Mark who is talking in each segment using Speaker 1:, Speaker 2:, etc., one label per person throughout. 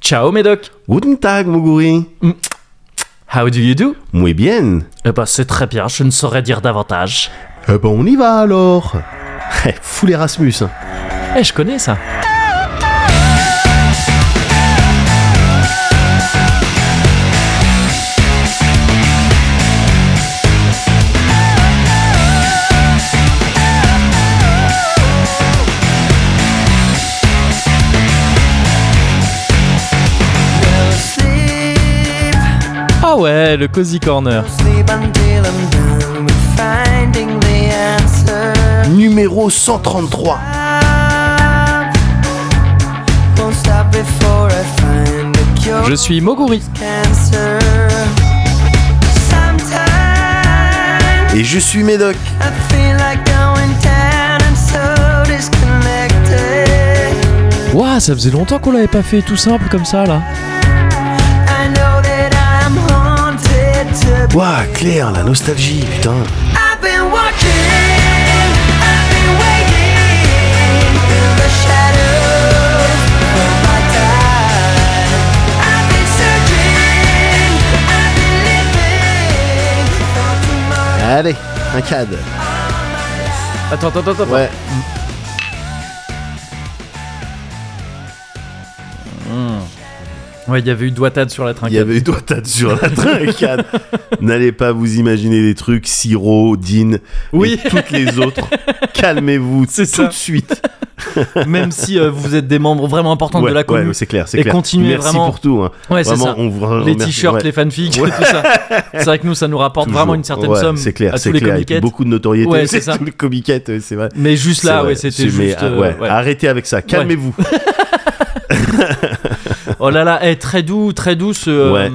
Speaker 1: Ciao Médoc
Speaker 2: Guten Tag, Muguri.
Speaker 1: How do you do
Speaker 2: Muy bien.
Speaker 1: Eh ben c'est très bien, je ne saurais dire davantage.
Speaker 2: Eh ben, on y va alors. Full Erasmus.
Speaker 1: Eh, je connais ça Ah ouais, le Cozy Corner
Speaker 3: Sleep until I'm done with finding the answer.
Speaker 2: Numéro 133.
Speaker 3: Won't stop before I find a cure.
Speaker 1: Je suis Moguri.
Speaker 3: Cancer. Sometimes
Speaker 2: Et je suis Médoc.
Speaker 3: I feel like going down. I'm so disconnected.
Speaker 1: Ouah, ça faisait longtemps qu'on l'avait pas fait tout simple comme ça là.
Speaker 3: I know that I'm haunted. To
Speaker 2: Ouah, Claire, la nostalgie, putain.
Speaker 3: I've been watching. I've been waiting in the shadows for my time. I've been searching. I've been living for tomorrow.
Speaker 2: Allez, un CAD.
Speaker 1: Attends, attends, attends.
Speaker 2: Ouais.
Speaker 1: Ouais, il y avait eu Doitade sur la
Speaker 2: Il
Speaker 1: trinquette.
Speaker 2: y avait eu Doitade sur la trincade. N'allez pas vous imaginer des trucs, Siro, Dean
Speaker 1: Oui.
Speaker 2: et toutes les autres. Calmez-vous tout
Speaker 1: C'est ça.
Speaker 2: de suite.
Speaker 1: Même si euh, vous êtes des membres vraiment importants
Speaker 2: Ouais,
Speaker 1: de la
Speaker 2: ouais,
Speaker 1: commune.
Speaker 2: c'est clair, c'est
Speaker 1: Et
Speaker 2: clair.
Speaker 1: continuez
Speaker 2: Merci
Speaker 1: vraiment.
Speaker 2: pour tout. hein.
Speaker 1: Ouais, c'est
Speaker 2: Vraiment,
Speaker 1: ça.
Speaker 2: on vous remercie.
Speaker 1: Les t-shirts,
Speaker 2: Ouais.
Speaker 1: les fanfics, tout ça. C'est vrai que nous, ça nous rapporte
Speaker 2: Toujours.
Speaker 1: vraiment une certaine
Speaker 2: Ouais,
Speaker 1: somme
Speaker 2: C'est clair,
Speaker 1: à tous
Speaker 2: c'est
Speaker 1: les
Speaker 2: clair. Et puis
Speaker 1: comiquettes.
Speaker 2: beaucoup de notoriété.
Speaker 1: Ouais, c'est ça.
Speaker 2: Tous les comiquettes, ouais, c'est vrai.
Speaker 1: Mais juste
Speaker 2: C'est
Speaker 1: là,
Speaker 2: vrai.
Speaker 1: ouais, c'était
Speaker 2: C'est- mais,
Speaker 1: juste.
Speaker 2: ah,
Speaker 1: euh,
Speaker 2: ouais,
Speaker 1: ouais.
Speaker 2: Arrêtez avec ça, calmez-vous.
Speaker 1: Oh là là, eh, très doux, très doux ce. euh,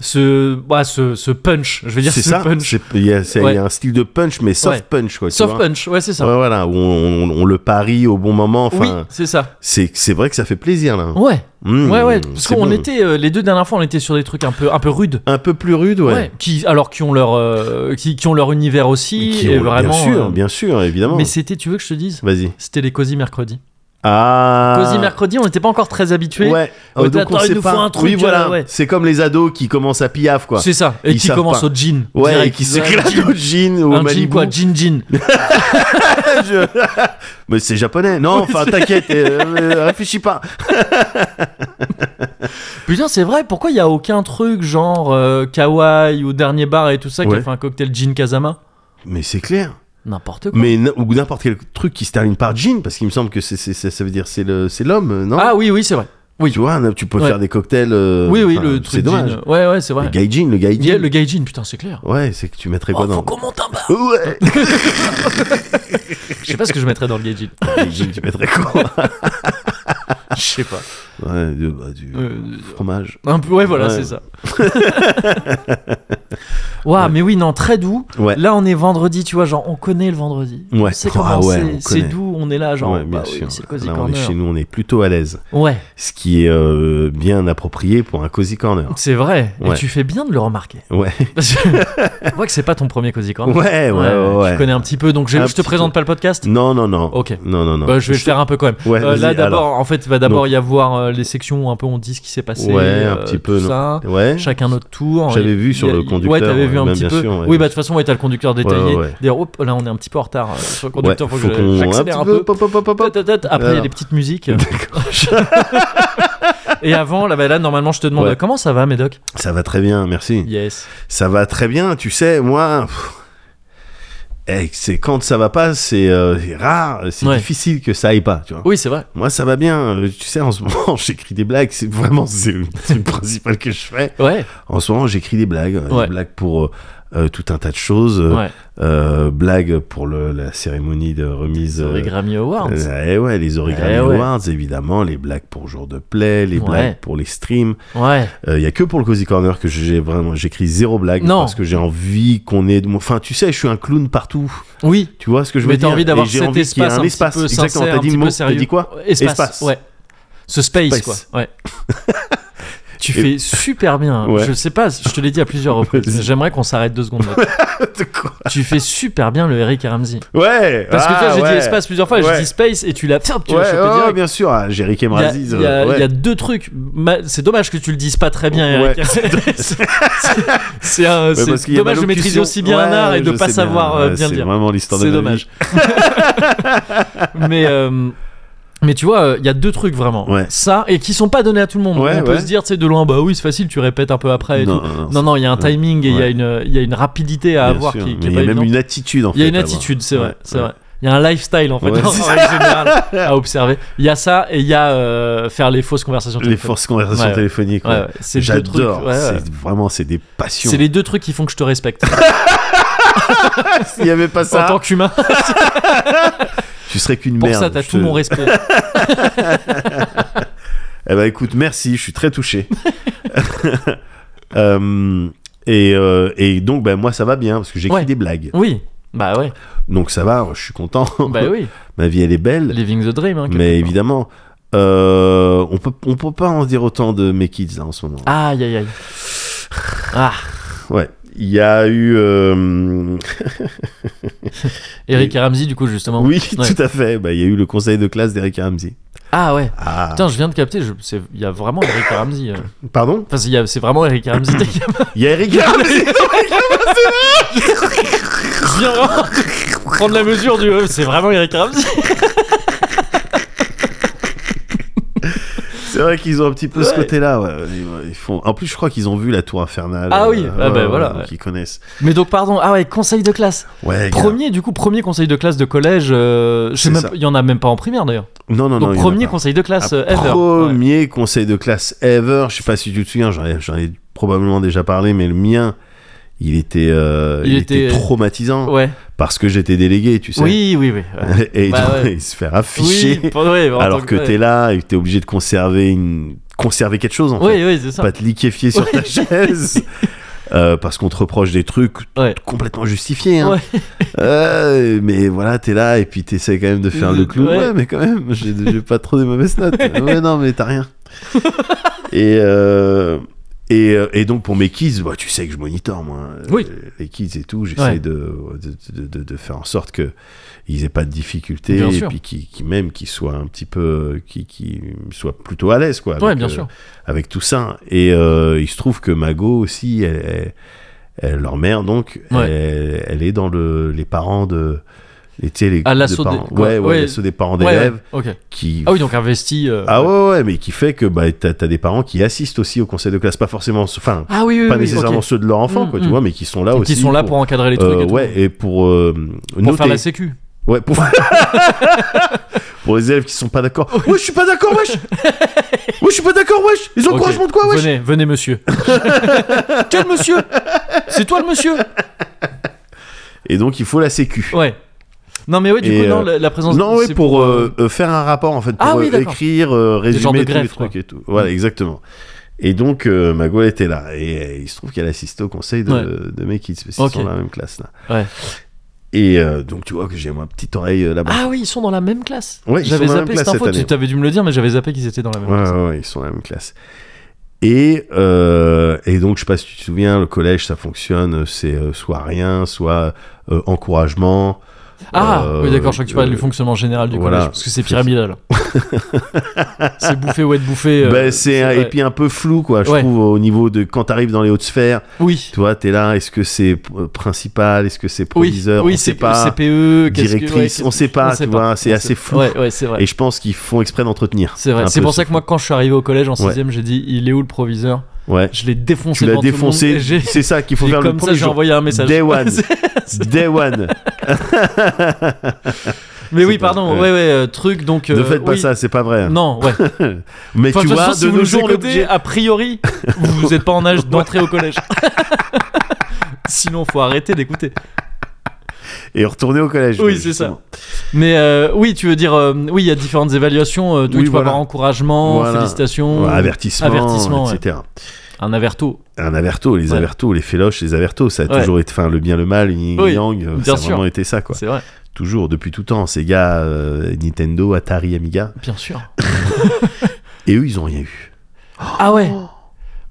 Speaker 1: Ce, bah, ce, ce punch, je veux dire
Speaker 2: C'est
Speaker 1: ce
Speaker 2: ça.
Speaker 1: punch.
Speaker 2: c'est- Il y, a- c'est- il y a
Speaker 1: Ouais.
Speaker 2: un style de punch, mais soft
Speaker 1: Ouais.
Speaker 2: punch. Quoi, tu
Speaker 1: Soft
Speaker 2: vois.
Speaker 1: punch, ouais, c'est ça.
Speaker 2: Ouais, voilà, où on, on- on le parie au bon moment.
Speaker 1: oui,
Speaker 2: Enfin,
Speaker 1: c'est ça.
Speaker 2: c'est c'est vrai que ça fait plaisir là.
Speaker 1: Ouais,
Speaker 2: Mmh,
Speaker 1: ouais, ouais. Parce
Speaker 2: c'est
Speaker 1: qu'on
Speaker 2: bon.
Speaker 1: était, euh, les deux dernières fois, on était sur des trucs un peu, un peu rudes.
Speaker 2: un peu plus rude, ouais.
Speaker 1: Qui, alors, qui ont leur, euh, qui, qui ont leur univers aussi.
Speaker 2: Qui
Speaker 1: et
Speaker 2: ont-
Speaker 1: vraiment,
Speaker 2: bien sûr,
Speaker 1: euh,
Speaker 2: bien sûr, évidemment.
Speaker 1: Mais c'était, tu veux que je te dise
Speaker 2: Vas-y.
Speaker 1: C'était les Cosy Mercredi.
Speaker 2: Ah.
Speaker 1: Cosy Mercredi, on n'était pas encore très habitués.
Speaker 2: Ouais.
Speaker 1: Oh,
Speaker 2: Euh, donc
Speaker 1: attends,
Speaker 2: on
Speaker 1: il
Speaker 2: sait
Speaker 1: nous
Speaker 2: pas.
Speaker 1: faut un truc,
Speaker 2: oui, voilà.
Speaker 1: euh, ouais.
Speaker 2: C'est comme les ados qui commencent à piaf, quoi.
Speaker 1: C'est ça. Et
Speaker 2: Ils
Speaker 1: qui
Speaker 2: savent
Speaker 1: commence
Speaker 2: pas.
Speaker 1: au jean.
Speaker 2: Ouais,
Speaker 1: direct.
Speaker 2: et qui
Speaker 1: Ouais,
Speaker 2: s'éclatent
Speaker 1: jean.
Speaker 2: au jean, au
Speaker 1: Un jean
Speaker 2: Malibu.
Speaker 1: quoi, jean jean.
Speaker 2: Je- Mais c'est japonais. Non, enfin, t'inquiète, euh, euh, réfléchis pas.
Speaker 1: Putain, c'est vrai, pourquoi il y a aucun truc genre euh, kawaii ou dernier bar et tout ça qui
Speaker 2: Ouais.
Speaker 1: a fait un cocktail jean Kazama
Speaker 2: Mais c'est clair.
Speaker 1: N'importe quoi.
Speaker 2: Mais n- ou n'importe quel truc qui se termine par jean, parce qu'il me semble que c'est, c'est- c'est- ça veut dire c'est le, c'est l'homme, euh, non
Speaker 1: Ah oui, oui, c'est vrai. oui.
Speaker 2: Tu vois, tu peux
Speaker 1: Ouais.
Speaker 2: faire des cocktails. euh,
Speaker 1: oui, oui,
Speaker 2: enfin,
Speaker 1: le
Speaker 2: C'est
Speaker 1: truc
Speaker 2: dommage.
Speaker 1: jean. Ouais, ouais, c'est vrai.
Speaker 2: Le guy jean, le guy
Speaker 1: Il y a
Speaker 2: jean.
Speaker 1: Le gay jean, putain, c'est clair.
Speaker 2: Ouais, c'est que tu mettrais quoi
Speaker 1: Oh, faut
Speaker 2: dans
Speaker 1: qu'on monte un bar.
Speaker 2: Ouais.
Speaker 1: Je sais pas ce que je mettrais dans le gay jean.
Speaker 2: Le guy jean, tu mettrais quoi
Speaker 1: Je sais pas.
Speaker 2: Ouais, du, bah, du
Speaker 1: Euh,
Speaker 2: fromage.
Speaker 1: un peu, ouais, voilà,
Speaker 2: Ouais.
Speaker 1: c'est ça. Waouh, mais oui, non, très doux.
Speaker 2: Ouais.
Speaker 1: Là, on est vendredi, tu vois, genre, on connaît le vendredi.
Speaker 2: Ouais.
Speaker 1: On sait
Speaker 2: Ah
Speaker 1: comment
Speaker 2: ouais,
Speaker 1: c'est,
Speaker 2: on
Speaker 1: c'est
Speaker 2: connaît.
Speaker 1: doux, on est là, genre,
Speaker 2: ouais, bien
Speaker 1: bah oui,
Speaker 2: sûr.
Speaker 1: c'est le Cozy
Speaker 2: Là, on est
Speaker 1: Corner.
Speaker 2: chez nous, on est plutôt à l'aise.
Speaker 1: Ouais,
Speaker 2: Ce qui est euh, bien approprié pour un cozy corner.
Speaker 1: c'est vrai.
Speaker 2: Ouais.
Speaker 1: Et tu fais bien de le remarquer.
Speaker 2: Ouais.
Speaker 1: Parce que je vois que c'est pas ton premier Cozy Corner.
Speaker 2: Ouais, ouais, ouais.
Speaker 1: Tu connais un petit peu, donc je,
Speaker 2: Un
Speaker 1: je te
Speaker 2: petit
Speaker 1: présente pas le podcast
Speaker 2: Non, non, non.
Speaker 1: Ok.
Speaker 2: Non, non, non.
Speaker 1: Bah, Je vais le
Speaker 2: te-
Speaker 1: faire un peu quand même.
Speaker 2: Ouais,
Speaker 1: Euh,
Speaker 2: vas-y,
Speaker 1: là
Speaker 2: alors.
Speaker 1: d'abord, en fait, il va d'abord y avoir euh, les sections où un peu on dit ce qui s'est passé.
Speaker 2: Ouais, un
Speaker 1: euh,
Speaker 2: petit peu,
Speaker 1: tout
Speaker 2: non.
Speaker 1: ça.
Speaker 2: Ouais.
Speaker 1: Chacun notre tour.
Speaker 2: J'avais
Speaker 1: Il-
Speaker 2: vu sur
Speaker 1: il y a-
Speaker 2: le
Speaker 1: il-
Speaker 2: conducteur,
Speaker 1: Ouais, t'avais vu
Speaker 2: ouais,
Speaker 1: un
Speaker 2: bien
Speaker 1: petit
Speaker 2: bien
Speaker 1: peu.
Speaker 2: sûr, ouais,
Speaker 1: oui,
Speaker 2: bien
Speaker 1: bah de toute façon, ouais, t'as le conducteur détaillé.
Speaker 2: Ouais, ouais, ouais.
Speaker 1: D'ailleurs, hop, là, on est un petit peu en retard euh, sur le
Speaker 2: Ouais,
Speaker 1: conducteur.
Speaker 2: faut
Speaker 1: faut, que je-
Speaker 2: qu'on
Speaker 1: j'accélère un
Speaker 2: petit
Speaker 1: peu.
Speaker 2: peu, pop, pop, pop, pop.
Speaker 1: Tot, tot, tot. Après, il y a
Speaker 2: Alors.
Speaker 1: des petites musiques. Et avant, là, bah, là, normalement, je te demande
Speaker 2: Ouais.
Speaker 1: comment ça va, Médoc
Speaker 2: Ça va très bien, merci.
Speaker 1: Yes.
Speaker 2: Ça va très bien, tu sais, moi. pff, eh, c'est quand ça va pas, c'est euh, c'est rare, c'est
Speaker 1: Ouais.
Speaker 2: difficile que ça aille pas, tu vois.
Speaker 1: Oui, c'est vrai.
Speaker 2: Moi, ça va bien. euh, Tu sais, en ce moment, j'écris des blagues. C'est vraiment c'est le, c'est le principal que je fais.
Speaker 1: Ouais,
Speaker 2: En ce moment, j'écris des blagues, euh,
Speaker 1: Ouais.
Speaker 2: des blagues pour euh, euh, tout un tas de choses, euh,
Speaker 1: ouais.
Speaker 2: euh, blagues pour le- la cérémonie de remise.
Speaker 1: Sur les
Speaker 2: euh,
Speaker 1: Grammy Awards.
Speaker 2: Euh, eh ouais, les Origami
Speaker 1: Eh ouais.
Speaker 2: Awards, évidemment, les blagues pour jour de play, les
Speaker 1: Ouais.
Speaker 2: blagues pour les streams.
Speaker 1: Ouais.
Speaker 2: Il y a que pour le Cozy Corner que j'ai vraiment, j'écris zéro blague
Speaker 1: Non.
Speaker 2: parce que j'ai envie qu'on ait. de moi- Enfin, tu sais, je suis un clown partout.
Speaker 1: Oui.
Speaker 2: Tu vois ce que je veux
Speaker 1: mais t'as
Speaker 2: dire
Speaker 1: envie d'avoir
Speaker 2: Et j'ai
Speaker 1: cet
Speaker 2: envie qu'il y ait
Speaker 1: espace un,
Speaker 2: un
Speaker 1: petit
Speaker 2: espace.
Speaker 1: peu sincère,
Speaker 2: Exactement. T'as
Speaker 1: un
Speaker 2: dit
Speaker 1: petit
Speaker 2: le mot.
Speaker 1: peu
Speaker 2: T'as
Speaker 1: sérieux.
Speaker 2: dit quoi
Speaker 1: Espace,
Speaker 2: Espace.
Speaker 1: ouais. Ce space,
Speaker 2: Space.
Speaker 1: quoi. Ouais. Tu fais super bien.
Speaker 2: Ouais.
Speaker 1: Je sais pas, je te l'ai dit à plusieurs reprises.
Speaker 2: Vas-y.
Speaker 1: J'aimerais qu'on s'arrête deux secondes. là.
Speaker 2: De quoi
Speaker 1: tu fais super bien le Eric Ramsey.
Speaker 2: Ouais.
Speaker 1: Parce
Speaker 2: ah,
Speaker 1: que toi, j'ai
Speaker 2: ouais.
Speaker 1: dit espace plusieurs fois,
Speaker 2: Ouais.
Speaker 1: j'ai dit space et tu l'as. Ferme, tu
Speaker 2: Ouais,
Speaker 1: l'as chopé
Speaker 2: ouais,
Speaker 1: direct.
Speaker 2: bien sûr. Ah, j'ai Rick et
Speaker 1: Il y a-
Speaker 2: Mrazis,
Speaker 1: il y, a-
Speaker 2: euh, ouais.
Speaker 1: il y a deux trucs. Ma- C'est dommage que tu le dises pas très bien, Eric.
Speaker 2: Ouais.
Speaker 1: C'est- c'est un-
Speaker 2: Ouais, parce
Speaker 1: c'est
Speaker 2: qu'il y a
Speaker 1: dommage de
Speaker 2: mallocution.
Speaker 1: maîtriser aussi bien un
Speaker 2: Ouais,
Speaker 1: art et de
Speaker 2: je
Speaker 1: pas
Speaker 2: sais
Speaker 1: savoir
Speaker 2: bien.
Speaker 1: euh,
Speaker 2: Ouais,
Speaker 1: bien le
Speaker 2: C'est
Speaker 1: dire.
Speaker 2: vraiment l'histoire de
Speaker 1: C'est
Speaker 2: ma
Speaker 1: dommage. mais, euh, mais tu vois, euh, il y a deux trucs vraiment.
Speaker 2: Ouais.
Speaker 1: Ça, et qui sont pas donnés à tout le monde.
Speaker 2: Ouais,
Speaker 1: On peut
Speaker 2: ouais.
Speaker 1: se dire, tu sais, de loin, bah oui, c'est facile, tu répètes un peu après.
Speaker 2: vie.
Speaker 1: et
Speaker 2: Non,
Speaker 1: tout.
Speaker 2: non,
Speaker 1: Ah, non, non, il y a un
Speaker 2: ouais.
Speaker 1: timing et il y a une- il y, a une rapidité à
Speaker 2: bien
Speaker 1: avoir
Speaker 2: sûr.
Speaker 1: qui, qui
Speaker 2: Mais
Speaker 1: est
Speaker 2: il y
Speaker 1: pas
Speaker 2: a même
Speaker 1: évidente.
Speaker 2: une attitude en fait.
Speaker 1: Il y a une
Speaker 2: à avoir.
Speaker 1: attitude, c'est vrai,
Speaker 2: Ouais,
Speaker 1: c'est
Speaker 2: ouais.
Speaker 1: vrai. Il y a un lifestyle en fait
Speaker 2: Ouais,
Speaker 1: en
Speaker 2: c'est
Speaker 1: règle générale, à observer. Il y a ça et il y a euh, faire les fausses conversations.
Speaker 2: Les
Speaker 1: téléphoniques.
Speaker 2: forces conversations
Speaker 1: Ouais, ouais.
Speaker 2: téléphoniques. ouais.
Speaker 1: Ouais, ouais, c'est deux trucs,
Speaker 2: J'adore.
Speaker 1: ouais, ouais.
Speaker 2: C'est vraiment c'est des passions.
Speaker 1: C'est les deux trucs qui font que je te respecte
Speaker 2: S'il n'y avait pas
Speaker 1: en tant
Speaker 2: ça,
Speaker 1: qu'humain.
Speaker 2: tu serais qu'une
Speaker 1: Pour
Speaker 2: merde.
Speaker 1: ça, t'as
Speaker 2: je
Speaker 1: tout
Speaker 2: te-
Speaker 1: mon respect.
Speaker 2: Eh ben écoute, merci, je suis très touché. Euh, et, euh, et donc ben moi ça va bien parce que j'écris
Speaker 1: Ouais.
Speaker 2: des blagues.
Speaker 1: Oui, bah ouais,
Speaker 2: Donc ça va, je suis content.
Speaker 1: bah oui.
Speaker 2: Ma vie elle est belle,
Speaker 1: Living the dream. hein, quelque
Speaker 2: mais
Speaker 1: part.
Speaker 2: évidemment euh, on peut on peut pas en dire autant de mes kids là en ce moment.
Speaker 1: Aïe aïe aïe. Ah,
Speaker 2: Ouais, il y a eu euh,
Speaker 1: Eric et Ramsey du coup justement.
Speaker 2: oui
Speaker 1: Ah. Ouais.
Speaker 2: tout à fait, Bah, il y a eu le conseil de classe d'Eric Ramsey.
Speaker 1: Ah ouais.
Speaker 2: Ah
Speaker 1: Putain, je viens de capter. je- c'est- Il y a vraiment Eric et Ramsey. euh.
Speaker 2: pardon,
Speaker 1: Enfin, c'est il y a- c'est vraiment Eric et Ramsey.
Speaker 2: il y a Eric Ramsey.
Speaker 1: Je viens vraiment prendre la mesure du. euh, C'est vraiment Eric et Ramsey.
Speaker 2: C'est vrai qu'ils ont un petit peu ce
Speaker 1: Ouais.
Speaker 2: côté-là. ouais. Ils- ils font... En plus, je crois qu'ils ont vu la tour infernale. euh,
Speaker 1: Ah oui, ah ben voilà,
Speaker 2: donc
Speaker 1: ouais.
Speaker 2: Ils connaissent.
Speaker 1: Mais donc, pardon, ah ouais, conseil de classe.
Speaker 2: Ouais, gars.
Speaker 1: Premier, du coup, premier conseil de classe de collège. euh, je sais
Speaker 2: C'est
Speaker 1: même
Speaker 2: ça.
Speaker 1: pas- il y en a même pas en primaire d'ailleurs.
Speaker 2: Non, non, non.
Speaker 1: donc,
Speaker 2: il y en a
Speaker 1: premier
Speaker 2: pas.
Speaker 1: conseil de classe
Speaker 2: Ah,
Speaker 1: euh, ever. Ouais.
Speaker 2: Premier conseil de classe ever. Je sais pas si tu te souviens, j'en ai, j'en ai probablement déjà parlé, mais le mien, il était, euh,
Speaker 1: Il
Speaker 2: il était
Speaker 1: était-
Speaker 2: traumatisant
Speaker 1: Ouais.
Speaker 2: parce que j'étais délégué, tu sais.
Speaker 1: Oui, oui, oui. ouais.
Speaker 2: Et
Speaker 1: Bah
Speaker 2: donc,
Speaker 1: ouais.
Speaker 2: il se faire afficher
Speaker 1: Oui, pour- ouais, en
Speaker 2: alors
Speaker 1: tant
Speaker 2: que
Speaker 1: ouais.
Speaker 2: t'es là et que t'es obligé de conserver une conserver quelque chose en fait.
Speaker 1: Oui, oui, c'est ça.
Speaker 2: Pas te liquéfier sur ta chaise. Euh, parce qu'on te reproche des trucs
Speaker 1: Ouais.
Speaker 2: complètement justifié. Hein.
Speaker 1: Ouais.
Speaker 2: Euh, mais voilà, t'es là et puis t'essaies quand même de faire
Speaker 1: De-
Speaker 2: le clou.
Speaker 1: ouais.
Speaker 2: Ouais, mais quand même, j'ai j'ai pas trop de mauvaises notes. ouais, non, mais t'as rien. et, euh, et, euh, et donc pour mes kids, bah, tu sais que je monitor moi.
Speaker 1: Oui.
Speaker 2: Euh, Les kids et tout, j'essaie
Speaker 1: Ouais.
Speaker 2: de, de, de- de- de faire en sorte que ils aient pas de difficultés
Speaker 1: Bien
Speaker 2: et
Speaker 1: sûr.
Speaker 2: puis qu'ils qu'ils- même qu'ils soient un petit peu, qu'ils qu'ils soient plutôt à l'aise quoi.
Speaker 1: Ouais,
Speaker 2: avec,
Speaker 1: bien
Speaker 2: euh,
Speaker 1: sûr.
Speaker 2: avec tout ça. Et euh, il se trouve que Mago aussi, elle, elle- elle- leur mère donc,
Speaker 1: Ouais.
Speaker 2: elle, elle est dans le, les parents de, les, tu sais, les
Speaker 1: Ah,
Speaker 2: groupes
Speaker 1: l'assaut
Speaker 2: de
Speaker 1: des-
Speaker 2: parents,
Speaker 1: quoi.
Speaker 2: ouais, ouais,
Speaker 1: Ouais.
Speaker 2: l'assaut des parents
Speaker 1: Ouais,
Speaker 2: d'élèves
Speaker 1: ouais, ok.
Speaker 2: qui
Speaker 1: Ah oui, donc investi. euh,
Speaker 2: ah ouais, ouais, mais qui fait que bah, t'as as des parents qui assistent aussi au conseil de classe, pas forcément, enfin,
Speaker 1: Ah oui, oui,
Speaker 2: pas
Speaker 1: oui,
Speaker 2: nécessairement
Speaker 1: ok.
Speaker 2: ceux de leur enfant,
Speaker 1: Mm,
Speaker 2: quoi, tu
Speaker 1: mm.
Speaker 2: vois, mais qui sont là
Speaker 1: Qui
Speaker 2: aussi.
Speaker 1: sont là pour, encadrer les trucs.
Speaker 2: euh,
Speaker 1: et tout.
Speaker 2: ouais, et pour, euh,
Speaker 1: pour faire
Speaker 2: noter.
Speaker 1: la sécu.
Speaker 2: Ouais, pour... pour les élèves qui sont pas d'accord. Ouais, je suis pas d'accord, wesh. Ouais, je suis pas d'accord, wesh. Ils
Speaker 1: Ok.
Speaker 2: encouragent de quoi, wesh.
Speaker 1: Venez, venez, monsieur. Quel monsieur C'est toi le monsieur
Speaker 2: Et donc il faut la sécu.
Speaker 1: Ouais. Non, mais ouais, du
Speaker 2: Et,
Speaker 1: coup, Oh, non,
Speaker 2: euh,
Speaker 1: la, la présence.
Speaker 2: Non, ouais,
Speaker 1: c'est
Speaker 2: pour euh, euh, faire un rapport en fait, pour
Speaker 1: Ah oui,
Speaker 2: euh,
Speaker 1: d'accord.
Speaker 2: écrire, euh,
Speaker 1: genres de
Speaker 2: résumer tous les
Speaker 1: greffes,
Speaker 2: trucs
Speaker 1: quoi. Mm.
Speaker 2: et tout. Voilà, exactement. Et donc euh, Mago elle était là et euh, il se trouve qu'elle assistait au conseil de,
Speaker 1: Ouais.
Speaker 2: de mes kids parce qu'ils
Speaker 1: Ok.
Speaker 2: sont dans la même classe là.
Speaker 1: Ouais.
Speaker 2: Et euh, donc tu vois que j'ai ma petite oreille euh, là-bas.
Speaker 1: Ah oui, ils sont dans la même classe.
Speaker 2: Ouais, ils
Speaker 1: j'avais
Speaker 2: sont dans la
Speaker 1: zappé
Speaker 2: même
Speaker 1: cette
Speaker 2: classe
Speaker 1: info.
Speaker 2: cette
Speaker 1: Tu
Speaker 2: année.
Speaker 1: t'avais dû me le dire, mais j'avais zappé qu'ils étaient dans la même
Speaker 2: ouais,
Speaker 1: classe.
Speaker 2: ouais, ouais, ils sont dans la même classe. Et, euh, et donc je sais pas si tu te souviens, le collège ça fonctionne, c'est euh, soit rien, soit euh, encouragement.
Speaker 1: Ah
Speaker 2: Euh,
Speaker 1: oui, d'accord. Je crois que tu parlais
Speaker 2: euh,
Speaker 1: du fonctionnement général du
Speaker 2: voilà.
Speaker 1: collège parce que c'est pyramidal. c'est bouffé ou être bouffé. euh,
Speaker 2: Ben, c'est un-
Speaker 1: vrai.
Speaker 2: et puis un peu flou quoi je
Speaker 1: Ouais.
Speaker 2: trouve au niveau de quand t'arrives dans les hautes sphères
Speaker 1: Oui.
Speaker 2: tu vois t'es là est-ce que c'est euh, principal est-ce que c'est
Speaker 1: Oui,
Speaker 2: proviseur
Speaker 1: oui,
Speaker 2: on sait
Speaker 1: c'est
Speaker 2: pas
Speaker 1: CPE, E, qu'est-ce que- ouais,
Speaker 2: directrice
Speaker 1: qu'est-ce
Speaker 2: on sait pas
Speaker 1: on sait
Speaker 2: tu
Speaker 1: pas.
Speaker 2: vois c'est
Speaker 1: On
Speaker 2: assez
Speaker 1: sait-
Speaker 2: flou
Speaker 1: Ouais, ouais, c'est vrai.
Speaker 2: et je pense qu'ils font exprès d'entretenir
Speaker 1: C'est
Speaker 2: un
Speaker 1: vrai. C'est
Speaker 2: peu
Speaker 1: pour
Speaker 2: ce
Speaker 1: ça que moi, quand je suis arrivé au collège en 6ème, j'ai dit il est où le proviseur
Speaker 2: ouais
Speaker 1: Je l'ai défoncé.
Speaker 2: tu l'as
Speaker 1: devant tout le monde et
Speaker 2: défoncé
Speaker 1: j'ai-
Speaker 2: c'est ça qu'il faut
Speaker 1: et
Speaker 2: faire le
Speaker 1: comme ça,
Speaker 2: premier
Speaker 1: j'ai
Speaker 2: jour
Speaker 1: envoyé un message.
Speaker 2: Day one.
Speaker 1: C'est-
Speaker 2: day one
Speaker 1: Mais oui,
Speaker 2: pas-
Speaker 1: pardon.
Speaker 2: ouais.
Speaker 1: Ouais, ouais. euh, truc donc.
Speaker 2: ne
Speaker 1: euh,
Speaker 2: faites pas
Speaker 1: oui.
Speaker 2: ça c'est pas vrai hein.
Speaker 1: Non, ouais.
Speaker 2: mais
Speaker 1: Enfin,
Speaker 2: tu
Speaker 1: de toute
Speaker 2: vois
Speaker 1: façon, si
Speaker 2: de
Speaker 1: vous
Speaker 2: nos
Speaker 1: nous
Speaker 2: jours
Speaker 1: écoutez,
Speaker 2: l'objet
Speaker 1: a priori, vous n'êtes pas en âge d'entrer au collège. Sinon, faut arrêter d'écouter.
Speaker 2: et retourner au collège
Speaker 1: Oui,
Speaker 2: ouais,
Speaker 1: c'est ça.
Speaker 2: justement.
Speaker 1: Mais euh, oui, tu veux dire, euh, oui, il y a différentes évaluations. euh, donc
Speaker 2: Oui,
Speaker 1: tu peux
Speaker 2: voilà.
Speaker 1: avoir encouragement,
Speaker 2: Voilà.
Speaker 1: félicitations,
Speaker 2: Ouais, avertissement,
Speaker 1: Mmh. Avertissement, ouais.
Speaker 2: etc
Speaker 1: un averto.
Speaker 2: un averto, les
Speaker 1: Ouais.
Speaker 2: avertos, les féloches, les avertos, ça a
Speaker 1: Ouais.
Speaker 2: toujours été, enfin, le bien, le mal, le yin,
Speaker 1: Oui,
Speaker 2: yang, euh, ça
Speaker 1: bien
Speaker 2: a
Speaker 1: sûr.
Speaker 2: vraiment été ça, quoi.
Speaker 1: C'est vrai,
Speaker 2: Toujours, depuis tout temps, Sega, euh, Nintendo, Atari, Amiga.
Speaker 1: bien sûr.
Speaker 2: Et eux, ils ont rien eu.
Speaker 1: Ah ouais.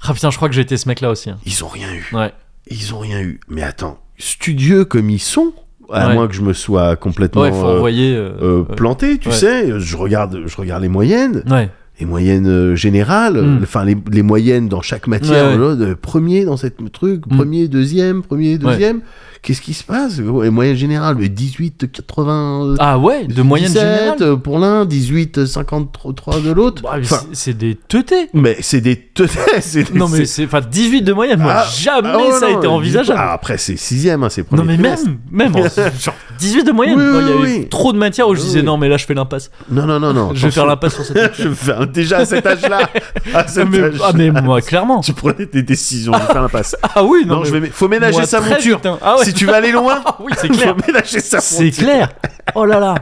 Speaker 1: Ah putain, je crois que j'ai été ce mec-là aussi. hein.
Speaker 2: Ils ont rien eu.
Speaker 1: Ouais.
Speaker 2: Ils ont rien eu. Mais attends, studieux comme ils sont, à
Speaker 1: Ouais.
Speaker 2: moins que je me sois complètement
Speaker 1: Ouais, faut
Speaker 2: euh,
Speaker 1: envoyer. euh,
Speaker 2: euh,
Speaker 1: ouais.
Speaker 2: planté, tu
Speaker 1: Ouais.
Speaker 2: sais. Je regarde, je regarde les moyennes,
Speaker 1: Ouais.
Speaker 2: les moyennes euh, générales,
Speaker 1: Mm.
Speaker 2: enfin les, les moyennes dans chaque matière.
Speaker 1: Ouais,
Speaker 2: genre, de premier dans cette truc,
Speaker 1: Mm.
Speaker 2: premier, deuxième, premier,
Speaker 1: Ouais.
Speaker 2: deuxième. Qu'est-ce qui se passe Les moyennes générales, le 18, 80. euh,
Speaker 1: Ah ouais, de moyenne
Speaker 2: 17,
Speaker 1: générale.
Speaker 2: euh, pour l'un, 18, euh, 53 de l'autre.
Speaker 1: Bah, mais
Speaker 2: Enfin,
Speaker 1: c'est- c'est des teutés.
Speaker 2: mais c'est des tenaces, c'est des-
Speaker 1: Non mais
Speaker 2: c'est-
Speaker 1: c'est enfin 18 de moyenne, moi
Speaker 2: Ah,
Speaker 1: jamais
Speaker 2: Ah, ouais,
Speaker 1: ça
Speaker 2: non,
Speaker 1: a été
Speaker 2: mais
Speaker 1: envisageable.
Speaker 2: ah, après, c'est sixième, hein, c'est premier.
Speaker 1: non mais
Speaker 2: trimestre.
Speaker 1: même même hein. en- genre 18 de moyenne,
Speaker 2: Oui,
Speaker 1: Non, il y
Speaker 2: oui,
Speaker 1: avait
Speaker 2: oui.
Speaker 1: trop de matière où je
Speaker 2: Oui,
Speaker 1: disais
Speaker 2: oui.
Speaker 1: non mais là je fais l'impasse.
Speaker 2: Non, non, non, non.
Speaker 1: je vais faire l'impasse sur cette matière.
Speaker 2: Je vais faire- déjà à cet âge-là. à cet
Speaker 1: mais,
Speaker 2: âge-là,
Speaker 1: ah mais moi clairement.
Speaker 2: Tu prenais des décisions. Je vais faire l'impasse.
Speaker 1: Ah oui non,
Speaker 2: Non,
Speaker 1: mais
Speaker 2: je vais. mé- Faut
Speaker 1: moi,
Speaker 2: ménager sa
Speaker 1: 13,
Speaker 2: monture.
Speaker 1: putain. Ah ouais.
Speaker 2: Si tu veux aller loin,
Speaker 1: Ah oui, c'est
Speaker 2: faut
Speaker 1: clair.
Speaker 2: ménager sa
Speaker 1: C'est
Speaker 2: monture.
Speaker 1: clair. Oh là là.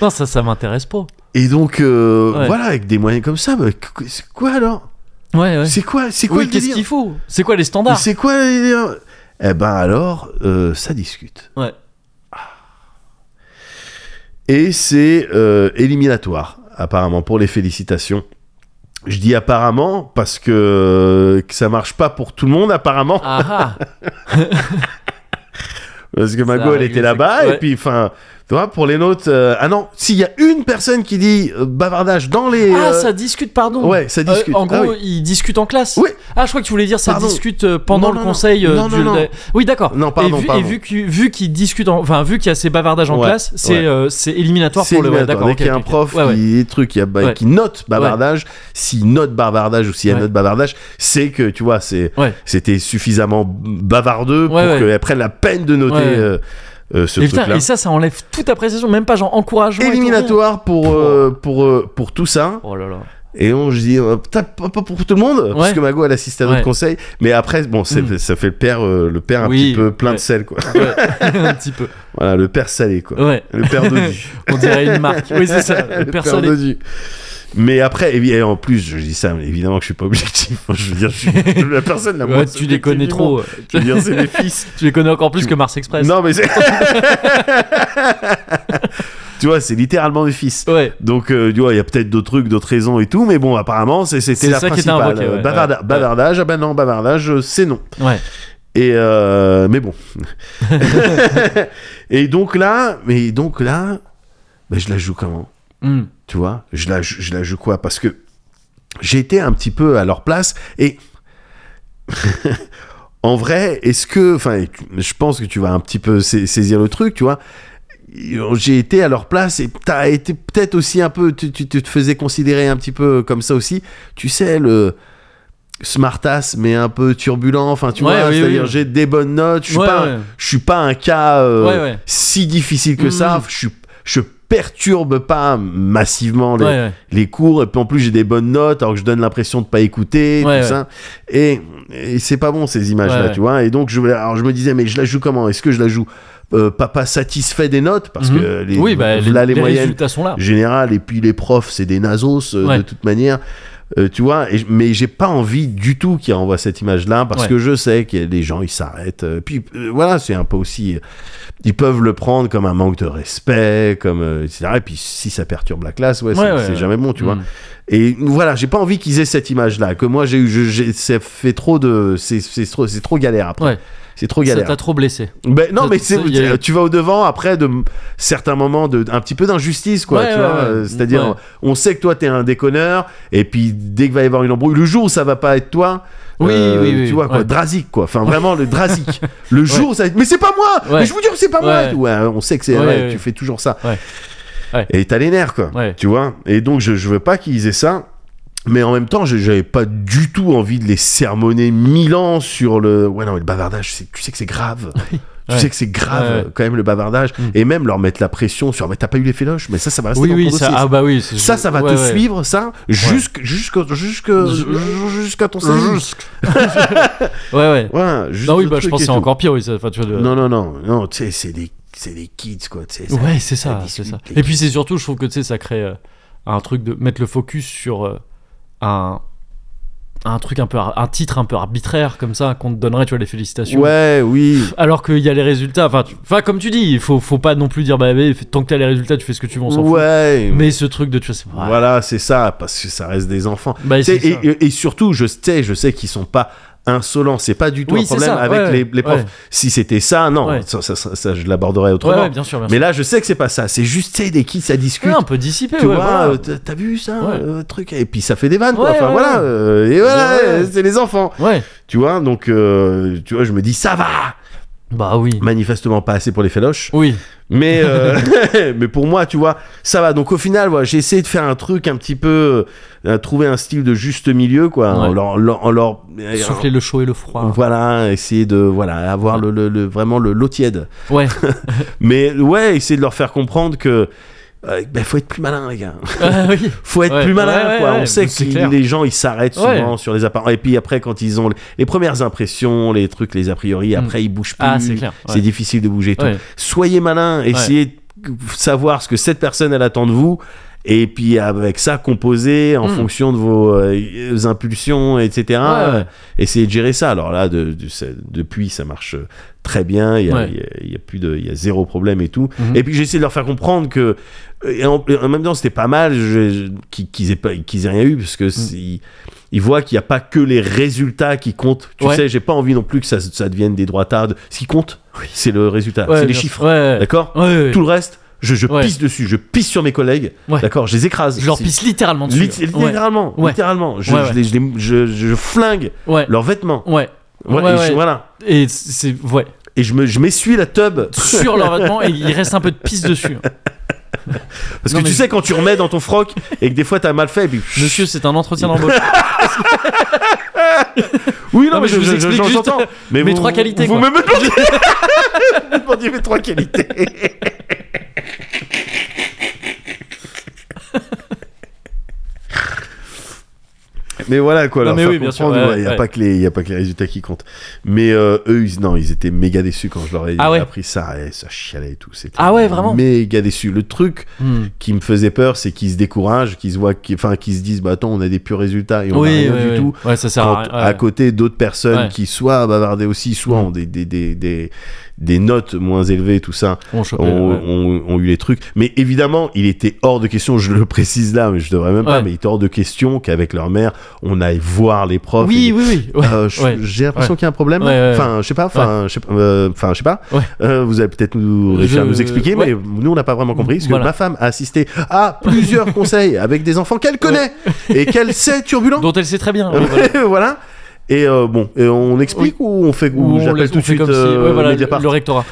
Speaker 1: Non ça ça m'intéresse pas.
Speaker 2: Et donc, euh,
Speaker 1: Ouais.
Speaker 2: voilà, avec des moyens comme ça, bah, qu- c'est quoi alors
Speaker 1: Ouais ouais.
Speaker 2: C'est quoi C'est quoi
Speaker 1: Oui,
Speaker 2: le
Speaker 1: qu'est-ce
Speaker 2: délire
Speaker 1: qu'il faut C'est quoi les
Speaker 2: Mais
Speaker 1: standards
Speaker 2: C'est quoi le délire Eh ben alors, euh, ça discute.
Speaker 1: Ouais.
Speaker 2: Et c'est euh, éliminatoire, apparemment, pour les félicitations. Je dis apparemment parce que, que ça marche pas pour tout le monde, apparemment.
Speaker 1: Ah ah.
Speaker 2: Parce que Mago,
Speaker 1: Ça
Speaker 2: elle
Speaker 1: règle
Speaker 2: était
Speaker 1: ce-
Speaker 2: là-bas, et
Speaker 1: ouais.
Speaker 2: puis, enfin, tu vois, pour les notes. euh, ah non, s'il y a une personne qui dit euh, bavardage dans les.
Speaker 1: Ah
Speaker 2: euh,
Speaker 1: ça discute pardon.
Speaker 2: Ouais, ça
Speaker 1: Euh,
Speaker 2: discute.
Speaker 1: en
Speaker 2: Ah
Speaker 1: gros,
Speaker 2: oui.
Speaker 1: ils discutent en classe.
Speaker 2: Oui.
Speaker 1: Ah, je crois que tu voulais dire ça
Speaker 2: Pardon.
Speaker 1: discute euh, pendant
Speaker 2: Non,
Speaker 1: le
Speaker 2: non,
Speaker 1: conseil. euh,
Speaker 2: non, non,
Speaker 1: du-
Speaker 2: non.
Speaker 1: de- Oui, d'accord.
Speaker 2: Non, pardon,
Speaker 1: Et vu,
Speaker 2: pardon.
Speaker 1: Et vu qu'ils vu qu'ils discutent, en- enfin vu qu'il y a ces bavardages en
Speaker 2: Ouais,
Speaker 1: classe, c'est
Speaker 2: ouais.
Speaker 1: euh, c'est éliminatoire
Speaker 2: C'est
Speaker 1: pour le. ouais,
Speaker 2: éliminatoire.
Speaker 1: d'accord.
Speaker 2: Dès
Speaker 1: ok,
Speaker 2: qu'il y a
Speaker 1: ok,
Speaker 2: un
Speaker 1: ok.
Speaker 2: prof
Speaker 1: Ouais, ouais.
Speaker 2: qui des trucs, il y a- bah,
Speaker 1: Ouais.
Speaker 2: qui note bavardage, s'il note bavardage ou s'il y a
Speaker 1: Ouais.
Speaker 2: note bavardage, c'est que tu vois, c'est
Speaker 1: Ouais.
Speaker 2: c'était suffisamment bavardeux pour
Speaker 1: Ouais, ouais.
Speaker 2: qu'elle prenne la peine de noter
Speaker 1: Ouais, ouais.
Speaker 2: euh, euh, ce
Speaker 1: et, putain,
Speaker 2: truc-là.
Speaker 1: et ça, ça enlève toute appréciation, même pas genre encouragement. et tout, rien.
Speaker 2: Éliminatoire pour euh, pour euh, pour tout ça.
Speaker 1: Oh là là.
Speaker 2: Et on se dit euh, putain, pas pas pour tout le monde parce
Speaker 1: Ouais.
Speaker 2: que Mago elle assiste à d'autres
Speaker 1: Ouais.
Speaker 2: conseils, mais après bon, c'est-
Speaker 1: Mm.
Speaker 2: ça fait le père euh, le père un
Speaker 1: Oui,
Speaker 2: petit peu plein
Speaker 1: ouais.
Speaker 2: de sel quoi.
Speaker 1: Ouais, un petit peu.
Speaker 2: Voilà le père salé quoi.
Speaker 1: Ouais.
Speaker 2: Le père dodu.
Speaker 1: On dirait une marque. Oui, c'est ça. le
Speaker 2: Père
Speaker 1: Personne.
Speaker 2: Dodu. Mais après, évi- et en plus, je dis ça, mais évidemment que je suis pas objectif. hein, Je veux dire, je suis la personne la
Speaker 1: Ouais,
Speaker 2: moins
Speaker 1: tu les
Speaker 2: subjective
Speaker 1: connais
Speaker 2: du
Speaker 1: trop.
Speaker 2: monde.
Speaker 1: euh.
Speaker 2: Je veux dire, c'est mes fils.
Speaker 1: Tu les connais encore plus
Speaker 2: Tu-
Speaker 1: que Mars Express.
Speaker 2: Non, mais c'est. tu vois, c'est littéralement mes fils.
Speaker 1: Ouais.
Speaker 2: Donc, euh, tu vois, il y a peut-être d'autres trucs, d'autres raisons et tout, mais bon, apparemment, c'est- c'était
Speaker 1: C'est
Speaker 2: la
Speaker 1: ça qui était
Speaker 2: principale.
Speaker 1: invoqué, ouais,
Speaker 2: Euh, bavarda-
Speaker 1: ouais.
Speaker 2: Bavardage, ah ben non, bavardage, euh, c'est non.
Speaker 1: Ouais.
Speaker 2: Et euh, mais bon. et donc là, mais donc là, ben, je la joue comment
Speaker 1: Hmm.
Speaker 2: Tu vois, je la, ju- je la joue quoi Parce que j'étais un petit peu à leur place et en vrai, est-ce que, enfin, tu- je pense que tu vas un petit peu sais- saisir le truc, tu vois. J'ai été à leur place et t'as été peut-être aussi un peu, tu, tu- tu te faisais considérer un petit peu comme ça aussi. Tu sais, le smartass mais un peu turbulent, enfin, tu
Speaker 1: Ouais,
Speaker 2: vois,
Speaker 1: oui,
Speaker 2: c'est-à-dire
Speaker 1: oui.
Speaker 2: j'ai des bonnes notes, je suis
Speaker 1: Mm. Ouais,
Speaker 2: pas,
Speaker 1: ouais.
Speaker 2: je suis pas un cas euh,
Speaker 1: Ouais, ouais.
Speaker 2: si difficile que ça.
Speaker 1: Mhm.
Speaker 2: Je, suis- je perturbe pas massivement les,
Speaker 1: Ouais, ouais.
Speaker 2: les cours. Et puis en plus, j'ai des bonnes notes alors que je donne l'impression de pas écouter,
Speaker 1: Ouais,
Speaker 2: tout
Speaker 1: ouais.
Speaker 2: ça. Et, et c'est pas bon ces images-là,
Speaker 1: Ouais, ouais.
Speaker 2: tu vois. Et donc, je, voulais- alors, je me disais, mais je la joue comment Est-ce que je la joue euh, papa satisfait des notes Parce
Speaker 1: Mhm.
Speaker 2: que les,
Speaker 1: oui, bah, les,
Speaker 2: là, les
Speaker 1: les
Speaker 2: moyennes
Speaker 1: résultats sont là.
Speaker 2: générales et puis les profs, c'est des nasos euh,
Speaker 1: Ah. Ouais.
Speaker 2: de toute manière. Euh, tu vois, et, je- mais j'ai pas envie du tout qu'il renvoie cette image-là parce
Speaker 1: Ouais.
Speaker 2: que je sais que les gens ils s'arrêtent. Euh, Puis euh, voilà, c'est un peu aussi, euh, ils peuvent le prendre comme un manque de respect, comme euh, etc. Et puis si ça perturbe la classe, ouais, c'est
Speaker 1: Ouais, ouais,
Speaker 2: c'est
Speaker 1: ouais.
Speaker 2: jamais bon, tu vois.
Speaker 1: Hmm.
Speaker 2: Et voilà, j'ai pas envie qu'ils aient cette image-là. Que moi, j'ai eu, je- j'ai, ça fait trop de, c'est, c'est trop, c'est trop galère après.
Speaker 1: Ouais.
Speaker 2: C'est trop
Speaker 1: Ça
Speaker 2: galère.
Speaker 1: t'a trop blessé.
Speaker 2: Ben, non,
Speaker 1: ça-
Speaker 2: mais
Speaker 1: ça,
Speaker 2: c'est-
Speaker 1: y a-
Speaker 2: tu vas au devant après de m- certains moments de un petit peu d'injustice, quoi.
Speaker 1: Ouais,
Speaker 2: tu
Speaker 1: ouais,
Speaker 2: vois,
Speaker 1: ouais.
Speaker 2: euh, c'est-à-dire,
Speaker 1: Ouais.
Speaker 2: on sait que toi t'es un déconneur, et puis dès qu'il va y avoir une embrouille, le jour où ça va pas être toi. euh,
Speaker 1: Oui, oui, oui,
Speaker 2: tu vois quoi,
Speaker 1: ouais.
Speaker 2: drasique quoi, enfin vraiment le drasique. Le jour, où ça... va être, mais c'est pas moi,
Speaker 1: Ouais.
Speaker 2: mais je vous jure que c'est pas moi.
Speaker 1: Ouais.
Speaker 2: et tout. Ouais, on sait que c'est
Speaker 1: Ouais,
Speaker 2: vrai,
Speaker 1: ouais,
Speaker 2: tu
Speaker 1: ouais.
Speaker 2: fais toujours ça.
Speaker 1: Ouais. Ouais.
Speaker 2: Et t'as les nerfs quoi,
Speaker 1: Ouais.
Speaker 2: tu vois. Et donc je, je veux pas qu'ils aient ça. Mais en même temps, je- j'avais pas du tout envie de les sermonner mille ans sur le. Ouais, non, mais le bavardage, c'est- tu sais que c'est grave. Tu
Speaker 1: Ouais.
Speaker 2: sais que c'est grave
Speaker 1: Ouais. Mm.
Speaker 2: quand même le bavardage et même leur mettre la pression sur mais t'as pas eu les féloches mais ça ça va rester
Speaker 1: Oui,
Speaker 2: dans
Speaker 1: oui,
Speaker 2: ton
Speaker 1: ça,
Speaker 2: dossier.
Speaker 1: ah bah oui. c'est-
Speaker 2: ça ça va
Speaker 1: ouais,
Speaker 2: te
Speaker 1: ouais.
Speaker 2: suivre ça jusque jusque jusque jusqu'à ton salut.
Speaker 1: Ouais, ouais.
Speaker 2: Ouais, juste
Speaker 1: Non, oui,
Speaker 2: le
Speaker 1: bah, je pense
Speaker 2: truc et
Speaker 1: que c'est
Speaker 2: tout.
Speaker 1: encore euh, pire, oui. ça- enfin, tu vois, de-
Speaker 2: Non non non non tu sais c'est des c'est des kids quoi tu sais ça-
Speaker 1: ouais, c'est ça, c'est
Speaker 2: discute,
Speaker 1: ça.
Speaker 2: les
Speaker 1: Et puis, c'est surtout, je trouve que, tu sais, ça crée euh, un truc de mettre le focus sur euh, un un truc un peu ar- un titre un peu arbitraire comme ça qu'on te donnerait tu vois les félicitations
Speaker 2: Ouais, oui.
Speaker 1: alors qu'il y a les résultats enfin tu- enfin, comme tu dis il faut faut pas non plus dire bah mais, tant que t'as les résultats tu fais ce que tu veux on s'en
Speaker 2: Ouais.
Speaker 1: fout mais ce truc de tu vois c'est ouais.
Speaker 2: Voilà, c'est ça, parce que ça reste des enfants.
Speaker 1: Bah,
Speaker 2: Tu sais,
Speaker 1: c'est ça.
Speaker 2: et, et- et surtout, je sais, je sais qu'ils sont pas insolents. C'est pas du tout
Speaker 1: Oui,
Speaker 2: un
Speaker 1: c'est
Speaker 2: problème
Speaker 1: ça,
Speaker 2: avec
Speaker 1: ouais,
Speaker 2: les, les profs.
Speaker 1: ouais.
Speaker 2: Si c'était ça, non,
Speaker 1: Ouais.
Speaker 2: ça, ça- ça- ça, je l'aborderais
Speaker 1: Ouais,
Speaker 2: autrement.
Speaker 1: ouais, bien sûr bien
Speaker 2: Mais
Speaker 1: sûr.
Speaker 2: là, je sais que c'est pas ça. C'est juste, tu sais, des kids, ça discute.
Speaker 1: Ouais, un peu dissipé
Speaker 2: tu
Speaker 1: ouais,
Speaker 2: vois,
Speaker 1: voilà.
Speaker 2: euh, t'as- t'as vu ça,
Speaker 1: Ouais.
Speaker 2: euh, truc. Et puis ça fait des vannes, quoi.
Speaker 1: Ouais,
Speaker 2: Enfin,
Speaker 1: ouais,
Speaker 2: voilà.
Speaker 1: ouais.
Speaker 2: euh, et voilà,
Speaker 1: Ouais, ouais.
Speaker 2: euh, c'est les enfants.
Speaker 1: ouais
Speaker 2: Tu vois, donc, euh, tu vois, je me dis, ça va.
Speaker 1: bah oui
Speaker 2: Manifestement pas assez pour les féloches.
Speaker 1: oui
Speaker 2: Mais, euh, mais pour moi, tu vois, ça va. Donc au final, voilà, j'ai essayé de faire un truc un petit peu. euh, trouver un style de juste milieu, quoi. En
Speaker 1: Ouais.
Speaker 2: leur. leur- en leur-
Speaker 1: souffler le chaud et le froid
Speaker 2: Voilà, essayer de. Voilà, avoir le, le- le- vraiment le l'eau tiède.
Speaker 1: ouais
Speaker 2: Mais ouais, essayer de leur faire comprendre que. euh, ben, faut être plus malin, les gars.
Speaker 1: Ah oui
Speaker 2: Faut être
Speaker 1: Ouais,
Speaker 2: plus malin,
Speaker 1: ouais, ouais,
Speaker 2: quoi.
Speaker 1: ouais,
Speaker 2: On sait
Speaker 1: c'est
Speaker 2: que
Speaker 1: clair.
Speaker 2: les gens, ils s'arrêtent
Speaker 1: Ouais.
Speaker 2: souvent sur les appareils. Et puis après, quand ils ont les premières impressions, les trucs, les a priori,
Speaker 1: Mm.
Speaker 2: après, ils bougent plus.
Speaker 1: Ah, c'est clair, ouais.
Speaker 2: C'est difficile de bouger. Tout.
Speaker 1: Ouais.
Speaker 2: Soyez malin, essayez de savoir ce que cette personne elle attend de vous. Et puis avec ça, composer en
Speaker 1: Mm.
Speaker 2: fonction de vos euh, impulsions, etc.
Speaker 1: Ouais, ouais.
Speaker 2: Essayez de gérer ça. Alors là, de- de- ça- depuis, ça marche euh, très bien. Il y a,
Speaker 1: Ouais.
Speaker 2: il y a- il y a plus de, il y a zéro problème et tout.
Speaker 1: Mhm.
Speaker 2: Et puis j'ai essayé de leur faire comprendre que, et en, et en même temps, c'était pas mal je- je- qu'ils qu'ils aient pas, qu'ils aient rien eu
Speaker 1: Mhm.
Speaker 2: parce que c'est- ils, ils voient qu'il n'y a pas que les résultats qui comptent. Tu
Speaker 1: Ouais.
Speaker 2: sais, j'ai pas envie non plus que ça, ça devienne des droits tardes. Ce qui compte, c'est le résultat,
Speaker 1: Ouais,
Speaker 2: c'est les
Speaker 1: bien sûr.
Speaker 2: chiffres.
Speaker 1: ouais
Speaker 2: D'accord
Speaker 1: ouais, ouais, ouais.
Speaker 2: Tout le reste, je, je
Speaker 1: Ouais.
Speaker 2: pisse dessus, je pisse sur mes collègues.
Speaker 1: Ouais.
Speaker 2: D'accord, je les écrase.
Speaker 1: je leur
Speaker 2: C'est-
Speaker 1: pisse littéralement dessus
Speaker 2: Litt- littéralement,
Speaker 1: Ouais.
Speaker 2: littéralement. Je,
Speaker 1: Ouais,
Speaker 2: je
Speaker 1: ouais.
Speaker 2: les- je les- je- je flingue
Speaker 1: ouais
Speaker 2: leurs vêtements.
Speaker 1: ouais Ouais,
Speaker 2: Voilà, et je-
Speaker 1: ouais.
Speaker 2: voilà.
Speaker 1: et c'est ouais
Speaker 2: Et je me- je m'essuie la tub.
Speaker 1: sur leur vêtement et il reste un peu de pisse dessus.
Speaker 2: Parce
Speaker 1: Non,
Speaker 2: que tu
Speaker 1: mais-
Speaker 2: sais, quand tu remets dans ton froc et que des fois t'as mal fait, et puis.
Speaker 1: Monsieur, c'est un entretien d'embauche.
Speaker 2: Oui,
Speaker 1: Non,
Speaker 2: non, mais
Speaker 1: mais
Speaker 2: je,
Speaker 1: je vous
Speaker 2: je-
Speaker 1: explique
Speaker 2: je-
Speaker 1: juste
Speaker 2: j'entends. Mais
Speaker 1: mes
Speaker 2: vous-
Speaker 1: trois
Speaker 2: vous-
Speaker 1: qualités,
Speaker 2: Vous
Speaker 1: quoi.
Speaker 2: me demandiez... vous me demandiez mes trois qualités. Mais voilà quoi,
Speaker 1: Non,
Speaker 2: leur
Speaker 1: mais
Speaker 2: faire
Speaker 1: oui, bien sûr,
Speaker 2: comprendre,
Speaker 1: ouais,
Speaker 2: ouais, y a
Speaker 1: ouais.
Speaker 2: pas que les, il y a pas que les résultats qui comptent. Mais euh, eux, ils, non, ils étaient méga déçus quand je leur ai
Speaker 1: Ah ouais.
Speaker 2: appris ça, et ça chialait et tout. C'était
Speaker 1: Ah ouais, vraiment
Speaker 2: Méga déçus. Le truc,
Speaker 1: Hmm.
Speaker 2: qui me faisait peur, c'est qu'ils se découragent, qu'ils se voient, qu'ils- enfin, qu'ils se disent, bah attends, on a des purs résultats et on a
Speaker 1: Oui,
Speaker 2: rien
Speaker 1: ouais,
Speaker 2: du
Speaker 1: ouais.
Speaker 2: tout.
Speaker 1: Ouais, ça sert
Speaker 2: Quand
Speaker 1: à rien.
Speaker 2: à
Speaker 1: ouais.
Speaker 2: côté d'autres personnes
Speaker 1: Ouais. Mm.
Speaker 2: qui soit bavardaient aussi, soit ont des, des, des, des, des notes moins élevées, tout ça,
Speaker 1: On
Speaker 2: ont,
Speaker 1: chopait, ouais.
Speaker 2: ont- ont eu les trucs. Mais évidemment, il était hors de question, je le précise là, mais je devrais même pas,
Speaker 1: Ouais.
Speaker 2: mais il était hors de question qu'avec leur mère, on aille voir les profs. et
Speaker 1: Oui, oui, oui. ouais.
Speaker 2: euh, je-
Speaker 1: ouais.
Speaker 2: J'ai l'impression qu'il y a un problème.
Speaker 1: Ouais, ouais, ouais.
Speaker 2: Enfin, je sais pas. Enfin, je sais pas. euh, Enfin, je sais pas.
Speaker 1: Ouais.
Speaker 2: Euh, vous allez peut-être nous
Speaker 1: Je-
Speaker 2: réussir à nous expliquer, mais
Speaker 1: ouais.
Speaker 2: nous on n'a pas vraiment compris parce que
Speaker 1: Voilà.
Speaker 2: ma femme a assisté à plusieurs conseils avec des enfants qu'elle connaît et qu'elle sait turbulent. Euh,
Speaker 1: Dont elle sait très bien. oui, voilà.
Speaker 2: voilà. Et euh, bon, et on explique ou on fait ou,
Speaker 1: Ou on
Speaker 2: j'appelle
Speaker 1: laisse-
Speaker 2: tout
Speaker 1: on
Speaker 2: de
Speaker 1: fait
Speaker 2: suite
Speaker 1: comme si-
Speaker 2: euh,
Speaker 1: ouais, voilà, le,
Speaker 2: Mediapart.
Speaker 1: le rectorat.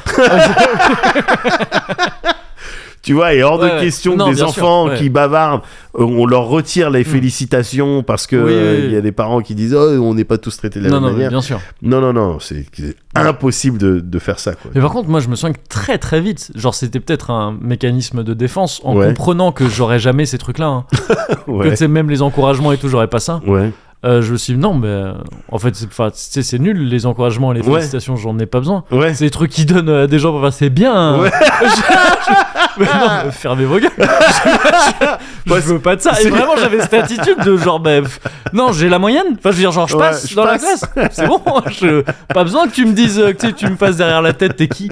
Speaker 2: Tu vois, et hors
Speaker 1: Ouais,
Speaker 2: de
Speaker 1: ouais.
Speaker 2: question
Speaker 1: Non,
Speaker 2: que des
Speaker 1: bien sûr,
Speaker 2: enfants
Speaker 1: ouais. Mm.
Speaker 2: qui bavardent, euh, on leur retire les félicitations parce que
Speaker 1: Oui,
Speaker 2: euh,
Speaker 1: oui,
Speaker 2: il
Speaker 1: oui.
Speaker 2: y a des parents qui disent oh, on n'est pas tous traités de la
Speaker 1: Non,
Speaker 2: même
Speaker 1: non, mais
Speaker 2: manière.
Speaker 1: bien sûr.
Speaker 2: Non, non, non, c'est c'est impossible de, de faire ça. Quoi.
Speaker 1: Mais par contre, moi, je me souviens que très très vite, genre, c'était peut-être un mécanisme de défense en
Speaker 2: Ouais.
Speaker 1: comprenant que j'aurais jamais ces trucs-là. hein. Que
Speaker 2: Ouais.
Speaker 1: tu sais, même les encouragements et tout, j'aurais pas ça.
Speaker 2: Ouais.
Speaker 1: Euh, je me suis dit, non, mais euh, en fait, c'est- enfin, tu sais, c'est nul, les encouragements et les
Speaker 2: Ouais.
Speaker 1: félicitations, j'en ai pas besoin.
Speaker 2: Ouais.
Speaker 1: C'est des trucs qui donnent à des gens pour faire c'est bien. hein.
Speaker 2: Ouais.
Speaker 1: Je- je- mais non, mais fermez vos gueules. Je, je- je veux pas de ça.
Speaker 2: c'est-
Speaker 1: Et vraiment, j'avais cette attitude de genre, bah, pff, non, j'ai la moyenne. Enfin, je veux dire, genre, je
Speaker 2: Ouais,
Speaker 1: passe
Speaker 2: je
Speaker 1: dans
Speaker 2: passe.
Speaker 1: la classe. C'est bon, je, pas besoin que tu me dises, euh, que tu, sais, tu me fasses derrière la tête, t'es qui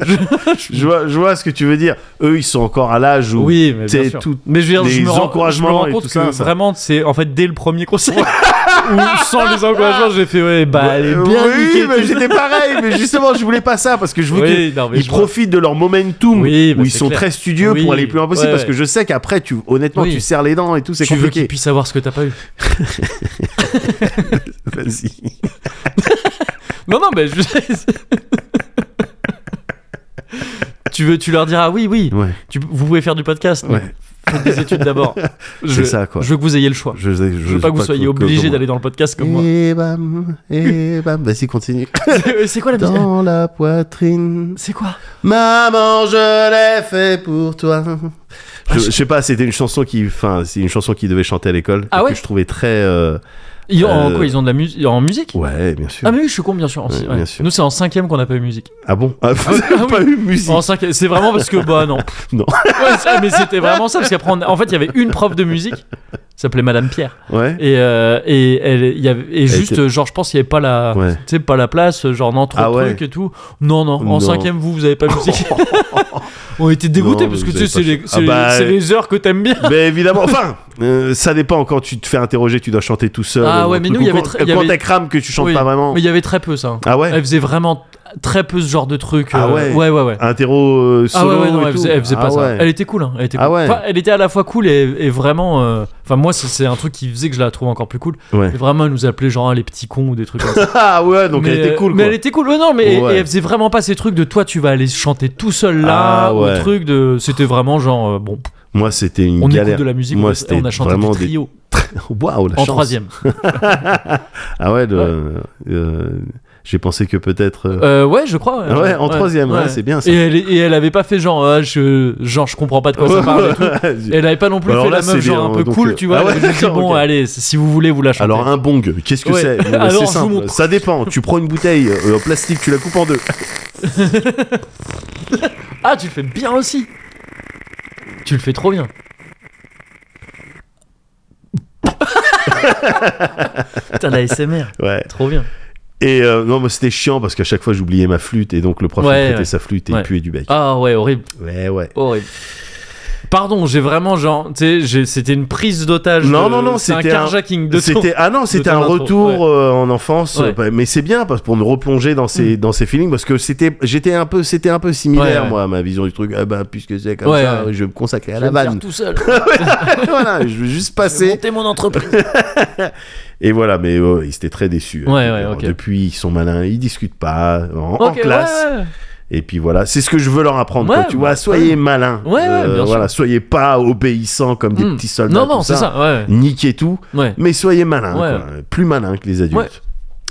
Speaker 1: Je- je-
Speaker 2: Je vois, je vois ce que tu veux dire. Eux, ils sont encore à l'âge où.
Speaker 1: Oui, mais
Speaker 2: t'es
Speaker 1: bien sûr.
Speaker 2: tout-
Speaker 1: mais je veux dire,
Speaker 2: les
Speaker 1: je me rends,
Speaker 2: encouragements
Speaker 1: je me rends
Speaker 2: et
Speaker 1: compte
Speaker 2: tout
Speaker 1: que
Speaker 2: ça, ça.
Speaker 1: vraiment, c'est en fait dès le premier conseil. Ou sans les encouragements, j'ai fait ouais, bah elle est
Speaker 2: Euh,
Speaker 1: bien
Speaker 2: oui,
Speaker 1: niquée,
Speaker 2: mais
Speaker 1: tu-
Speaker 2: j'étais pareil, mais justement, je voulais pas ça parce que je veux qu'ils
Speaker 1: Oui, non, mais
Speaker 2: ils
Speaker 1: je vois.
Speaker 2: profitent de leur momentum
Speaker 1: Oui, bah,
Speaker 2: où ils
Speaker 1: c'est
Speaker 2: sont
Speaker 1: clair.
Speaker 2: très studieux pour
Speaker 1: Oui.
Speaker 2: aller plus loin possible
Speaker 1: Ouais,
Speaker 2: parce
Speaker 1: ouais.
Speaker 2: que je sais qu'après, tu, honnêtement,
Speaker 1: Oui.
Speaker 2: tu serres les dents et tout, c'est
Speaker 1: Tu veux
Speaker 2: compliqué.
Speaker 1: qu'ils puissent savoir ce que t'as pas eu.
Speaker 2: Vas-y.
Speaker 1: Non, non, mais je. tu veux, tu leur diras oui, oui.
Speaker 2: Ouais,
Speaker 1: Tu, vous pouvez faire du podcast. mais
Speaker 2: ouais.
Speaker 1: Faites des études d'abord.
Speaker 2: C'est
Speaker 1: Je-
Speaker 2: ça, quoi.
Speaker 1: Je veux que vous ayez le choix.
Speaker 2: Je, sais- je,
Speaker 1: Je, veux pas que vous soyez obligé d'aller dans le podcast comme moi.
Speaker 2: Et bam, et bam. ben, eh Vas-y, continue.
Speaker 1: Euh, C'est quoi la musique
Speaker 2: Dans la poitrine.
Speaker 1: C'est quoi
Speaker 2: Maman, je l'ai fait pour toi. Je, je sais pas, c'était une chanson qui, enfin, c'est une chanson qui devait chanter à l'école
Speaker 1: Ah
Speaker 2: et
Speaker 1: ouais
Speaker 2: que je trouvais très euh,
Speaker 1: Ils, en
Speaker 2: Euh,
Speaker 1: quoi Ils ont de la musique En musique
Speaker 2: Ouais, bien sûr.
Speaker 1: Ah, mais oui, je suis con, bien sûr. en-
Speaker 2: Ouais,
Speaker 1: ouais.
Speaker 2: bien sûr.
Speaker 1: Nous, c'est en cinquième qu'on n'a pas eu musique.
Speaker 2: Ah bon Ah, Vous
Speaker 1: Ah,
Speaker 2: n'avez
Speaker 1: oui.
Speaker 2: pas eu musique
Speaker 1: En cinquième, c'est vraiment parce que, bah non.
Speaker 2: Non.
Speaker 1: Ouais, c'est- mais c'était vraiment ça, parce qu'après, on- en fait, il y avait une prof de musique, s'appelait Madame Pierre.
Speaker 2: Ouais.
Speaker 1: Et, euh, et, elle, il y avait, et juste,
Speaker 2: était-
Speaker 1: euh, genre, je pense qu'il n'y avait pas la,
Speaker 2: Ouais.
Speaker 1: tu sais, pas la place, euh, genre, non, trop
Speaker 2: Ah
Speaker 1: de
Speaker 2: ouais.
Speaker 1: trucs et tout. Non, non,
Speaker 2: Non.
Speaker 1: en cinquième, vous, vous n'avez pas musique. on était dégoûtés,
Speaker 2: Non,
Speaker 1: parce que, tu
Speaker 2: vous
Speaker 1: sais, c'est
Speaker 2: avez
Speaker 1: les,
Speaker 2: pas fait-
Speaker 1: c'est
Speaker 2: Ah
Speaker 1: les-
Speaker 2: bah,
Speaker 1: c'est les heures que t'aimes bien.
Speaker 2: Mais évidemment, enfin, euh, ça dépend. Quand tu te fais interroger, tu dois chanter tout seul.
Speaker 1: Ah
Speaker 2: ou un
Speaker 1: ouais, mais
Speaker 2: truc,
Speaker 1: nous, il y
Speaker 2: ou
Speaker 1: avait
Speaker 2: quand-
Speaker 1: très- il y
Speaker 2: Quand
Speaker 1: avait-
Speaker 2: t'as crame que tu chantes
Speaker 1: Oui.
Speaker 2: pas vraiment.
Speaker 1: Mais il y avait très peu, ça.
Speaker 2: Ah ouais
Speaker 1: Elle faisait vraiment t- très peu ce genre de trucs.
Speaker 2: Ah
Speaker 1: euh,
Speaker 2: ouais.
Speaker 1: Ouais, ouais, ouais.
Speaker 2: Interro euh,
Speaker 1: Ah
Speaker 2: solo
Speaker 1: ouais, ouais, non,
Speaker 2: et
Speaker 1: elle
Speaker 2: tout.
Speaker 1: faisait, elle faisait pas
Speaker 2: Ah
Speaker 1: ça.
Speaker 2: ouais.
Speaker 1: Elle était cool, hein. Elle était,
Speaker 2: Ah
Speaker 1: cool.
Speaker 2: ouais.
Speaker 1: Enfin, elle était à la fois cool et, et vraiment. euh, Enfin, moi, c'est- c'est un truc qui faisait que je la trouve encore plus cool.
Speaker 2: Ouais.
Speaker 1: Et vraiment, elle nous appelait genre les petits cons ou des trucs comme ça.
Speaker 2: Ah ouais, donc
Speaker 1: Mais,
Speaker 2: elle était cool.
Speaker 1: Mais
Speaker 2: Quoi.
Speaker 1: elle était cool. Ouais, non, mais
Speaker 2: Ouais.
Speaker 1: et elle faisait vraiment pas ces trucs de toi, tu vas aller chanter tout seul là.
Speaker 2: Ah ouais.
Speaker 1: Ou truc de. C'était vraiment genre, euh, bon,
Speaker 2: Moi, c'était une
Speaker 1: on
Speaker 2: galère.
Speaker 1: écoute de la musique,
Speaker 2: Moi,
Speaker 1: on-
Speaker 2: c'était
Speaker 1: on a chanté
Speaker 2: vraiment
Speaker 1: du
Speaker 2: des-
Speaker 1: trio
Speaker 2: Waouh, la
Speaker 1: en
Speaker 2: chance.
Speaker 1: troisième.
Speaker 2: Ah ouais, le- euh, j'ai pensé que peut-être. euh,
Speaker 1: Euh, ouais, je crois.
Speaker 2: Ah ouais, en troisième, ouais, c'est bien ça.
Speaker 1: Et elle, et elle avait pas fait genre, ah, je, genre, je comprends pas de quoi ça parle et tout. Et Elle avait pas non plus
Speaker 2: Bah alors
Speaker 1: fait
Speaker 2: là,
Speaker 1: la meuf
Speaker 2: c'est
Speaker 1: genre
Speaker 2: bien,
Speaker 1: un peu
Speaker 2: donc, euh,
Speaker 1: cool, tu vois.
Speaker 2: ah ouais,
Speaker 1: elle nous dit,
Speaker 2: d'accord,
Speaker 1: bon,
Speaker 2: ok.
Speaker 1: allez, si vous voulez, vous la chantez.
Speaker 2: Alors un bong, qu'est-ce que
Speaker 1: Ouais.
Speaker 2: c'est Bon, bah,
Speaker 1: Alors,
Speaker 2: C'est
Speaker 1: je vous
Speaker 2: simple,
Speaker 1: montre.
Speaker 2: ça dépend. Tu prends une bouteille euh, en plastique, tu la coupes en deux.
Speaker 1: Ah, tu le fais bien aussi. Tu le fais trop bien. Putain, la SMR,
Speaker 2: Ouais.
Speaker 1: trop bien.
Speaker 2: Et euh, non, mais c'était chiant parce qu'à chaque fois j'oubliais ma flûte et donc le prof
Speaker 1: Ouais,
Speaker 2: il prêtait
Speaker 1: ouais.
Speaker 2: sa flûte et
Speaker 1: Ouais.
Speaker 2: il puait du bec.
Speaker 1: Ah ouais, horrible,
Speaker 2: Ouais, ouais.
Speaker 1: horrible. Pardon, j'ai vraiment genre, tu sais, j'ai- c'était une prise d'otage.
Speaker 2: Non,
Speaker 1: de-
Speaker 2: non, non,
Speaker 1: c'est un
Speaker 2: c'était un-
Speaker 1: carjacking de ton.
Speaker 2: C'était ah non, c'était
Speaker 1: ton
Speaker 2: un
Speaker 1: intro,
Speaker 2: retour
Speaker 1: ouais.
Speaker 2: euh, en enfance,
Speaker 1: Ouais. Mm.
Speaker 2: euh, bah, mais c'est bien parce pour me replonger dans ces dans ces feelings parce que c'était j'étais un peu c'était un peu
Speaker 1: Ouais,
Speaker 2: similaire
Speaker 1: ouais.
Speaker 2: moi à ma vision du truc. Ah bah puisque c'est comme
Speaker 1: Ouais,
Speaker 2: ça,
Speaker 1: ouais.
Speaker 2: je vais me consacrer à
Speaker 1: Je vais
Speaker 2: la
Speaker 1: me faire
Speaker 2: vanne.
Speaker 1: tout seul.
Speaker 2: voilà, je veux juste
Speaker 1: Je vais
Speaker 2: passer.
Speaker 1: monter mon entreprise.
Speaker 2: Et voilà, mais euh, ils étaient très déçus.
Speaker 1: Ouais, ouais,
Speaker 2: Alors,
Speaker 1: ok.
Speaker 2: Depuis, ils sont malins, ils discutent pas en, en
Speaker 1: Ok, ouais,
Speaker 2: classe.
Speaker 1: ouais.
Speaker 2: Et puis voilà, c'est ce que je veux leur apprendre.
Speaker 1: Ouais,
Speaker 2: quoi, tu
Speaker 1: bah,
Speaker 2: vois, soyez
Speaker 1: ouais.
Speaker 2: malins. Euh,
Speaker 1: Ouais, ouais, bien
Speaker 2: voilà, soyez pas obéissants comme des
Speaker 1: Hmm.
Speaker 2: petits soldats.
Speaker 1: Non, non,
Speaker 2: tout
Speaker 1: c'est ça. Ouais,
Speaker 2: Niquez tout,
Speaker 1: ouais.
Speaker 2: mais soyez malins.
Speaker 1: Ouais.
Speaker 2: quoi. Plus malins que les adultes.
Speaker 1: Ouais.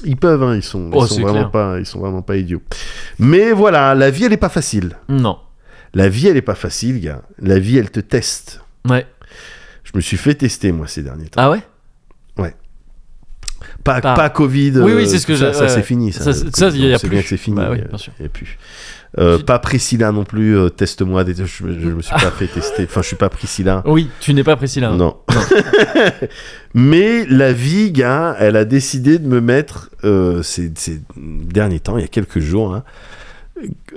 Speaker 2: Ils peuvent, hein, ils sont, ils
Speaker 1: Oh,
Speaker 2: sont
Speaker 1: c'est
Speaker 2: vraiment
Speaker 1: clair.
Speaker 2: pas, ils sont vraiment pas idiots. Mais voilà, la vie elle est pas facile.
Speaker 1: Non.
Speaker 2: La vie elle est pas facile, gars. La vie elle te teste.
Speaker 1: Ouais.
Speaker 2: Je me suis fait tester moi ces derniers temps.
Speaker 1: Ah ouais.
Speaker 2: pas,
Speaker 1: Par-
Speaker 2: pas Covid.
Speaker 1: Oui,
Speaker 2: euh,
Speaker 1: oui, c'est ce que
Speaker 2: ça,
Speaker 1: j'ai-
Speaker 2: ça
Speaker 1: ouais,
Speaker 2: c'est
Speaker 1: ouais.
Speaker 2: fini. Ça,
Speaker 1: Ça, c'est- ça, y a- y a
Speaker 2: c'est
Speaker 1: plus.
Speaker 2: bien que c'est fini.
Speaker 1: Bah oui,
Speaker 2: euh,
Speaker 1: bien sûr.
Speaker 2: y a plus. Euh,
Speaker 1: Tu-
Speaker 2: pas Priscilla non plus. euh, Teste-moi. des- Je, je me suis pas fait tester. Enfin, je suis pas Priscilla.
Speaker 1: Oui, tu n'es pas Priscilla.
Speaker 2: Non. Mais la vie, gars, elle a décidé de me mettre euh, ces, ces derniers temps, il y a quelques jours, hein,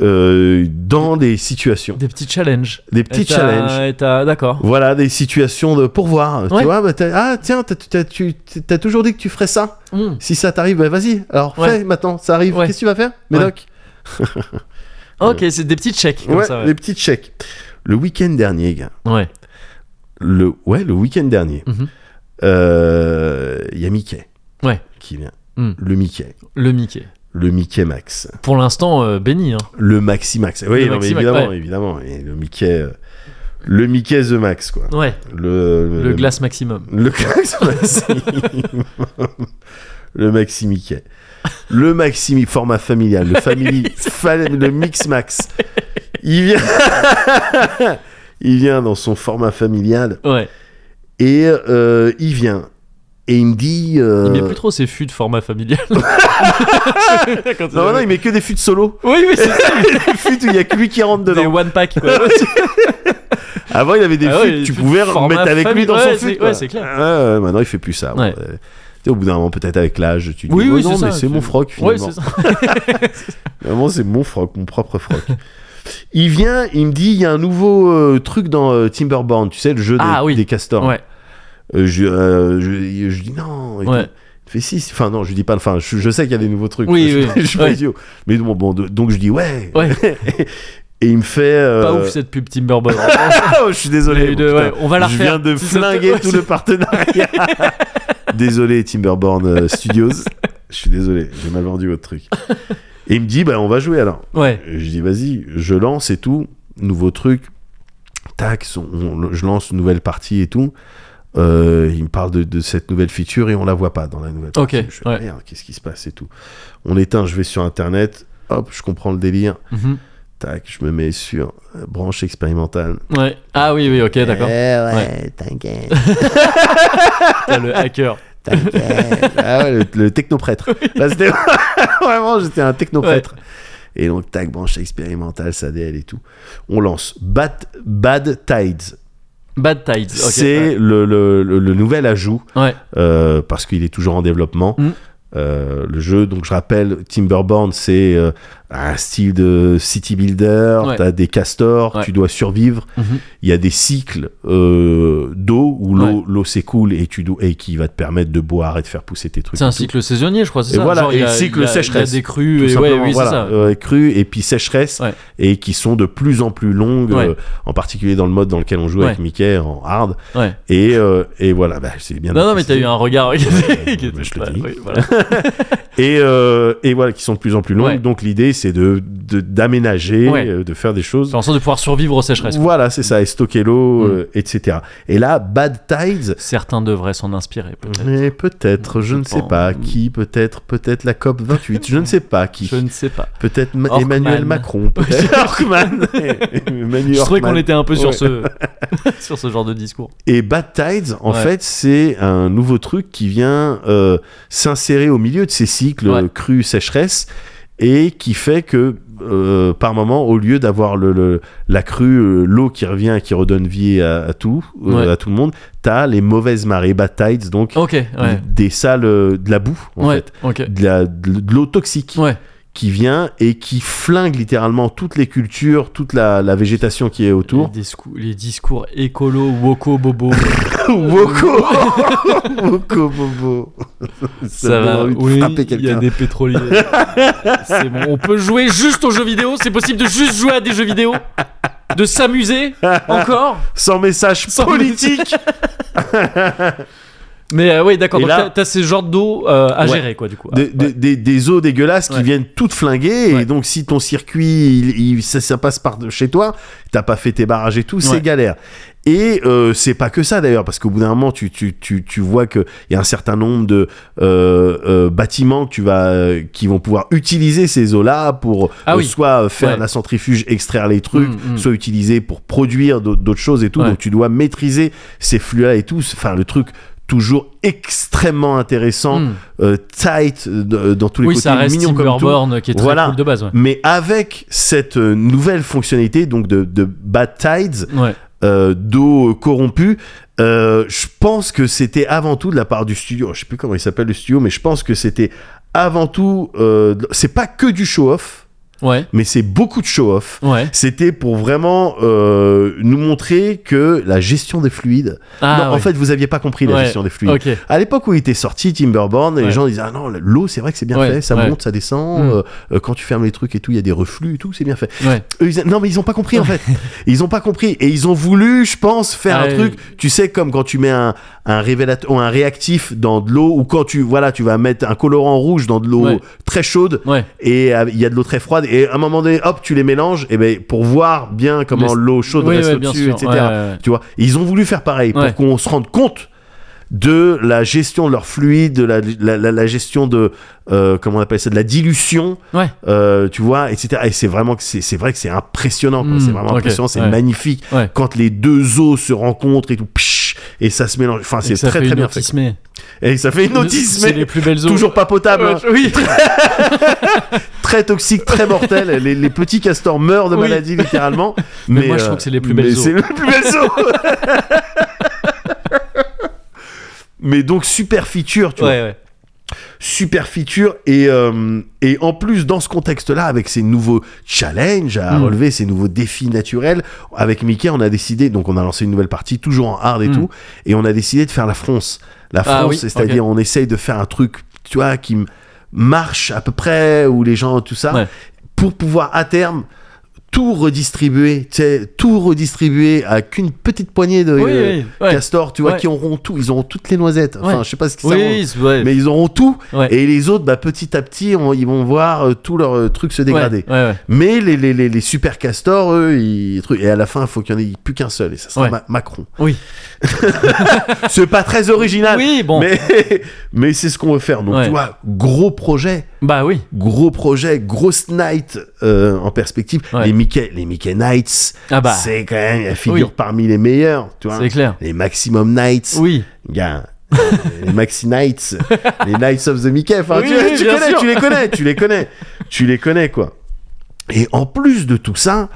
Speaker 2: euh, dans des situations,
Speaker 1: Des petits challenges.
Speaker 2: des petits
Speaker 1: Et t'as-
Speaker 2: challenges.
Speaker 1: et t'as- D'accord.
Speaker 2: Voilà, des situations de pourvoir. Tu
Speaker 1: Ouais.
Speaker 2: vois, bah, t'as- ah tiens, t'as- t'as- tu as toujours dit que tu ferais ça.
Speaker 1: Mm.
Speaker 2: Si ça t'arrive, bah vas-y. Alors
Speaker 1: Ouais.
Speaker 2: fais maintenant, ça arrive.
Speaker 1: Ouais.
Speaker 2: Qu'est-ce que tu vas faire, Médoc
Speaker 1: Ok, c'est des petits checks. Comme
Speaker 2: Ouais,
Speaker 1: ça,
Speaker 2: les
Speaker 1: ouais.
Speaker 2: petits chèques. Le week-end dernier, gars.
Speaker 1: Ouais.
Speaker 2: Le ouais, le week-end dernier.
Speaker 1: Mhm.
Speaker 2: euh, Il y a Mickey.
Speaker 1: Ouais.
Speaker 2: Qui vient.
Speaker 1: Mm.
Speaker 2: Le Mickey.
Speaker 1: Le Mickey.
Speaker 2: Le Mickey Max.
Speaker 1: Pour l'instant, euh, béni. Hein.
Speaker 2: Le Maxi Max. Oui,
Speaker 1: Le
Speaker 2: non, mais
Speaker 1: Maxi Max,
Speaker 2: évidemment,
Speaker 1: ouais.
Speaker 2: évidemment. Et le Mickey. euh, le Mickey The Max, quoi.
Speaker 1: Ouais.
Speaker 2: Le,
Speaker 1: Le,
Speaker 2: Euh, le-
Speaker 1: glace maximum.
Speaker 2: Le Max le Maxi Mickey. Le Maxi format familial, le family, fa- le Mix Max. Il vient, il vient dans son format familial
Speaker 1: Ouais.
Speaker 2: et euh, il vient et il me dit. euh,
Speaker 1: Il met plus trop ses fûts de format familial. Quand il-
Speaker 2: Non, non, il met que des futs solo.
Speaker 1: Oui, oui, c'est ça.
Speaker 2: Des futs où il y a que lui qui rentre
Speaker 1: Des
Speaker 2: dedans.
Speaker 1: one pack. Quoi.
Speaker 2: Avant, il avait des
Speaker 1: Ah
Speaker 2: futs,
Speaker 1: ouais, des
Speaker 2: tu
Speaker 1: futs
Speaker 2: pouvais
Speaker 1: format
Speaker 2: remettre avec lui
Speaker 1: famille,
Speaker 2: dans
Speaker 1: ouais,
Speaker 2: son
Speaker 1: c'est-
Speaker 2: fut. quoi.
Speaker 1: ouais, c'est clair.
Speaker 2: Ah, ouais, maintenant, il fait plus ça. bon.
Speaker 1: Ouais.
Speaker 2: Euh, tu sais, Au bout d'un moment, peut-être avec l'âge, tu dis
Speaker 1: oui,
Speaker 2: oh
Speaker 1: oui,
Speaker 2: non,
Speaker 1: c'est ça.
Speaker 2: mais c'est mon froc.
Speaker 1: Ouais,
Speaker 2: Finalement.
Speaker 1: c'est ça.
Speaker 2: Vraiment, c'est mon froc, mon propre froc. il vient, il me dit, il y a un nouveau euh, truc dans euh, Timberborn, tu sais, le jeu des,
Speaker 1: Ah oui.
Speaker 2: des castors.
Speaker 1: Ouais.
Speaker 2: Euh, je, euh, je, je dis non. et
Speaker 1: Ouais.
Speaker 2: tout. Il fait si, si. enfin non, je dis pas, enfin, je, je sais qu'il y a des nouveaux trucs.
Speaker 1: Oui,
Speaker 2: je,
Speaker 1: oui,
Speaker 2: je suis pas
Speaker 1: ouais.
Speaker 2: idiot. Mais bon, bon, de- donc je dis ouais.
Speaker 1: Ouais.
Speaker 2: et il me fait. euh,
Speaker 1: Pas ouf cette pub Timberborn.
Speaker 2: oh, je suis désolé. bon, putain.
Speaker 1: on va la
Speaker 2: je
Speaker 1: refaire.
Speaker 2: viens de
Speaker 1: Si ça te-
Speaker 2: flinguer
Speaker 1: ouais,
Speaker 2: tout le partenariat. désolé, Timberborn euh, Studios. Je suis désolé, j'ai mal vendu votre truc. Et il me dit, bah, on va jouer alors.
Speaker 1: Ouais.
Speaker 2: Euh, Je dis vas-y, je lance et tout, nouveau truc, tac, son- on- je lance une nouvelle partie et tout. Euh, il me parle de, de cette nouvelle feature et on la voit pas dans la nouvelle
Speaker 1: Ok,
Speaker 2: partie. Je fais,
Speaker 1: ouais.
Speaker 2: merde, qu'est-ce qui se passe et tout. On éteint, je vais sur internet, hop, je comprends le délire,
Speaker 1: Mhm.
Speaker 2: tac, je me mets sur euh, branche expérimentale.
Speaker 1: Ouais. Ah oui, oui, ok, d'accord.
Speaker 2: Eh ouais,
Speaker 1: Ouais.
Speaker 2: t'inquiète.
Speaker 1: T'as le hacker.
Speaker 2: T'inquiète. ah ouais, le, le technoprêtre. Là, c'était vraiment, j'étais un technoprêtre. Et donc, tac, branche expérimentale, SADL et tout. On lance Bad, Bad Tides.
Speaker 1: Bad Tides. ok,
Speaker 2: C'est
Speaker 1: ouais.
Speaker 2: le, le- le- le nouvel ajout,
Speaker 1: Ouais.
Speaker 2: euh, parce qu'il est toujours en développement.
Speaker 1: Mm.
Speaker 2: Euh, le jeu, donc je rappelle, Timberborn, c'est euh, un style de city builder.
Speaker 1: Ouais.
Speaker 2: T'as des castors,
Speaker 1: Ouais.
Speaker 2: tu dois survivre.
Speaker 1: Mhm.
Speaker 2: Il y a des cycles euh, d'eau où l'eau l'eau s'écoule et tu dois et qui va te permettre de boire et de faire pousser tes trucs.
Speaker 1: C'est
Speaker 2: et
Speaker 1: un
Speaker 2: tout.
Speaker 1: cycle saisonnier, je crois, c'est
Speaker 2: Et
Speaker 1: ça
Speaker 2: voilà,
Speaker 1: Genre,
Speaker 2: et
Speaker 1: il y a-
Speaker 2: cycle
Speaker 1: il y a-
Speaker 2: sécheresse,
Speaker 1: Il y a des crues, et
Speaker 2: Tout
Speaker 1: ouais,
Speaker 2: simplement,
Speaker 1: oui, c'est
Speaker 2: voilà,
Speaker 1: ça.
Speaker 2: euh, crue et puis sécheresse
Speaker 1: Ouais.
Speaker 2: et qui sont de plus en plus longues,
Speaker 1: Ouais.
Speaker 2: euh, en particulier dans le mode dans lequel on joue avec
Speaker 1: Ouais.
Speaker 2: Mickey en hard.
Speaker 1: Ouais.
Speaker 2: Et, euh, et voilà, bah, c'est bien.
Speaker 1: Non, non, mais
Speaker 2: apprécié.
Speaker 1: t'as eu un regard. qui
Speaker 2: Ouais,
Speaker 1: était-
Speaker 2: Euh, mais je te
Speaker 1: ouais,
Speaker 2: dis.
Speaker 1: oui, voilà.
Speaker 2: Et, euh, et voilà, qui sont de plus en plus longues.
Speaker 1: Ouais.
Speaker 2: Donc l'idée, c'est de de- d'aménager,
Speaker 1: Ouais.
Speaker 2: euh, de faire des choses.
Speaker 1: Faire en sorte de pouvoir survivre aux sécheresses.
Speaker 2: Voilà, c'est ça, et stocker l'eau,
Speaker 1: Mm.
Speaker 2: euh, etc. Et là, Bad Tides,
Speaker 1: Certains devraient s'en inspirer, peut-être.
Speaker 2: mais peut-être, je ne sais
Speaker 1: pense.
Speaker 2: pas qui, peut-être, peut-être la COP 28, je ne sais pas qui.
Speaker 1: Je ne sais pas.
Speaker 2: Peut-être Ma-
Speaker 1: Orkman.
Speaker 2: Emmanuel Macron, peut-être Orkman. Emmanuel
Speaker 1: Je trouvais qu'on
Speaker 2: Orkman.
Speaker 1: était un peu sur,
Speaker 2: Ouais.
Speaker 1: ce... sur ce genre de discours.
Speaker 2: Et Bad Tides, en
Speaker 1: Ouais.
Speaker 2: fait, c'est un nouveau truc qui vient euh, s'insérer au milieu de ces cycles
Speaker 1: Ouais.
Speaker 2: euh, crus, sécheresse, et qui fait que euh, par moment, au lieu d'avoir le, le- la crue, euh, l'eau qui revient et qui redonne vie à, à tout, euh,
Speaker 1: Ouais.
Speaker 2: à tout le monde, t'as les mauvaises marées, Bad Tides, donc
Speaker 1: Ok, ouais.
Speaker 2: des sales, euh, de la boue, en
Speaker 1: ouais,
Speaker 2: fait,
Speaker 1: ok.
Speaker 2: de la- de l'eau toxique
Speaker 1: Ouais,
Speaker 2: qui vient et qui flingue littéralement toutes les cultures, toute la, la végétation qui est
Speaker 1: les,
Speaker 2: autour.
Speaker 1: discou- les discours écolo, woko, bobo,
Speaker 2: Woko Woko Bobo
Speaker 1: ça
Speaker 2: me donne
Speaker 1: va,
Speaker 2: envie de
Speaker 1: oui,
Speaker 2: frapper
Speaker 1: il y a
Speaker 2: quelqu'un.
Speaker 1: des pétroliers. C'est bon, on peut jouer juste aux jeux vidéo, c'est possible de juste jouer à des jeux vidéo De s'amuser encore
Speaker 2: Sans message
Speaker 1: Sans
Speaker 2: politique
Speaker 1: Mais euh, ouais, d'accord,
Speaker 2: Et
Speaker 1: donc
Speaker 2: là-
Speaker 1: t'as- t'as ces genres d'eau euh, à
Speaker 2: Ouais.
Speaker 1: gérer, quoi, du coup.
Speaker 2: Des- des- des, des eaux dégueulasses qui
Speaker 1: Ouais.
Speaker 2: viennent toutes flinguer
Speaker 1: Ouais.
Speaker 2: et donc si ton circuit il, il- ça, ça passe par de chez toi t'as pas fait tes barrages et tout
Speaker 1: Ouais.
Speaker 2: c'est galère et euh, c'est pas que ça d'ailleurs parce qu'au bout d'un moment tu, tu, tu, tu vois que il y a un certain nombre de euh, euh, bâtiments que tu vas euh, qui vont pouvoir utiliser ces eaux là pour
Speaker 1: Ah
Speaker 2: euh,
Speaker 1: oui.
Speaker 2: soit faire
Speaker 1: Ouais.
Speaker 2: de la centrifuge extraire les trucs
Speaker 1: Mm, mm.
Speaker 2: soit utiliser pour produire d'autres d'autres choses et tout
Speaker 1: Ouais.
Speaker 2: donc tu dois maîtriser ces flux là et tout enfin le truc toujours extrêmement intéressant
Speaker 1: Hmm.
Speaker 2: euh, tight euh, de- euh, dans tous les
Speaker 1: Oui,
Speaker 2: côtés,
Speaker 1: ça reste
Speaker 2: mignon comme tout.
Speaker 1: Timberborn qui est très
Speaker 2: Voilà.
Speaker 1: cool de base, ouais.
Speaker 2: Mais avec cette euh, nouvelle fonctionnalité donc de, de bad tides,
Speaker 1: Ouais,
Speaker 2: euh, d'eau corrompue, euh, je pense que c'était avant tout de la part du studio. Je sais plus comment il s'appelle le studio, mais je pense que c'était avant tout. euh, de- c'est pas que du show off,
Speaker 1: ouais,
Speaker 2: mais c'est beaucoup de show off.
Speaker 1: ouais.
Speaker 2: C'était pour vraiment euh, nous montrer que la gestion des fluides.
Speaker 1: Ah,
Speaker 2: Non,
Speaker 1: ouais.
Speaker 2: En fait, vous aviez pas compris la
Speaker 1: Ouais.
Speaker 2: gestion des fluides.
Speaker 1: ok.
Speaker 2: À l'époque où il était sorti, Timberborn,
Speaker 1: Ouais.
Speaker 2: les gens disaient Ah non, l'eau, c'est vrai que c'est bien
Speaker 1: Ouais,
Speaker 2: fait, ça
Speaker 1: ouais.
Speaker 2: monte, ça descend,
Speaker 1: Mm.
Speaker 2: euh, euh, quand tu fermes les trucs et tout, il y a des reflux et tout, c'est bien fait.
Speaker 1: Ouais.
Speaker 2: Eux, ils disaient, non, mais ils ont pas compris en fait. Ils ont pas compris. Et ils ont voulu, je pense, faire
Speaker 1: Ouais.
Speaker 2: un truc, tu sais, comme quand tu mets un, un révélateur, ou un réactif dans de l'eau, ou quand tu, voilà, tu vas mettre un colorant rouge dans de l'eau
Speaker 1: Ouais.
Speaker 2: très chaude,
Speaker 1: Ouais.
Speaker 2: et euh, il y a de l'eau très froide, et à un moment donné, hop, tu les mélanges, et ben, pour voir bien comment
Speaker 1: Les-
Speaker 2: l'eau chaude
Speaker 1: Oui,
Speaker 2: reste
Speaker 1: ouais, bien
Speaker 2: au-dessus,
Speaker 1: sûr.
Speaker 2: etc.
Speaker 1: Ouais, ouais, ouais.
Speaker 2: Tu vois, ils ont voulu faire pareil
Speaker 1: Ouais.
Speaker 2: pour qu'on se rende compte de la gestion de leur fluide, de la, la- la- la gestion de euh, comment on appelle ça, de la dilution,
Speaker 1: Ouais.
Speaker 2: euh, tu vois, etc. Et c'est vraiment que c'est c'est vrai que c'est impressionnant, quoi.
Speaker 1: Mm,
Speaker 2: c'est vraiment
Speaker 1: ok,
Speaker 2: impressionnant, c'est
Speaker 1: ouais.
Speaker 2: magnifique
Speaker 1: Ouais.
Speaker 2: quand les deux eaux se rencontrent et tout, psh, et ça se mélange. Enfin,
Speaker 1: Et
Speaker 2: c'est
Speaker 1: ça
Speaker 2: très
Speaker 1: fait
Speaker 2: très
Speaker 1: une
Speaker 2: bien fait.
Speaker 1: autisme.
Speaker 2: Et ça fait une autisme,
Speaker 1: C'est les plus belles eaux.
Speaker 2: toujours pas potable,
Speaker 1: Ouais,
Speaker 2: hein.
Speaker 1: Oui.
Speaker 2: très toxique, très mortel. les, les petits castors meurent de
Speaker 1: Oui.
Speaker 2: maladie littéralement. euh,
Speaker 1: Mais moi, je trouve que c'est les plus belles
Speaker 2: mais
Speaker 1: eaux.
Speaker 2: C'est les plus belles eaux. mais donc super feature, tu vois.
Speaker 1: Ouais, ouais.
Speaker 2: super feature et, euh, et en plus dans ce contexte-là avec ces nouveaux challenges à
Speaker 1: Mm.
Speaker 2: relever, ces nouveaux défis naturels, avec Mickey on a décidé, donc on a lancé une nouvelle partie toujours en hard et
Speaker 1: Mm.
Speaker 2: tout, et on a décidé de faire la France. La
Speaker 1: Ah
Speaker 2: France,
Speaker 1: oui,
Speaker 2: c'est-à-dire on essaye de faire un truc, tu vois, qui m- marche à peu près, où les gens, tout ça,
Speaker 1: Ouais.
Speaker 2: pour pouvoir à terme tout redistribuer, tu sais, tout redistribuer à qu'une petite poignée de
Speaker 1: Oui,
Speaker 2: euh,
Speaker 1: oui, ouais.
Speaker 2: castors, tu vois,
Speaker 1: Ouais.
Speaker 2: qui auront tout, ils auront toutes les noisettes. Enfin,
Speaker 1: Ouais.
Speaker 2: je sais pas ce que ça vaut.
Speaker 1: Oui, ouais.
Speaker 2: Mais ils auront tout.
Speaker 1: Ouais.
Speaker 2: Et les autres, bah, petit à petit, on- ils vont voir euh, tout leur euh, truc se dégrader.
Speaker 1: Ouais, ouais, ouais.
Speaker 2: Mais les, les, les, les super castors, eux, ils, truc- et à la fin, il faut qu'il n'y en ait plus qu'un seul. Et ça sera
Speaker 1: Ouais.
Speaker 2: Ma- Macron.
Speaker 1: Oui.
Speaker 2: c'est pas très original.
Speaker 1: Oui, bon.
Speaker 2: Mais, mais c'est ce qu'on veut faire. Donc,
Speaker 1: Ouais.
Speaker 2: tu vois, gros projet.
Speaker 1: Bah oui.
Speaker 2: Gros projet, grosse night euh, en perspective.
Speaker 1: Ouais.
Speaker 2: Les Mickey, les Mickey Knights,
Speaker 1: Ah bah.
Speaker 2: c'est quand même la figure
Speaker 1: Oui.
Speaker 2: parmi les meilleurs, tu vois.
Speaker 1: C'est clair.
Speaker 2: Les Maximum Knights,
Speaker 1: Oui.
Speaker 2: Gars, les Maxi Knights, les Knights of the Mickey. Enfin,
Speaker 1: Oui,
Speaker 2: tu,
Speaker 1: oui,
Speaker 2: tu
Speaker 1: bien
Speaker 2: connais,
Speaker 1: sûr.
Speaker 2: tu les connais, tu les connais, tu les connais quoi. Et en plus de tout ça,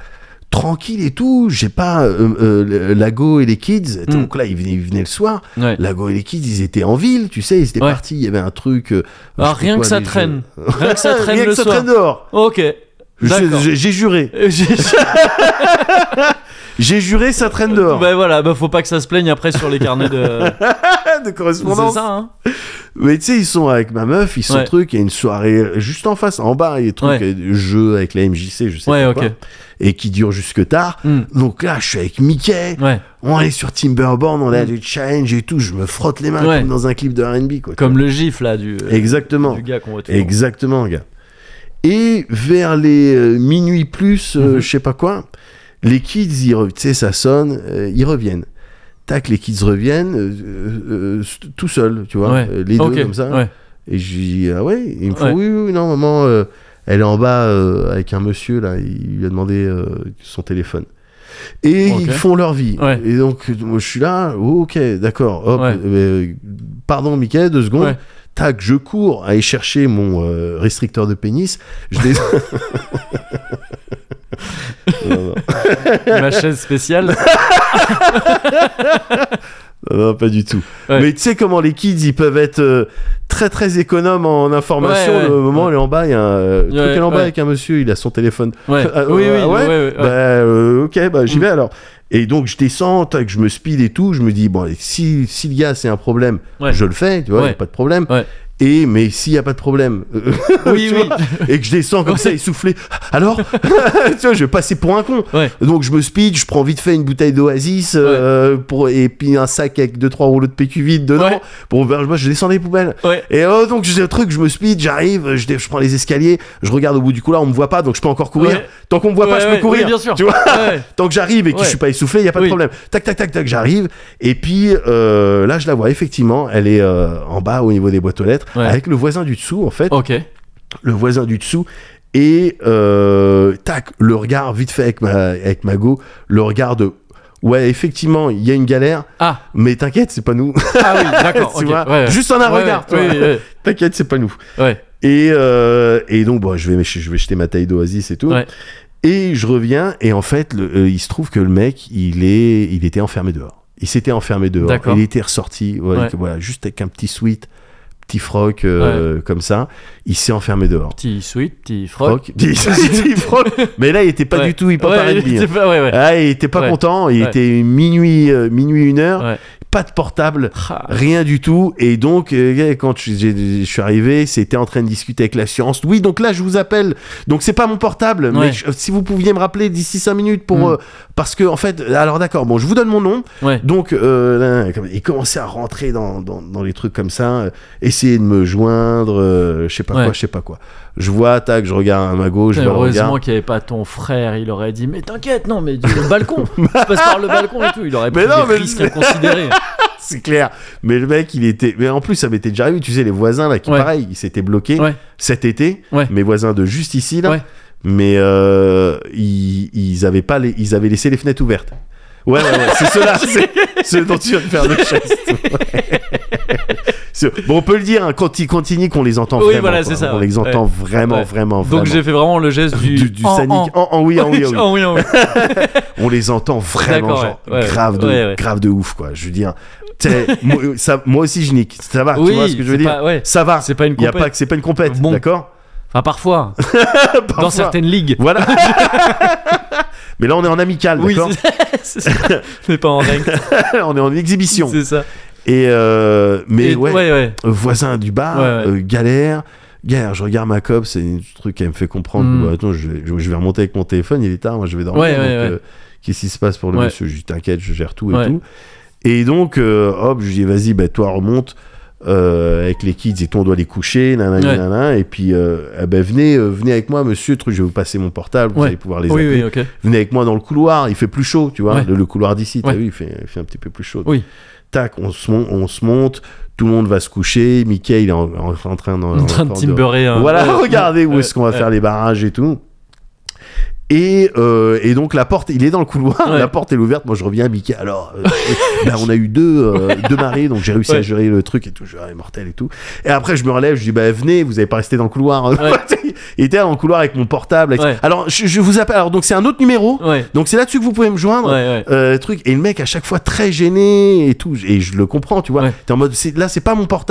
Speaker 2: tranquille et tout, j'ai pas euh, euh, Lago et les kids.
Speaker 1: Hmm.
Speaker 2: Donc là, ils venaient, ils venaient le soir.
Speaker 1: Ouais.
Speaker 2: Lago et les kids, ils étaient en ville, tu sais, ils étaient
Speaker 1: Ouais.
Speaker 2: partis. Il y avait un truc. euh,
Speaker 1: Ah,
Speaker 2: je sais
Speaker 1: rien
Speaker 2: quoi,
Speaker 1: que ça
Speaker 2: des jeux.
Speaker 1: traîne. Rien que ça traîne
Speaker 2: Rien
Speaker 1: le
Speaker 2: que ça
Speaker 1: soir.
Speaker 2: traîne dehors.
Speaker 1: Ok.
Speaker 2: Je-
Speaker 1: D'accord.
Speaker 2: J'ai j'ai juré,
Speaker 1: Euh, j'ai-
Speaker 2: j'ai juré, ça traîne dehors.
Speaker 1: bah voilà, bah faut pas que ça se plaigne après sur les carnets de.
Speaker 2: de
Speaker 1: C'est
Speaker 2: correspondance.
Speaker 1: ça, hein.
Speaker 2: Mais tu sais, ils sont avec ma meuf, ils sont
Speaker 1: Ouais.
Speaker 2: trucs, il y a une soirée euh, juste en face, en bas, il y a des trucs,
Speaker 1: Ouais.
Speaker 2: euh, des jeux avec la MJC, je sais
Speaker 1: Ouais,
Speaker 2: pas
Speaker 1: ok.
Speaker 2: quoi, et qui dure jusque tard.
Speaker 1: Hmm.
Speaker 2: Donc là, je suis avec Mickey,
Speaker 1: Ouais.
Speaker 2: on est sur Timberborn, on a
Speaker 1: Mm.
Speaker 2: des challenges et tout, je me frotte les mains
Speaker 1: Ouais.
Speaker 2: comme dans un clip de R&B, quoi. tu
Speaker 1: Comme le gif là du. euh,
Speaker 2: vois. Exactement.
Speaker 1: Du gars qu'on voit tout le temps.
Speaker 2: Exactement, gars. Et vers les euh, minuit plus, euh,
Speaker 1: Mhm.
Speaker 2: je sais pas quoi, les kids, ils re- tu sais, ça sonne, euh, ils reviennent. Tac, les kids reviennent euh, euh, euh, tout seuls, tu vois,
Speaker 1: Ouais.
Speaker 2: euh, les deux
Speaker 1: Ok,
Speaker 2: comme ça.
Speaker 1: Ouais.
Speaker 2: Et je dis, ah ouais Ils me font,
Speaker 1: Ouais.
Speaker 2: oui, oui, oui, non, maman, euh, elle est en bas euh, avec un monsieur, là, il lui a demandé euh, son téléphone. Et
Speaker 1: Ok.
Speaker 2: ils font leur vie.
Speaker 1: Ouais.
Speaker 2: Et donc, moi, je suis là, oh, ok, d'accord, hop,
Speaker 1: Ouais.
Speaker 2: euh, pardon, Mickey, deux secondes.
Speaker 1: Ouais.
Speaker 2: Tac, je cours à aller chercher mon euh, restricteur de pénis. Je dé- Non, non.
Speaker 1: Ma chaise spéciale.
Speaker 2: Euh, Non, non, pas du tout.
Speaker 1: Ouais.
Speaker 2: Mais tu sais comment les kids, ils peuvent être euh, très très économes en information.
Speaker 1: Ouais, ouais,
Speaker 2: le moment,
Speaker 1: ouais.
Speaker 2: elle est en bas, il y a un euh, truc,
Speaker 1: Ouais,
Speaker 2: elle est en bas
Speaker 1: ouais.
Speaker 2: avec un monsieur, il a son téléphone.
Speaker 1: Ouais.
Speaker 2: Ah,
Speaker 1: oui, oui,
Speaker 2: euh, ah
Speaker 1: ouais, ouais,
Speaker 2: ouais
Speaker 1: ouais. Mm.
Speaker 2: Bah euh, ok, bah j'y vais alors. Et donc je descends, tac, je me speed et tout, je me dis, bon, allez, si, si le gars c'est un problème,
Speaker 1: Ouais.
Speaker 2: je le fais, tu vois,
Speaker 1: Ouais.
Speaker 2: y a pas de problème.
Speaker 1: Ouais.
Speaker 2: Et mais s'il y a pas de problème, euh,
Speaker 1: Oui,
Speaker 2: tu
Speaker 1: oui.
Speaker 2: vois, et que je descends comme ça essoufflé, alors, tu vois, je vais passer pour un con.
Speaker 1: Ouais.
Speaker 2: Donc je me speed, je prends vite fait une bouteille d'oasis euh, pour et puis un sac avec deux trois rouleaux de PQ vide dedans
Speaker 1: Ouais.
Speaker 2: pour moi je descends des poubelles.
Speaker 1: Ouais.
Speaker 2: Et oh, donc j'ai un truc, je me speed, j'arrive, je, dé- je prends les escaliers, je regarde au bout du couloir, on me voit pas, donc je peux encore courir.
Speaker 1: Ouais.
Speaker 2: Tant qu'on me voit pas,
Speaker 1: Ouais,
Speaker 2: je peux
Speaker 1: ouais,
Speaker 2: courir.
Speaker 1: oui, bien sûr.
Speaker 2: Tu vois,
Speaker 1: Ouais.
Speaker 2: tant que j'arrive et que
Speaker 1: Ouais.
Speaker 2: je suis pas essoufflé, y a pas
Speaker 1: Oui.
Speaker 2: de problème. Tac, tac, tac, tac, j'arrive. Et puis euh, là, je la vois effectivement, elle est euh, en bas au niveau des boîtes aux lettres,
Speaker 1: Ouais.
Speaker 2: avec le voisin du dessous en fait,
Speaker 1: Ok.
Speaker 2: le voisin du dessous. Et euh, tac, le regard vite fait avec ma avec ma go, le regard de ouais effectivement, il y a une galère,
Speaker 1: Ah.
Speaker 2: mais t'inquiète, c'est pas nous.
Speaker 1: Ah oui, d'accord.
Speaker 2: tu
Speaker 1: ok.
Speaker 2: vois,
Speaker 1: Ouais, ouais.
Speaker 2: juste en un
Speaker 1: Ouais,
Speaker 2: regard. tu
Speaker 1: ouais,
Speaker 2: vois.
Speaker 1: oui, ouais,
Speaker 2: T'inquiète, c'est pas nous.
Speaker 1: ouais.
Speaker 2: Et, euh, et donc, bon, je, vais, je vais jeter ma taille d'oasis et tout.
Speaker 1: Ouais.
Speaker 2: Et je reviens, et en fait, le- euh, il se trouve que le mec, il, est, il était enfermé dehors. Il s'était enfermé dehors.
Speaker 1: D'accord.
Speaker 2: Il était ressorti, ouais,
Speaker 1: Ouais.
Speaker 2: avec- voilà, juste avec un petit sweat, petit froc, euh, comme ça. Il s'est enfermé dehors.
Speaker 1: Petit sweet, petit froc.
Speaker 2: Froc. Petit- petit froc. Mais là, il était pas
Speaker 1: Ouais.
Speaker 2: du tout, il
Speaker 1: Ouais, il était pas- ouais, ouais.
Speaker 2: Ah, il était pas
Speaker 1: Ouais.
Speaker 2: content, il
Speaker 1: Ouais.
Speaker 2: était minuit, euh, minuit, une heure,
Speaker 1: Ouais.
Speaker 2: pas de portable,
Speaker 1: Ah.
Speaker 2: Rien du tout. Et donc, euh, quand je, j'ai- je suis arrivé, c'était en train de discuter avec l'assurance. Oui, donc là, je vous appelle. Donc, c'est pas mon portable.
Speaker 1: Ouais.
Speaker 2: Mais je- si vous pouviez me rappeler d'ici 5 minutes pour.
Speaker 1: Mm.
Speaker 2: euh, parce que, en fait, alors d'accord, bon, je vous donne mon nom.
Speaker 1: Ouais.
Speaker 2: Donc, euh, là, là, comme- il commençait à rentrer dans, dans, dans les trucs comme ça, euh, essayer de me joindre, euh, je sais pas
Speaker 1: Ouais.
Speaker 2: quoi, je sais pas quoi. Je vois, tac, je regarde à ma gauche, je
Speaker 1: Putain,
Speaker 2: le
Speaker 1: heureusement
Speaker 2: regarde.
Speaker 1: qu'il n'y avait pas ton frère, il aurait dit Mais t'inquiète, non, mais le balcon, je passe par le balcon et tout. Il aurait
Speaker 2: Mais
Speaker 1: pris
Speaker 2: non,
Speaker 1: des
Speaker 2: mais-
Speaker 1: risques inconsidérés.
Speaker 2: C'est clair. Mais le mec, il était. Mais en plus, ça m'était déjà arrivé, tu sais, les voisins, là, qui,
Speaker 1: Ouais.
Speaker 2: pareil, ils s'étaient bloqués.
Speaker 1: Ouais.
Speaker 2: cet été,
Speaker 1: Ouais.
Speaker 2: mes voisins de juste ici là,
Speaker 1: Ouais.
Speaker 2: mais euh, ils, ils avaient pas les, ils avaient laissé les fenêtres ouvertes. Ouais, ouais, ouais, c'est ceux-là, c'est ceux dont tu viens de faire le geste. Ouais. C'est- bon, on peut le dire, hein, quand ils continuent, qu'on les entend
Speaker 1: Oui,
Speaker 2: vraiment.
Speaker 1: voilà,
Speaker 2: quoi.
Speaker 1: c'est ça,
Speaker 2: On
Speaker 1: ouais.
Speaker 2: les entend vraiment,
Speaker 1: Ouais.
Speaker 2: vraiment, vraiment.
Speaker 1: Donc j'ai fait vraiment le geste du.
Speaker 2: du, du
Speaker 1: en,
Speaker 2: sanique.
Speaker 1: en.
Speaker 2: En- en oui, en oui, en oui.
Speaker 1: En oui, en oui.
Speaker 2: On les entend vraiment,
Speaker 1: D'accord,
Speaker 2: genre,
Speaker 1: ouais, ouais,
Speaker 2: grave, de,
Speaker 1: ouais, ouais.
Speaker 2: grave de ouf, quoi. Je veux dire, tu sais, moi, ça- moi aussi, je nique. Ça va, tu
Speaker 1: Oui,
Speaker 2: vois ce que je veux
Speaker 1: c'est
Speaker 2: dire
Speaker 1: pas- ouais.
Speaker 2: Ça va.
Speaker 1: C'est pas une
Speaker 2: Y a
Speaker 1: compète.
Speaker 2: pas que c'est pas une compète,
Speaker 1: Bon.
Speaker 2: d'accord
Speaker 1: Enfin, parfois, dans
Speaker 2: Parfois.
Speaker 1: certaines ligues.
Speaker 2: Voilà. Mais là, on est en amical,
Speaker 1: Oui,
Speaker 2: Ah, d'accord
Speaker 1: c'est- c'est ça. Mais pas en règle.
Speaker 2: On est en exhibition.
Speaker 1: C'est ça.
Speaker 2: Et euh, mais
Speaker 1: Et-
Speaker 2: ouais,
Speaker 1: ouais, ouais.
Speaker 2: euh, voisin du bar,
Speaker 1: Ouais, ouais.
Speaker 2: euh, galère. Galère, je regarde ma cop, c'est un truc qui me fait comprendre.
Speaker 1: Mm.
Speaker 2: bah, attends, je vais, je- je vais remonter avec mon téléphone, il est tard, moi je vais dormir.
Speaker 1: Ouais, ouais,
Speaker 2: donc,
Speaker 1: ouais.
Speaker 2: euh, Qu'est-ce qui se passe pour le
Speaker 1: Ouais.
Speaker 2: monsieur Je dis, t'inquiète, je gère tout et
Speaker 1: Ouais.
Speaker 2: tout. Et donc, euh, hop, je dis, vas-y, bah, toi remonte euh, avec les kids et tout, on doit les coucher, nanana,
Speaker 1: Ouais.
Speaker 2: nanana. Et puis, euh, ah bah, venez, euh, venez avec moi, monsieur, truc, je vais vous passer mon portable, vous
Speaker 1: Ouais.
Speaker 2: allez pouvoir les
Speaker 1: Oui,
Speaker 2: appeler.
Speaker 1: oui, ok.
Speaker 2: venez avec moi dans le couloir, il fait plus chaud, tu vois,
Speaker 1: Ouais.
Speaker 2: le, le couloir d'ici, t'as
Speaker 1: Ouais.
Speaker 2: vu, il fait, il fait un petit peu plus chaud.
Speaker 1: Oui.
Speaker 2: Tac, on se, mon- on se monte, tout le monde va se coucher, Mickey, il est en, en- en train, d'en-
Speaker 1: En train de
Speaker 2: encore
Speaker 1: timberer un.
Speaker 2: Voilà,
Speaker 1: Hein. Ouais.
Speaker 2: regardez où
Speaker 1: Ouais.
Speaker 2: est-ce qu'on va
Speaker 1: Ouais.
Speaker 2: faire les barrages et tout. Et, euh, et donc la porte, il est dans le couloir,
Speaker 1: Ouais.
Speaker 2: la porte est ouverte. Moi je reviens à Mickey. Alors, euh, ben, on a eu deux, euh, deux marées, donc j'ai réussi à
Speaker 1: Ouais.
Speaker 2: gérer le truc et tout. Je suis mortel et tout. Et après je me relève, je dis bah venez, vous avez pas resté dans le couloir. il était dans le couloir avec mon portable. avec-
Speaker 1: Ouais.
Speaker 2: Alors je, je vous appelle. Alors donc c'est un autre numéro.
Speaker 1: Ouais.
Speaker 2: Donc c'est là-dessus que vous pouvez me joindre.
Speaker 1: Ouais, ouais.
Speaker 2: Euh, truc et le mec à chaque fois très gêné et tout et je le comprends tu vois
Speaker 1: Ouais.
Speaker 2: t'es en mode c'est- là c'est pas mon portable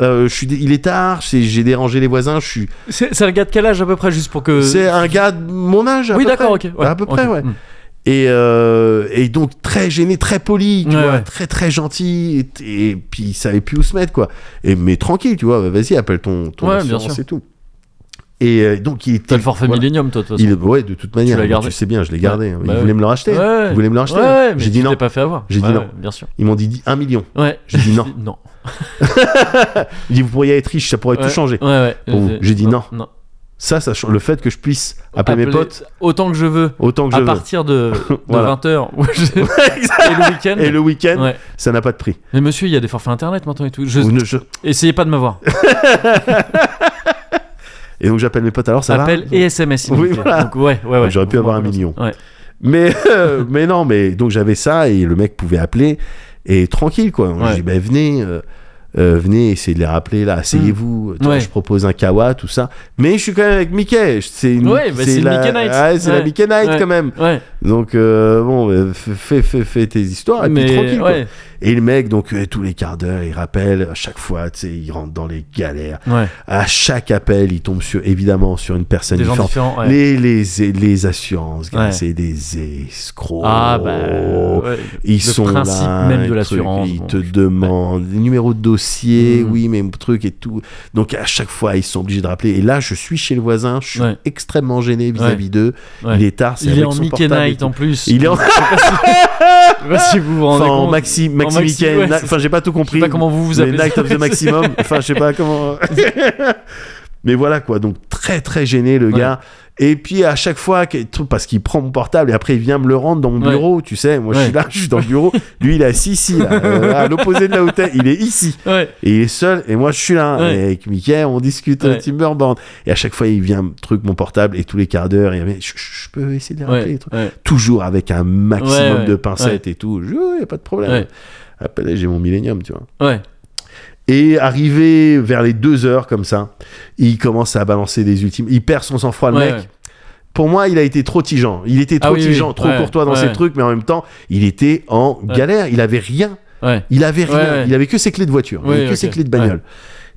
Speaker 2: euh, je suis dé- il est tard c'est- j'ai dérangé les voisins je suis
Speaker 1: C'est c'est un gars de quel âge à peu près, juste pour que.
Speaker 2: c'est un gars de mon âge à
Speaker 1: Euh, Oui,
Speaker 2: peu
Speaker 1: d'accord, ok.
Speaker 2: près.
Speaker 1: ouais,
Speaker 2: à peu
Speaker 1: ok,
Speaker 2: près ouais
Speaker 1: mm.
Speaker 2: et, euh, et donc très gêné très poli tu
Speaker 1: Ouais,
Speaker 2: vois
Speaker 1: ouais.
Speaker 2: très très gentil et, et puis il savait plus où se mettre quoi et mais tranquille tu vois bah, vas-y appelle ton ton
Speaker 1: Ouais, bien
Speaker 2: assurance
Speaker 1: sûr.
Speaker 2: et tout et euh, donc il était
Speaker 1: T'as le forfait
Speaker 2: voilà.
Speaker 1: Millennium, toi, de toute façon.
Speaker 2: il, ouais, de toute manière,
Speaker 1: l'as
Speaker 2: mais
Speaker 1: gardé.
Speaker 2: tu sais bien, je l'ai gardé.
Speaker 1: Ouais.
Speaker 2: Ils
Speaker 1: Bah
Speaker 2: voulaient
Speaker 1: oui.
Speaker 2: me le racheter.
Speaker 1: Ouais.
Speaker 2: Ils voulaient me le racheter.
Speaker 1: Ouais, mais
Speaker 2: hein. J'ai dit
Speaker 1: tu
Speaker 2: non.
Speaker 1: t'es pas fait avoir.
Speaker 2: J'ai dit
Speaker 1: Ouais,
Speaker 2: non.
Speaker 1: ouais, Bien sûr.
Speaker 2: Ils m'ont dit 1 million.
Speaker 1: Ouais.
Speaker 2: J'ai dit non.
Speaker 1: Non.
Speaker 2: Il dit vous pourriez être riche, ça pourrait
Speaker 1: Ouais,
Speaker 2: tout changer.
Speaker 1: Ouais, ouais.
Speaker 2: Bon,
Speaker 1: Euh,
Speaker 2: j'ai dit non.
Speaker 1: non.
Speaker 2: Ça, ça change- le fait que je puisse appeler, mes potes
Speaker 1: Autant que je veux.
Speaker 2: autant que
Speaker 1: à
Speaker 2: je veux.
Speaker 1: partir de,
Speaker 2: Voilà.
Speaker 1: 20h et le week-end.
Speaker 2: Et le week-end,
Speaker 1: Ouais.
Speaker 2: ça n'a pas de prix.
Speaker 1: Mais monsieur, il y a des forfaits internet maintenant et tout. Je-
Speaker 2: Ou ne- je-
Speaker 1: Essayez pas de m'avoir.
Speaker 2: Et donc j'appelle mes potes alors, ça
Speaker 1: Appel
Speaker 2: va
Speaker 1: et SMS. s'il vous
Speaker 2: Oui,
Speaker 1: plaît.
Speaker 2: voilà.
Speaker 1: Donc, ouais, ouais, ouais.
Speaker 2: J'aurais pu
Speaker 1: Au
Speaker 2: avoir
Speaker 1: moins,
Speaker 2: un million.
Speaker 1: Ouais.
Speaker 2: mais, euh, mais non, mais donc j'avais ça et le mec pouvait appeler et tranquille quoi. Je
Speaker 1: Ouais.
Speaker 2: dis ben venez, euh, euh, venez, essayez de les rappeler là, asseyez-vous. Tu vois,
Speaker 1: Mm. Ouais.
Speaker 2: Je propose un kawa, tout ça. Mais je suis quand même avec Mickey. C'est une,
Speaker 1: Ouais, bah, c'est une
Speaker 2: la,
Speaker 1: Mickey Night.
Speaker 2: ouais, c'est la
Speaker 1: Ouais.
Speaker 2: Mickey Night
Speaker 1: Ouais.
Speaker 2: quand même.
Speaker 1: Ouais.
Speaker 2: Donc euh, bon, euh, f- fais, fais, fais Ah, tes histoires et
Speaker 1: mais
Speaker 2: puis tranquille. quoi.
Speaker 1: ouais.
Speaker 2: Et le mec, donc, euh, tous les quarts d'heure, il rappelle, à chaque fois, tu sais, il rentre dans les galères.
Speaker 1: ouais.
Speaker 2: À chaque appel, il tombe sur, évidemment, sur une personne
Speaker 1: Des gens
Speaker 2: différente.
Speaker 1: différents. ouais.
Speaker 2: Les, les, les assurances, gars,
Speaker 1: Ouais.
Speaker 2: c'est des escrocs.
Speaker 1: Ah
Speaker 2: Oh.
Speaker 1: bah. ouais.
Speaker 2: Ils
Speaker 1: Le
Speaker 2: sont
Speaker 1: principe
Speaker 2: là,
Speaker 1: même de
Speaker 2: et truc,
Speaker 1: l'assurance,
Speaker 2: Ils
Speaker 1: bon,
Speaker 2: te
Speaker 1: je-
Speaker 2: demandent les numéros de dossier,
Speaker 1: Mhm.
Speaker 2: oui, mais mon truc et tout. Donc à chaque fois, ils sont obligés de rappeler. Et là, je suis chez le voisin, je suis
Speaker 1: Ouais.
Speaker 2: extrêmement gêné vis-à-vis d'eux.
Speaker 1: Ouais.
Speaker 2: Il est tard, c'est
Speaker 1: Il est
Speaker 2: avec
Speaker 1: en
Speaker 2: son
Speaker 1: Mickey
Speaker 2: portable et
Speaker 1: Night
Speaker 2: tout.
Speaker 1: en plus.
Speaker 2: Il est en,
Speaker 1: Je sais pas si vous vous rendez
Speaker 2: enfin, en
Speaker 1: compte.
Speaker 2: maxi, maxi,
Speaker 1: maxi,
Speaker 2: Mickey,
Speaker 1: ouais,
Speaker 2: na-
Speaker 1: c'est
Speaker 2: enfin, j'ai pas tout
Speaker 1: Je sais
Speaker 2: compris.
Speaker 1: pas comment vous vous
Speaker 2: les
Speaker 1: appelez.
Speaker 2: Night
Speaker 1: ça.
Speaker 2: of the Maximum. enfin, je sais pas comment. euh. Mais voilà quoi, donc très très gêné le
Speaker 1: Ouais.
Speaker 2: gars. Et puis à chaque fois, que- truc, parce qu'il prend mon portable et après il vient me le rendre dans mon
Speaker 1: Ouais.
Speaker 2: bureau, tu sais. Moi je suis
Speaker 1: Ouais.
Speaker 2: là, je suis dans le bureau. Lui il est assis ici, là, euh, à l'opposé de la hôtel. Il est ici
Speaker 1: Ouais.
Speaker 2: et il est seul. Et moi je suis là.
Speaker 1: Ouais.
Speaker 2: Et avec Mickey, on discute euh,
Speaker 1: Ouais.
Speaker 2: Timberband. Et à chaque fois il vient, truc, mon portable. Et tous les quarts d'heure, il vient, je, je peux essayer de les rappeler.
Speaker 1: Ouais.
Speaker 2: les trucs.
Speaker 1: Ouais.
Speaker 2: Toujours avec un maximum
Speaker 1: Ouais, ouais,
Speaker 2: de pincettes et tout. Je, ouais, y a pas de problème.
Speaker 1: Ouais.
Speaker 2: Appelez, j'ai mon Millennium, tu vois.
Speaker 1: Ouais.
Speaker 2: Et arrivé vers les deux heures comme ça, il commence à balancer des ultimes. Il perd son sang-froid le
Speaker 1: Ouais,
Speaker 2: mec.
Speaker 1: ouais.
Speaker 2: Pour moi, il a été trop tigeant. Il était
Speaker 1: Ah
Speaker 2: trop
Speaker 1: oui,
Speaker 2: tigeant,
Speaker 1: oui.
Speaker 2: trop
Speaker 1: Ouais,
Speaker 2: courtois dans
Speaker 1: ouais.
Speaker 2: ses trucs, mais en même temps, il était en
Speaker 1: Ouais.
Speaker 2: galère. Il avait rien.
Speaker 1: Ouais.
Speaker 2: Il avait rien.
Speaker 1: Ouais, ouais.
Speaker 2: Il avait que ses clés de voiture. il
Speaker 1: Ouais,
Speaker 2: avait que
Speaker 1: ok.
Speaker 2: ses clés de bagnole.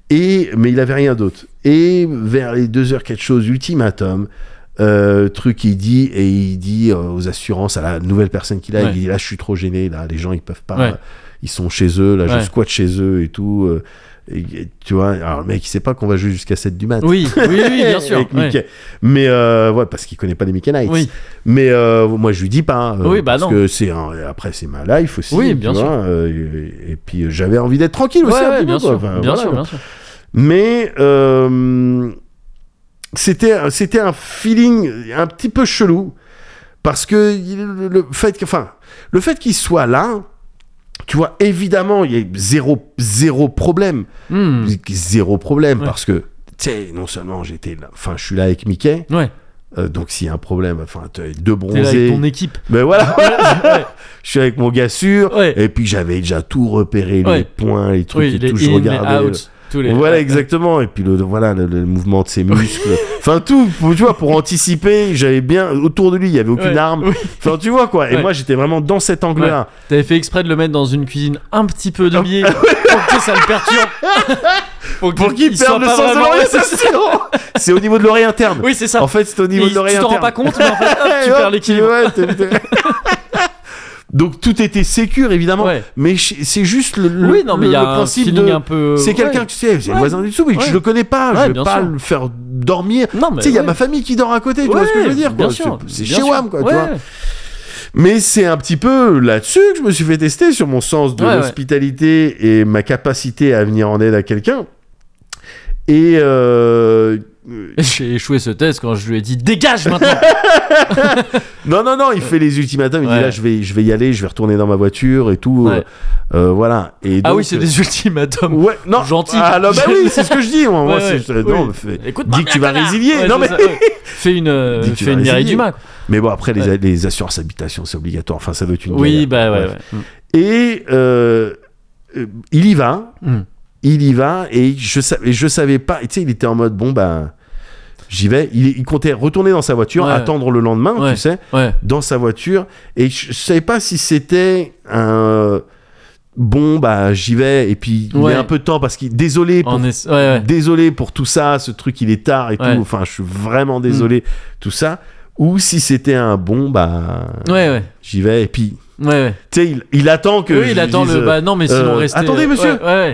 Speaker 2: Et mais il avait rien d'autre. Et vers les deux heures, quelque chose ultimatum. euh, truc il dit et il dit euh, aux assurances à la nouvelle personne qu'il a
Speaker 1: Ouais.
Speaker 2: il dit là je suis trop gêné là les gens ils peuvent pas
Speaker 1: Ouais.
Speaker 2: ils sont chez eux là je
Speaker 1: Ouais.
Speaker 2: squatte chez eux et tout euh, et- et tu vois alors le mec il sait pas qu'on va jouer jusqu'à 7 du mat
Speaker 1: Oui, oui, oui, bien sûr.
Speaker 2: avec
Speaker 1: ouais.
Speaker 2: Mickey. Mais euh, ouais, parce qu'il connaît pas les Mickey Nights.
Speaker 1: Oui.
Speaker 2: Mais euh, moi, je lui dis pas. euh,
Speaker 1: Oui, bah
Speaker 2: parce
Speaker 1: non.
Speaker 2: que c'est un- après c'est ma life aussi.
Speaker 1: Oui,
Speaker 2: tu
Speaker 1: bien
Speaker 2: vois,
Speaker 1: sûr.
Speaker 2: euh, et, et puis euh, j'avais envie d'être tranquille
Speaker 1: Ouais,
Speaker 2: aussi. un
Speaker 1: ouais,
Speaker 2: petit
Speaker 1: bien
Speaker 2: peu, quoi.
Speaker 1: sûr,
Speaker 2: Enfin,
Speaker 1: bien
Speaker 2: voilà.
Speaker 1: sûr, hein. bien sûr.
Speaker 2: Mais euh, c'était c'était un feeling un petit peu chelou parce que il- le- le fait que enfin le fait qu'il soit là. Tu vois, évidemment, il y a zéro, zéro problème.
Speaker 1: Hmm.
Speaker 2: Zéro problème,
Speaker 1: Ouais.
Speaker 2: parce que, tu sais, non seulement j'étais là, enfin, je suis là avec Mickey,
Speaker 1: Ouais,
Speaker 2: euh, donc s'il y a un problème, enfin, t'as les deux
Speaker 1: t'es là avec
Speaker 2: bronzés.
Speaker 1: ton équipe.
Speaker 2: Mais voilà,
Speaker 1: Ouais,
Speaker 2: je suis avec mon gars sûr.
Speaker 1: Ouais.
Speaker 2: Et puis j'avais déjà tout repéré, les
Speaker 1: Ouais.
Speaker 2: points, les trucs
Speaker 1: oui,
Speaker 2: et
Speaker 1: les
Speaker 2: tout. Je
Speaker 1: in
Speaker 2: regardais.
Speaker 1: and
Speaker 2: le-
Speaker 1: out, tous les.
Speaker 2: Voilà,
Speaker 1: ouais,
Speaker 2: exactement. Et puis le, voilà, le, le mouvement de ses muscles. enfin, tout, pour- tu vois, pour anticiper, j'avais bien. Autour de lui, il y avait aucune
Speaker 1: Ouais.
Speaker 2: arme.
Speaker 1: Oui.
Speaker 2: Enfin, tu vois, quoi. Et
Speaker 1: Ouais.
Speaker 2: moi, j'étais vraiment dans cet angle-là.
Speaker 1: T'avais fait exprès de le mettre dans une cuisine un petit
Speaker 2: Ah,
Speaker 1: peu de biais pour que ça le perturbe. pour
Speaker 2: Pour qu'il
Speaker 1: soit
Speaker 2: perde le
Speaker 1: pas
Speaker 2: sens de
Speaker 1: vraiment-
Speaker 2: l'orientation. C'est au niveau de l'oreille interne.
Speaker 1: Oui, c'est ça.
Speaker 2: En fait, c'est au
Speaker 1: Et
Speaker 2: niveau de
Speaker 1: tu
Speaker 2: l'oreille
Speaker 1: t'en
Speaker 2: interne.
Speaker 1: rends pas compte, mais en fait, hop, tu
Speaker 2: Ouais,
Speaker 1: perds
Speaker 2: hop,
Speaker 1: l'équilibre.
Speaker 2: ouais, t'es- t'es- Donc tout était sécure évidemment,
Speaker 1: Ouais.
Speaker 2: mais ch- c'est juste le, le-
Speaker 1: Oui, non, mais
Speaker 2: le-
Speaker 1: il y a
Speaker 2: le
Speaker 1: un
Speaker 2: principe
Speaker 1: feeling
Speaker 2: de
Speaker 1: un peu.
Speaker 2: c'est quelqu'un que tu sais, c'est le
Speaker 1: Ouais.
Speaker 2: voisin du dessous, mais je
Speaker 1: Ouais.
Speaker 2: le connais pas,
Speaker 1: Ouais,
Speaker 2: je vais
Speaker 1: bien
Speaker 2: pas
Speaker 1: sûr.
Speaker 2: le faire dormir.
Speaker 1: Non, mais.
Speaker 2: Tu sais, il y a
Speaker 1: ouais.
Speaker 2: ma famille qui dort à côté, tu vois ce que je veux dire
Speaker 1: Ouais, bien
Speaker 2: quoi.
Speaker 1: sûr,
Speaker 2: C'est
Speaker 1: bien
Speaker 2: chez
Speaker 1: sûr.
Speaker 2: Wham, quoi, tu
Speaker 1: Ouais.
Speaker 2: vois. Mais c'est un petit peu là-dessus que je me suis fait tester sur mon sens de
Speaker 1: Ouais, ouais.
Speaker 2: l'hospitalité et ma capacité à venir en aide à quelqu'un. Et euh, euh,
Speaker 1: J'ai échoué ce test quand je lui ai dit dégage maintenant.
Speaker 2: Non, non, non, il fait les ultimatums.
Speaker 1: Euh,
Speaker 2: Il
Speaker 1: Ouais.
Speaker 2: dit là, je vais, je vais y aller, je vais retourner dans ma voiture et tout.
Speaker 1: Ouais.
Speaker 2: Euh, voilà. Et
Speaker 1: ah
Speaker 2: donc,
Speaker 1: oui, c'est
Speaker 2: euh,
Speaker 1: des ultimatums.
Speaker 2: Ouais, non.
Speaker 1: Gentil.
Speaker 2: Ah, non, bah oui, c'est ce que je dis. Moi, moi,
Speaker 1: Ouais,
Speaker 2: c'est-
Speaker 1: ouais.
Speaker 2: je- non,
Speaker 1: Oui.
Speaker 2: mais fais-
Speaker 1: Écoute,
Speaker 2: dis que tu vas résilier.
Speaker 1: Ouais,
Speaker 2: non, mais...
Speaker 1: c'est ça, ouais. fais une, euh,
Speaker 2: Dis que tu
Speaker 1: fais
Speaker 2: vas
Speaker 1: une
Speaker 2: résilier.
Speaker 1: Nereduma, quoi.
Speaker 2: mais bon, après, les,
Speaker 1: Ouais.
Speaker 2: les assurances habitation, c'est obligatoire. Enfin, ça doit être une
Speaker 1: Oui,
Speaker 2: galère. Mm.
Speaker 1: bah ouais.
Speaker 2: Bref.
Speaker 1: ouais.
Speaker 2: Et euh, euh, il y va.
Speaker 1: Mm.
Speaker 2: Il y va. Et je, sa- et je savais pas. et Tu sais, il était en mode, bon, bah, j'y vais. Il, il comptait retourner dans sa voiture,
Speaker 1: Ouais.
Speaker 2: attendre le lendemain,
Speaker 1: Ouais.
Speaker 2: tu sais,
Speaker 1: Ouais.
Speaker 2: dans sa voiture. Et je, je savais pas si c'était un. Bon, bah, j'y vais. Et puis, il
Speaker 1: Ouais.
Speaker 2: est un peu de temps parce qu'il. Désolé pour
Speaker 1: En es- ouais, ouais.
Speaker 2: désolé pour tout ça, ce truc il est tard et
Speaker 1: Ouais. Hmm.
Speaker 2: tout, enfin je suis vraiment désolé, tout ça, ou si c'était un bon, bah
Speaker 1: Ouais, ouais.
Speaker 2: j'y vais, et puis
Speaker 1: Ouais, ouais.
Speaker 2: tu sais, il, il attend que.
Speaker 1: oui,
Speaker 2: je
Speaker 1: il
Speaker 2: lui
Speaker 1: attend
Speaker 2: dise,
Speaker 1: le.
Speaker 2: euh,
Speaker 1: Bah non, mais sinon,
Speaker 2: euh,
Speaker 1: restez.
Speaker 2: attendez, monsieur.
Speaker 1: Ouais, ouais.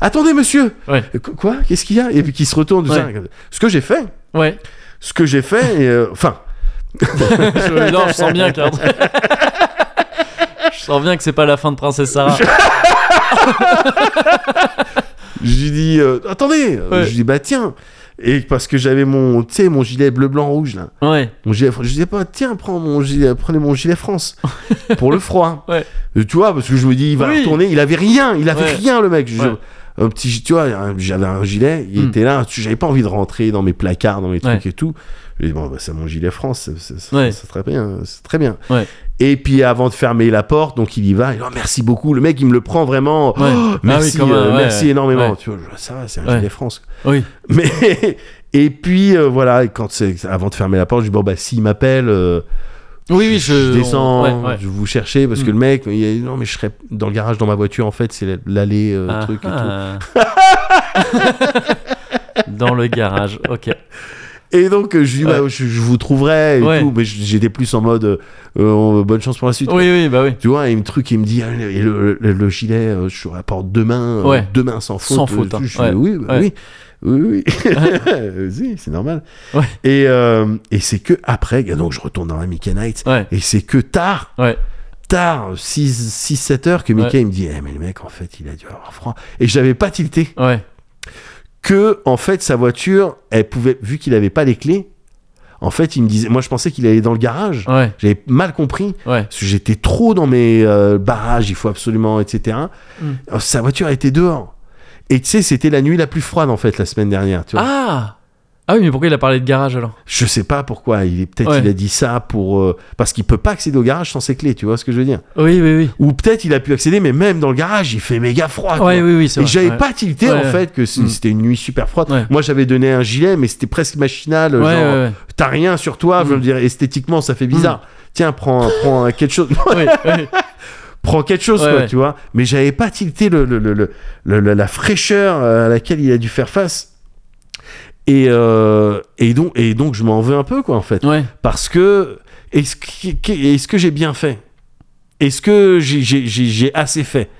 Speaker 2: Attendez monsieur
Speaker 1: Ouais.
Speaker 2: Euh, qu- Quoi Qu'est-ce qu'il y a Et puis qu'il se retourne, tout
Speaker 1: Ouais.
Speaker 2: ça. ce que j'ai fait,
Speaker 1: ouais.
Speaker 2: ce que j'ai fait, et, euh, enfin,
Speaker 1: je, non, je sens bien qu'il y a un- Je sens bien que c'est pas la fin de Princesse Sarah.
Speaker 2: je lui dis, euh, attendez,
Speaker 1: Ouais.
Speaker 2: je lui dis, bah tiens, et parce que j'avais mon, tu sais, mon gilet bleu, blanc, rouge là.
Speaker 1: Ouais.
Speaker 2: Mon gilet fr- je disais pas, tiens, prends mon gilet, prenez mon gilet France pour le froid.
Speaker 1: Ouais.
Speaker 2: Euh, Tu vois, parce que je me dis, il va
Speaker 1: Oui.
Speaker 2: retourner. Il avait rien, il avait
Speaker 1: Ouais.
Speaker 2: rien, le mec. Je-
Speaker 1: Ouais.
Speaker 2: Un petit, gi- tu vois, un- j'avais un gilet, il
Speaker 1: Mm.
Speaker 2: était là. tu- J'avais pas envie de rentrer dans mes placards, dans mes trucs
Speaker 1: Ouais.
Speaker 2: et tout. Je dis, bon, bah, c'est mon gilet France, c'est- c'est c'est-
Speaker 1: Ouais.
Speaker 2: c'est très bien, c'est très bien.
Speaker 1: Ouais.
Speaker 2: Et puis avant de fermer la porte, donc il y va. Il dit, oh, merci beaucoup. Le mec, il me le prend vraiment.
Speaker 1: Ouais.
Speaker 2: Oh,
Speaker 1: Ah oui,
Speaker 2: merci,
Speaker 1: quand même,
Speaker 2: euh,
Speaker 1: ouais,
Speaker 2: merci
Speaker 1: ouais.
Speaker 2: énormément.
Speaker 1: Ouais.
Speaker 2: Tu vois, je- ça va, c'est un
Speaker 1: Ouais.
Speaker 2: gilet France.
Speaker 1: Oui.
Speaker 2: Mais et puis euh, voilà, et quand c'est avant de fermer la porte, je dis bon bah s'il m'appelle, euh,
Speaker 1: Oui, oui, je.
Speaker 2: descends,
Speaker 1: Ouais, ouais.
Speaker 2: je vous chercher parce que
Speaker 1: Mm.
Speaker 2: le mec, il a dit, non mais je serais dans le garage dans ma voiture en fait, c'est l'allée euh,
Speaker 1: Ah,
Speaker 2: truc et tout.
Speaker 1: ah. Dans le garage, ok.
Speaker 2: Et donc euh, je dis bah, je, je vous trouverai et
Speaker 1: Ouais.
Speaker 2: tout, mais j- j'étais plus en mode euh, euh, bonne chance pour la suite.
Speaker 1: Oui, oui, bah oui.
Speaker 2: Tu vois, et me truc, il me dit, ah, et le, le- le gilet, euh, je te rapporte demain, euh,
Speaker 1: Ouais.
Speaker 2: demain sans faute.
Speaker 1: Sans
Speaker 2: euh,
Speaker 1: faute, hein.
Speaker 2: je suis,
Speaker 1: Ouais.
Speaker 2: Oui,
Speaker 1: Ouais.
Speaker 2: bah, oui, oui, oui. Si, c'est normal.
Speaker 1: Ouais.
Speaker 2: Et, euh, et c'est que après, donc je retourne dans la Mickey Night,
Speaker 1: Ouais.
Speaker 2: et c'est que tard,
Speaker 1: Ouais.
Speaker 2: tard, 6-7 heures, que Mickey il me dit, eh, mais le mec, en fait, il a dû avoir froid. Et j'avais pas tilté
Speaker 1: Ouais.
Speaker 2: que, en fait, sa voiture, elle pouvait, vu qu'il avait pas les clés, en fait, il me disait, moi je pensais qu'il allait dans le garage.
Speaker 1: Ouais.
Speaker 2: J'avais mal compris.
Speaker 1: Ouais.
Speaker 2: Parce que j'étais trop dans mes euh, barrages, il faut absolument, etc.
Speaker 1: Mm.
Speaker 2: Alors, Sa voiture était dehors. Et tu sais, c'était la nuit la plus froide en fait la semaine dernière. Tu vois.
Speaker 1: Ah Ah oui, mais pourquoi il a parlé de garage alors
Speaker 2: Je sais pas pourquoi. Il est peut-être
Speaker 1: Ouais.
Speaker 2: il a dit ça pour euh, parce qu'il peut pas accéder au garage sans ses clés. Tu vois ce que je veux dire
Speaker 1: Oui, oui, oui.
Speaker 2: Ou peut-être il a pu accéder, mais même dans le garage, il fait méga froid. quoi.
Speaker 1: Ah, Ouais, oui, oui, c'est
Speaker 2: Et
Speaker 1: vrai.
Speaker 2: j'avais
Speaker 1: ouais.
Speaker 2: pas tilté
Speaker 1: Ouais,
Speaker 2: en
Speaker 1: ouais.
Speaker 2: fait que c-
Speaker 1: Mm.
Speaker 2: c'était une nuit super froide.
Speaker 1: Ouais.
Speaker 2: Moi j'avais donné un gilet, mais c'était presque machinal.
Speaker 1: Ouais,
Speaker 2: genre
Speaker 1: ouais,
Speaker 2: t'as rien sur toi, je
Speaker 1: Mm.
Speaker 2: veux dire esthétiquement ça fait bizarre. Tiens prends prends euh, quelque chose.
Speaker 1: ouais. Oui, oui.
Speaker 2: prends quelque chose,
Speaker 1: Ouais,
Speaker 2: quoi,
Speaker 1: ouais.
Speaker 2: tu vois. Mais j'avais pas tilté le, le- le- le- le- le- la fraîcheur euh, à laquelle il a dû faire face. Et, euh, et, donc, et donc, je m'en veux un peu, quoi, en fait.
Speaker 1: Ouais.
Speaker 2: Parce que, est-ce que, que- est-ce que j'ai bien fait Est-ce que j'ai- j'ai j'ai- j'ai assez fait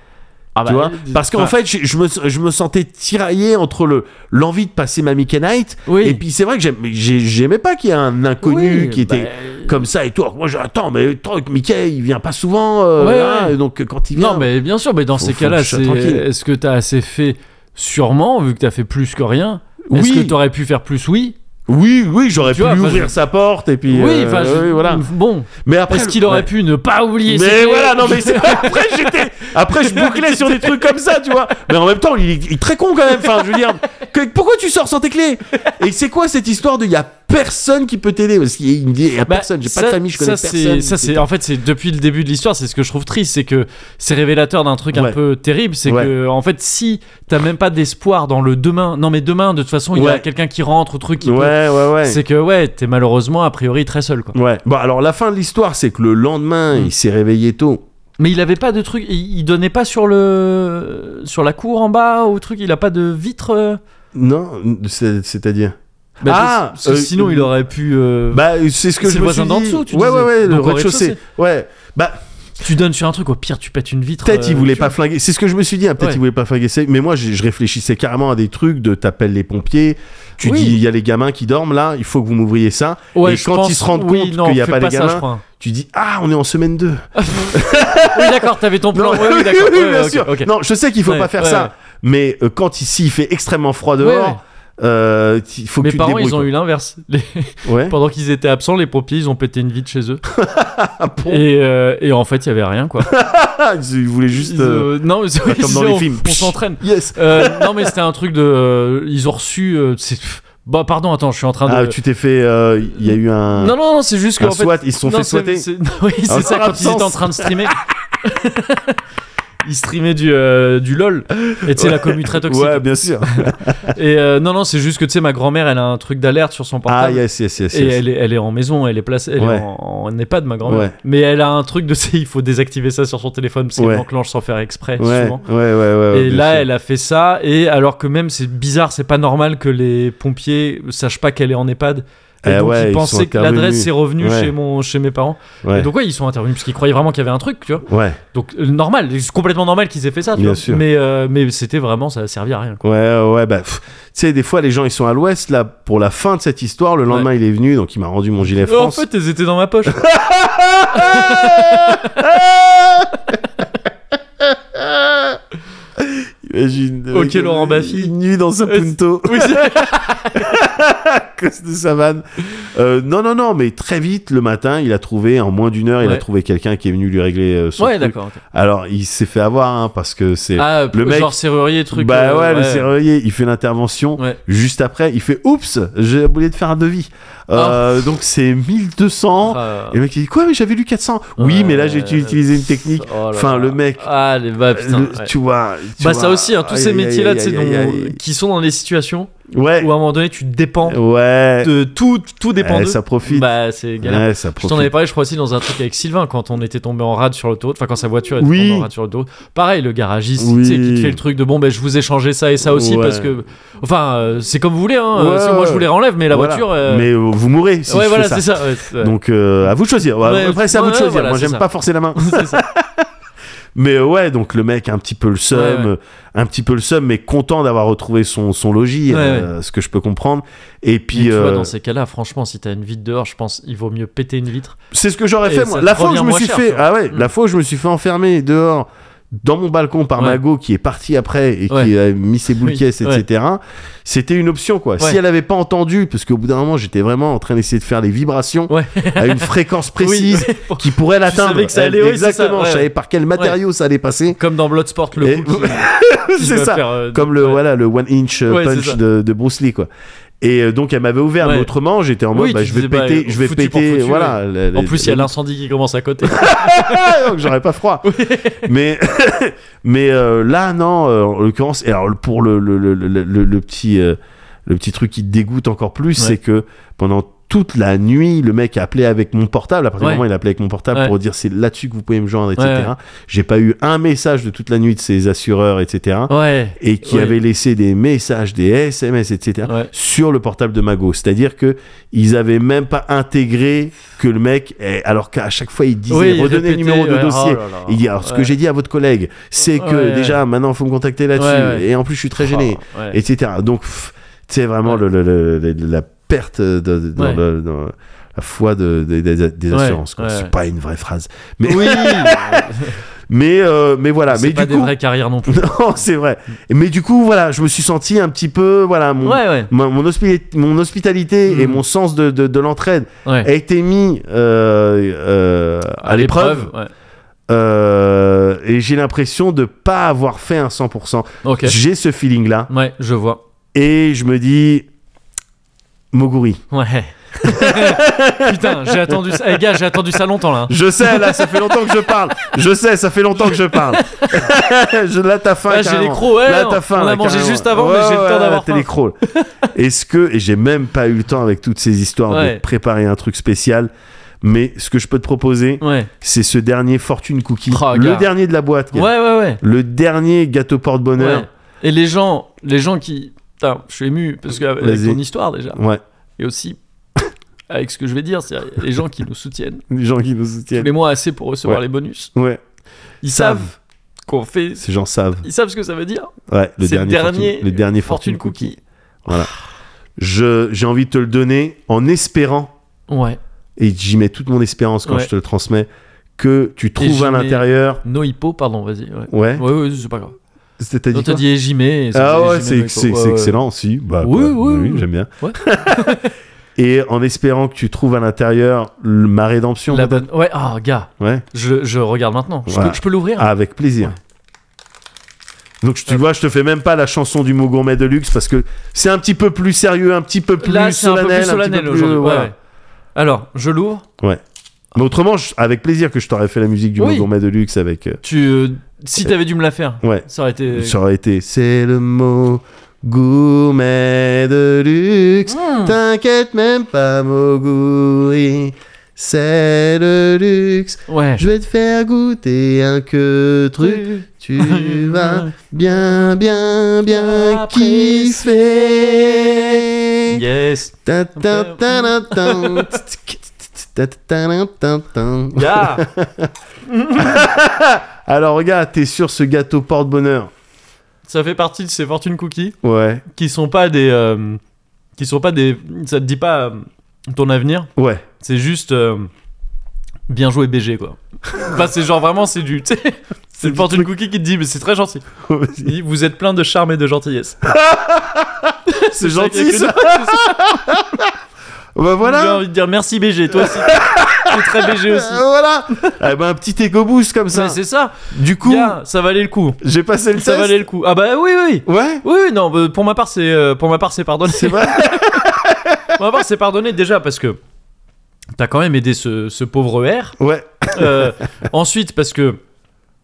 Speaker 1: Ah
Speaker 2: tu vois Parce qu'en
Speaker 1: enfin,
Speaker 2: fait, j'ai- je me, je me sentais tiraillé entre le l'envie de passer ma Mickey Night.
Speaker 1: Oui.
Speaker 2: Et puis, c'est vrai que j'aime- j'ai- j'aimais pas qu'il y ait un inconnu
Speaker 1: Oui,
Speaker 2: qui était
Speaker 1: bah,
Speaker 2: comme ça et tout. Alors que moi, j'attends, mais tant que Mickey, il vient pas souvent. euh,
Speaker 1: Ouais,
Speaker 2: hein,
Speaker 1: ouais.
Speaker 2: et Donc, quand il vient.
Speaker 1: Non, mais bien sûr, mais dans
Speaker 2: Faut-
Speaker 1: ces
Speaker 2: faut
Speaker 1: cas-là,
Speaker 2: que je sois
Speaker 1: c'est-
Speaker 2: tranquille.
Speaker 1: est-ce que t'as assez fait Sûrement, vu que t'as fait plus que rien. Est-ce
Speaker 2: Oui.
Speaker 1: que t'aurais pu faire plus Oui.
Speaker 2: Oui, oui, j'aurais
Speaker 1: Tu
Speaker 2: pu
Speaker 1: vois,
Speaker 2: lui
Speaker 1: enfin,
Speaker 2: ouvrir
Speaker 1: je-
Speaker 2: sa porte et puis.
Speaker 1: oui,
Speaker 2: euh,
Speaker 1: enfin, je-
Speaker 2: oui, voilà.
Speaker 1: bon.
Speaker 2: Mais après,
Speaker 1: Est-ce qu'il aurait
Speaker 2: ouais.
Speaker 1: pu ne pas oublier ses
Speaker 2: Mais
Speaker 1: clés
Speaker 2: voilà, non, mais c'est- après, j'étais. Après, je bouclais sur des trucs comme ça, tu vois. Mais en même temps, il, est- il est très con quand même. Enfin, je veux dire, que- pourquoi tu sors sans tes clés Et c'est quoi cette histoire de il y a personne qui peut t'aider Parce qu'il me dit, il y a
Speaker 1: Bah,
Speaker 2: personne, j'ai
Speaker 1: ça-
Speaker 2: pas de famille, je connais
Speaker 1: ça, c'est-
Speaker 2: personne.
Speaker 1: Ça, c'est,
Speaker 2: etc.
Speaker 1: en fait, c'est depuis le début de l'histoire, c'est ce que je trouve triste, c'est que c'est révélateur d'un truc un
Speaker 2: Ouais.
Speaker 1: peu terrible. C'est
Speaker 2: Ouais.
Speaker 1: que, en fait, si t'as même pas d'espoir dans le demain, non, mais demain, de toute façon, il y a
Speaker 2: Ouais.
Speaker 1: quelqu'un qui rentre ou truc qui peut-
Speaker 2: Ouais, ouais, ouais.
Speaker 1: C'est que, ouais, t'es malheureusement, a priori, très seul, quoi.
Speaker 2: Ouais. Bon, alors la fin de l'histoire, c'est que le lendemain,
Speaker 1: Mm.
Speaker 2: il s'est réveillé tôt.
Speaker 1: Mais il avait pas de truc, il, il donnait pas sur le, sur la cour en bas ou truc, il a pas de vitre. euh
Speaker 2: Non, c'est- c'est-à-dire.
Speaker 1: Bah,
Speaker 2: Ah,
Speaker 1: parce que
Speaker 2: euh,
Speaker 1: sinon, il aurait pu, euh,
Speaker 2: Bah, c'est ce que
Speaker 1: C'est
Speaker 2: je
Speaker 1: le
Speaker 2: me
Speaker 1: voisin
Speaker 2: suis
Speaker 1: d'en
Speaker 2: dit.
Speaker 1: dessous, tu
Speaker 2: Ouais,
Speaker 1: disais.
Speaker 2: ouais, ouais,
Speaker 1: Donc, au
Speaker 2: le rez-de-chaussée. Ouais. Bah,
Speaker 1: tu donnes sur un truc, au pire, tu pètes une vitre.
Speaker 2: Peut-être
Speaker 1: euh,
Speaker 2: il voulait
Speaker 1: tu
Speaker 2: pas flinguer. C'est ce que je me suis dit. hein, Peut-être
Speaker 1: Ouais.
Speaker 2: il voulait pas flinguer. ça. Mais moi, je, je réfléchissais carrément à des trucs de t'appelles les pompiers. Tu
Speaker 1: Oui.
Speaker 2: dis il y a les gamins qui dorment là. Il faut que vous m'ouvriez ça.
Speaker 1: Ouais,
Speaker 2: Et
Speaker 1: je
Speaker 2: quand
Speaker 1: pense-
Speaker 2: ils se rendent
Speaker 1: oui,
Speaker 2: compte
Speaker 1: non,
Speaker 2: qu'il y a
Speaker 1: fais
Speaker 2: pas les
Speaker 1: ça,
Speaker 2: gamins,
Speaker 1: je crois.
Speaker 2: Tu dis ah on est en semaine 2
Speaker 1: Oui, d'accord, t'avais ton plan.
Speaker 2: Non,
Speaker 1: Ouais, oui, d'accord.
Speaker 2: oui,
Speaker 1: Ouais,
Speaker 2: bien
Speaker 1: ok,
Speaker 2: sûr.
Speaker 1: ok.
Speaker 2: Non, je sais qu'il faut
Speaker 1: Ouais,
Speaker 2: pas faire
Speaker 1: ouais, ouais.
Speaker 2: ça. Mais euh, quand ici il fait extrêmement froid
Speaker 1: Ouais,
Speaker 2: dehors.
Speaker 1: ouais.
Speaker 2: euh, il faut que
Speaker 1: Mes
Speaker 2: tu te
Speaker 1: parents, ils ont eu
Speaker 2: débrouilles,
Speaker 1: l'inverse. Les-
Speaker 2: quoi. Ouais.
Speaker 1: Pendant qu'ils étaient absents, les pompiers, ils ont pété une vie de chez eux.
Speaker 2: Oh.
Speaker 1: et, euh, et en fait, il y avait rien, quoi.
Speaker 2: Ah, ils voulaient juste.
Speaker 1: Ils,
Speaker 2: euh,
Speaker 1: euh, non, ils-
Speaker 2: faire comme dans
Speaker 1: ils-
Speaker 2: les
Speaker 1: on-
Speaker 2: films.
Speaker 1: On s'entraîne.
Speaker 2: Yes.
Speaker 1: Euh, non, mais c'était un truc de. euh, ils ont reçu. euh, c'est- pff, bah, pardon, attends, je suis en train de.
Speaker 2: Ah, tu t'es fait. euh, Il y a eu un.
Speaker 1: Non, non, non, c'est juste
Speaker 2: un
Speaker 1: qu'en fait.
Speaker 2: SWAT, ils se sont
Speaker 1: Non,
Speaker 2: fait
Speaker 1: c'est-
Speaker 2: swatter.
Speaker 1: c'est- Oui, c'est
Speaker 2: Encore
Speaker 1: ça, quand ils
Speaker 2: absence.
Speaker 1: étaient en train de streamer. ils streamaient du, euh, du LOL. Et tu sais, la commu très toxique.
Speaker 2: Ouais, bien sûr.
Speaker 1: Et euh, non, non, c'est juste que tu sais, ma grand-mère, elle a un truc d'alerte sur son
Speaker 2: Ah,
Speaker 1: portable.
Speaker 2: yes, yes, yes.
Speaker 1: Et
Speaker 2: yes.
Speaker 1: elle est, elle est en maison, elle est placée, elle
Speaker 2: Ouais.
Speaker 1: est en, en EHPAD, ma grand-mère.
Speaker 2: Ouais.
Speaker 1: Mais elle a un truc de, tu sais, il faut désactiver ça sur son téléphone parce qu'elle
Speaker 2: Ouais.
Speaker 1: l'enclenche sans faire exprès,
Speaker 2: Ouais,
Speaker 1: souvent.
Speaker 2: ouais, ouais, ouais, ouais,
Speaker 1: Et
Speaker 2: bien
Speaker 1: là,
Speaker 2: sûr.
Speaker 1: elle a fait ça, et alors que même c'est bizarre, c'est pas normal que les pompiers sachent pas qu'elle est en EHPAD. Et
Speaker 2: Eh
Speaker 1: donc
Speaker 2: ouais,
Speaker 1: ils
Speaker 2: ils
Speaker 1: pensaient
Speaker 2: sont
Speaker 1: que l'adresse
Speaker 2: intervenus.
Speaker 1: est revenue
Speaker 2: Ouais.
Speaker 1: chez, mon, chez mes parents.
Speaker 2: Ouais,
Speaker 1: Et donc ouais, ils sont intervenus parce qu'ils croyaient vraiment qu'il y avait un truc, tu vois.
Speaker 2: ouais,
Speaker 1: Donc euh, normal, c'est complètement normal qu'ils aient fait ça, tu
Speaker 2: Bien
Speaker 1: vois.
Speaker 2: sûr.
Speaker 1: Mais, euh, mais c'était vraiment, ça a servi à rien. quoi.
Speaker 2: ouais, ouais, bah, pff, tu sais, des fois, les gens, ils sont à l'ouest, là, pour la fin de cette histoire. Le lendemain, il est venu, donc il m'a rendu mon gilet
Speaker 1: Euh, En
Speaker 2: France.
Speaker 1: fait, ils étaient dans ma poche.
Speaker 2: Imagine. le
Speaker 1: Ok,
Speaker 2: mec, euh,
Speaker 1: Laurent Baffy.
Speaker 2: Nu dans un
Speaker 1: Euh,
Speaker 2: punto.
Speaker 1: oui, c'est-
Speaker 2: à cause de sa vanne. Euh, non, non, non, mais très vite, le matin, il a trouvé, en moins d'une heure, il
Speaker 1: Ouais.
Speaker 2: a trouvé quelqu'un qui est venu lui régler euh, son
Speaker 1: ouais,
Speaker 2: truc.
Speaker 1: d'accord. ok.
Speaker 2: Alors, il s'est fait avoir, hein, parce que c'est...
Speaker 1: Ah,
Speaker 2: le mec-
Speaker 1: genre serrurier, truc.
Speaker 2: bah
Speaker 1: euh,
Speaker 2: ouais, le serrurier, il fait l'intervention.
Speaker 1: Ouais.
Speaker 2: Juste après, il fait « Oups, j'ai oublié de faire un devis. Euh, Donc, c'est 1200.
Speaker 1: Ah,
Speaker 2: Et le mec, il dit « Quoi, mais j'avais lu 400 Oui, mais là, j'ai
Speaker 1: Ouais.
Speaker 2: utilisé une technique.
Speaker 1: oh là
Speaker 2: Enfin,
Speaker 1: là.
Speaker 2: le mec...
Speaker 1: Ah, les bah, putain.
Speaker 2: le-
Speaker 1: ouais.
Speaker 2: Tu vois... tu
Speaker 1: Bah
Speaker 2: vois,
Speaker 1: ça aussi, hein, tous
Speaker 2: aïe,
Speaker 1: ces
Speaker 2: aïe,
Speaker 1: métiers-là,
Speaker 2: aïe,
Speaker 1: tu sais,
Speaker 2: aïe,
Speaker 1: dont-
Speaker 2: aïe, aïe.
Speaker 1: qui sont dans des situations
Speaker 2: Ouais,
Speaker 1: où à un moment donné tu dépends
Speaker 2: ouais.
Speaker 1: de tout, tout dépend
Speaker 2: Eh,
Speaker 1: d'eux.
Speaker 2: ça profite.
Speaker 1: Bah c'est galère.
Speaker 2: Ouais, ça
Speaker 1: Je t'en avais
Speaker 2: profite.
Speaker 1: parlé, je crois aussi dans un truc avec Sylvain quand on était tombé en rade sur l'autoroute, enfin quand sa voiture était
Speaker 2: Oui.
Speaker 1: tombée en rade sur l'autoroute. Pareil, le garagiste,
Speaker 2: Oui.
Speaker 1: tu sais, qui te fait le truc de bon, ben je vous ai changé ça et ça aussi
Speaker 2: Ouais.
Speaker 1: parce que, enfin, euh, c'est comme vous voulez, hein.
Speaker 2: Ouais,
Speaker 1: euh, c'est- moi je
Speaker 2: ouais.
Speaker 1: vous les renlève, mais la
Speaker 2: Voilà.
Speaker 1: voiture. euh,
Speaker 2: Mais euh, vous mourrez si je
Speaker 1: ouais,
Speaker 2: fais
Speaker 1: voilà,
Speaker 2: ça.
Speaker 1: c'est ça. ouais, c'est-
Speaker 2: Donc euh, à vous de choisir. Ouais,
Speaker 1: Ouais,
Speaker 2: Après c'est à vous de
Speaker 1: ouais,
Speaker 2: choisir.
Speaker 1: voilà,
Speaker 2: Moi
Speaker 1: c'est
Speaker 2: j'aime
Speaker 1: ça.
Speaker 2: pas forcer la main.
Speaker 1: c'est ça.
Speaker 2: Mais euh, ouais donc le mec un petit peu le seum,
Speaker 1: Ouais, ouais.
Speaker 2: euh, un petit peu le seum, mais content d'avoir retrouvé son son logis,
Speaker 1: Ouais,
Speaker 2: euh, ce que je peux comprendre. Et
Speaker 1: Mais
Speaker 2: puis
Speaker 1: tu vois,
Speaker 2: euh,
Speaker 1: dans ces cas-là, franchement, si t'as une vitre dehors, je pense il vaut mieux péter une vitre.
Speaker 2: c'est ce que j'aurais
Speaker 1: Et
Speaker 2: fait
Speaker 1: ça
Speaker 2: moi.
Speaker 1: te
Speaker 2: La fois où
Speaker 1: revient
Speaker 2: je me
Speaker 1: moins
Speaker 2: suis
Speaker 1: cher,
Speaker 2: fait
Speaker 1: tu vois.
Speaker 2: ah ouais
Speaker 1: Mm.
Speaker 2: la fois où je me suis fait enfermer dehors dans mon balcon par
Speaker 1: Ouais.
Speaker 2: Mago qui est partie après et
Speaker 1: Ouais.
Speaker 2: qui a mis ses boules
Speaker 1: Oui,
Speaker 2: caisses
Speaker 1: ouais.
Speaker 2: etc. C'était une option quoi.
Speaker 1: Ouais.
Speaker 2: Si elle avait pas entendu parce qu'au bout d'un moment j'étais vraiment en train d'essayer de faire des vibrations
Speaker 1: Ouais.
Speaker 2: à une fréquence précise.
Speaker 1: Oui, ouais.
Speaker 2: qui pourrait l'atteindre.
Speaker 1: savais que ça allait,
Speaker 2: Elle-
Speaker 1: oui, c'est ça,
Speaker 2: Exactement,
Speaker 1: ouais.
Speaker 2: je savais par quel matériau ça allait passer.
Speaker 1: Comme dans Bloodsport, le
Speaker 2: Et-
Speaker 1: coup qui- qui
Speaker 2: c'est
Speaker 1: va
Speaker 2: ça.
Speaker 1: faire, euh,
Speaker 2: Comme le
Speaker 1: ouais.
Speaker 2: voilà le one inch euh,
Speaker 1: Ouais, c'est ça.
Speaker 2: punch de, de Bruce Lee quoi. Et euh, donc elle m'avait ouvert, mais
Speaker 1: Ouais.
Speaker 2: autrement j'étais en mode
Speaker 1: Oui,
Speaker 2: bah,
Speaker 1: tu
Speaker 2: je vais
Speaker 1: disais, bah,
Speaker 2: péter, je vais
Speaker 1: foutu pour
Speaker 2: péter,
Speaker 1: foutu,
Speaker 2: voilà. la-
Speaker 1: En
Speaker 2: la-
Speaker 1: plus, il y a l'incendie qui commence à côté.
Speaker 2: donc j'aurais pas froid. mais mais euh, là non, euh, en l'occurrence, et alors pour le le, le, le- le- le petit euh, le petit truc qui te dégoûte encore plus,
Speaker 1: Ouais.
Speaker 2: c'est que pendant toute la nuit, le mec a appelé avec mon portable. À partir
Speaker 1: Ouais.
Speaker 2: du moment où il a appelé avec mon portable
Speaker 1: Ouais.
Speaker 2: pour dire c'est là-dessus que vous pouvez me joindre, etc.
Speaker 1: Ouais, ouais.
Speaker 2: J'ai pas eu un message de toute la nuit de ces assureurs, etc.
Speaker 1: Ouais.
Speaker 2: Et qui
Speaker 1: Ouais.
Speaker 2: avait laissé des messages, des SMS, etc.
Speaker 1: Ouais.
Speaker 2: sur le portable de Mago. C'est-à-dire que ils avaient même pas intégré que le mec, est- alors qu'à chaque fois il disait
Speaker 1: Oui, il
Speaker 2: redonnez le
Speaker 1: répétait,
Speaker 2: numéro de
Speaker 1: ouais,
Speaker 2: dossier.
Speaker 1: oh là là.
Speaker 2: Il dit alors ce
Speaker 1: Ouais.
Speaker 2: que j'ai dit à votre collègue, c'est que
Speaker 1: Ouais, ouais.
Speaker 2: déjà maintenant faut me contacter là-dessus
Speaker 1: Ouais, ouais.
Speaker 2: et en plus je suis très gêné,
Speaker 1: Oh, ouais.
Speaker 2: etc. Donc pff, tu sais vraiment
Speaker 1: Ouais.
Speaker 2: le- le- le- le- la perte de, de- dans
Speaker 1: Ouais.
Speaker 2: le- dans la foi de- de- des- des
Speaker 1: Ouais,
Speaker 2: assurances. quoi.
Speaker 1: ouais,
Speaker 2: C'est
Speaker 1: ouais.
Speaker 2: pas une vraie phrase, mais
Speaker 1: Oui.
Speaker 2: mais euh, mais voilà.
Speaker 1: c'est
Speaker 2: Mais
Speaker 1: pas
Speaker 2: du
Speaker 1: des
Speaker 2: coup,
Speaker 1: vraies carrières non plus.
Speaker 2: non c'est vrai. Mais du coup voilà, je me suis senti un petit peu voilà mon
Speaker 1: Ouais, ouais.
Speaker 2: mon, mon hospi- mon hospitalité
Speaker 1: Mm.
Speaker 2: et mon sens de, de, de l'entraide
Speaker 1: ouais.
Speaker 2: a été mis euh, euh, à, l'épreuve
Speaker 1: Ouais.
Speaker 2: euh, et j'ai l'impression de pas avoir fait un 100%.
Speaker 1: Ok.
Speaker 2: J'ai ce feeling là
Speaker 1: Ouais, je vois.
Speaker 2: et je me dis Moguri.
Speaker 1: Ouais. Putain, j'ai attendu ça. Eh, gars, j'ai attendu ça longtemps là.
Speaker 2: Je sais là, ça fait longtemps que je parle. Je sais, ça fait longtemps que je parle. je, là t'as faim.
Speaker 1: Là, j'ai
Speaker 2: carrément.
Speaker 1: les crocs, ouais,
Speaker 2: Là
Speaker 1: on-
Speaker 2: t'as faim.
Speaker 1: on a
Speaker 2: là,
Speaker 1: mangé
Speaker 2: carrément.
Speaker 1: juste avant, mais
Speaker 2: Ouais,
Speaker 1: j'ai le
Speaker 2: ouais,
Speaker 1: temps
Speaker 2: ouais,
Speaker 1: d'avoir
Speaker 2: T'es
Speaker 1: faim.
Speaker 2: les crocs. Est-ce que et j'ai même pas eu le temps avec toutes ces histoires
Speaker 1: Ouais.
Speaker 2: de préparer un truc spécial. Mais ce que je peux te proposer,
Speaker 1: Ouais.
Speaker 2: c'est ce dernier Fortune Cookie.
Speaker 1: Oh,
Speaker 2: le
Speaker 1: gars.
Speaker 2: dernier de la boîte.
Speaker 1: Ouais,
Speaker 2: gars.
Speaker 1: ouais, ouais.
Speaker 2: Le dernier gâteau porte-bonheur.
Speaker 1: Ouais. Et les gens, les gens qui. Putain, je suis ému parce que avec
Speaker 2: Vas-y.
Speaker 1: ton histoire déjà,
Speaker 2: Ouais.
Speaker 1: et aussi avec ce que je vais dire, c'est les gens qui nous soutiennent
Speaker 2: Les gens qui nous soutiennent.
Speaker 1: tous les mois assez pour recevoir
Speaker 2: Ouais.
Speaker 1: les bonus.
Speaker 2: Ouais.
Speaker 1: Ils savent qu'on fait.
Speaker 2: Ces gens savent.
Speaker 1: Ils savent ce que ça veut dire.
Speaker 2: Ouais. Le
Speaker 1: C'est
Speaker 2: dernier, Fortune, le dernier Fortune, Cookie. Voilà. Je, j'ai envie de te le donner en espérant,
Speaker 1: Ouais.
Speaker 2: et j'y mets toute mon espérance quand
Speaker 1: Ouais.
Speaker 2: je te le transmets, que tu trouves
Speaker 1: j'y
Speaker 2: à
Speaker 1: mets-
Speaker 2: l'intérieur.
Speaker 1: No hippo, pardon, vas-y. Ouais.
Speaker 2: Ouais.
Speaker 1: Ouais, ouais, c'est pas grave. On
Speaker 2: C'est-à-dire
Speaker 1: te
Speaker 2: quoi
Speaker 1: dit Ejime. et ça
Speaker 2: Ah
Speaker 1: dit
Speaker 2: ouais,
Speaker 1: Ejime
Speaker 2: c'est
Speaker 1: Neko.
Speaker 2: c'est-
Speaker 1: Ouais,
Speaker 2: c'est
Speaker 1: ouais.
Speaker 2: excellent, si. Bah,
Speaker 1: Oui,
Speaker 2: bah,
Speaker 1: oui, oui.
Speaker 2: j'aime bien.
Speaker 1: Ouais.
Speaker 2: Et en espérant que tu trouves à l'intérieur le- ma rédemption,
Speaker 1: La
Speaker 2: peut-être
Speaker 1: bonne... Ouais, ah, gars,
Speaker 2: Ouais,
Speaker 1: je, je regarde maintenant. Je
Speaker 2: Voilà. Ah.
Speaker 1: peux, je peux l'ouvrir
Speaker 2: avec plaisir. Donc tu vois, je te fais même pas la chanson du mot gourmet de luxe parce que c'est un petit peu plus sérieux, un petit peu plus
Speaker 1: Là, c'est un peu
Speaker 2: solennel,
Speaker 1: plus
Speaker 2: petit
Speaker 1: solennel
Speaker 2: plus-
Speaker 1: aujourd'hui. ouais,
Speaker 2: voilà.
Speaker 1: ouais. Alors, je l'ouvre.
Speaker 2: Mais autrement, je- avec plaisir que je t'aurais fait la musique du mot
Speaker 1: Oui.
Speaker 2: gourmet de luxe avec. euh,
Speaker 1: Tu, euh, si t'avais dû me la faire,
Speaker 2: ouais.
Speaker 1: ça aurait été.
Speaker 2: Ça aurait été. C'est le mot gourmet de luxe.
Speaker 1: Hmm.
Speaker 2: T'inquiète même pas, Moguri. C'est le luxe.
Speaker 1: Ouais.
Speaker 2: Je vais te faire goûter un que truc. Tu vas bien, bien, bien kiffer.
Speaker 1: Yes.
Speaker 2: Ta ta ta la tan. Ta ta ta la tan tan.
Speaker 1: Gars,
Speaker 2: Alors, regarde, t'es sur ce gâteau porte-bonheur.
Speaker 1: ça fait partie de ces fortune cookies
Speaker 2: Ouais,
Speaker 1: qui sont pas des. euh, qui sont pas des. Ça te dit pas euh, ton avenir.
Speaker 2: ouais.
Speaker 1: C'est juste. euh, bien joué BG, quoi. Enfin, c'est genre vraiment, c'est du. tu sais, C'est le
Speaker 2: du
Speaker 1: fortune cookie qui te dit, mais c'est très gentil. Il dit, Vous êtes plein de charme et de gentillesse.
Speaker 2: C'est
Speaker 1: ça qu'il y a
Speaker 2: gentil
Speaker 1: que
Speaker 2: ça. Bah
Speaker 1: J'ai
Speaker 2: voilà.
Speaker 1: envie de dire merci BG, toi aussi. T'es très BG aussi.
Speaker 2: Euh, Voilà. Eh ben un petit égo boost comme ça.
Speaker 1: Mais c'est ça,
Speaker 2: Du coup,
Speaker 1: gars, ça valait le coup.
Speaker 2: j'ai passé le
Speaker 1: Ça
Speaker 2: test.
Speaker 1: valait le coup. Ah bah oui, oui.
Speaker 2: Ouais.
Speaker 1: Oui, oui, non, bah, pour ma part, c'est euh, pour ma part, c'est pardonné.
Speaker 2: C'est vrai.
Speaker 1: pour ma part, c'est pardonné déjà parce que t'as quand même aidé ce, ce pauvre R.
Speaker 2: Ouais.
Speaker 1: Euh, ensuite, parce que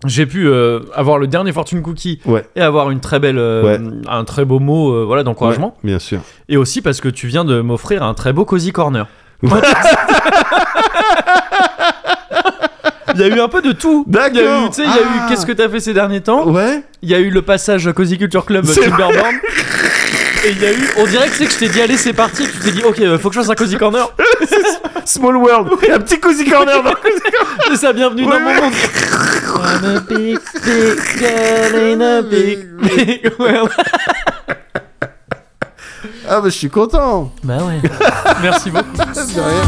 Speaker 1: j'ai pu euh, avoir le dernier fortune cookie
Speaker 2: Ouais.
Speaker 1: et avoir une très belle, euh, un très beau mot, euh, voilà, d'encouragement.
Speaker 2: Ouais, bien sûr.
Speaker 1: Et aussi parce que tu viens de m'offrir un très beau cozy corner.
Speaker 2: Ouais.
Speaker 1: Il y a eu un peu de tout. Il y a eu,
Speaker 2: D'accord.
Speaker 1: tu sais, il y a eu
Speaker 2: Ah.
Speaker 1: qu'est-ce que t'as fait ces derniers temps.
Speaker 2: Ouais.
Speaker 1: Il y a eu le passage Cozy Culture Club
Speaker 2: C'est
Speaker 1: Timberborn. Et il y a eu, on dirait que c'est que je t'ai dit allez c'est parti. Tu t'es dit ok euh, faut que je fasse un cozy corner.
Speaker 2: Small World. Un petit cozy corner. dans-
Speaker 1: C'est ça bienvenue
Speaker 2: Oui,
Speaker 1: dans
Speaker 2: oui.
Speaker 1: mon monde. I'm a big, big girl in a big, big world.
Speaker 2: Ah bah je suis content.
Speaker 1: Bah ouais. Merci beaucoup.
Speaker 2: De rien.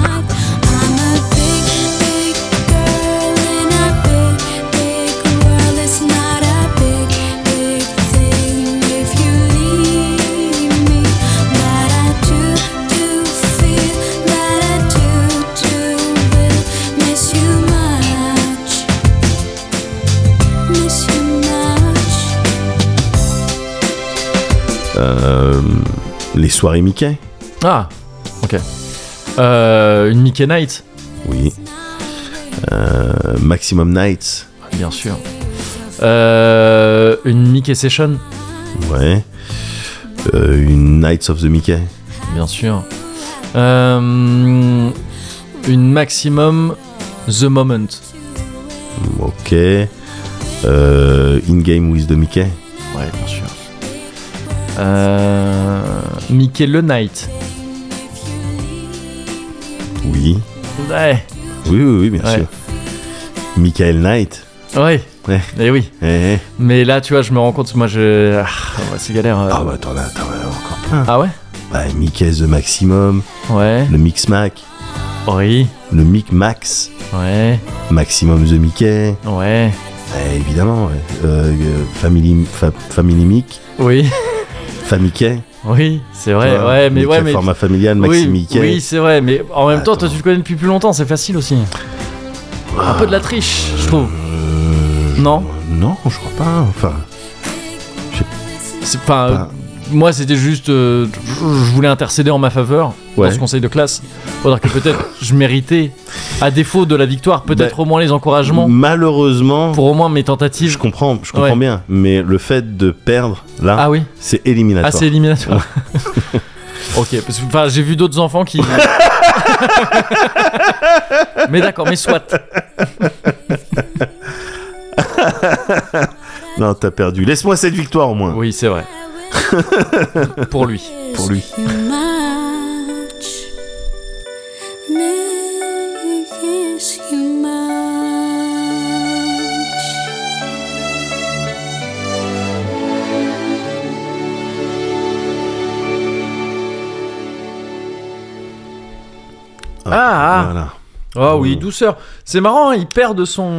Speaker 4: Miss you much.
Speaker 2: Euh, les soirées Mickey.
Speaker 1: Ah ok. Euh, une Mickey Knight.
Speaker 2: Oui. Euh, Maximum Nights.
Speaker 1: Bien sûr. Euh, une Mickey Session,
Speaker 2: Ouais. Euh, une Nights of the Mickey.
Speaker 1: bien sûr. Euh, une Maximum The Moment.
Speaker 2: Ok. Euh, in Game with the Mickey.
Speaker 1: Ouais, bien sûr. Euh, Mickey Le Night.
Speaker 2: Oui.
Speaker 1: Ouais.
Speaker 2: Oui, oui, oui, bien
Speaker 1: Ouais.
Speaker 2: sûr. Michael Knight.
Speaker 1: Ouais.
Speaker 2: Ouais.
Speaker 1: Eh oui.
Speaker 2: Eh, eh.
Speaker 1: Mais là, tu vois, je me rends compte, moi, je. Ah, ouais, c'est galère. euh.
Speaker 2: Ah bah t'en as, t'en as encore plein.
Speaker 1: Ah ouais
Speaker 2: Bah, Mickey the Maximum,
Speaker 1: Ouais.
Speaker 2: le Mix Mac,
Speaker 1: Oui.
Speaker 2: le Mic Max,
Speaker 1: Ouais.
Speaker 2: Maximum the Mickey.
Speaker 1: Ouais.
Speaker 2: Eh, évidemment, ouais. Euh, euh, Family, fa- family Mic,
Speaker 1: Oui.
Speaker 2: Famickey.
Speaker 1: Oui, c'est vrai.
Speaker 2: tu vois,
Speaker 1: ouais, mais
Speaker 2: Mickey
Speaker 1: ouais, mais.
Speaker 2: Format familial, Maxi
Speaker 1: Oui,
Speaker 2: Mickey.
Speaker 1: oui c'est vrai, mais en même temps, toi
Speaker 2: Attends.
Speaker 1: tu le connais depuis plus longtemps, c'est facile aussi. Un peu de la triche, je trouve.
Speaker 2: Euh, je-
Speaker 1: Non
Speaker 2: Non, je crois pas. Enfin,
Speaker 1: C'est pas.
Speaker 2: Pas-
Speaker 1: moi, c'était juste. euh, je je voulais intercéder en ma faveur
Speaker 2: Ouais.
Speaker 1: dans ce conseil de classe. Faudra que peut-être je méritais, à défaut de la victoire, peut-être
Speaker 2: Bah,
Speaker 1: au moins les encouragements
Speaker 2: malheureusement,
Speaker 1: pour au moins mes
Speaker 2: je
Speaker 1: tentatives.
Speaker 2: comprends, je comprends
Speaker 1: Ouais.
Speaker 2: bien. Mais le fait de perdre, là,
Speaker 1: Ah oui
Speaker 2: c'est
Speaker 1: Ah,
Speaker 2: éliminatoire.
Speaker 1: c'est éliminatoire. ok, parce que enfin, j'ai vu d'autres enfants qui. mais d'accord, mais soit.
Speaker 2: Non, t'as perdu. Laisse-moi cette victoire au moins.
Speaker 1: Oui, c'est vrai. Pour lui.
Speaker 2: Pour lui.
Speaker 4: Much. Miss you much.
Speaker 1: Ah, ah.
Speaker 2: Voilà.
Speaker 1: Ah oui,
Speaker 2: Mm. Ah,
Speaker 1: Ah, douceur. C'est marrant, hein, il perd de son.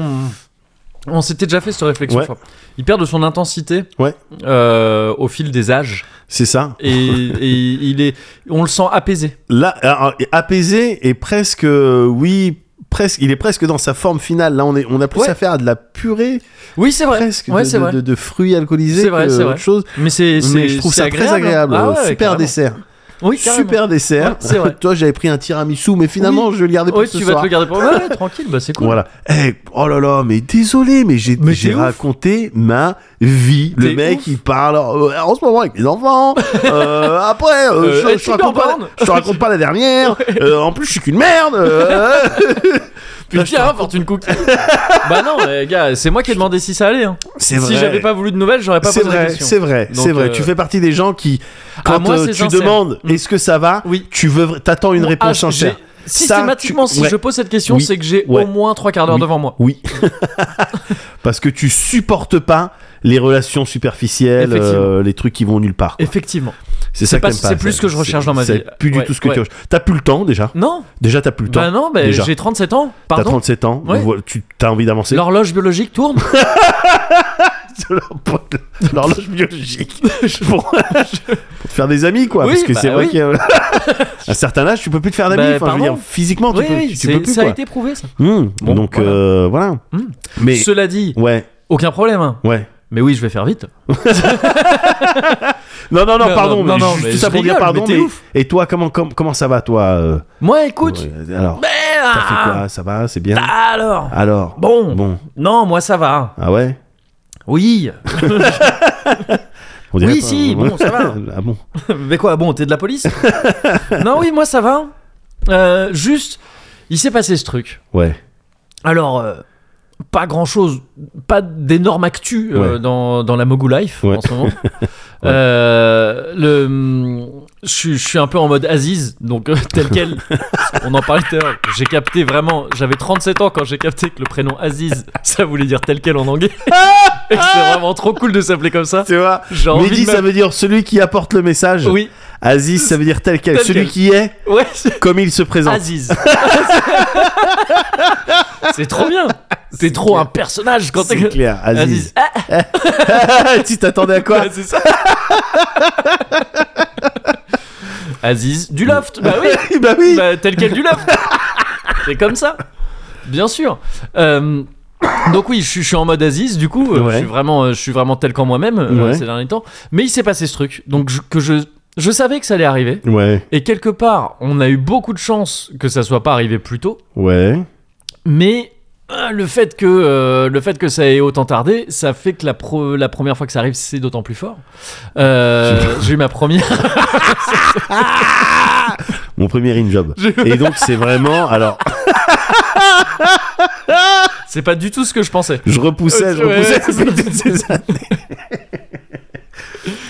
Speaker 1: On s'était déjà fait cette réflexion.
Speaker 2: Ouais.
Speaker 1: je crois. Il perd de son intensité
Speaker 2: Ouais.
Speaker 1: euh, au fil des âges.
Speaker 2: C'est ça.
Speaker 1: Et, et il est, on le sent apaisé.
Speaker 2: Là, alors, apaisé et presque, euh, oui, presque, il est presque dans sa forme finale. Là, on, est, on a plus
Speaker 1: Ouais.
Speaker 2: affaire à de la purée,
Speaker 1: Oui, c'est vrai.
Speaker 2: presque,
Speaker 1: Ouais,
Speaker 2: de,
Speaker 1: c'est
Speaker 2: de-
Speaker 1: vrai.
Speaker 2: de- de fruits alcoolisés,
Speaker 1: C'est vrai,
Speaker 2: que
Speaker 1: c'est vrai.
Speaker 2: autre chose.
Speaker 1: Mais c'est, c'est-
Speaker 2: Mais je trouve
Speaker 1: c'est
Speaker 2: ça très agréable.
Speaker 1: Ah ouais,
Speaker 2: Super
Speaker 1: carrément.
Speaker 2: dessert.
Speaker 1: Oui, carrément.
Speaker 2: Super dessert.
Speaker 1: Ouais, c'est vrai.
Speaker 2: Toi, j'avais pris un tiramisu, mais finalement, je vais le garder pour
Speaker 1: Oui,
Speaker 2: ce
Speaker 1: tu vas
Speaker 2: soir.
Speaker 1: te le garder pour. Ouais, ouais, tranquille, bah c'est cool.
Speaker 2: Voilà. Eh, oh là là, mais désolé, mais j'ai
Speaker 1: Mais
Speaker 2: j'ai
Speaker 1: t'es ouf.
Speaker 2: raconté ma vie. Le
Speaker 1: T'es
Speaker 2: mec,
Speaker 1: ouf.
Speaker 2: il parle euh, en ce moment avec mes enfants. Euh, après, euh,
Speaker 1: Euh,
Speaker 2: je,
Speaker 1: Ed
Speaker 2: je te raconte pas,
Speaker 1: Sheeran.
Speaker 2: je te raconte pas la dernière. Euh, en plus, je suis qu'une merde. euh.
Speaker 1: Puis tiens, hein, fortune cookie. bah non, les gars, c'est moi qui ai demandé si ça allait. hein.
Speaker 2: c'est vrai.
Speaker 1: Si j'avais pas voulu de nouvelles, j'aurais pas
Speaker 2: c'est
Speaker 1: posé la
Speaker 2: vrai,
Speaker 1: question.
Speaker 2: c'est vrai,
Speaker 1: Donc,
Speaker 2: c'est vrai.
Speaker 1: euh,
Speaker 2: Tu fais partie des gens qui, quand
Speaker 1: moi,
Speaker 2: euh,
Speaker 1: c'est
Speaker 2: tu
Speaker 1: sincère. Mm.
Speaker 2: demandes, est-ce que ça va
Speaker 1: Oui.
Speaker 2: Tu veux, t'attends une
Speaker 1: Ah,
Speaker 2: réponse
Speaker 1: j'ai-
Speaker 2: sincère.
Speaker 1: Systématiquement,
Speaker 2: Ça, tu-
Speaker 1: si
Speaker 2: ouais.
Speaker 1: je pose cette question,
Speaker 2: Oui.
Speaker 1: c'est que j'ai
Speaker 2: Ouais.
Speaker 1: au moins trois quarts d'heure
Speaker 2: Oui.
Speaker 1: devant moi.
Speaker 2: Oui. Parce que tu supportes pas les relations superficielles,
Speaker 1: Effectivement.
Speaker 2: euh, les trucs qui vont nulle part. quoi.
Speaker 1: Effectivement.
Speaker 2: C'est ça
Speaker 1: pas-
Speaker 2: que t'aimes
Speaker 1: c'est
Speaker 2: pas,
Speaker 1: plus
Speaker 2: ça.
Speaker 1: ce que je recherche
Speaker 2: C'est-
Speaker 1: dans ma vie.
Speaker 2: C'est plus du
Speaker 1: Ouais,
Speaker 2: tout ce que
Speaker 1: ouais.
Speaker 2: tu recherches. T'as plus le temps déjà.
Speaker 1: Non
Speaker 2: Déjà, t'as plus le temps.
Speaker 1: Bah non, bah,
Speaker 2: Déjà.
Speaker 1: j'ai 37 ans.
Speaker 2: T'as
Speaker 1: Pardon
Speaker 2: 37 ans,
Speaker 1: Ouais.
Speaker 2: voilà, tu as envie d'avancer.
Speaker 1: L'horloge biologique tourne
Speaker 2: L'horloge biologique. pour, pour te faire des amis, quoi.
Speaker 1: Oui,
Speaker 2: parce que
Speaker 1: bah
Speaker 2: c'est vrai
Speaker 1: oui.
Speaker 2: qu'à un certain âge, tu peux plus te faire d'amis.
Speaker 1: Bah,
Speaker 2: Enfin, je veux
Speaker 1: pardon.
Speaker 2: dire, physiquement, tu
Speaker 1: Oui,
Speaker 2: peux,
Speaker 1: oui,
Speaker 2: tu
Speaker 1: c'est-
Speaker 2: peux plus,
Speaker 1: ça
Speaker 2: quoi.
Speaker 1: a été prouvé ça.
Speaker 2: Mmh.
Speaker 1: Bon,
Speaker 2: Donc,
Speaker 1: voilà.
Speaker 2: euh, voilà.
Speaker 1: Mmh.
Speaker 2: Mais,
Speaker 1: Cela dit,
Speaker 2: ouais,
Speaker 1: aucun problème. hein.
Speaker 2: ouais.
Speaker 1: Mais oui, je vais faire vite.
Speaker 2: Non, non, non,
Speaker 1: Non, non,
Speaker 2: pardon. mais
Speaker 1: non, non,
Speaker 2: juste
Speaker 1: mais
Speaker 2: tout ça
Speaker 1: je
Speaker 2: pour dire
Speaker 1: rigole,
Speaker 2: pardon.
Speaker 1: mais t'es ouf.
Speaker 2: Et toi, comment, com- comment ça va, toi euh,
Speaker 1: Moi, écoute.
Speaker 2: euh, Alors, t'as fait
Speaker 1: Ah,
Speaker 2: quoi Ça va C'est bien
Speaker 1: alors
Speaker 2: Alors
Speaker 1: Bon.
Speaker 2: Bon.
Speaker 1: Non, moi ça va.
Speaker 2: Ah ouais
Speaker 1: Oui.
Speaker 2: On dirait
Speaker 1: Oui,
Speaker 2: pas-
Speaker 1: si, bon, ça va.
Speaker 2: ah bon
Speaker 1: Mais quoi, bon, t'es de la police Non, oui, moi ça va. Euh, juste, il s'est passé ce truc.
Speaker 2: Ouais.
Speaker 1: Alors, euh, pas grand chose, pas d'énorme actu euh,
Speaker 2: Ouais.
Speaker 1: dans, dans la Mogu Life
Speaker 2: Ouais.
Speaker 1: en ce moment. Euh, le, hum, je, suis- je suis un peu en mode Aziz, donc euh, tel quel. On en parlait tout à l'heure. J'ai capté vraiment, j'avais 37 ans quand j'ai capté que le prénom Aziz, ça voulait dire tel quel en anglais. Et que c'est vraiment trop cool de s'appeler comme ça.
Speaker 2: Tu vois
Speaker 1: J'ai envie
Speaker 2: Mehdi,
Speaker 1: de
Speaker 2: ça
Speaker 1: m'appeler-
Speaker 2: veut dire celui qui apporte le message.
Speaker 1: Oui,
Speaker 2: Aziz, ça veut dire tel quel.
Speaker 1: Tel
Speaker 2: celui
Speaker 1: quel.
Speaker 2: qui est
Speaker 1: ouais, c'est-
Speaker 2: comme il se présente.
Speaker 1: Aziz. c'est trop bien. T'es trop un personnage quand
Speaker 2: C'est
Speaker 1: t'es.
Speaker 2: clair, Aziz. Ah,
Speaker 1: Aziz. Ah,
Speaker 2: tu t'attendais à quoi
Speaker 1: ouais, c'est ça. Aziz du loft. Bah oui.
Speaker 2: Bah oui
Speaker 1: Bah, tel quel du loft. C'est comme ça. Bien sûr. Euh, donc oui, je, suis- je suis en mode Aziz, du coup, euh,
Speaker 2: Ouais.
Speaker 1: je, suis vraiment, euh, je suis vraiment tel qu'en moi-même euh,
Speaker 2: Ouais.
Speaker 1: ces derniers temps. Mais il s'est passé ce truc, donc je- que je, je savais que ça allait arriver.
Speaker 2: Ouais,
Speaker 1: Et quelque part, on a eu beaucoup de chance que ça soit pas arrivé plus tôt.
Speaker 2: ouais.
Speaker 1: Mais euh, le fait que euh, le fait que ça ait autant tardé, ça fait que la, pro- la première fois que ça arrive, c'est d'autant plus fort. Euh, j'ai eu ma première.
Speaker 2: Mon premier in-job. Et donc, c'est vraiment. Alors,
Speaker 1: C'est pas du tout ce que je pensais.
Speaker 2: je repoussais, je
Speaker 1: Ouais,
Speaker 2: repoussais
Speaker 1: c'est ça.
Speaker 2: depuis toutes ces années.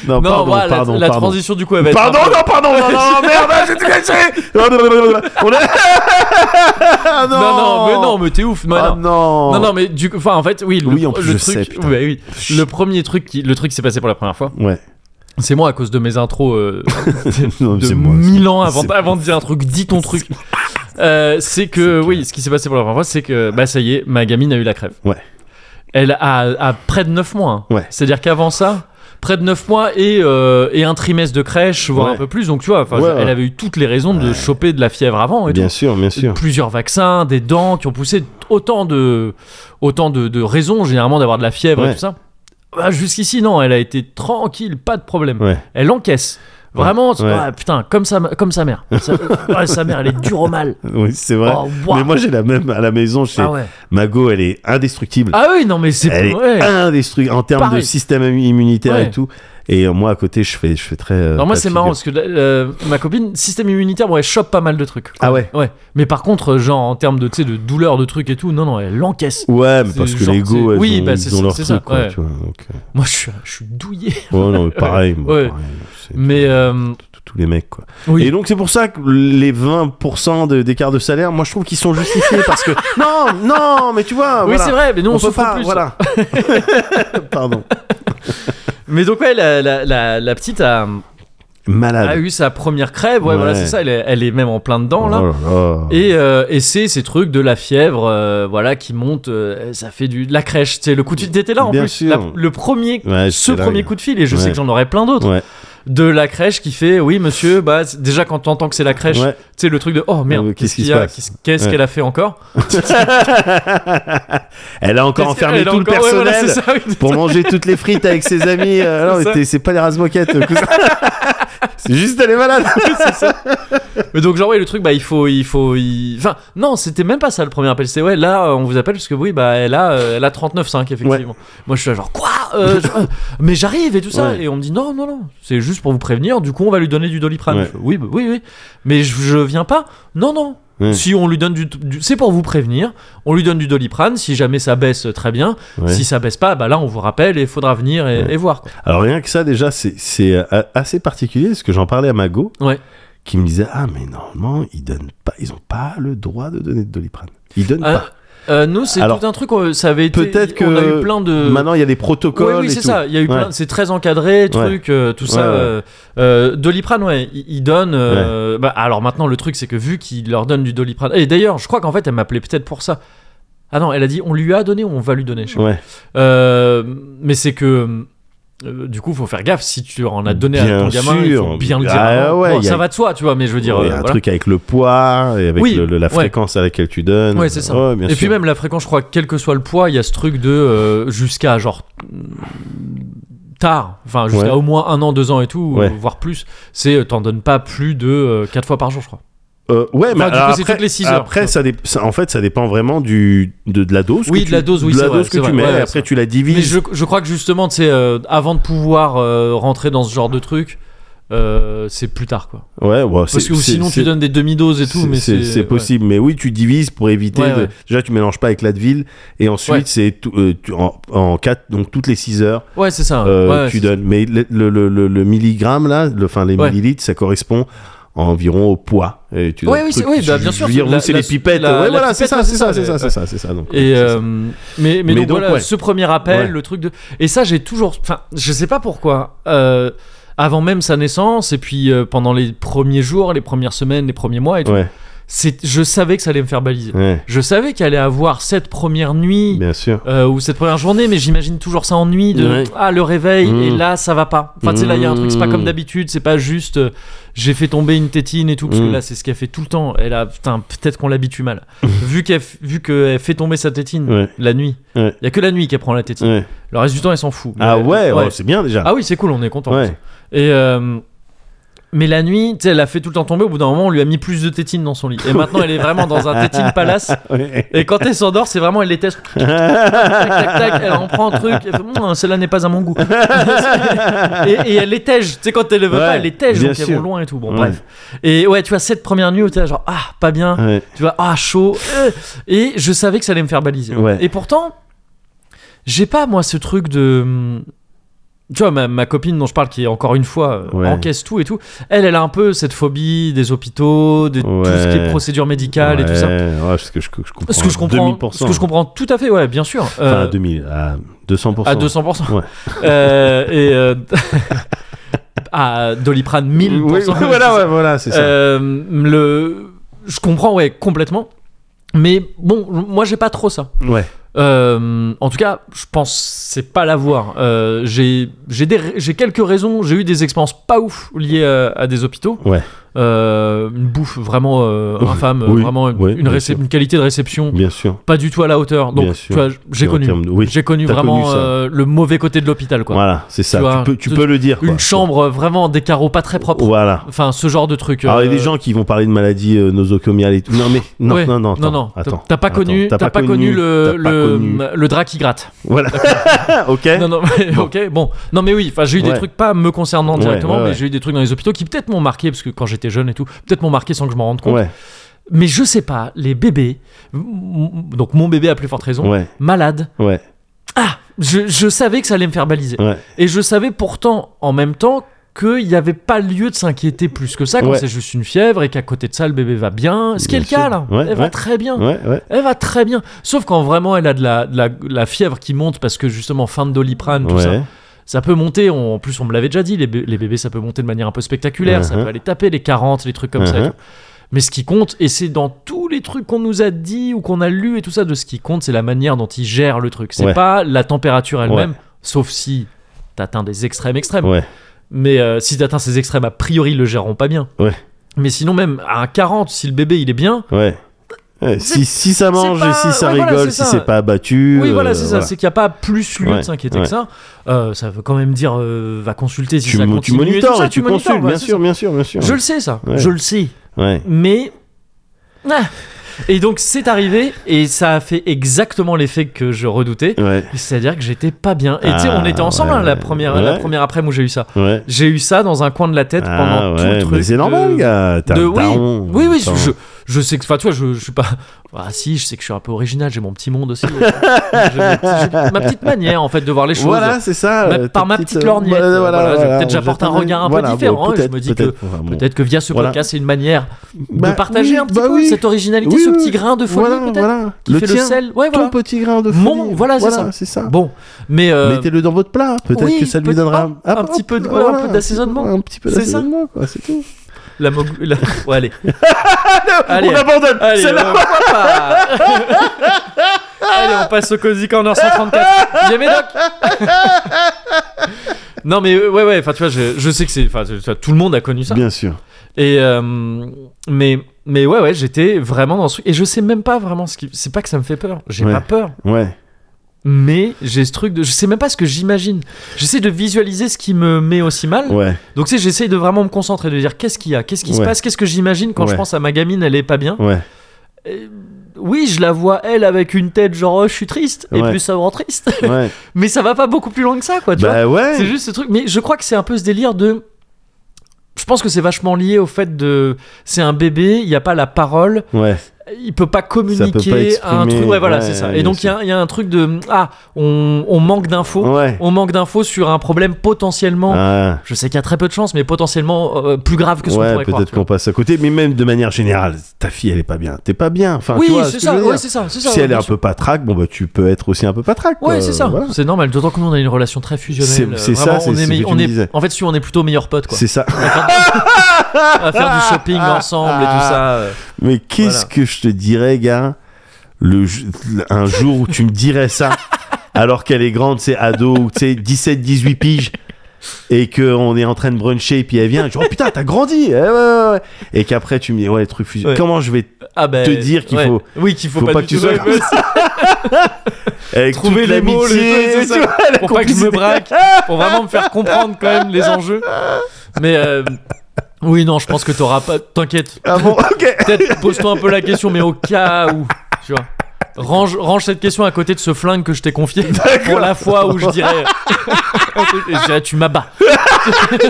Speaker 2: Non,
Speaker 1: Non,
Speaker 2: pardon,
Speaker 1: voilà, la-
Speaker 2: pardon,
Speaker 1: la,
Speaker 2: pardon.
Speaker 1: transition du coup elle va être
Speaker 2: Pardon,
Speaker 1: un peu-
Speaker 2: non, pardon, non, non, merde, ah, j'ai tout gâché Non, non, non, non, non, on a- non,
Speaker 1: Non, non, mais non, mais t'es ouf. mais
Speaker 2: Ah
Speaker 1: non.
Speaker 2: non
Speaker 1: Non, non, mais du coup, enfin en fait, oui, le,
Speaker 2: Oui, en plus,
Speaker 1: le
Speaker 2: je sais,
Speaker 1: truc,
Speaker 2: putain.
Speaker 1: ouais, oui, le premier truc qui, le truc qui s'est passé pour la première fois,
Speaker 2: Ouais.
Speaker 1: c'est moi à cause de mes intros euh,
Speaker 2: Non, mais
Speaker 1: de
Speaker 2: c'est moi, c'est-
Speaker 1: mille ans avant,
Speaker 2: c'est-
Speaker 1: avant de dire un truc, dis ton truc. Euh, c'est que oui, ce qui s'est passé pour la première fois, c'est que bah ça y est, ma gamine a eu la crève.
Speaker 2: Ouais.
Speaker 1: Elle a, a près de 9 mois. hein.
Speaker 2: Ouais.
Speaker 1: C'est-à-dire qu'avant ça, près de 9 mois et, euh, et un trimestre de crèche, voire
Speaker 2: Ouais.
Speaker 1: un peu plus. Donc tu vois, enfin,
Speaker 2: Ouais,
Speaker 1: je-
Speaker 2: ouais.
Speaker 1: elle avait eu toutes les raisons de choper de la fièvre avant et tout.
Speaker 2: Bien sûr, bien sûr.
Speaker 1: plusieurs vaccins, des dents qui ont poussé autant de, autant de, de raisons généralement d'avoir de la fièvre
Speaker 2: Ouais.
Speaker 1: et tout ça. Bah, Jusqu'ici, non, elle a été tranquille, pas de problème.
Speaker 2: Ouais.
Speaker 1: Elle encaisse. Vraiment, c'est-
Speaker 2: Ouais.
Speaker 1: ah, putain, comme sa, comme sa mère. Sa, ouais, sa mère, elle est dure au mal.
Speaker 2: Oui, c'est vrai.
Speaker 1: Oh, waouh.
Speaker 2: Mais moi, j'ai la même à la maison chez
Speaker 1: Ah ouais.
Speaker 2: Mago, elle est indestructible.
Speaker 1: Ah oui, non, mais c'est.
Speaker 2: elle est
Speaker 1: ouais.
Speaker 2: indestructible en termes de
Speaker 1: Pareil.
Speaker 2: système immu- immunitaire
Speaker 1: Ouais.
Speaker 2: et tout. Et euh, moi, à côté, je fais, je fais très. euh,
Speaker 1: Alors moi,
Speaker 2: pas de
Speaker 1: c'est marrant
Speaker 2: figure.
Speaker 1: parce que euh, ma copine, système immunitaire, bon, elle chope pas mal de trucs.
Speaker 2: Ah ouais
Speaker 1: Ouais. Mais par contre, euh, genre, en termes de, tu sais, de douleur, de trucs et tout, non, non, elle encaisse.
Speaker 2: Ouais, mais
Speaker 1: C'est
Speaker 2: parce que
Speaker 1: genre,
Speaker 2: les go,
Speaker 1: c'est-
Speaker 2: elles
Speaker 1: oui,
Speaker 2: ont,
Speaker 1: bah,
Speaker 2: ils
Speaker 1: c'est-
Speaker 2: ont leur
Speaker 1: c'est
Speaker 2: truc,
Speaker 1: ça,
Speaker 2: quoi,
Speaker 1: ouais.
Speaker 2: tu vois. donc, euh,
Speaker 1: Moi, je suis, je suis douillé.
Speaker 2: ouais, non, mais pareil. moi,
Speaker 1: Ouais.
Speaker 2: pareil, c'est-
Speaker 1: Mais. euh,
Speaker 2: tous- Tous les mecs, quoi.
Speaker 1: oui.
Speaker 2: Et donc, c'est pour ça que les 20% de- d'écart de salaire, moi, je trouve qu'ils sont justifiés parce que. Non, non, mais tu vois.
Speaker 1: Oui,
Speaker 2: Ah, voilà.
Speaker 1: c'est vrai, mais nous, on,
Speaker 2: on peut
Speaker 1: souffre
Speaker 2: pas,
Speaker 1: plus.
Speaker 2: voilà. Pardon.
Speaker 1: Mais donc ouais, la, la, la, la petite a,
Speaker 2: malade.
Speaker 1: a eu sa première crève. Ouais,
Speaker 2: Ah Ouais.
Speaker 1: voilà, c'est ça. Elle est, elle est même en plein dedans, là.
Speaker 2: Oh là là.
Speaker 1: Et, euh, et c'est ces trucs de la fièvre, euh, voilà, qui monte, euh, ça fait du de la crèche. C'est le coup de fil. T'étais là en
Speaker 2: Bien
Speaker 1: plus.
Speaker 2: sûr.
Speaker 1: La- le premier,
Speaker 2: Ouais,
Speaker 1: ce
Speaker 2: c'est dingue.
Speaker 1: premier coup de fil, et je sais
Speaker 2: Ouais.
Speaker 1: que j'en aurai plein d'autres.
Speaker 2: Ouais,
Speaker 1: De la crèche qui fait, oui monsieur, bah c'est- déjà quand t'entends que c'est la crèche,
Speaker 2: ouais.
Speaker 1: tu sais le truc de oh merde,
Speaker 2: Euh, qu'est-ce qui
Speaker 1: qu'il
Speaker 2: se
Speaker 1: y a
Speaker 2: passe
Speaker 1: Qu'est-ce- Qu'est-ce
Speaker 2: Ouais.
Speaker 1: qu'elle a fait encore
Speaker 2: Elle a
Speaker 1: Qu'est-ce
Speaker 2: encore enfermé
Speaker 1: qu'elle a
Speaker 2: tout le
Speaker 1: encore- ouais,
Speaker 2: personnel
Speaker 1: voilà, c'est ça, oui.
Speaker 2: pour manger toutes les frites avec ses amis. Euh,
Speaker 1: C'est
Speaker 2: Alors,
Speaker 1: ça.
Speaker 2: t'es- c'est pas les rasmoquettes. euh, cousin. c'est juste elle est malade.
Speaker 1: Mais donc genre ouais le truc bah il faut il faut il- enfin non c'était même pas ça le premier appel c'est ouais là euh, on vous appelle parce que oui bah elle a euh, elle a 39,5 effectivement moi je suis là, genre quoi Euh, je- euh, mais j'arrive et tout ça
Speaker 2: Ouais.
Speaker 1: et on me dit non non non c'est juste pour vous prévenir du coup on va lui donner du doliprane
Speaker 2: Ouais.
Speaker 1: Je fais, oui bah, oui oui mais je, je viens pas non non
Speaker 2: Ouais.
Speaker 1: Si on lui donne du, du- c'est pour vous prévenir. On lui donne du doliprane. Si jamais ça baisse, euh, très bien.
Speaker 2: Ouais.
Speaker 1: Si ça baisse pas, bah là on vous rappelle et il faudra venir et,
Speaker 2: Ouais.
Speaker 1: et voir. quoi.
Speaker 2: Alors rien que ça déjà, c'est- c'est euh, a- assez particulier parce que j'en parlais à Mago,
Speaker 1: Ouais.
Speaker 2: qui me disait ah mais normalement ils donnent pas, ils ont pas le droit de donner de doliprane. Ils donnent
Speaker 1: Euh,
Speaker 2: pas.
Speaker 1: euh, nous c'est
Speaker 2: Alors,
Speaker 1: tout un truc. euh, Ça avait été.
Speaker 2: peut-être que
Speaker 1: on a eu plein de.
Speaker 2: Maintenant il y a des protocoles.
Speaker 1: euh, Oui, oui,
Speaker 2: et
Speaker 1: c'est
Speaker 2: tout.
Speaker 1: ça. Il y a eu
Speaker 2: Ouais.
Speaker 1: plein, c'est très encadré, truc, euh, tout
Speaker 2: Ouais,
Speaker 1: ça.
Speaker 2: ouais.
Speaker 1: euh, euh, Doliprane, ouais, il, il donne. euh, bah, alors maintenant, le truc, c'est que vu qu'il leur donne du Doliprane, et d'ailleurs, je crois qu'en fait, elle m'appelait peut-être pour ça. Ah non, elle a dit, on lui a donné ou on va lui donner. je sais pas.
Speaker 2: Ouais.
Speaker 1: Euh, mais c'est que. euh, du coup, faut faire gaffe. Si tu en as donné à
Speaker 2: Bien
Speaker 1: ton gamin, il faut
Speaker 2: sûr.
Speaker 1: bien le dire.
Speaker 2: Ah,
Speaker 1: avant.
Speaker 2: ouais,
Speaker 1: Bon,
Speaker 2: il y a-
Speaker 1: ça va de soi, tu vois. Mais je veux dire,
Speaker 2: Il y
Speaker 1: euh,
Speaker 2: a un
Speaker 1: voilà.
Speaker 2: truc avec le poids et avec
Speaker 1: Oui,
Speaker 2: le- le- la
Speaker 1: ouais.
Speaker 2: fréquence à laquelle tu donnes.
Speaker 1: Ouais, c'est ça.
Speaker 2: bien
Speaker 1: Et puis
Speaker 2: sûr.
Speaker 1: même la fréquence, je crois, quel que soit le poids, il y a ce truc de euh, jusqu'à genre mm, tard, enfin jusqu'à
Speaker 2: Ouais.
Speaker 1: au moins un an, deux ans et tout, euh,
Speaker 2: Ouais.
Speaker 1: voire plus. C'est euh, t'en donnes pas plus de euh, quatre fois par jour, je crois.
Speaker 2: Euh, ouais, mais
Speaker 1: Enfin, du
Speaker 2: alors
Speaker 1: coup, c'est
Speaker 2: après,
Speaker 1: toutes les six heures.
Speaker 2: après, ça, dé- ça- en fait, ça dépend vraiment du de, de la dose.
Speaker 1: Oui, de
Speaker 2: que tu-
Speaker 1: la dose, oui,
Speaker 2: de la
Speaker 1: c'est vrai,
Speaker 2: dose que
Speaker 1: c'est
Speaker 2: tu
Speaker 1: vrai,
Speaker 2: mets.
Speaker 1: ouais, c'est
Speaker 2: après, tu la divises.
Speaker 1: Mais je, je crois que justement, tu sais, euh, avant de pouvoir euh, rentrer dans ce genre de truc, euh, c'est plus tard, quoi.
Speaker 2: Ouais, ouais,
Speaker 1: Parce
Speaker 2: c'est-
Speaker 1: que
Speaker 2: c'est-
Speaker 1: sinon,
Speaker 2: c'est-
Speaker 1: tu donnes des demi-doses et tout,
Speaker 2: C'est-
Speaker 1: mais
Speaker 2: c'est c'est
Speaker 1: ouais.
Speaker 2: possible. Mais oui, tu divises pour éviter.
Speaker 1: Ouais,
Speaker 2: de-
Speaker 1: ouais.
Speaker 2: Déjà, tu mélanges pas avec l'Advil. Et ensuite,
Speaker 1: Ouais.
Speaker 2: c'est tout- euh, tu- en, en 4, donc toutes les 6 heures,
Speaker 1: Ouais, c'est ça.
Speaker 2: euh,
Speaker 1: ouais,
Speaker 2: tu
Speaker 1: c'est-
Speaker 2: donnes. Mais le, le, le- le- le milligramme, là, le, enfin, les
Speaker 1: Ouais.
Speaker 2: millilitres, ça correspond environ au poids. Et tu
Speaker 1: Ouais,
Speaker 2: donnes
Speaker 1: oui,
Speaker 2: tout-
Speaker 1: c'est- oui,
Speaker 2: je-
Speaker 1: bah,
Speaker 2: je
Speaker 1: bien
Speaker 2: veux
Speaker 1: sûr,
Speaker 2: dire,
Speaker 1: c'est la-
Speaker 2: nous, c'est
Speaker 1: la-
Speaker 2: les pipettes.
Speaker 1: la-
Speaker 2: ouais,
Speaker 1: la
Speaker 2: voilà, c'est
Speaker 1: pipette,
Speaker 2: ça,
Speaker 1: ouais,
Speaker 2: c'est
Speaker 1: c'est
Speaker 2: ça,
Speaker 1: ça,
Speaker 2: c'est ça,
Speaker 1: ouais.
Speaker 2: c'est ça, c'est ça. donc,
Speaker 1: Et
Speaker 2: c'est ça.
Speaker 1: euh, mais, mais,
Speaker 2: Mais
Speaker 1: donc,
Speaker 2: donc,
Speaker 1: voilà,
Speaker 2: ouais.
Speaker 1: ce premier appel,
Speaker 2: Ouais.
Speaker 1: le truc de. Et ça, j'ai toujours. Enfin, je sais pas pourquoi. euh, avant même sa naissance, et puis euh, pendant les premiers jours, les premières semaines, les premiers mois, et tout,
Speaker 2: Ouais,
Speaker 1: c'est- je savais que ça allait me faire baliser.
Speaker 2: ouais,
Speaker 1: Je savais qu'il allait avoir cette première nuit.
Speaker 2: bien sûr.
Speaker 1: euh, ou cette première journée, mais j'imagine toujours ça en nuit de
Speaker 2: Ouais.
Speaker 1: ah le réveil
Speaker 2: Mmh.
Speaker 1: et là ça va pas. Enfin tu sais là il y a un truc c'est pas comme
Speaker 2: Mmh.
Speaker 1: d'habitude, c'est pas juste euh, j'ai fait tomber une tétine et tout parce
Speaker 2: Mmh.
Speaker 1: que là c'est ce qu'elle fait tout le temps. Elle a putain peut-être qu'on l'habitue mal. vu qu'elle f- vu qu'elle fait tomber sa tétine
Speaker 2: Ouais.
Speaker 1: la nuit, il
Speaker 2: Ouais.
Speaker 1: y a que la nuit qu'elle prend la tétine.
Speaker 2: Ouais.
Speaker 1: Le reste du temps elle s'en fout. Mais,
Speaker 2: Ah
Speaker 1: euh,
Speaker 2: ouais, oh, c'est bien déjà.
Speaker 1: ah oui c'est cool on est content.
Speaker 2: Ouais.
Speaker 1: Et euh, mais la nuit, tu sais, elle a fait tout le temps tomber. Au bout d'un moment, on lui a mis plus de tétines dans son lit. Et maintenant, elle est vraiment dans un tétine palace.
Speaker 2: Ouais.
Speaker 1: Et quand elle s'endort, c'est vraiment, elle les teste. Tac, tac, tac, elle en prend un truc. Elle fait, Hum, celle-là n'est pas à mon goût. et, et elle les tège. Tu sais, quand elle les veut
Speaker 2: Ouais,
Speaker 1: pas, elle les tège.
Speaker 2: bien
Speaker 1: Donc elles
Speaker 2: sûr.
Speaker 1: vont loin et tout. Bon,
Speaker 2: Ouais.
Speaker 1: bref. Et ouais, tu vois, cette première nuit où t'es là, genre, ah, pas bien.
Speaker 2: Ouais.
Speaker 1: Tu vois, ah, chaud. euh. et je savais que ça allait me faire baliser.
Speaker 2: Ouais.
Speaker 1: Et pourtant, j'ai pas, moi, ce truc de. Tu vois, ma, ma copine dont je parle, qui est encore une fois euh,
Speaker 2: Ouais.
Speaker 1: encaisse tout et tout, elle, elle a un peu cette phobie des hôpitaux, de tout ce qui
Speaker 2: Ouais.
Speaker 1: est procédure médicale et tout ça.
Speaker 2: Ouais, ouais, ce que je, je comprends.
Speaker 1: Ce que je comprends,
Speaker 2: 2000%.
Speaker 1: ce que je comprends tout à fait, ouais, bien sûr.
Speaker 2: Enfin,
Speaker 1: Euh,
Speaker 2: à 2000, à 200%.
Speaker 1: à 200%.
Speaker 2: Ouais.
Speaker 1: Euh, et euh, à Doliprane 1000%.
Speaker 2: Oui, oui, voilà, ouais, voilà, c'est ça.
Speaker 1: Euh, le, je comprends, ouais, complètement. Mais bon, moi j'ai pas trop ça.
Speaker 2: ouais.
Speaker 1: Euh, en tout cas, je pense c'est pas l'avoir. Euh, j'ai j'ai des ra- j'ai quelques raisons. J'ai eu des expériences pas ouf liées à, à des hôpitaux.
Speaker 2: Ouais.
Speaker 1: Euh, une bouffe vraiment euh, infâme,
Speaker 2: Oui,
Speaker 1: vraiment une,
Speaker 2: ouais,
Speaker 1: une
Speaker 2: bien
Speaker 1: récep-
Speaker 2: sûr.
Speaker 1: une qualité de réception
Speaker 2: Bien sûr.
Speaker 1: pas du tout à la hauteur.
Speaker 2: Bien
Speaker 1: Donc,
Speaker 2: sûr.
Speaker 1: tu vois, j'ai
Speaker 2: Et en
Speaker 1: connu.
Speaker 2: termes de- oui,
Speaker 1: j'ai connu
Speaker 2: t'as
Speaker 1: vraiment
Speaker 2: connu ça.
Speaker 1: euh, le mauvais côté de l'hôpital, quoi.
Speaker 2: Voilà, c'est ça. Tu,
Speaker 1: vois,
Speaker 2: peux, tu
Speaker 1: de-
Speaker 2: peux le dire.
Speaker 1: Une
Speaker 2: quoi.
Speaker 1: chambre euh, vraiment des carreaux pas très propres.
Speaker 2: Voilà.
Speaker 1: Enfin, ce genre de truc.
Speaker 2: Alors, il y a
Speaker 1: euh,
Speaker 2: des gens qui vont parler de maladies euh, nosocomiales et tout. Non, mais. Non,
Speaker 1: ouais.
Speaker 2: non, non. Attends,
Speaker 1: non, non. T'as-
Speaker 2: attends,
Speaker 1: T'as pas connu,
Speaker 2: attends,
Speaker 1: t'as pas, connu le
Speaker 2: t'as pas
Speaker 1: le,
Speaker 2: connu.
Speaker 1: le drap qui gratte.
Speaker 2: Voilà. ok.
Speaker 1: Non, non. mais ok. Bon. Non, mais oui. Enfin, j'ai eu des
Speaker 2: Ouais.
Speaker 1: trucs pas me concernant
Speaker 2: Ouais,
Speaker 1: directement,
Speaker 2: ouais, ouais.
Speaker 1: mais j'ai eu des trucs dans les hôpitaux qui peut-être m'ont marqué parce que quand j'étais jeune et tout, peut-être m'ont marqué sans que je m'en rende compte.
Speaker 2: Ouais,
Speaker 1: Mais je sais pas. Les bébés, m- m- donc mon bébé à plus forte raison,
Speaker 2: ouais,
Speaker 1: malade.
Speaker 2: ouais,
Speaker 1: Je, je savais que ça allait me faire baliser.
Speaker 2: ouais.
Speaker 1: Et je savais pourtant, en même temps, qu'il n'y avait pas lieu de s'inquiéter plus que ça quand
Speaker 2: Ouais.
Speaker 1: c'est juste une fièvre et qu'à côté de ça, le bébé va bien. Ce qui est
Speaker 2: Bien
Speaker 1: le cas,
Speaker 2: sûr.
Speaker 1: là.
Speaker 2: Ouais,
Speaker 1: elle va
Speaker 2: ouais.
Speaker 1: très bien.
Speaker 2: Ouais, ouais.
Speaker 1: Elle va très bien. Sauf quand vraiment elle a de la, de la, de la fièvre qui monte parce que justement, fin de doliprane, tout ça.
Speaker 2: ouais.
Speaker 1: ça peut monter. on- en plus, on me l'avait déjà dit, les, bé- les bébés, ça peut monter de manière un peu spectaculaire. Ça
Speaker 2: Mhm.
Speaker 1: peut aller taper les 40, les trucs comme ça. et
Speaker 2: Mhm.
Speaker 1: tout. Mais ce qui compte, et c'est dans tous les trucs qu'on nous a dit ou qu'on a lu et tout ça, de ce qui compte, c'est la manière dont ils gèrent le truc. C'est
Speaker 2: Ouais.
Speaker 1: pas la température elle-même, sauf si t'atteins des extrêmes extrêmes.
Speaker 2: Ouais.
Speaker 1: Mais euh, si t'atteins ces extrêmes, a priori, ils le géreront pas bien.
Speaker 2: Ouais.
Speaker 1: Mais sinon, même à un 40, si le bébé il est bien,
Speaker 2: Ouais. Ouais,
Speaker 1: C'est-
Speaker 2: si, si ça mange
Speaker 1: pas-
Speaker 2: et si ça
Speaker 1: ouais, voilà,
Speaker 2: rigole,
Speaker 1: c'est
Speaker 2: si
Speaker 1: ça.
Speaker 2: c'est pas abattu.
Speaker 1: Oui, voilà,
Speaker 2: euh,
Speaker 1: c'est ça. C'est qu'il n'y a pas plus lieu
Speaker 2: Ouais,
Speaker 1: de s'inquiéter
Speaker 2: ouais.
Speaker 1: que ça. Euh, ça veut quand même dire, euh, va consulter si
Speaker 2: Tu,
Speaker 1: ça
Speaker 2: mo-
Speaker 1: continue.
Speaker 2: tu
Speaker 1: et tout
Speaker 2: monitores
Speaker 1: ça,
Speaker 2: et tu,
Speaker 1: monitores,
Speaker 2: consultes,
Speaker 1: voilà,
Speaker 2: bien
Speaker 1: c'est
Speaker 2: sûr, bien sûr, bien sûr.
Speaker 1: ça. Je le sais, ça.
Speaker 2: Ouais.
Speaker 1: Je le sais.
Speaker 2: Ouais.
Speaker 1: Mais. Ah. Et donc, c'est arrivé et ça a fait exactement l'effet que je redoutais.
Speaker 2: Ouais.
Speaker 1: C'est-à-dire que j'étais pas bien. Et tu sais,
Speaker 2: Ah,
Speaker 1: on était ensemble hein, la
Speaker 2: ouais.
Speaker 1: première, la
Speaker 2: Ouais.
Speaker 1: première après-midi où j'ai eu ça.
Speaker 2: Ouais.
Speaker 1: J'ai eu ça dans un coin de la tête
Speaker 2: Ah,
Speaker 1: pendant tout
Speaker 2: ouais,
Speaker 1: le
Speaker 2: mais
Speaker 1: truc.
Speaker 2: c'est normal,
Speaker 1: de-
Speaker 2: gars. T'as
Speaker 1: de-
Speaker 2: un
Speaker 1: oui,
Speaker 2: daron,
Speaker 1: oui, oui,
Speaker 2: attends.
Speaker 1: je, je sais que, enfin, tu vois, je, je suis pas. Ah, si, je sais que je suis un peu original, j'ai mon petit monde aussi. J'ai mes petits- j'ai ma petite manière, en fait, de voir les choses.
Speaker 2: Voilà, c'est ça.
Speaker 1: Ma-
Speaker 2: euh,
Speaker 1: par
Speaker 2: ta
Speaker 1: ma petite lorgnette,
Speaker 2: Voilà,
Speaker 1: euh,
Speaker 2: voilà,
Speaker 1: voilà, je-
Speaker 2: voilà,
Speaker 1: peut-être
Speaker 2: on
Speaker 1: j'apporte un
Speaker 2: jette-
Speaker 1: regard un peu
Speaker 2: voilà,
Speaker 1: différent,
Speaker 2: bon,
Speaker 1: hein, je
Speaker 2: peut-être,
Speaker 1: me dis que-
Speaker 2: peut-être, enfin, bon.
Speaker 1: Peut-être que via ce
Speaker 2: Voilà.
Speaker 1: podcast, c'est une manière
Speaker 2: Bah,
Speaker 1: de partager
Speaker 2: oui,
Speaker 1: un petit
Speaker 2: bah
Speaker 1: peu
Speaker 2: oui.
Speaker 1: cette originalité,
Speaker 2: Oui,
Speaker 1: ce
Speaker 2: oui,
Speaker 1: petit grain de folie,
Speaker 2: Voilà,
Speaker 1: peut-être,
Speaker 2: voilà.
Speaker 1: qui
Speaker 2: le
Speaker 1: fait
Speaker 2: tien,
Speaker 1: le sel. Ouais,
Speaker 2: Ton
Speaker 1: voilà.
Speaker 2: petit grain de folie.
Speaker 1: Mon- voilà, c'est ça.
Speaker 2: C'est ça.
Speaker 1: Bon, mais. euh,
Speaker 2: Mettez-le dans votre plat. Peut-être
Speaker 1: oui,
Speaker 2: que ça lui
Speaker 1: peut-
Speaker 2: donnera
Speaker 1: hop, un petit peu de- voilà, un peu d'assaisonnement.
Speaker 2: Un petit peu
Speaker 1: C'est ça.
Speaker 2: d'assaisonnement, quoi, c'est tout.
Speaker 1: la mo- la- Ouais, allez. allez.
Speaker 2: On abandonne.
Speaker 1: Allez,
Speaker 2: Celle-là,
Speaker 1: euh, pourquoi pas Allez, on passe au Cozy Corner 134. J'ai Médoc Non, mais euh, ouais, ouais, enfin, tu vois, je, je sais que c'est. Enfin, tu vois, tout le monde a connu ça.
Speaker 2: Bien sûr.
Speaker 1: Et. euh, mais. Mais ouais, ouais, j'étais vraiment dans ce truc. Et je sais même pas vraiment ce qui. C'est pas que ça me fait peur. J'ai
Speaker 2: Ouais.
Speaker 1: pas peur.
Speaker 2: Ouais.
Speaker 1: Mais j'ai ce truc de. Je sais même pas ce que j'imagine. J'essaie de visualiser ce qui me met aussi mal.
Speaker 2: Ouais.
Speaker 1: Donc, tu sais, j'essaie de vraiment me concentrer, de dire qu'est-ce qu'il y a, qu'est-ce qui se
Speaker 2: Ouais.
Speaker 1: passe, qu'est-ce que j'imagine quand je
Speaker 2: Ouais.
Speaker 1: pense à ma gamine, elle est pas bien.
Speaker 2: Ouais.
Speaker 1: Euh, oui, je la vois elle avec une tête genre oh, je suis triste et
Speaker 2: Ouais.
Speaker 1: plus ça me rend triste.
Speaker 2: Ouais.
Speaker 1: mais ça va pas beaucoup plus loin que ça quoi, tu vois.
Speaker 2: Bah
Speaker 1: C'est
Speaker 2: ouais.
Speaker 1: juste ce truc mais je crois que c'est un peu ce délire de je pense que c'est vachement lié au fait de c'est un bébé, il n'y a pas la parole,
Speaker 2: Ouais.
Speaker 1: il peut pas
Speaker 2: peut pas
Speaker 1: communiquer
Speaker 2: exprimer,
Speaker 1: un truc. Ouais voilà,
Speaker 2: ouais,
Speaker 1: c'est ça.
Speaker 2: ouais,
Speaker 1: Et donc il y,
Speaker 2: bien
Speaker 1: a- il y a un truc de ah, on, on manque d'infos.
Speaker 2: Ouais.
Speaker 1: On manque d'infos sur un problème potentiellement
Speaker 2: Ah.
Speaker 1: je sais qu'il y a très peu de chances, mais potentiellement euh, plus grave que ce qu'on
Speaker 2: Ouais,
Speaker 1: pourrait croire.
Speaker 2: peut-être
Speaker 1: tu vois.
Speaker 2: qu'on passe à côté, mais même de manière générale, ta fille, elle est pas bien. T'es pas bien. Enfin, tu vois
Speaker 1: Oui,
Speaker 2: ce
Speaker 1: c'est
Speaker 2: que je
Speaker 1: ça,
Speaker 2: veux
Speaker 1: ouais,
Speaker 2: dire.
Speaker 1: c'est ça, c'est ça.
Speaker 2: Si elle est
Speaker 1: bien
Speaker 2: un
Speaker 1: sûr.
Speaker 2: peu patraque, bon bah tu peux être aussi un peu patraque.
Speaker 1: Ouais,
Speaker 2: quoi.
Speaker 1: c'est ça.
Speaker 2: Voilà.
Speaker 1: C'est normal, d'autant que nous on a une relation très fusionnelle.
Speaker 2: C'est-
Speaker 1: euh,
Speaker 2: c'est
Speaker 1: vraiment,
Speaker 2: ça,
Speaker 1: on
Speaker 2: c'est
Speaker 1: est,
Speaker 2: ce
Speaker 1: meille-
Speaker 2: que tu
Speaker 1: on
Speaker 2: me
Speaker 1: est-
Speaker 2: disais.
Speaker 1: En fait, si on est plutôt meilleurs potes, quoi.
Speaker 2: C'est Ah, ça.
Speaker 1: À faire du shopping ensemble et tout
Speaker 2: ah.
Speaker 1: ça. euh.
Speaker 2: Mais qu'est-ce
Speaker 1: Voilà.
Speaker 2: que je te dirais, gars, le, j- un jour où tu me dirais ça, alors qu'elle est grande, c'est ado, ou tu sais, 17, 18 piges, et qu'on est en train de bruncher, et puis elle vient, je dis, oh putain, t'as grandi Eh ouais, ouais, ouais. Et qu'après, tu me dis, ouais, les trucs fusillés.
Speaker 1: Ouais.
Speaker 2: Comment je vais.
Speaker 1: Ah ben,
Speaker 2: Te dire qu'il
Speaker 1: ouais.
Speaker 2: faut-
Speaker 1: Oui, qu'il faut,
Speaker 2: faut
Speaker 1: pas,
Speaker 2: pas
Speaker 1: du
Speaker 2: que tu
Speaker 1: tout-
Speaker 2: sois comme
Speaker 1: ouais, c'est-
Speaker 2: Avec
Speaker 1: trouver
Speaker 2: toute
Speaker 1: les mots, les
Speaker 2: l'amitié,
Speaker 1: trucs, c'est
Speaker 2: tu
Speaker 1: ça.
Speaker 2: vois, la
Speaker 1: pour pas que je me
Speaker 2: complicité.
Speaker 1: braque, pour vraiment me faire comprendre quand même les enjeux. Mais euh, oui, non, je pense que t'auras pas. T'inquiète.
Speaker 2: Ah bon, ok.
Speaker 1: Peut-être pose-toi un peu la question, mais au cas où, tu vois. Range, range cette question à côté de ce flingue que je t'ai confié pour la fois où je dirais, Et je dirais, tu m'abats.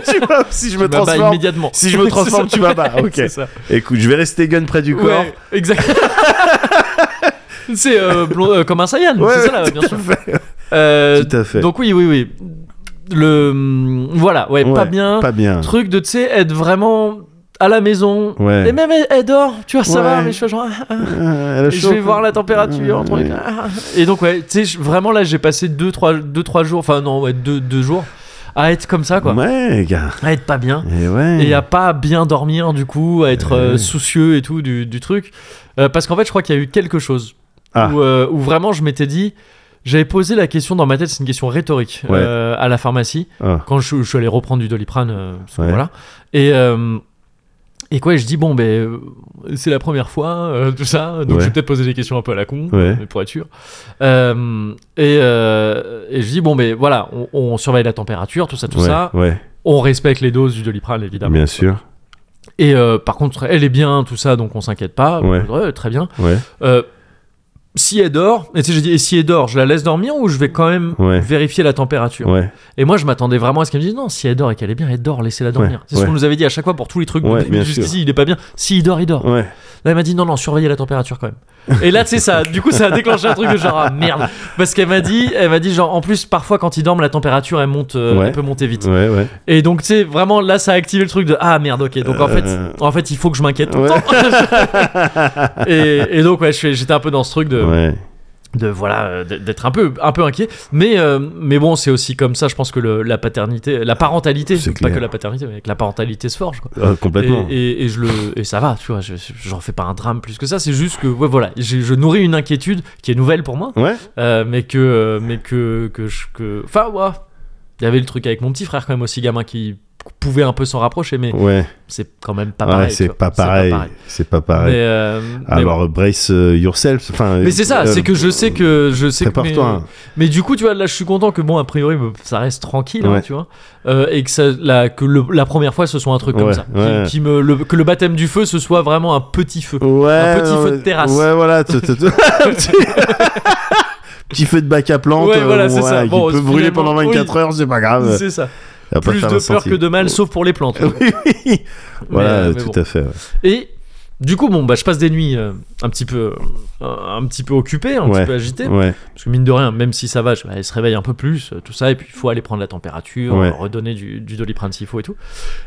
Speaker 2: tu vois, si je me
Speaker 1: Tu m'abats
Speaker 2: transforme.
Speaker 1: immédiatement.
Speaker 2: Si je me transforme,
Speaker 1: C'est ça.
Speaker 2: tu m'abats. Ok.
Speaker 1: C'est ça.
Speaker 2: Écoute, je vais rester gun près du corps.
Speaker 1: Ouais, exactement. c'est euh, blond- euh, comme un Saiyan,
Speaker 2: Ouais,
Speaker 1: c'est ça là, bien sûr. Euh,
Speaker 2: Tout à fait.
Speaker 1: Donc oui, oui, oui. Le voilà, ouais, pas
Speaker 2: Ouais,
Speaker 1: bien.
Speaker 2: Pas bien.
Speaker 1: Truc de tu sais être vraiment à la maison.
Speaker 2: Ouais.
Speaker 1: Et même elle, elle dort, tu vois, ça va,
Speaker 2: Ouais.
Speaker 1: mais je suis genre, ah, ah,
Speaker 2: Euh, elle a
Speaker 1: je
Speaker 2: chaud,
Speaker 1: vais
Speaker 2: quoi.
Speaker 1: voir la température entre les-
Speaker 2: Ouais.
Speaker 1: ah, ah. Et donc ouais, tu sais, je- vraiment là, j'ai passé 2 3 deux, trois jours, enfin non, ouais, 2 jours à être comme ça quoi,
Speaker 2: Ouais, gars.
Speaker 1: à être pas bien
Speaker 2: Et ouais.
Speaker 1: et à pas bien dormir du coup, à être euh,
Speaker 2: Ouais.
Speaker 1: soucieux et tout du, du truc. Euh, parce qu'en fait, je crois qu'il y a eu quelque chose
Speaker 2: Ah.
Speaker 1: où, euh, où vraiment je m'étais dit, j'avais posé la question dans ma tête, c'est une question rhétorique
Speaker 2: Ouais.
Speaker 1: euh, à la pharmacie
Speaker 2: Ah.
Speaker 1: quand je, je suis allé reprendre du doliprane, euh, parce que
Speaker 2: Ouais.
Speaker 1: voilà. Et euh, et quoi, et je dis bon ben euh, c'est la première fois euh, tout ça, donc
Speaker 2: Ouais.
Speaker 1: je vais peut-être poser des questions un peu à la con,
Speaker 2: Ouais.
Speaker 1: mais pour être sûr. Euh, et, euh, et je dis bon ben voilà, on, on surveille la température, tout ça, tout
Speaker 2: ouais,
Speaker 1: ça,
Speaker 2: Ouais,
Speaker 1: on respecte les doses du doliprane évidemment.
Speaker 2: bien sûr.
Speaker 1: Et euh, par contre, elle est bien, tout ça, donc on s'inquiète pas.
Speaker 2: Ouais.
Speaker 1: Ouais, très bien.
Speaker 2: Ouais.
Speaker 1: Euh, si elle dort, et tu sais, j'ai dit, et si elle dort, je la laisse dormir ou je vais quand même
Speaker 2: Ouais.
Speaker 1: vérifier la température
Speaker 2: Ouais.
Speaker 1: Et moi, je m'attendais vraiment à ce qu'elle me dise, non, si elle dort et qu'elle est bien, elle dort, laissez-la dormir.
Speaker 2: Ouais,
Speaker 1: C'est ce qu'on
Speaker 2: ouais.
Speaker 1: nous avait dit à chaque fois pour tous les trucs.
Speaker 2: Ouais, bien
Speaker 1: Jusqu'ici, il est pas bien. Si il dort, il dort.
Speaker 2: Ouais.
Speaker 1: Là, elle m'a dit, non, non, surveillez la température quand même. Et là, tu sais, ça, du coup, ça a déclenché un truc de genre, ah, merde. Parce qu'elle m'a dit, elle m'a dit, genre, en plus, parfois, quand ils dorment, la température, elle monte, euh,
Speaker 2: Ouais.
Speaker 1: elle peut monter vite.
Speaker 2: Ouais, ouais.
Speaker 1: Et donc, tu sais, vraiment, là, ça a activé le truc de Ah merde, ok. Donc, en fait,
Speaker 2: Euh.
Speaker 1: en fait il faut que je m'inquiète tout le
Speaker 2: Ouais.
Speaker 1: temps. et, et donc, ouais, je fais- j'étais un peu dans ce truc de
Speaker 2: Ouais.
Speaker 1: de voilà euh, d- d'être un peu un peu inquiet mais euh, mais bon c'est aussi comme ça je pense que le- la paternité la parentalité
Speaker 2: C'est
Speaker 1: pas
Speaker 2: clair.
Speaker 1: que la paternité mais que la parentalité se forge quoi.
Speaker 2: Euh,
Speaker 1: Et,
Speaker 2: complètement.
Speaker 1: et- et je le et ça va tu vois je- je- j'en fais pas un drame plus que ça c'est juste que ouais, voilà j'ai- je nourris une inquiétude qui est nouvelle pour moi
Speaker 2: Ouais.
Speaker 1: euh, mais que euh, mais que que je que enfin ouais il y avait le truc avec mon petit frère quand même aussi gamin qui pouvait un peu s'en rapprocher mais
Speaker 2: Ouais.
Speaker 1: c'est quand même pas
Speaker 2: Ouais,
Speaker 1: pareil tu
Speaker 2: c'est
Speaker 1: vois.
Speaker 2: pas pareil. C'est pas pareil.
Speaker 1: mais, euh, mais
Speaker 2: Alors brace euh, yourself. Enfin.
Speaker 1: bon. mais c'est ça,
Speaker 2: euh,
Speaker 1: c'est que je sais que je sais que mes-
Speaker 2: Prépare-toi. hein.
Speaker 1: Mais du coup, tu vois, là, je suis content que bon, a priori, me- ça reste tranquille, hein,
Speaker 2: Ouais.
Speaker 1: tu vois, Euh, et que ça, la, que le- la première fois, ce soit un truc comme
Speaker 2: Ouais,
Speaker 1: ça, qui-
Speaker 2: ouais.
Speaker 1: qui, me, le- que le baptême du feu, ce soit vraiment un petit feu.
Speaker 2: Ouais,
Speaker 1: Un petit feu de
Speaker 2: mais-
Speaker 1: terrasse.
Speaker 2: Ouais, voilà. t- t- t- petit- Petit feu de bac à plante euh,
Speaker 1: Ouais, voilà, c'est ça.
Speaker 2: qui
Speaker 1: Bon,
Speaker 2: peut brûler pendant
Speaker 1: finalement,
Speaker 2: 24 heures, c'est pas grave.
Speaker 1: C'est ça.
Speaker 2: Ça Ah, va pas
Speaker 1: Plus
Speaker 2: faire
Speaker 1: de peur
Speaker 2: l'incendie.
Speaker 1: que de mal, sauf pour les plantes.
Speaker 2: Oui, oui. Voilà,
Speaker 1: euh, mais
Speaker 2: tout
Speaker 1: bon.
Speaker 2: à fait. ouais.
Speaker 1: Et du coup, bon, bah, je passe des nuits euh, un petit peu, euh, un petit peu occupé, un
Speaker 2: Ouais.
Speaker 1: petit peu agité,
Speaker 2: Ouais,
Speaker 1: parce que mine de rien, même si ça va, je- elle se réveille un peu plus, euh, tout ça, et puis il faut aller prendre la température,
Speaker 2: Ouais.
Speaker 1: euh, redonner du, du doliprane s'il faut et tout.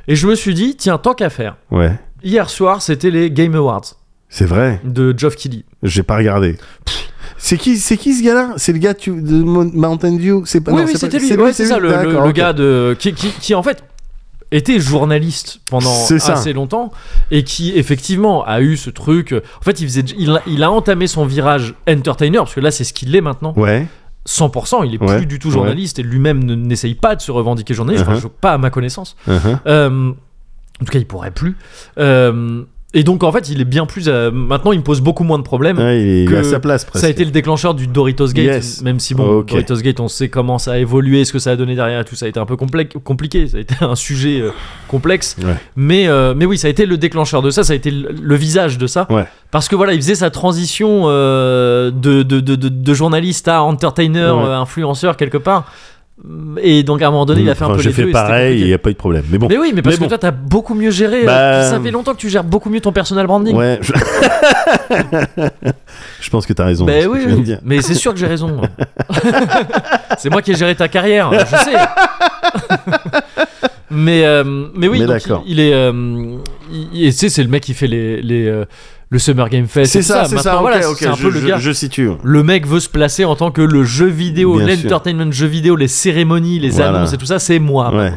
Speaker 1: Et je me suis dit, tiens, tant qu'à faire.
Speaker 2: ouais.
Speaker 1: Hier soir, c'était les Game Awards
Speaker 2: C'est vrai.
Speaker 1: de Geoff Keighley.
Speaker 2: J'ai pas regardé. C'est qui, c'est qui ce gars-là C'est le gars tu- de Mon- Mountain View C'est pas.
Speaker 1: oui,
Speaker 2: Ah non,
Speaker 1: oui,
Speaker 2: c'est pas-
Speaker 1: c'était lui.
Speaker 2: C'est
Speaker 1: Ouais, c'est
Speaker 2: c'est
Speaker 1: ça, le, le-
Speaker 2: D'accord,
Speaker 1: le
Speaker 2: ok.
Speaker 1: gars de qui, qui- qui, en fait était journaliste pendant
Speaker 2: C'est ça.
Speaker 1: assez longtemps et qui effectivement a eu ce truc. euh, En fait, il faisait, il, a- il a entamé son virage entertainer parce que là, c'est ce qu'il est maintenant.
Speaker 2: Ouais.
Speaker 1: 100%, il est
Speaker 2: Ouais,
Speaker 1: plus du tout journaliste et lui-même ne- n'essaye pas de se revendiquer journaliste. Enfin,
Speaker 2: Uh-huh.
Speaker 1: je- pas à ma connaissance.
Speaker 2: uh-huh.
Speaker 1: Euh, en tout cas, il pourrait plus. Euh, et donc, en fait, il est bien plus. euh, maintenant, il me pose beaucoup moins de problèmes.
Speaker 2: Ouais, il est il est à
Speaker 1: que
Speaker 2: sa place presque.
Speaker 1: Ça a été le déclencheur du Doritos Gate,
Speaker 2: Yes.
Speaker 1: même si bon,
Speaker 2: Ok.
Speaker 1: Doritos Gate, on sait comment ça a évolué, ce que ça a donné derrière, et tout ça a été un peu complexe, compliqué, ça a été un sujet euh, complexe,
Speaker 2: Ouais.
Speaker 1: mais euh, mais oui, ça a été le déclencheur de ça, ça a été le, le visage de ça,
Speaker 2: Ouais.
Speaker 1: parce que voilà, il faisait sa transition euh, de, de, de, de- de journaliste à entertainer,
Speaker 2: Ouais.
Speaker 1: euh, influenceur quelque part, et donc à un moment donné, il a fait un
Speaker 2: Enfin,
Speaker 1: peu
Speaker 2: J'ai
Speaker 1: les
Speaker 2: fait
Speaker 1: deux et c'était
Speaker 2: pareil et il
Speaker 1: compliqué.
Speaker 2: n'y a pas eu de problème. Mais bon.
Speaker 1: Mais oui, mais parce que
Speaker 2: Mais bon.
Speaker 1: toi, t'as beaucoup mieux géré. euh,
Speaker 2: Bah,
Speaker 1: ça fait longtemps que tu gères beaucoup mieux ton personal branding.
Speaker 2: Ouais. Je... je pense que t'as raison.
Speaker 1: Ben
Speaker 2: ce que
Speaker 1: oui,
Speaker 2: tu viens de
Speaker 1: oui.
Speaker 2: dire.
Speaker 1: mais c'est sûr que j'ai raison. c'est moi qui ai géré ta carrière, je sais. mais, euh, mais oui,
Speaker 2: Mais
Speaker 1: donc,
Speaker 2: d'accord.
Speaker 1: il, il est. euh, il- et c'est, c'est le mec qui fait les, les, euh, le Summer Game Fest. et
Speaker 2: C'est
Speaker 1: tout
Speaker 2: ça, c'est
Speaker 1: Maintenant,
Speaker 2: ça.
Speaker 1: voilà,
Speaker 2: ok, ok,
Speaker 1: c'est un
Speaker 2: je-
Speaker 1: peu le
Speaker 2: je-
Speaker 1: gars.
Speaker 2: Je situe.
Speaker 1: Le mec veut se placer en tant que le jeu vidéo,
Speaker 2: Bien sûr.
Speaker 1: l'entertainment jeu vidéo, les cérémonies, les
Speaker 2: Voilà.
Speaker 1: annonces et tout ça, c'est moi.
Speaker 2: Ouais.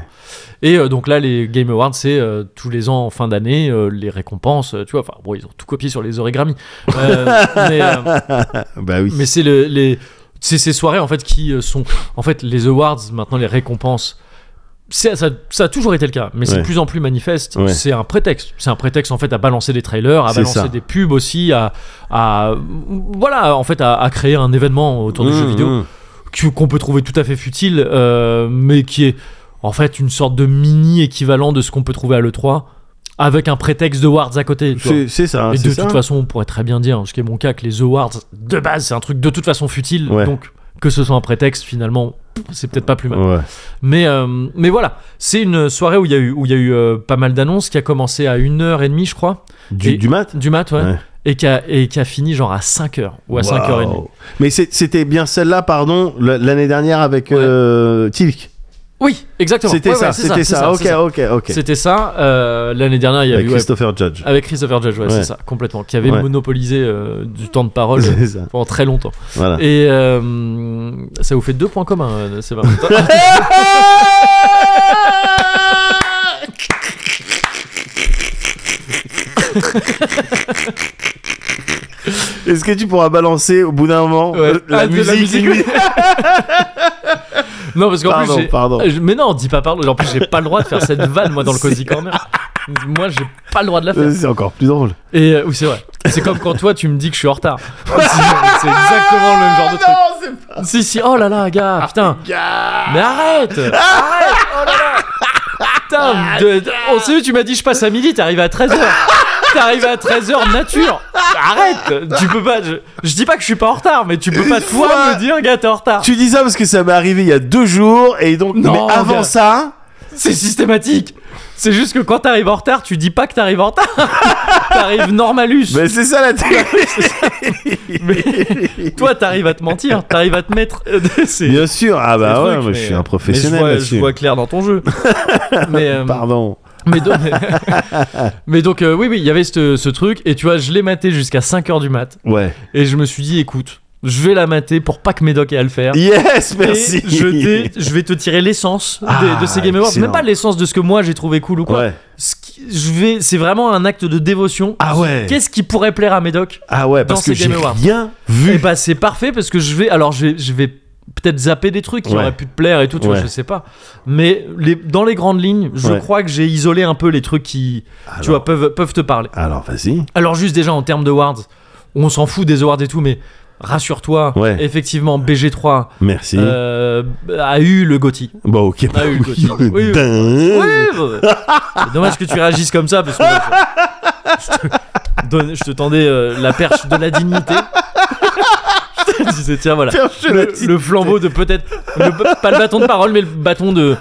Speaker 1: Et euh, donc là, les Game Awards, c'est euh, tous les ans en fin d'année, euh, les récompenses, euh, tu vois. Enfin, bon, ils ont tout copié sur les origami. Euh, mais, euh,
Speaker 2: Bah oui.
Speaker 1: mais c'est le- les c'est ces soirées en fait qui euh, sont en fait les awards maintenant les récompenses c'est- ça, ça a toujours été le cas, mais c'est
Speaker 2: Ouais.
Speaker 1: de plus en plus manifeste.
Speaker 2: Ouais.
Speaker 1: C'est un prétexte. C'est un prétexte en fait à balancer des trailers, à
Speaker 2: C'est
Speaker 1: balancer
Speaker 2: ça.
Speaker 1: des pubs aussi, à, à- voilà en fait à, à créer un événement autour du jeu
Speaker 2: Mmh,
Speaker 1: vidéo
Speaker 2: mmh.
Speaker 1: que- qu'on peut trouver tout à fait futile, euh, mais qui est en fait une sorte de mini équivalent de ce qu'on peut trouver à l'E3 avec un prétexte de awards à côté. tu vois.
Speaker 2: C'est c'est ça.
Speaker 1: Et
Speaker 2: Ah, c'est
Speaker 1: de
Speaker 2: ça.
Speaker 1: toute façon, on pourrait très bien dire, ce qui est mon cas, que les awards, de base, c'est un truc de toute façon futile.
Speaker 2: Ouais.
Speaker 1: Donc, que ce soit un prétexte, finalement, c'est peut-être pas plus mal.
Speaker 2: Ouais.
Speaker 1: Mais, euh, mais voilà, c'est une soirée où il y a eu, où il y a eu euh, pas mal d'annonces, qui a commencé à 1h30, je crois, Et-
Speaker 2: Du, du mat
Speaker 1: du mat, ouais,
Speaker 2: Ouais.
Speaker 1: Et, qui a, et qui a fini genre à 5h ou à
Speaker 2: Wow.
Speaker 1: 5h30.
Speaker 2: Mais c'est- c'était bien celle-là, pardon, l- l'année dernière avec
Speaker 1: Ouais.
Speaker 2: euh, Tilk.
Speaker 1: Oui, exactement.
Speaker 2: C'était
Speaker 1: Ouais,
Speaker 2: ça,
Speaker 1: ouais, c'est
Speaker 2: c'était
Speaker 1: c'est
Speaker 2: ça. Ok,
Speaker 1: c'est ça.
Speaker 2: ok, ok.
Speaker 1: C'était ça. euh, L'année dernière, il y a
Speaker 2: Avec
Speaker 1: eu. ouais, Ah,
Speaker 2: Christopher Judge.
Speaker 1: avec Christopher Judge, ouais,
Speaker 2: Ouais.
Speaker 1: c'est ça, complètement. Qui avait
Speaker 2: Ouais.
Speaker 1: monopolisé euh, du temps de parole
Speaker 2: C'est ça.
Speaker 1: pendant très longtemps.
Speaker 2: Voilà.
Speaker 1: Et euh, ça vous fait deux points communs, euh, c'est pas
Speaker 2: Est-ce que tu pourras balancer au bout d'un moment
Speaker 1: Ouais.
Speaker 2: euh, la,
Speaker 1: Ah, de
Speaker 2: musique,
Speaker 1: la musique,
Speaker 2: oui.
Speaker 1: Non, parce qu'en
Speaker 2: Pardon,
Speaker 1: plus, j'ai-
Speaker 2: pardon.
Speaker 1: Euh, je- mais non, dis pas pardon. En plus, j'ai pas le droit de faire cette vanne, moi, dans le Cozy Corner. Moi, j'ai pas le droit de la faire.
Speaker 2: Euh, C'est encore plus drôle.
Speaker 1: Et euh, oui, c'est vrai. C'est comme quand toi, tu me dis que je suis en retard. C'est c'est exactement le même genre de truc.
Speaker 2: Non, c'est pas. Ah,
Speaker 1: Si, si, oh là là, gars, putain. Mais arrête Arrête Oh là là
Speaker 2: Ah,
Speaker 1: Putain, de- de- on s'est vu, tu m'as dit je passe à midi, t'arrives à 13h. T'arrives à 13h nature. Arrête Tu peux pas. Je, je dis pas que je suis pas en retard, mais tu peux pas toi
Speaker 2: fois-
Speaker 1: me dire, gars, t'es en retard.
Speaker 2: Tu dis ça parce que ça m'est arrivé il y a deux jours et donc.
Speaker 1: Non,
Speaker 2: mais avant
Speaker 1: gars.
Speaker 2: ça.
Speaker 1: C'est systématique. C'est juste que quand t'arrives en retard, tu dis pas que t'arrives en retard. t'arrives normalus.
Speaker 2: Mais c'est ça la télé.
Speaker 1: Toi, t'arrives à te mentir, t'arrives à te mettre. C'est
Speaker 2: Bien sûr. Ah
Speaker 1: c'est
Speaker 2: bah
Speaker 1: le
Speaker 2: ouais,
Speaker 1: truc,
Speaker 2: moi,
Speaker 1: mais-
Speaker 2: je
Speaker 1: euh,
Speaker 2: suis
Speaker 1: mais
Speaker 2: un professionnel
Speaker 1: je vois- Je
Speaker 2: là-dessus.
Speaker 1: vois clair dans ton jeu. mais, euh,
Speaker 2: Pardon.
Speaker 1: mais donc, mais donc, euh, oui, oui, il y avait ce, ce truc. Et tu vois, je l'ai maté jusqu'à 5h du mat.
Speaker 2: Ouais.
Speaker 1: Et je me suis dit, écoute, je vais la mater pour pas que Médoc ait à le faire.
Speaker 2: Yes,
Speaker 1: Et
Speaker 2: merci.
Speaker 1: Je, t'ai- je vais te tirer l'essence de-
Speaker 2: Ah,
Speaker 1: de, ces Game Awards.
Speaker 2: excellent.
Speaker 1: Même pas l'essence de ce que moi j'ai trouvé cool ou quoi.
Speaker 2: Ouais.
Speaker 1: Ce qui- je vais, c'est vraiment un acte de dévotion.
Speaker 2: Ah ouais.
Speaker 1: Qu'est-ce qui pourrait plaire à Médoc
Speaker 2: Ah ouais, parce
Speaker 1: dans
Speaker 2: que
Speaker 1: ces
Speaker 2: j'ai
Speaker 1: Game Awards
Speaker 2: rien
Speaker 1: Eh
Speaker 2: vu.
Speaker 1: bah c'est parfait parce que je vais, alors je vais, je vais peut-être zapper des trucs qui
Speaker 2: Ouais.
Speaker 1: auraient pu te plaire et tout, tu vois,
Speaker 2: Ouais.
Speaker 1: je sais pas. Mais les, dans les grandes lignes, je
Speaker 2: Ouais.
Speaker 1: crois que j'ai isolé un peu les trucs qui, tu
Speaker 2: Alors-
Speaker 1: vois, peuvent, peuvent te parler.
Speaker 2: Alors, vas-y.
Speaker 1: Alors juste déjà en termes de awards, on s'en fout des awards et tout, mais rassure-toi,
Speaker 2: Ouais.
Speaker 1: effectivement BG3
Speaker 2: Merci.
Speaker 1: euh, a eu le Gotti.
Speaker 2: Bon, ok.
Speaker 1: Ah oui,
Speaker 2: Oui,
Speaker 1: Gauthier. Oui, oui.
Speaker 2: dingue.
Speaker 1: Ouais, bah, c'est dommage que tu réagisses comme ça parce que je te, donne- je te tendais euh, la perche de la dignité. Je te disais tiens voilà
Speaker 2: Perche de la dignité.
Speaker 1: le, le flambeau de peut-être le- pas le bâton de parole mais le bâton de,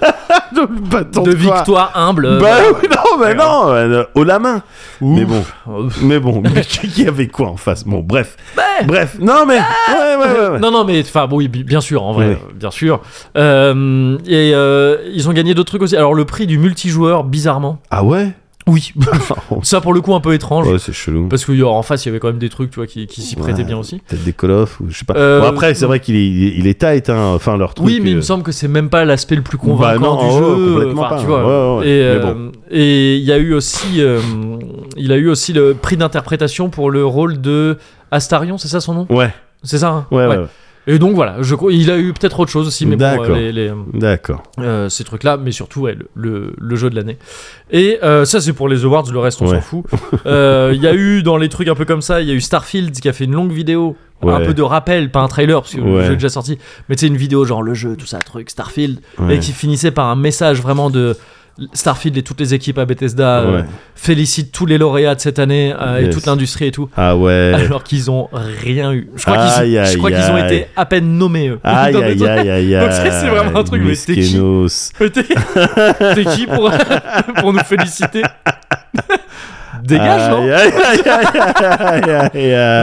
Speaker 2: Le bâton
Speaker 1: de
Speaker 2: de quoi
Speaker 1: victoire humble. euh,
Speaker 2: Bah
Speaker 1: voilà.
Speaker 2: oui, non, mais non, euh, haut la main.
Speaker 1: Ouf.
Speaker 2: Mais bon,
Speaker 1: Ouf.
Speaker 2: mais bon, mais qui y avait quoi en face Bon, bref, bref. Non mais, ouais, ouais, ouais, ouais.
Speaker 1: Ah. Non non mais enfin bon, oui bi- bien sûr en vrai
Speaker 2: Ouais.
Speaker 1: euh, bien sûr Euh, et euh, ils ont gagné d'autres trucs aussi alors le prix du multijoueur bizarrement
Speaker 2: Ah ouais
Speaker 1: oui ça pour le coup un peu étrange
Speaker 2: Ouais, c'est chelou.
Speaker 1: parce que en face il y avait quand même des trucs tu vois qui, qui s'y prêtaient
Speaker 2: Ouais.
Speaker 1: bien aussi
Speaker 2: Peut-être des Call of ou je sais pas.
Speaker 1: Euh,
Speaker 2: Bon, après, c'est vrai qu'il est, il est- il est tight, hein. Enfin, leur truc.
Speaker 1: Oui, mais il
Speaker 2: euh,
Speaker 1: me semble que c'est même pas l'aspect le plus convaincant
Speaker 2: Bah non,
Speaker 1: du
Speaker 2: oh,
Speaker 1: jeu. euh,
Speaker 2: complètement
Speaker 1: enfin,
Speaker 2: pas.
Speaker 1: tu vois.
Speaker 2: Ouais, ouais, ouais.
Speaker 1: Et
Speaker 2: Mais
Speaker 1: euh, et il y a eu aussi, euh, il a eu aussi le prix d'interprétation pour le rôle de Astarion, c'est ça son nom
Speaker 2: Ouais,
Speaker 1: C'est ça. hein
Speaker 2: ouais, ouais. ouais.
Speaker 1: Et donc voilà, je, crois- il a eu peut-être autre chose aussi, mais bon,
Speaker 2: D'accord.
Speaker 1: euh, les- les,
Speaker 2: D'accord.
Speaker 1: euh, ces trucs-là, mais surtout ouais, le, le- le jeu de l'année. Et euh, ça, c'est pour les awards, le reste, on
Speaker 2: Ouais.
Speaker 1: s'en fout. Euh, Il y a eu dans les trucs un peu comme ça, il y a eu Starfield qui a fait une longue vidéo, un
Speaker 2: Ouais.
Speaker 1: peu de rappel, pas un trailer, parce que le
Speaker 2: Ouais.
Speaker 1: jeu est déjà sorti, mais tu sais, une vidéo genre le jeu, tout ça, truc, Starfield,
Speaker 2: Ouais.
Speaker 1: et qui finissait par un message vraiment de. Starfield et toutes les équipes à Bethesda euh,
Speaker 2: Ouais.
Speaker 1: félicitent tous les lauréats de cette année euh, et
Speaker 2: Yes.
Speaker 1: toute l'industrie et tout,
Speaker 2: Ah ouais.
Speaker 1: alors qu'ils ont rien eu. Je crois qu'ils
Speaker 2: Aïe,
Speaker 1: je crois
Speaker 2: aïe,
Speaker 1: qu'ils ont
Speaker 2: aïe.
Speaker 1: été à peine nommés. eux.
Speaker 2: Aïe
Speaker 1: dans les
Speaker 2: aïe
Speaker 1: trucs.
Speaker 2: aïe aïe aïe.
Speaker 1: Donc ça, c'est vraiment un truc, mais t'es qui
Speaker 2: Miskenos.
Speaker 1: Mais T'es t'es qui pour, pour nous féliciter Dégage, hein. non
Speaker 2: Aïe aïe aïe aïe aïe aïe
Speaker 1: Donc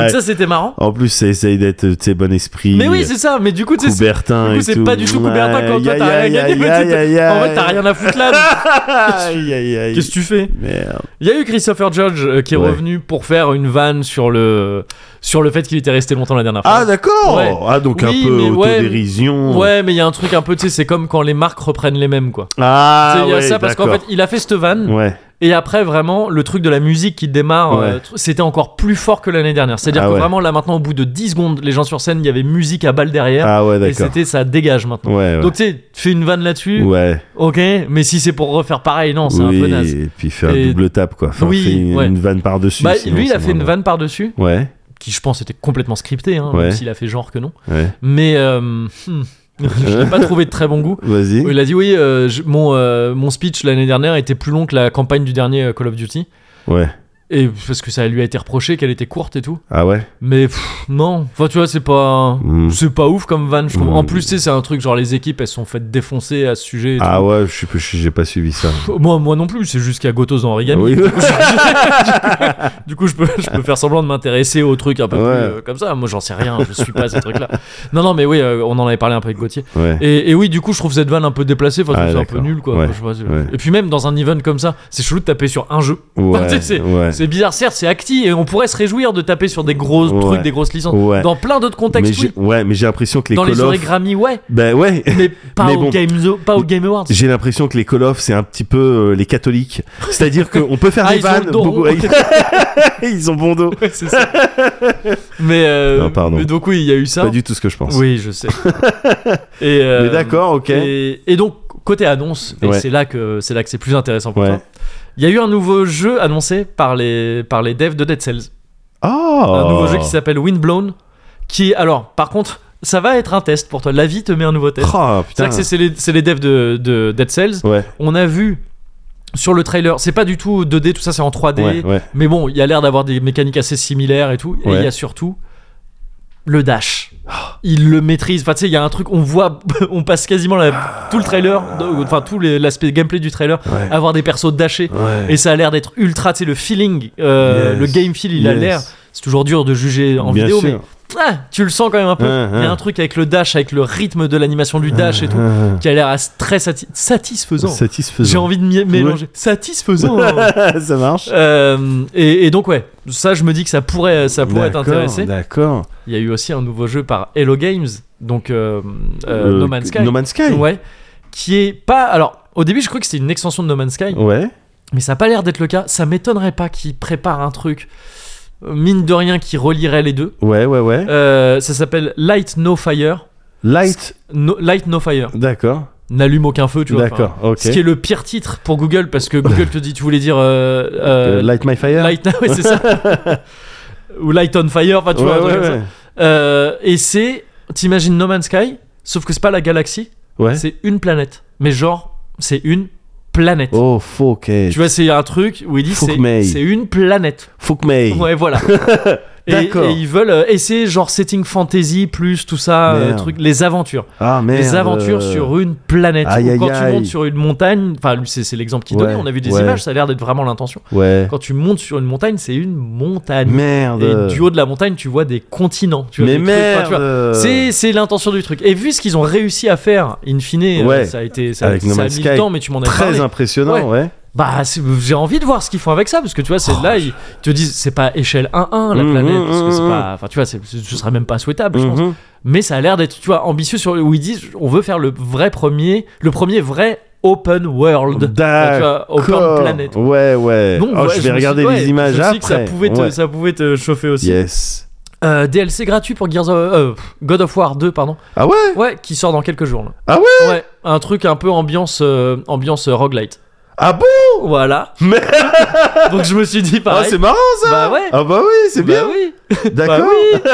Speaker 2: aïe.
Speaker 1: ça, c'était marrant.
Speaker 2: En plus, ça essaye d'être, euh, tu sais, bon esprit. euh,
Speaker 1: Mais oui, c'est ça. Mais du coup, tu sais, c'est-
Speaker 2: Coubertin
Speaker 1: du coup,
Speaker 2: et
Speaker 1: c'est
Speaker 2: tout.
Speaker 1: pas du tout Coubertin quand toi,
Speaker 2: Aïe,
Speaker 1: t'as
Speaker 2: aïe,
Speaker 1: rien gagné.
Speaker 2: aïe,
Speaker 1: mais
Speaker 2: aïe,
Speaker 1: t'es-
Speaker 2: aï, aï,
Speaker 1: En fait, t'as rien à foutre là. donc
Speaker 2: Aïe, aïe, aïe.
Speaker 1: Qu'est-ce que tu fais
Speaker 2: Merde.
Speaker 1: Il y a eu Christopher Judge euh, qui est
Speaker 2: Ouais.
Speaker 1: revenu pour faire une vanne sur le, sur le fait qu'il était resté longtemps la dernière fois.
Speaker 2: Ah, d'accord
Speaker 1: Ouais.
Speaker 2: Ah, donc
Speaker 1: Oui,
Speaker 2: un peu
Speaker 1: mais ouais.
Speaker 2: autodérision.
Speaker 1: Ouais, mais il y a un truc un peu, tu sais, c'est comme quand les marques reprennent les mêmes, quoi. Tu
Speaker 2: Ah,
Speaker 1: sais, Il y a
Speaker 2: ouais,
Speaker 1: ça parce qu'en
Speaker 2: d'accord.
Speaker 1: fait, il a fait cette vanne,
Speaker 2: Ouais.
Speaker 1: Et après, vraiment, le truc de la musique qui démarre,
Speaker 2: Ouais.
Speaker 1: euh, tr- c'était encore plus fort que l'année dernière. C'est-à-dire
Speaker 2: Ah
Speaker 1: que
Speaker 2: ouais.
Speaker 1: vraiment, là maintenant, au bout de 10 secondes, les gens sur scène, il y avait musique à balle derrière.
Speaker 2: Ah, ouais,
Speaker 1: et
Speaker 2: d'accord.
Speaker 1: c'était ça dégage maintenant.
Speaker 2: Ouais, ouais.
Speaker 1: Donc tu sais, fais une vanne là-dessus,
Speaker 2: ouais.
Speaker 1: ok, mais si c'est pour refaire pareil, non, c'est
Speaker 2: oui,
Speaker 1: un peu naze.
Speaker 2: et puis faire
Speaker 1: Et-
Speaker 2: double tape, quoi. Enfin,
Speaker 1: Oui,
Speaker 2: fait une,
Speaker 1: ouais.
Speaker 2: une vanne par-dessus.
Speaker 1: Bah,
Speaker 2: sinon,
Speaker 1: lui, il a
Speaker 2: c'est
Speaker 1: fait une
Speaker 2: vraiment-
Speaker 1: vanne par-dessus,
Speaker 2: Ouais,
Speaker 1: qui je pense était complètement scriptée, hein,
Speaker 2: Ouais.
Speaker 1: même s'il a fait genre que non.
Speaker 2: ouais.
Speaker 1: Mais euh, hmm, je n'ai pas trouvé de très bon goût.
Speaker 2: Vas-y.
Speaker 1: Il a dit oui, euh, je- mon, euh, mon speech l'année dernière était plus long que la campagne du dernier euh, Call of Duty.
Speaker 2: Ouais.
Speaker 1: Et parce que ça lui a été reproché qu'elle était courte et tout.
Speaker 2: Ah, ouais.
Speaker 1: Mais pff, non, enfin tu vois, c'est pas
Speaker 2: Mm.
Speaker 1: c'est pas ouf comme van, je trouve.
Speaker 2: Mm.
Speaker 1: En plus, tu sais, c'est un truc genre les équipes elles se sont faites défoncer à ce sujet. et tout.
Speaker 2: Ah, ouais, je sais pas- j'ai pas suivi ça.
Speaker 1: Pff, Moi, moi non plus, c'est juste qu'il y a Gotos dans Origami.
Speaker 2: Oui.
Speaker 1: Du, coup, je, du coup, je peux, je peux faire semblant de m'intéresser au truc un peu
Speaker 2: Ouais.
Speaker 1: plus euh, comme ça. Moi, j'en sais rien, je suis pas à ces trucs-là. Non, non, mais oui, euh, on en avait parlé un peu avec Gauthier.
Speaker 2: Ouais.
Speaker 1: Et, et oui, du coup, je trouve cette vanne un peu déplacée, enfin,
Speaker 2: Ah,
Speaker 1: c'est un peu
Speaker 2: d'accord.
Speaker 1: nul quoi.
Speaker 2: Ouais.
Speaker 1: Je sais pas, c'est-
Speaker 2: Ouais.
Speaker 1: Et puis, même dans un event comme ça, c'est chelou de taper sur un jeu.
Speaker 2: Ouais.
Speaker 1: Tu sais, c'est-
Speaker 2: ouais.
Speaker 1: C'est bizarre, certes, c'est acti et on pourrait se réjouir de taper sur des gros
Speaker 2: Ouais.
Speaker 1: trucs, des grosses licences.
Speaker 2: Ouais.
Speaker 1: Dans plein d'autres
Speaker 2: mais
Speaker 1: contextes,
Speaker 2: j'ai-
Speaker 1: oui.
Speaker 2: ouais, mais j'ai l'impression que les
Speaker 1: Dans
Speaker 2: Call
Speaker 1: les
Speaker 2: of.
Speaker 1: origami, ouais.
Speaker 2: Ben ouais.
Speaker 1: Mais pas,
Speaker 2: Mais
Speaker 1: au
Speaker 2: bon.
Speaker 1: Game Zo- pas au Game Awards.
Speaker 2: J'ai l'impression que les Call of, c'est un petit peu euh, les catholiques. C'est-à-dire qu'on peut faire
Speaker 1: Ah,
Speaker 2: des
Speaker 1: ils ont
Speaker 2: vannes.
Speaker 1: le dos.
Speaker 2: beaucoup- ils ont bon dos.
Speaker 1: Ouais, c'est ça. mais, euh,
Speaker 2: Non, pardon.
Speaker 1: mais donc, oui, il y a eu ça.
Speaker 2: Pas du tout ce que je pense.
Speaker 1: Oui, je sais. et, euh,
Speaker 2: Mais d'accord, ok.
Speaker 1: Et, et donc, côté annonce, et
Speaker 2: Ouais.
Speaker 1: c'est là que c'est là que c'est plus intéressant pour
Speaker 2: Ouais.
Speaker 1: toi. Il y a eu un nouveau jeu annoncé par les, par les devs de Dead Cells.
Speaker 2: Oh
Speaker 1: un nouveau jeu qui s'appelle Windblown qui est alors par contre ça va être un test pour toi la vie te met un nouveau test
Speaker 2: Oh
Speaker 1: c'est
Speaker 2: putain.
Speaker 1: vrai que c'est- c'est les, c'est les devs de, de Dead Cells
Speaker 2: Ouais,
Speaker 1: on a vu sur le trailer c'est pas du tout 2D tout ça c'est en 3D
Speaker 2: ouais, ouais.
Speaker 1: mais bon il y a l'air d'avoir des mécaniques assez similaires et tout et
Speaker 2: Ouais. Ah.
Speaker 1: il y a surtout le dash il le maîtrise enfin tu sais il y a un truc on voit on passe quasiment la- tout le trailer enfin tout les- l'aspect gameplay du trailer
Speaker 2: Ah. Ouais.
Speaker 1: avoir des persos dashés
Speaker 2: Ouais.
Speaker 1: Ah. et ça a l'air d'être ultra, tu sais, le feeling, euh,
Speaker 2: Yes.
Speaker 1: le game feel, il a
Speaker 2: Yes.
Speaker 1: l'air. C'est toujours dur de juger en
Speaker 2: Bien
Speaker 1: vidéo,
Speaker 2: sûr.
Speaker 1: ah, tu le sens quand même un peu.
Speaker 2: Hein,
Speaker 1: Il y a
Speaker 2: hein.
Speaker 1: un truc avec le dash, avec le rythme de l'animation du dash et tout,
Speaker 2: Ah,
Speaker 1: qui a l'air assez- très sati- satisfaisant.
Speaker 2: Satisfaisant.
Speaker 1: J'ai envie de m'y mélanger. Satisfaisant.
Speaker 2: ça marche.
Speaker 1: Euh, et, et donc ouais, ça je me dis que ça pourrait, ça pourrait
Speaker 2: D'accord,
Speaker 1: t'intéresser.
Speaker 2: D'accord.
Speaker 1: Il y a eu aussi un nouveau jeu par Hello Games, donc euh, euh,
Speaker 2: Euh,
Speaker 1: No Man's Sky.
Speaker 2: No Man's Sky.
Speaker 1: Ouais, qui est pas. Alors au début je crois que c'était une extension de No Man's Sky,
Speaker 2: Ouais.
Speaker 1: mais ça a pas l'air d'être le cas. Ça m'étonnerait pas qu'ils préparent un truc euh, mine de rien qui relierait les deux.
Speaker 2: Ouais, ouais, ouais.
Speaker 1: Euh, ça s'appelle Light No Fire.
Speaker 2: Light.
Speaker 1: No- Light No Fire.
Speaker 2: D'accord.
Speaker 1: N'allume aucun feu, tu vois.
Speaker 2: D'accord.
Speaker 1: enfin,
Speaker 2: Ok.
Speaker 1: Ce qui est le pire titre pour Google parce que Google te dit tu voulais dire euh, euh,
Speaker 2: Euh, Light My Fire.
Speaker 1: Light, ouais, c'est ça. Ou Light on Fire, enfin, tu
Speaker 2: Ouais,
Speaker 1: vois, un truc
Speaker 2: ouais,
Speaker 1: comme ça.
Speaker 2: ouais.
Speaker 1: Euh, et c'est, t'imagines No Man's Sky, sauf que c'est pas la galaxie,
Speaker 2: Ouais.
Speaker 1: c'est une planète. Mais genre, c'est une planète.
Speaker 2: Oh, fuck.
Speaker 1: Tu vois, c'est un truc où il dit
Speaker 2: Fuck
Speaker 1: c'est
Speaker 2: me.
Speaker 1: c'est une planète.
Speaker 2: Fuck me.
Speaker 1: Ouais, voilà. Et,
Speaker 2: D'accord.
Speaker 1: et ils veulent euh, et c'est genre setting fantasy plus tout ça, euh,
Speaker 2: Merde.
Speaker 1: truc, les aventures,
Speaker 2: Ah, merde.
Speaker 1: les aventures
Speaker 2: euh,
Speaker 1: sur une planète.
Speaker 2: Aïe,
Speaker 1: Ou
Speaker 2: aïe,
Speaker 1: quand tu
Speaker 2: aïe.
Speaker 1: montes sur une montagne, enfin lui, c'est c'est l'exemple qu'il
Speaker 2: Ouais,
Speaker 1: donnait. On a vu des
Speaker 2: ouais.
Speaker 1: images, ça a l'air d'être vraiment l'intention.
Speaker 2: Ouais.
Speaker 1: Quand tu montes sur une montagne, c'est une montagne.
Speaker 2: Merde.
Speaker 1: Et du haut de la montagne, tu vois des continents. Tu vois,
Speaker 2: Mais
Speaker 1: des trucs, enfin, tu vois,
Speaker 2: merde.
Speaker 1: c'est, c'est l'intention du truc. Et vu ce qu'ils ont réussi à faire, in fine, euh,
Speaker 2: Ouais.
Speaker 1: ça a été ça, a-
Speaker 2: Avec
Speaker 1: ça
Speaker 2: No
Speaker 1: a
Speaker 2: Man's
Speaker 1: mis
Speaker 2: Sky.
Speaker 1: le temps, mais tu m'en as
Speaker 2: Très
Speaker 1: parlé.
Speaker 2: impressionnant, ouais.
Speaker 1: Bah, c'est- j'ai envie de voir ce qu'ils font avec ça, parce que tu vois, c'est
Speaker 2: Oh.
Speaker 1: là, ils te disent, c'est pas échelle 1-1 la
Speaker 2: Mhm,
Speaker 1: planète, parce que c'est
Speaker 2: mhm,
Speaker 1: pas, enfin, tu vois, c'est, ce serait même pas souhaitable, je pense.
Speaker 2: Mhm.
Speaker 1: Mais ça a l'air d'être, tu vois, ambitieux sur où ils disent, on veut faire le vrai premier, le premier vrai open world, Enfin, bah, tu vois, open
Speaker 2: D'accord.
Speaker 1: planet.
Speaker 2: Ouais, ouais.
Speaker 1: Donc, ouais,
Speaker 2: oh,
Speaker 1: me
Speaker 2: je vais
Speaker 1: suis
Speaker 2: regarder
Speaker 1: dit, ouais,
Speaker 2: les images
Speaker 1: je me suis dit
Speaker 2: après.
Speaker 1: que ça pouvait te,
Speaker 2: Ouais.
Speaker 1: ça pouvait te chauffer aussi.
Speaker 2: Yes.
Speaker 1: Euh, DLC gratuit pour Gears of, euh, God of War 2, pardon.
Speaker 2: Ah ouais
Speaker 1: Ouais, qui sort dans quelques jours. Là.
Speaker 2: Ah
Speaker 1: Ouais, un truc un peu ambiance, euh, ambiance euh, roguelite.
Speaker 2: Ah bon
Speaker 1: Voilà.
Speaker 2: Mais-
Speaker 1: Donc je me suis dit
Speaker 2: Ah,
Speaker 1: pareil.
Speaker 2: c'est marrant ça
Speaker 1: bah ouais.
Speaker 2: Ah bah oui, c'est
Speaker 1: Bah
Speaker 2: bien.
Speaker 1: oui.
Speaker 2: D'accord.
Speaker 1: Bah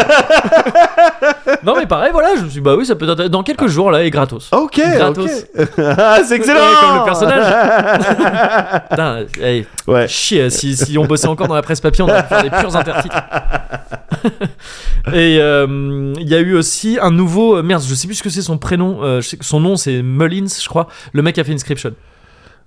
Speaker 1: oui. non mais pareil, voilà, je me suis dit, bah oui, ça peut être dans quelques jours là et gratos.
Speaker 2: Ok,
Speaker 1: Gratos.
Speaker 2: ok. ah, c'est Oh, excellent
Speaker 1: Ouais, comme le personnage. Putain, hey,
Speaker 2: ouais.
Speaker 1: chier, si, si on bossait encore dans la presse papier, on aurait pu faire des purs intertitres. et euh, il y a eu aussi un nouveau, euh, merde, je sais plus ce que c'est son prénom, euh, je sais que son nom c'est Mullins, je crois, le mec qui a fait Inscription.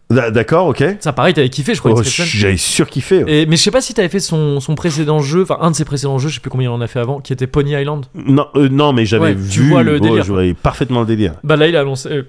Speaker 2: D- D'accord, ok.
Speaker 1: Ça pareil, t'avais kiffé, je crois,
Speaker 2: Oh,
Speaker 1: Inscription.
Speaker 2: J'ai surkiffé.
Speaker 1: Et- mais je sais pas si t'avais fait son, son précédent jeu, enfin un de ses précédents jeux, je sais plus combien il en a fait avant, qui était Pony Island.
Speaker 2: Non, euh, non, mais
Speaker 1: Ouais,
Speaker 2: j'avais
Speaker 1: tu
Speaker 2: vu.
Speaker 1: vois le
Speaker 2: ouais,
Speaker 1: délire.
Speaker 2: je voyais parfaitement le délire.
Speaker 1: Bah là, il a annoncé, euh,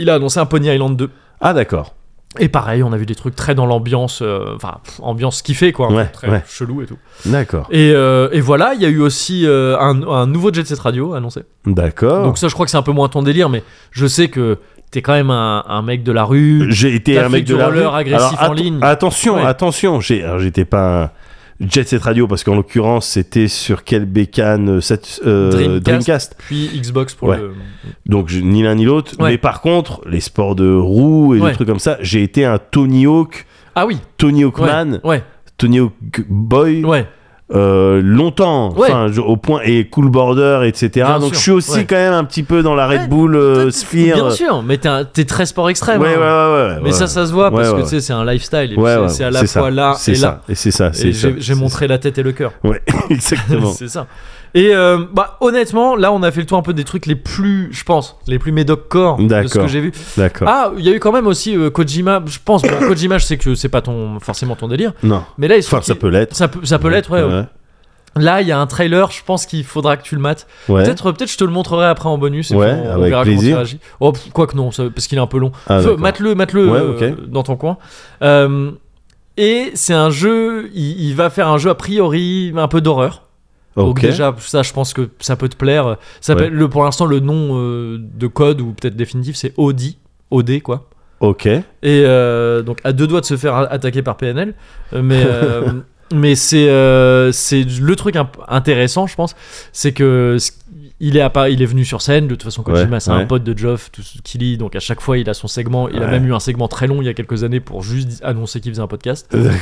Speaker 1: il a annoncé un Pony Island 2.
Speaker 2: Ah, d'accord.
Speaker 1: Et pareil, on a vu des trucs très dans l'ambiance, euh, enfin pff, ambiance kiffée quoi, un
Speaker 2: Ouais,
Speaker 1: truc très
Speaker 2: ouais.
Speaker 1: chelou et tout.
Speaker 2: D'accord.
Speaker 1: Et, euh, et voilà, il y a eu aussi euh, un, un nouveau Jet Set Radio annoncé.
Speaker 2: D'accord.
Speaker 1: Donc ça, je crois que c'est un peu moins ton délire, mais je sais que t'es quand même un, un mec de la rue.
Speaker 2: J'ai été
Speaker 1: T'as
Speaker 2: un
Speaker 1: fait
Speaker 2: mec
Speaker 1: du
Speaker 2: de la
Speaker 1: roller
Speaker 2: rue.
Speaker 1: agressif
Speaker 2: Alors,
Speaker 1: en
Speaker 2: atten-
Speaker 1: ligne.
Speaker 2: Attention,
Speaker 1: Ouais.
Speaker 2: attention. J'ai- alors, J'étais pas un Jet Set Radio parce qu'en l'occurrence c'était sur quelle bécane euh, Sat- euh,
Speaker 1: Dreamcast.
Speaker 2: Dreamcast.
Speaker 1: Puis Xbox pour
Speaker 2: Ouais.
Speaker 1: le.
Speaker 2: Donc je- ni l'un ni l'autre.
Speaker 1: Ouais.
Speaker 2: Mais par contre, les sports de roue et
Speaker 1: Ouais.
Speaker 2: des trucs comme ça, j'ai été un Tony Hawk,
Speaker 1: Ah oui.
Speaker 2: Tony
Speaker 1: Ouais.
Speaker 2: Hawkman,
Speaker 1: Ouais.
Speaker 2: Tony Hawk Boy
Speaker 1: Ouais.
Speaker 2: euh, longtemps.
Speaker 1: Ouais.
Speaker 2: Enfin, je- au point et Cool Border, etc.
Speaker 1: Bien
Speaker 2: Donc
Speaker 1: sûr,
Speaker 2: je suis aussi
Speaker 1: ouais.
Speaker 2: quand même un petit peu dans la Red
Speaker 1: Ouais,
Speaker 2: Bull euh,
Speaker 1: Bien
Speaker 2: Sphere.
Speaker 1: sûr, mais t'es un- t'es très sport
Speaker 2: Ouais,
Speaker 1: extrême.
Speaker 2: ouais, ouais,
Speaker 1: hein.
Speaker 2: ouais,
Speaker 1: Mais
Speaker 2: ouais.
Speaker 1: ça, ça se voit parce
Speaker 2: Ouais,
Speaker 1: que
Speaker 2: ouais.
Speaker 1: tu sais, c'est un lifestyle. et puis
Speaker 2: Ouais,
Speaker 1: c'est
Speaker 2: ouais,
Speaker 1: c'est à la
Speaker 2: c'est
Speaker 1: fois
Speaker 2: ça,
Speaker 1: là
Speaker 2: c'est
Speaker 1: et
Speaker 2: ça,
Speaker 1: là.
Speaker 2: Et c'est ça,
Speaker 1: Et
Speaker 2: c'est ça.
Speaker 1: J'ai j'ai
Speaker 2: c'est
Speaker 1: montré la tête et le cœur.
Speaker 2: ça. Ouais, exactement.
Speaker 1: c'est ça. Et euh, bah, honnêtement, là, on a fait le tour un peu des trucs les plus, je pense, les plus médoc-corps de ce
Speaker 2: D'accord.
Speaker 1: que j'ai vu.
Speaker 2: D'accord.
Speaker 1: Ah, il y a eu quand même aussi euh, Kojima. Je pense, bon, Kojima, je sais que c'est pas ton, forcément ton délire.
Speaker 2: Non.
Speaker 1: Mais là, il se
Speaker 2: Enfin,
Speaker 1: trouve
Speaker 2: ça
Speaker 1: qu'il-
Speaker 2: peut l'être.
Speaker 1: Ça peut, ça peut l'être, ouais, ouais. Là, il y a un trailer, je pense qu'il faudra que tu le mates.
Speaker 2: Ouais.
Speaker 1: Peut-être peut je te le montrerai après en bonus. et
Speaker 2: Ouais,
Speaker 1: puis on, on
Speaker 2: avec
Speaker 1: verra
Speaker 2: plaisir.
Speaker 1: comment ça réagit. Oh, pff, quoi que non, ça- parce qu'il est un peu long.
Speaker 2: Ah,
Speaker 1: Feu,
Speaker 2: d'accord.
Speaker 1: mate-le, mate-le
Speaker 2: Ouais,
Speaker 1: euh,
Speaker 2: ok.
Speaker 1: dans ton coin. Euh, et c'est un jeu, il, il va faire un jeu a priori un peu d'horreur. Donc
Speaker 2: Ok.
Speaker 1: déjà, ça, je pense que ça peut te plaire. Ça
Speaker 2: Ouais.
Speaker 1: s'appelle- le, pour l'instant, le nom euh, de code ou peut-être définitif, c'est OD. OD, quoi.
Speaker 2: Ok.
Speaker 1: Et euh, donc à deux doigts de se faire attaquer par PNL. Euh, Mais, euh, mais c'est euh, c'est le truc imp- intéressant, je pense, c'est que ce- il est, à Paris- il est venu sur scène. De toute façon, Kojima,
Speaker 2: Ouais,
Speaker 1: c'est un
Speaker 2: ouais.
Speaker 1: pote de Geoff, tout ce qu'il lit. Donc à chaque fois, il a son segment. Il a
Speaker 2: Ouais.
Speaker 1: même eu un segment très long il y a quelques années pour juste annoncer qu'il faisait un podcast.
Speaker 2: Euh.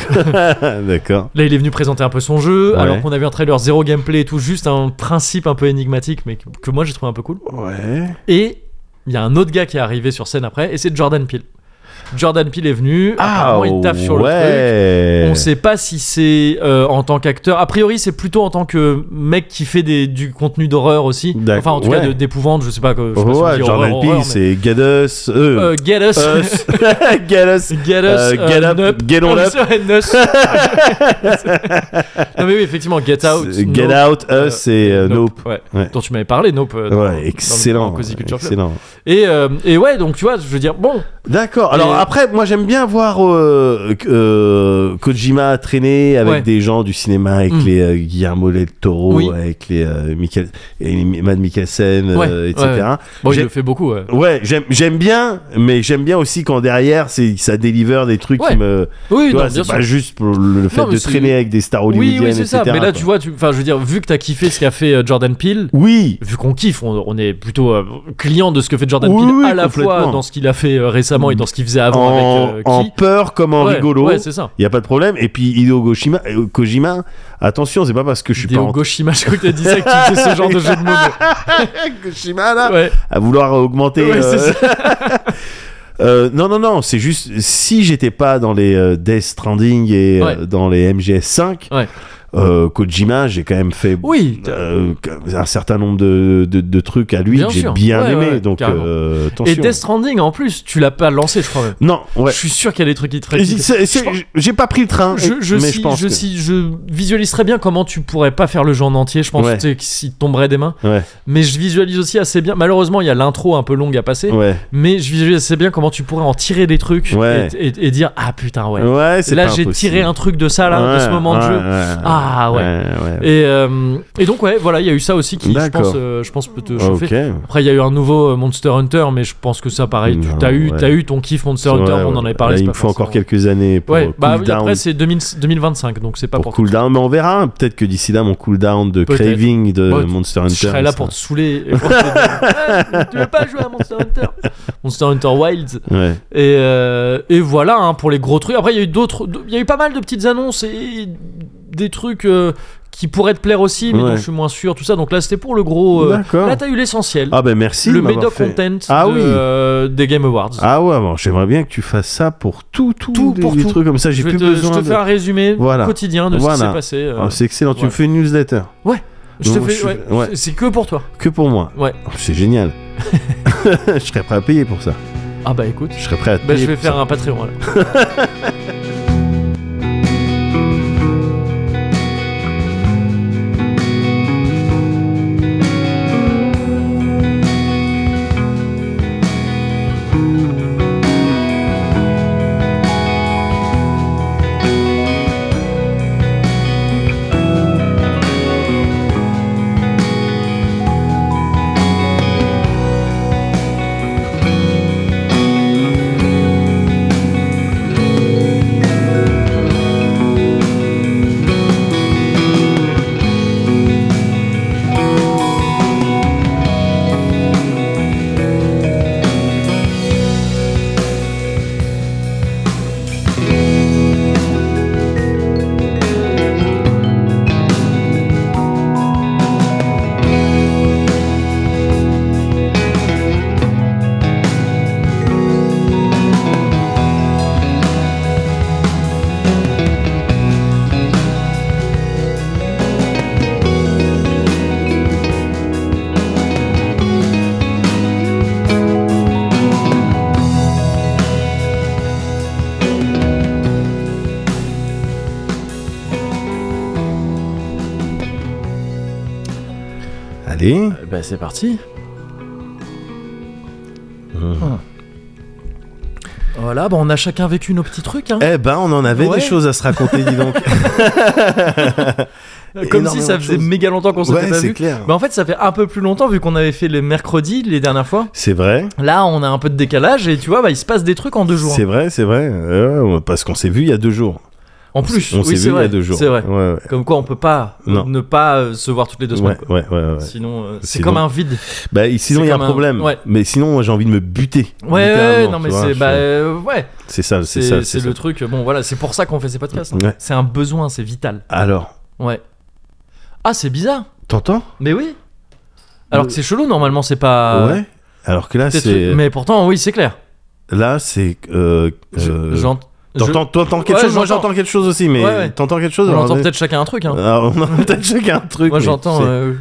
Speaker 2: D'accord.
Speaker 1: Là, il est venu présenter un peu son jeu,
Speaker 2: Ouais.
Speaker 1: alors qu'on avait un trailer zéro gameplay et tout, juste un principe un peu énigmatique, mais que, que moi j'ai trouvé un peu cool.
Speaker 2: Ouais.
Speaker 1: Et il y a un autre gars qui est arrivé sur scène après, et c'est Jordan Peele. Jordan Peele est venu.
Speaker 2: Ah,
Speaker 1: apparemment, il taffe sur le truc.
Speaker 2: ouais.
Speaker 1: On sait pas si c'est euh, en tant qu'acteur. A priori, c'est plutôt en tant que mec qui fait des, du contenu d'horreur aussi.
Speaker 2: D'ac-
Speaker 1: Enfin, en tout
Speaker 2: ouais.
Speaker 1: cas, de- d'épouvante. Je sais pas. que- Je sais pas si on
Speaker 2: Ouais,
Speaker 1: dit
Speaker 2: Jordan
Speaker 1: horreur,
Speaker 2: Peele,
Speaker 1: horreur, mais-
Speaker 2: c'est Get Us. euh,
Speaker 1: Euh, Get Us.
Speaker 2: Us. Get Us.
Speaker 1: Get Us.
Speaker 2: Euh, Get
Speaker 1: euh,
Speaker 2: Up,
Speaker 1: Nup.
Speaker 2: Get On Up.
Speaker 1: Euh, Nus. non, mais oui, effectivement, Get Out.
Speaker 2: C'est- Get
Speaker 1: Nope,
Speaker 2: Out,
Speaker 1: euh,
Speaker 2: Us et euh, Nope.
Speaker 1: Ouais.
Speaker 2: Ouais.
Speaker 1: Dont tu m'avais parlé, Nope. euh, dans- dans
Speaker 2: Ouais,
Speaker 1: le-
Speaker 2: excellent.
Speaker 1: dans Cozy Culture Club.
Speaker 2: excellent.
Speaker 1: Et, euh, et ouais, donc tu vois, je veux dire, bon,
Speaker 2: D'accord. Alors
Speaker 1: Et-
Speaker 2: après, moi j'aime bien voir euh, euh, Kojima traîner avec
Speaker 1: Ouais.
Speaker 2: des gens du cinéma, avec
Speaker 1: Mm.
Speaker 2: les euh, Guillermo del Toro,
Speaker 1: Oui.
Speaker 2: avec les euh, Michael, et les Mads Mikkelsen,
Speaker 1: Ouais,
Speaker 2: euh, etc.
Speaker 1: ouais, bon il
Speaker 2: J'ai-
Speaker 1: le fait beaucoup. ouais.
Speaker 2: Ouais, j'aime j'aime bien, mais j'aime bien aussi quand derrière, c'est ça délivre des trucs
Speaker 1: Ouais.
Speaker 2: qui me.
Speaker 1: Oui,
Speaker 2: Tu
Speaker 1: non,
Speaker 2: vois,
Speaker 1: bien
Speaker 2: c'est
Speaker 1: sûr.
Speaker 2: pas juste pour le fait
Speaker 1: Non, mais
Speaker 2: de
Speaker 1: c'est-
Speaker 2: traîner avec des stars
Speaker 1: Oui,
Speaker 2: hollywoodiennes,
Speaker 1: oui, c'est ça.
Speaker 2: etc.,
Speaker 1: Mais là,
Speaker 2: quoi.
Speaker 1: tu vois, tu... enfin, je veux dire, vu que t'as kiffé ce qu'a fait euh, Jordan Peele,
Speaker 2: Oui.
Speaker 1: vu qu'on kiffe, on, on est plutôt euh, client de ce que fait Jordan
Speaker 2: Oui,
Speaker 1: Peele
Speaker 2: oui,
Speaker 1: à la fois
Speaker 2: complètement.
Speaker 1: dans ce qu'il a fait euh, récemment et dans ce qu'il faisait avant
Speaker 2: En,
Speaker 1: avec euh,
Speaker 2: en
Speaker 1: qui.
Speaker 2: peur comme en
Speaker 1: Ouais,
Speaker 2: rigolo.
Speaker 1: Ouais, c'est ça.
Speaker 2: Il y a pas de problème. Et puis Hideo Kojima, euh, Kojima attention, c'est pas parce que je suis pas
Speaker 1: Hideo
Speaker 2: en-
Speaker 1: Goshima, je crois que t'as dit ça, que tu faisais ce genre de jeu de mots.
Speaker 2: Kojima là,
Speaker 1: Ouais,
Speaker 2: à vouloir augmenter.
Speaker 1: ouais,
Speaker 2: euh,
Speaker 1: c'est ça.
Speaker 2: euh, non, non, non, c'est juste si j'étais pas dans les euh, Death Stranding et euh,
Speaker 1: Ouais.
Speaker 2: dans les MGS5,
Speaker 1: Ouais.
Speaker 2: euh, Kojima, j'ai quand même fait
Speaker 1: Oui,
Speaker 2: euh, un certain nombre de, de- de trucs à lui
Speaker 1: Bien
Speaker 2: que j'ai
Speaker 1: sûr.
Speaker 2: bien
Speaker 1: Ouais,
Speaker 2: aimé.
Speaker 1: ouais,
Speaker 2: donc,
Speaker 1: carrément.
Speaker 2: euh,
Speaker 1: Et
Speaker 2: attention.
Speaker 1: Death Stranding en plus, tu l'as pas lancé, je crois même.
Speaker 2: Non, ouais.
Speaker 1: Je suis sûr qu'il y a des trucs qui te feraient.
Speaker 2: C'est- c'est-
Speaker 1: je pense-
Speaker 2: J'ai pas pris le train,
Speaker 1: Je, je,
Speaker 2: mais
Speaker 1: si-
Speaker 2: je pense.
Speaker 1: je,
Speaker 2: que-
Speaker 1: si- je visualise très bien comment tu pourrais pas faire le jeu en entier. Je pense
Speaker 2: Ouais.
Speaker 1: tu sais, que s'il te tomberait des mains.
Speaker 2: Ouais.
Speaker 1: Mais je visualise aussi assez bien. Malheureusement, il y a l'intro un peu longue à passer.
Speaker 2: Ouais,
Speaker 1: Mais je visualise assez bien comment tu pourrais en tirer des trucs
Speaker 2: Ouais.
Speaker 1: et, et- et dire Ah putain, ouais.
Speaker 2: ouais c'est
Speaker 1: là,
Speaker 2: pas
Speaker 1: j'ai
Speaker 2: impossible.
Speaker 1: tiré un truc de ça, là, de ce
Speaker 2: Ouais,
Speaker 1: moment de
Speaker 2: ouais,
Speaker 1: jeu.
Speaker 2: ouais,
Speaker 1: Ah ouais.
Speaker 2: ouais, ouais.
Speaker 1: Et, euh, et donc, ouais, voilà, il y a eu ça aussi qui, je
Speaker 2: D'accord. Ah,
Speaker 1: pense, euh, je pense peut te chauffer.
Speaker 2: Ok.
Speaker 1: Après, il y a eu un nouveau euh, Monster Hunter, mais je pense que ça, pareil, tu
Speaker 2: Non,
Speaker 1: as, eu,
Speaker 2: ouais.
Speaker 1: t'as eu ton kiff Monster Hunter,
Speaker 2: Ouais,
Speaker 1: on en
Speaker 2: ouais.
Speaker 1: avait parlé.
Speaker 2: Là,
Speaker 1: c'est
Speaker 2: il
Speaker 1: pas
Speaker 2: me faut encore
Speaker 1: forcément-
Speaker 2: quelques années pour
Speaker 1: Ouais,
Speaker 2: cool
Speaker 1: bah, oui,
Speaker 2: down.
Speaker 1: après, c'est 2000 2025, donc c'est pas
Speaker 2: pour
Speaker 1: pour.
Speaker 2: cool down, mais on verra. Peut-être que d'ici là, mon cooldown de
Speaker 1: Peut-être.
Speaker 2: craving de
Speaker 1: Ouais,
Speaker 2: Monster
Speaker 1: Je
Speaker 2: Hunter.
Speaker 1: serais là pour te saouler. et pour te dire, Ah, tu veux pas jouer à Monster Hunter Monster Hunter Wilds.
Speaker 2: Ouais.
Speaker 1: Et, euh, et voilà hein, pour les gros trucs. Après, il y a eu d'autres. Il y a eu pas mal de petites annonces et des trucs euh, qui pourraient te plaire aussi, mais
Speaker 2: Ouais.
Speaker 1: dont je suis moins sûr, tout ça. Donc là, c'était pour le gros. euh,
Speaker 2: D'accord.
Speaker 1: Là, t'as eu l'essentiel.
Speaker 2: Ah ben merci.
Speaker 1: le
Speaker 2: de m'avoir
Speaker 1: médoc
Speaker 2: fait.
Speaker 1: content
Speaker 2: Ah
Speaker 1: de,
Speaker 2: oui.
Speaker 1: euh, des Game Awards.
Speaker 2: Ah ouais, bon, j'aimerais bien que tu fasses ça pour tout, tout,
Speaker 1: Tout,
Speaker 2: des,
Speaker 1: pour
Speaker 2: des
Speaker 1: tout.
Speaker 2: trucs comme ça.
Speaker 1: je
Speaker 2: J'ai
Speaker 1: vais
Speaker 2: plus
Speaker 1: te,
Speaker 2: besoin
Speaker 1: je te
Speaker 2: de.
Speaker 1: fais un résumé
Speaker 2: Voilà.
Speaker 1: quotidien de ce qui
Speaker 2: Voilà.
Speaker 1: s'est passé. euh,
Speaker 2: Ah, c'est excellent. Tu
Speaker 1: ouais.
Speaker 2: me fais une newsletter
Speaker 1: je te
Speaker 2: donc,
Speaker 1: fais,
Speaker 2: je-
Speaker 1: ouais,
Speaker 2: ouais.
Speaker 1: c'est- C'est que pour toi.
Speaker 2: que pour moi.
Speaker 1: Ouais.
Speaker 2: Oh, c'est génial. je serais prêt à payer pour ça.
Speaker 1: Ah bah écoute.
Speaker 2: Je serais prêt à. te
Speaker 1: Bah,
Speaker 2: payer
Speaker 1: je vais
Speaker 2: pour
Speaker 1: faire
Speaker 2: ça.
Speaker 1: un Patreon alors.
Speaker 2: Allez.
Speaker 1: Bah c'est parti. Mmh. Voilà, bah on a chacun vécu nos petits trucs. Hein.
Speaker 2: Eh ben, on en avait
Speaker 1: Ouais.
Speaker 2: des choses à se raconter, dis donc.
Speaker 1: Comme si
Speaker 2: Eh, énormément
Speaker 1: ça
Speaker 2: de
Speaker 1: faisait
Speaker 2: choses.
Speaker 1: méga longtemps qu'on s'était
Speaker 2: ouais,
Speaker 1: pas
Speaker 2: c'est
Speaker 1: vu. Bah,
Speaker 2: clair.
Speaker 1: Mais en fait, ça fait un peu plus longtemps vu qu'on avait fait les mercredis les dernières fois.
Speaker 2: C'est vrai.
Speaker 1: Là, on a un peu de décalage et tu vois, bah, il se passe des trucs en deux jours.
Speaker 2: C'est vrai, c'est vrai. Euh, parce qu'on s'est vu il y a deux jours.
Speaker 1: En plus,
Speaker 2: on s'est
Speaker 1: oui,
Speaker 2: vu
Speaker 1: c'est vrai.
Speaker 2: il y a deux jours.
Speaker 1: C'est vrai.
Speaker 2: Ouais, ouais.
Speaker 1: Comme quoi, on peut pas
Speaker 2: Non.
Speaker 1: ne pas euh, se voir toutes les deux semaines.
Speaker 2: Ouais,
Speaker 1: quoi.
Speaker 2: ouais, ouais, ouais.
Speaker 1: Sinon, euh, c'est
Speaker 2: Sinon-
Speaker 1: comme un vide.
Speaker 2: Bah, et sinon,
Speaker 1: C'est
Speaker 2: il y a un
Speaker 1: comme un-
Speaker 2: problème.
Speaker 1: ouais.
Speaker 2: Mais sinon, moi, j'ai envie de me buter.
Speaker 1: Ouais, ouais, ouais,
Speaker 2: littéralement,
Speaker 1: non
Speaker 2: tu
Speaker 1: mais
Speaker 2: vois,
Speaker 1: c'est
Speaker 2: je-
Speaker 1: bah euh, ouais,
Speaker 2: C'est ça, c'est
Speaker 1: c'est
Speaker 2: ça.
Speaker 1: c'est
Speaker 2: ça.
Speaker 1: le truc. Bon voilà, c'est pour ça qu'on fait ces podcasts. hein.
Speaker 2: Ouais.
Speaker 1: C'est un besoin, c'est vital.
Speaker 2: Alors,
Speaker 1: Ouais. Ah, c'est bizarre.
Speaker 2: t'entends
Speaker 1: Mais oui. Alors que c'est chelou, normalement, c'est pas.
Speaker 2: Euh. Ouais. Alors que là,
Speaker 1: Peut-être-
Speaker 2: c'est.
Speaker 1: Mais pourtant, oui, c'est clair.
Speaker 2: Là, c'est. Euh, euh,
Speaker 1: Je- j'ent- je-
Speaker 2: t'entends, t'entends quelque
Speaker 1: Ouais,
Speaker 2: chose Moi,
Speaker 1: j'entends.
Speaker 2: j'entends quelque chose aussi, mais
Speaker 1: Ouais, ouais.
Speaker 2: t'entends quelque chose
Speaker 1: On
Speaker 2: alors,
Speaker 1: entend
Speaker 2: on est-
Speaker 1: peut-être chacun un truc. hein.
Speaker 2: Alors, on entend peut-être chacun un truc.
Speaker 1: Moi
Speaker 2: Euh, mais
Speaker 1: j'entends.
Speaker 2: c'est-
Speaker 1: euh,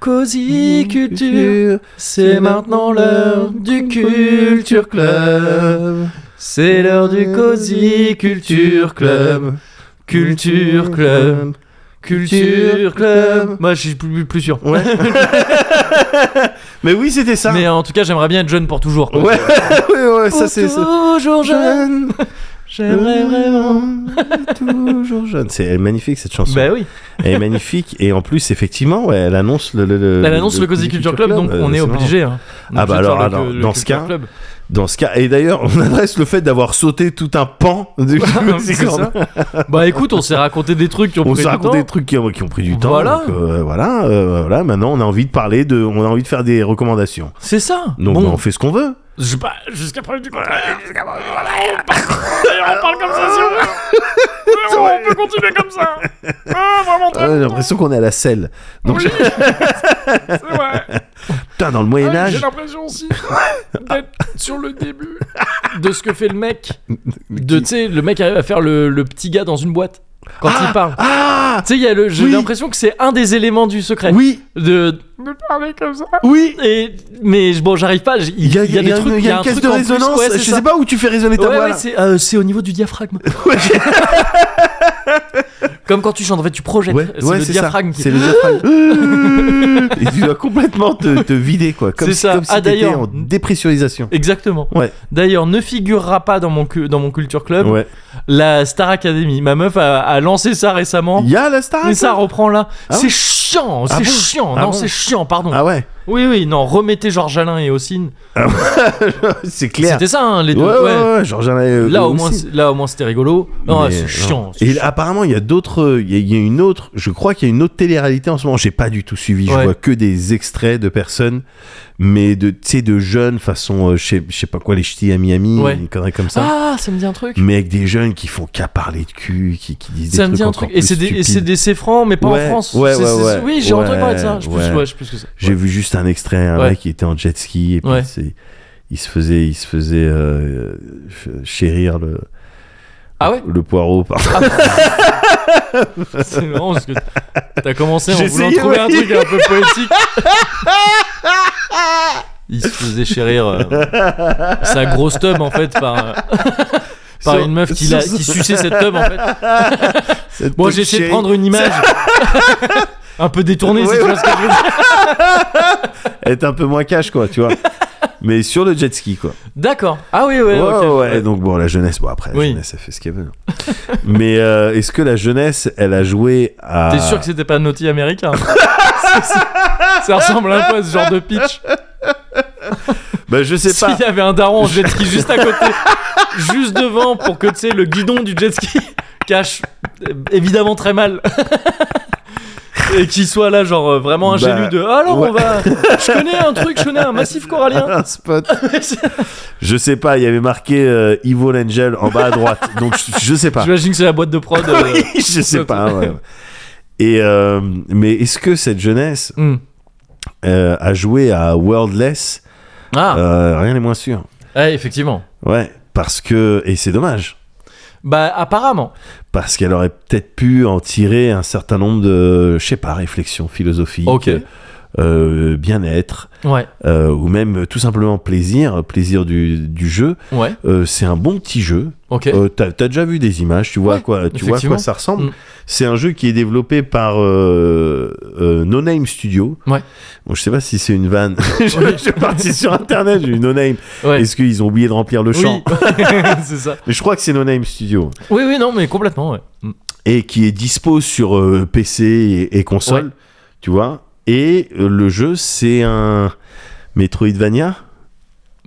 Speaker 1: Cosy Culture, c'est maintenant l'heure du Culture Club. C'est l'heure du Cozy Culture Club. Culture Club. Culture Club. Moi je suis plus, plus sûr.
Speaker 2: Ouais. Mais oui, c'était ça.
Speaker 1: Mais en tout cas, j'aimerais bien être jeune pour toujours. quoi.
Speaker 2: Ouais, ouais, ouais, ça
Speaker 1: Pour
Speaker 2: c'est. ça.
Speaker 1: Toujours jeune.
Speaker 2: Jeune,
Speaker 1: J'aimerais vraiment.
Speaker 2: toujours jeune. C'est elle est magnifique cette chanson.
Speaker 1: Bah oui.
Speaker 2: Elle est magnifique et en plus effectivement, ouais, elle annonce le. le- Euh, le-
Speaker 1: Elle annonce le Cozy
Speaker 2: Cozy
Speaker 1: Culture Club, donc
Speaker 2: euh,
Speaker 1: on est
Speaker 2: c'est marrant.
Speaker 1: obligé. hein. On est
Speaker 2: Ah bah
Speaker 1: obligé de
Speaker 2: alors,
Speaker 1: faire le-
Speaker 2: alors,
Speaker 1: le
Speaker 2: dans ce
Speaker 1: Culture
Speaker 2: cas,
Speaker 1: Club.
Speaker 2: Dans ce cas, et d'ailleurs, on adresse le fait d'avoir sauté tout un pan du Cozy
Speaker 1: C'est
Speaker 2: Corner.
Speaker 1: ça. Bah écoute, on s'est raconté des trucs qui ont
Speaker 2: On
Speaker 1: pris
Speaker 2: s'est
Speaker 1: du
Speaker 2: raconté
Speaker 1: temps.
Speaker 2: des trucs qui ont, qui ont pris du temps.
Speaker 1: Voilà.
Speaker 2: donc, euh, voilà, euh, voilà. Maintenant, on a envie de parler de, on a envie de faire des recommandations.
Speaker 1: C'est ça.
Speaker 2: Donc,
Speaker 1: Bon,
Speaker 2: on fait ce qu'on veut.
Speaker 1: je- bah, jusqu'à preuve du contraire. on parle comme ça, si on veut. Ah on peut continuer comme ça. Ah, vraiment
Speaker 2: Ah, J'ai l'impression qu'on est à la selle. Donc,
Speaker 1: Oui, c'est vrai.
Speaker 2: putain, dans le Moyen
Speaker 1: Ah, J'ai
Speaker 2: Âge,
Speaker 1: l'impression aussi d'être
Speaker 2: Ah.
Speaker 1: sur le début de ce que fait le mec. De, tu sais, le mec arrive à faire le, le petit gars dans une boîte quand il parle.
Speaker 2: ah,
Speaker 1: Tu sais, il y a le- j'ai
Speaker 2: Oui.
Speaker 1: l'impression que c'est un des éléments du secret.
Speaker 2: oui,
Speaker 1: De, de parler comme ça.
Speaker 2: oui.
Speaker 1: Et, mais je- bon, j'arrive pas. j'ai-
Speaker 2: Il y a,
Speaker 1: il y a des
Speaker 2: un-
Speaker 1: trucs.
Speaker 2: il y a une
Speaker 1: un
Speaker 2: caisse
Speaker 1: truc
Speaker 2: de
Speaker 1: en plus,
Speaker 2: résonance.
Speaker 1: ouais, c'est
Speaker 2: je
Speaker 1: ça.
Speaker 2: sais pas où tu fais résonner ta
Speaker 1: Ouais,
Speaker 2: voix.
Speaker 1: ouais,
Speaker 2: là.
Speaker 1: c'est euh, c'est au niveau du diaphragme. Comme- Comme quand tu chantes, en fait, tu projettes.
Speaker 2: Ouais,
Speaker 1: c'est
Speaker 2: ouais,
Speaker 1: le
Speaker 2: c'est
Speaker 1: diaphragme
Speaker 2: ça.
Speaker 1: qui.
Speaker 2: C'est le diaphragme. Et tu dois complètement te, te vider, quoi. Comme
Speaker 1: C'est
Speaker 2: si,
Speaker 1: ça.
Speaker 2: Comme si
Speaker 1: Ah,
Speaker 2: t'étais
Speaker 1: d'ailleurs.
Speaker 2: en dépressurisation.
Speaker 1: Exactement.
Speaker 2: Ouais.
Speaker 1: D'ailleurs, ne figurera pas dans mon, cu- dans mon culture club
Speaker 2: Ouais.
Speaker 1: la Star Academy. Ma meuf a, a lancé ça récemment.
Speaker 2: Il y a la star.
Speaker 1: Et ça
Speaker 2: quoi.
Speaker 1: reprend là.
Speaker 2: Ah
Speaker 1: c'est
Speaker 2: bon
Speaker 1: chiant,
Speaker 2: Ah
Speaker 1: c'est
Speaker 2: bon
Speaker 1: chiant.
Speaker 2: Ah
Speaker 1: non,
Speaker 2: bon
Speaker 1: c'est chiant, pardon.
Speaker 2: Ah ouais.
Speaker 1: Oui, oui, non, remettez Georges Alain et Ossine.
Speaker 2: C'est clair.
Speaker 1: C'était ça, hein, les
Speaker 2: Ouais,
Speaker 1: deux.
Speaker 2: ouais,
Speaker 1: ouais.
Speaker 2: ouais, genre j'en ai, euh,
Speaker 1: Là, au
Speaker 2: aussi.
Speaker 1: moins, c'est- là, au moins, c'était rigolo. Non,
Speaker 2: Mais,
Speaker 1: c'est
Speaker 2: non.
Speaker 1: chiant. c'est
Speaker 2: Et
Speaker 1: chiant.
Speaker 2: apparemment, il y a d'autres. Il y, a- il y a une autre. Je crois qu'il y a une autre télé-réalité en ce moment. J'ai pas du tout suivi. Je
Speaker 1: Ouais.
Speaker 2: vois que des extraits de personnes, mais de tu sais de jeunes façon, euh, je sais- je sais pas quoi, les ch'tis à Miami,
Speaker 1: Ouais.
Speaker 2: une connerie comme ça.
Speaker 1: Ah, ça me dit un truc.
Speaker 2: Mais avec des jeunes qui font qu'à parler de cul, qui, qui disent
Speaker 1: Ça
Speaker 2: des
Speaker 1: me
Speaker 2: trucs
Speaker 1: dit un
Speaker 2: encore
Speaker 1: truc. Et
Speaker 2: plus
Speaker 1: c'est des, et c'est
Speaker 2: stupides.
Speaker 1: des Céfrans, mais pas
Speaker 2: Ouais,
Speaker 1: en France.
Speaker 2: ouais,
Speaker 1: C'est-
Speaker 2: ouais,
Speaker 1: c'est-
Speaker 2: ouais.
Speaker 1: Oui, j'ai entendu
Speaker 2: Ouais,
Speaker 1: parler de ça. Je pense,
Speaker 2: ouais.
Speaker 1: ouais, je pense que ça.
Speaker 2: J'ai vu juste un extrait, un
Speaker 1: Ouais.
Speaker 2: mec qui était en jet ski et puis
Speaker 1: Ouais.
Speaker 2: c'est- il se faisait, il se faisait euh, ch- chérir le,
Speaker 1: Ah ouais Ah,
Speaker 2: le poireau. par-
Speaker 1: C'est marrant parce que t'as commencé en
Speaker 2: J'ai
Speaker 1: voulant
Speaker 2: essayé,
Speaker 1: trouver
Speaker 2: ouais.
Speaker 1: un truc un peu poétique. Il se faisait chérir euh, sa grosse tub en fait par, euh, par
Speaker 2: Sur-
Speaker 1: une meuf qui, l'a-
Speaker 2: sur-
Speaker 1: qui suçait cette tub en fait.
Speaker 2: cette
Speaker 1: Bon,
Speaker 2: petite
Speaker 1: j'ai essayé de
Speaker 2: chérie.
Speaker 1: prendre une image un peu détournée si
Speaker 2: Ouais,
Speaker 1: tu
Speaker 2: ouais.
Speaker 1: vois ce que je veux dire.
Speaker 2: être un peu moins cash quoi tu vois mais sur le jet ski quoi
Speaker 1: D'accord. Ah oui, ouais,
Speaker 2: ouais,
Speaker 1: ok.
Speaker 2: ouais, donc bon la jeunesse bon après la
Speaker 1: Oui.
Speaker 2: jeunesse elle fait ce qu'elle veut hein. mais euh, est-ce que la jeunesse elle a joué à
Speaker 1: T'es sûr que c'était pas Naughty américain C'est- c'est- Ça ressemble un peu à ce genre de pitch.
Speaker 2: bah je sais pas
Speaker 1: S'il y avait un daron en jet ski juste à côté, juste devant, pour que tu sais, le guidon du jet ski cache euh, évidemment très mal. Et qu'il soit là, genre euh, vraiment ingénu
Speaker 2: Bah,
Speaker 1: de Ah, alors
Speaker 2: ouais.
Speaker 1: on va. Je connais un truc, je connais un massif corallien.
Speaker 2: un spot je sais pas il y avait marqué euh, Evil Angel en bas à droite donc je, je sais pas
Speaker 1: J'imagine que c'est la boîte de prod. euh,
Speaker 2: Oui, je sais pas ouais. et euh, mais est-ce que cette jeunesse
Speaker 1: hmm.
Speaker 2: euh, a joué à Worldless
Speaker 1: Ah,
Speaker 2: Euh, rien n'est moins sûr
Speaker 1: ouais, effectivement.
Speaker 2: ouais parce que et c'est dommage
Speaker 1: Bah, apparemment.
Speaker 2: parce qu'elle aurait peut-être pu en tirer un certain nombre de, je sais pas, réflexions philosophiques,
Speaker 1: Ok.
Speaker 2: euh, bien-être,
Speaker 1: Ouais,
Speaker 2: euh, ou même tout simplement plaisir, plaisir du, du jeu.
Speaker 1: ouais,
Speaker 2: Euh, c'est un bon petit jeu.
Speaker 1: ok.
Speaker 2: Euh, T'as as déjà vu des images, tu vois, à
Speaker 1: Ouais,
Speaker 2: quoi, tu vois à quoi
Speaker 1: effectivement.
Speaker 2: ça ressemble.
Speaker 1: Mm.
Speaker 2: C'est un jeu qui est développé par euh, euh, No Name Studio.
Speaker 1: Ouais.
Speaker 2: Bon, je sais pas si c'est une vanne. je,
Speaker 1: Oui.
Speaker 2: je suis parti sur internet, j'ai eu No Name.
Speaker 1: ouais.
Speaker 2: Est-ce qu'ils ont oublié de remplir le champ
Speaker 1: Oui, c'est ça.
Speaker 2: Mais je crois que c'est No Name Studio.
Speaker 1: Oui, oui, non, mais complètement, ouais. Hmm.
Speaker 2: et qui est dispo sur euh, PC et, et console,
Speaker 1: Ouais.
Speaker 2: tu vois. Et euh, le jeu, c'est un Metroidvania.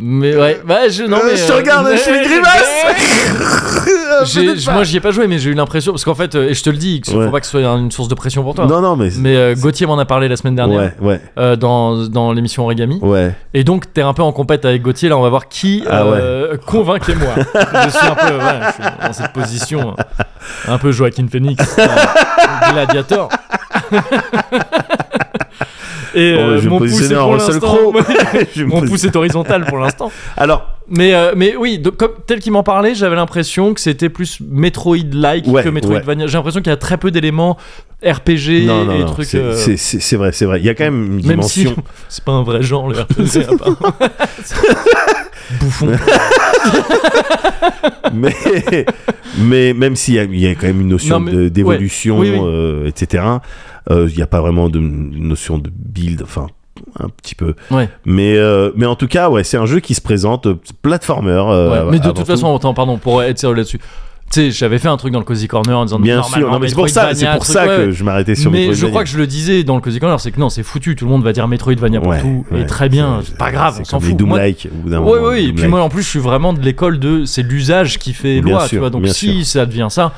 Speaker 1: Mais ouais, bah je non
Speaker 2: Euh,
Speaker 1: mais
Speaker 2: je te regarde, je fais une grimace.
Speaker 1: J'ai- je- moi j'y ai pas joué mais j'ai eu l'impression parce qu'en fait euh, et je te le dis il
Speaker 2: Ouais.
Speaker 1: faut pas que ce soit une source de pression pour toi
Speaker 2: Non, non, mais.
Speaker 1: mais euh, Gauthier m'en a parlé la semaine dernière
Speaker 2: ouais, ouais,
Speaker 1: euh, dans, dans l'émission Origami
Speaker 2: ouais.
Speaker 1: et donc t'es un peu en compète avec Gauthier là on va voir qui
Speaker 2: Ah
Speaker 1: euh, convainquez-moi je suis un peu ouais, je suis dans cette position hein. un peu Joaquin Phoenix dans Gladiator et
Speaker 2: Bon,
Speaker 1: euh,
Speaker 2: je vais me
Speaker 1: mon pouce
Speaker 2: positionner
Speaker 1: est
Speaker 2: en
Speaker 1: pour
Speaker 2: Russell
Speaker 1: l'instant euh,
Speaker 2: Crowe.
Speaker 1: mon-
Speaker 2: Je vais me
Speaker 1: mon
Speaker 2: posi-
Speaker 1: pouce est horizontal pour l'instant
Speaker 2: Alors,
Speaker 1: Mais, euh, mais oui, donc, comme, tel qu'il m'en parlait, j'avais l'impression que c'était plus Metroid-like
Speaker 2: Ouais,
Speaker 1: que Metroidvania. J'ai l'impression qu'il y a très peu d'éléments RPG
Speaker 2: non, non,
Speaker 1: et
Speaker 2: non,
Speaker 1: trucs.
Speaker 2: c'est
Speaker 1: euh,
Speaker 2: c'est- c'est- c'est vrai, c'est vrai. Il y a quand même une
Speaker 1: Même si
Speaker 2: dimension.
Speaker 1: c'est pas un vrai genre le RPG, apparemment. Bouffon.
Speaker 2: mais, mais même s'il y, a- il y a quand même une notion
Speaker 1: Non, mais-
Speaker 2: de- d'évolution,
Speaker 1: ouais. Oui, oui.
Speaker 2: euh, etc., euh, il n'y a pas vraiment de une notion de build, enfin, un petit peu.
Speaker 1: Ouais.
Speaker 2: Mais, euh, mais en tout cas, ouais, c'est un jeu qui se présente euh, platformer. euh,
Speaker 1: Ouais,
Speaker 2: av-
Speaker 1: mais de
Speaker 2: avant
Speaker 1: toute
Speaker 2: tout.
Speaker 1: façon, attends, pardon, pour être sérieux là-dessus. Tu sais, j'avais fait un truc dans le Cozy Corner en disant
Speaker 2: Bien
Speaker 1: normalement,
Speaker 2: sûr, non, mais c'est pour ça, c'est
Speaker 1: Metroidvania,
Speaker 2: pour
Speaker 1: truc,
Speaker 2: ça
Speaker 1: ouais,
Speaker 2: que je m'arrêtais sur
Speaker 1: mais je
Speaker 2: Metroidvania.
Speaker 1: crois que je le disais dans le Cozy Corner, c'est que non, c'est foutu, tout le monde va dire Metroidvania pour
Speaker 2: Ouais,
Speaker 1: tout,
Speaker 2: ouais,
Speaker 1: et très bien, c'est pas grave,
Speaker 2: c'est
Speaker 1: on s'en
Speaker 2: comme les
Speaker 1: fout. Moi,
Speaker 2: Doom-like, au bout d'un
Speaker 1: Oui,
Speaker 2: moment,
Speaker 1: oui, et puis
Speaker 2: Doom-like.
Speaker 1: moi en plus je suis vraiment de l'école de c'est l'usage qui fait
Speaker 2: Bien
Speaker 1: loi, tu
Speaker 2: sûr,
Speaker 1: vois. Donc
Speaker 2: bien
Speaker 1: si ça devient ça,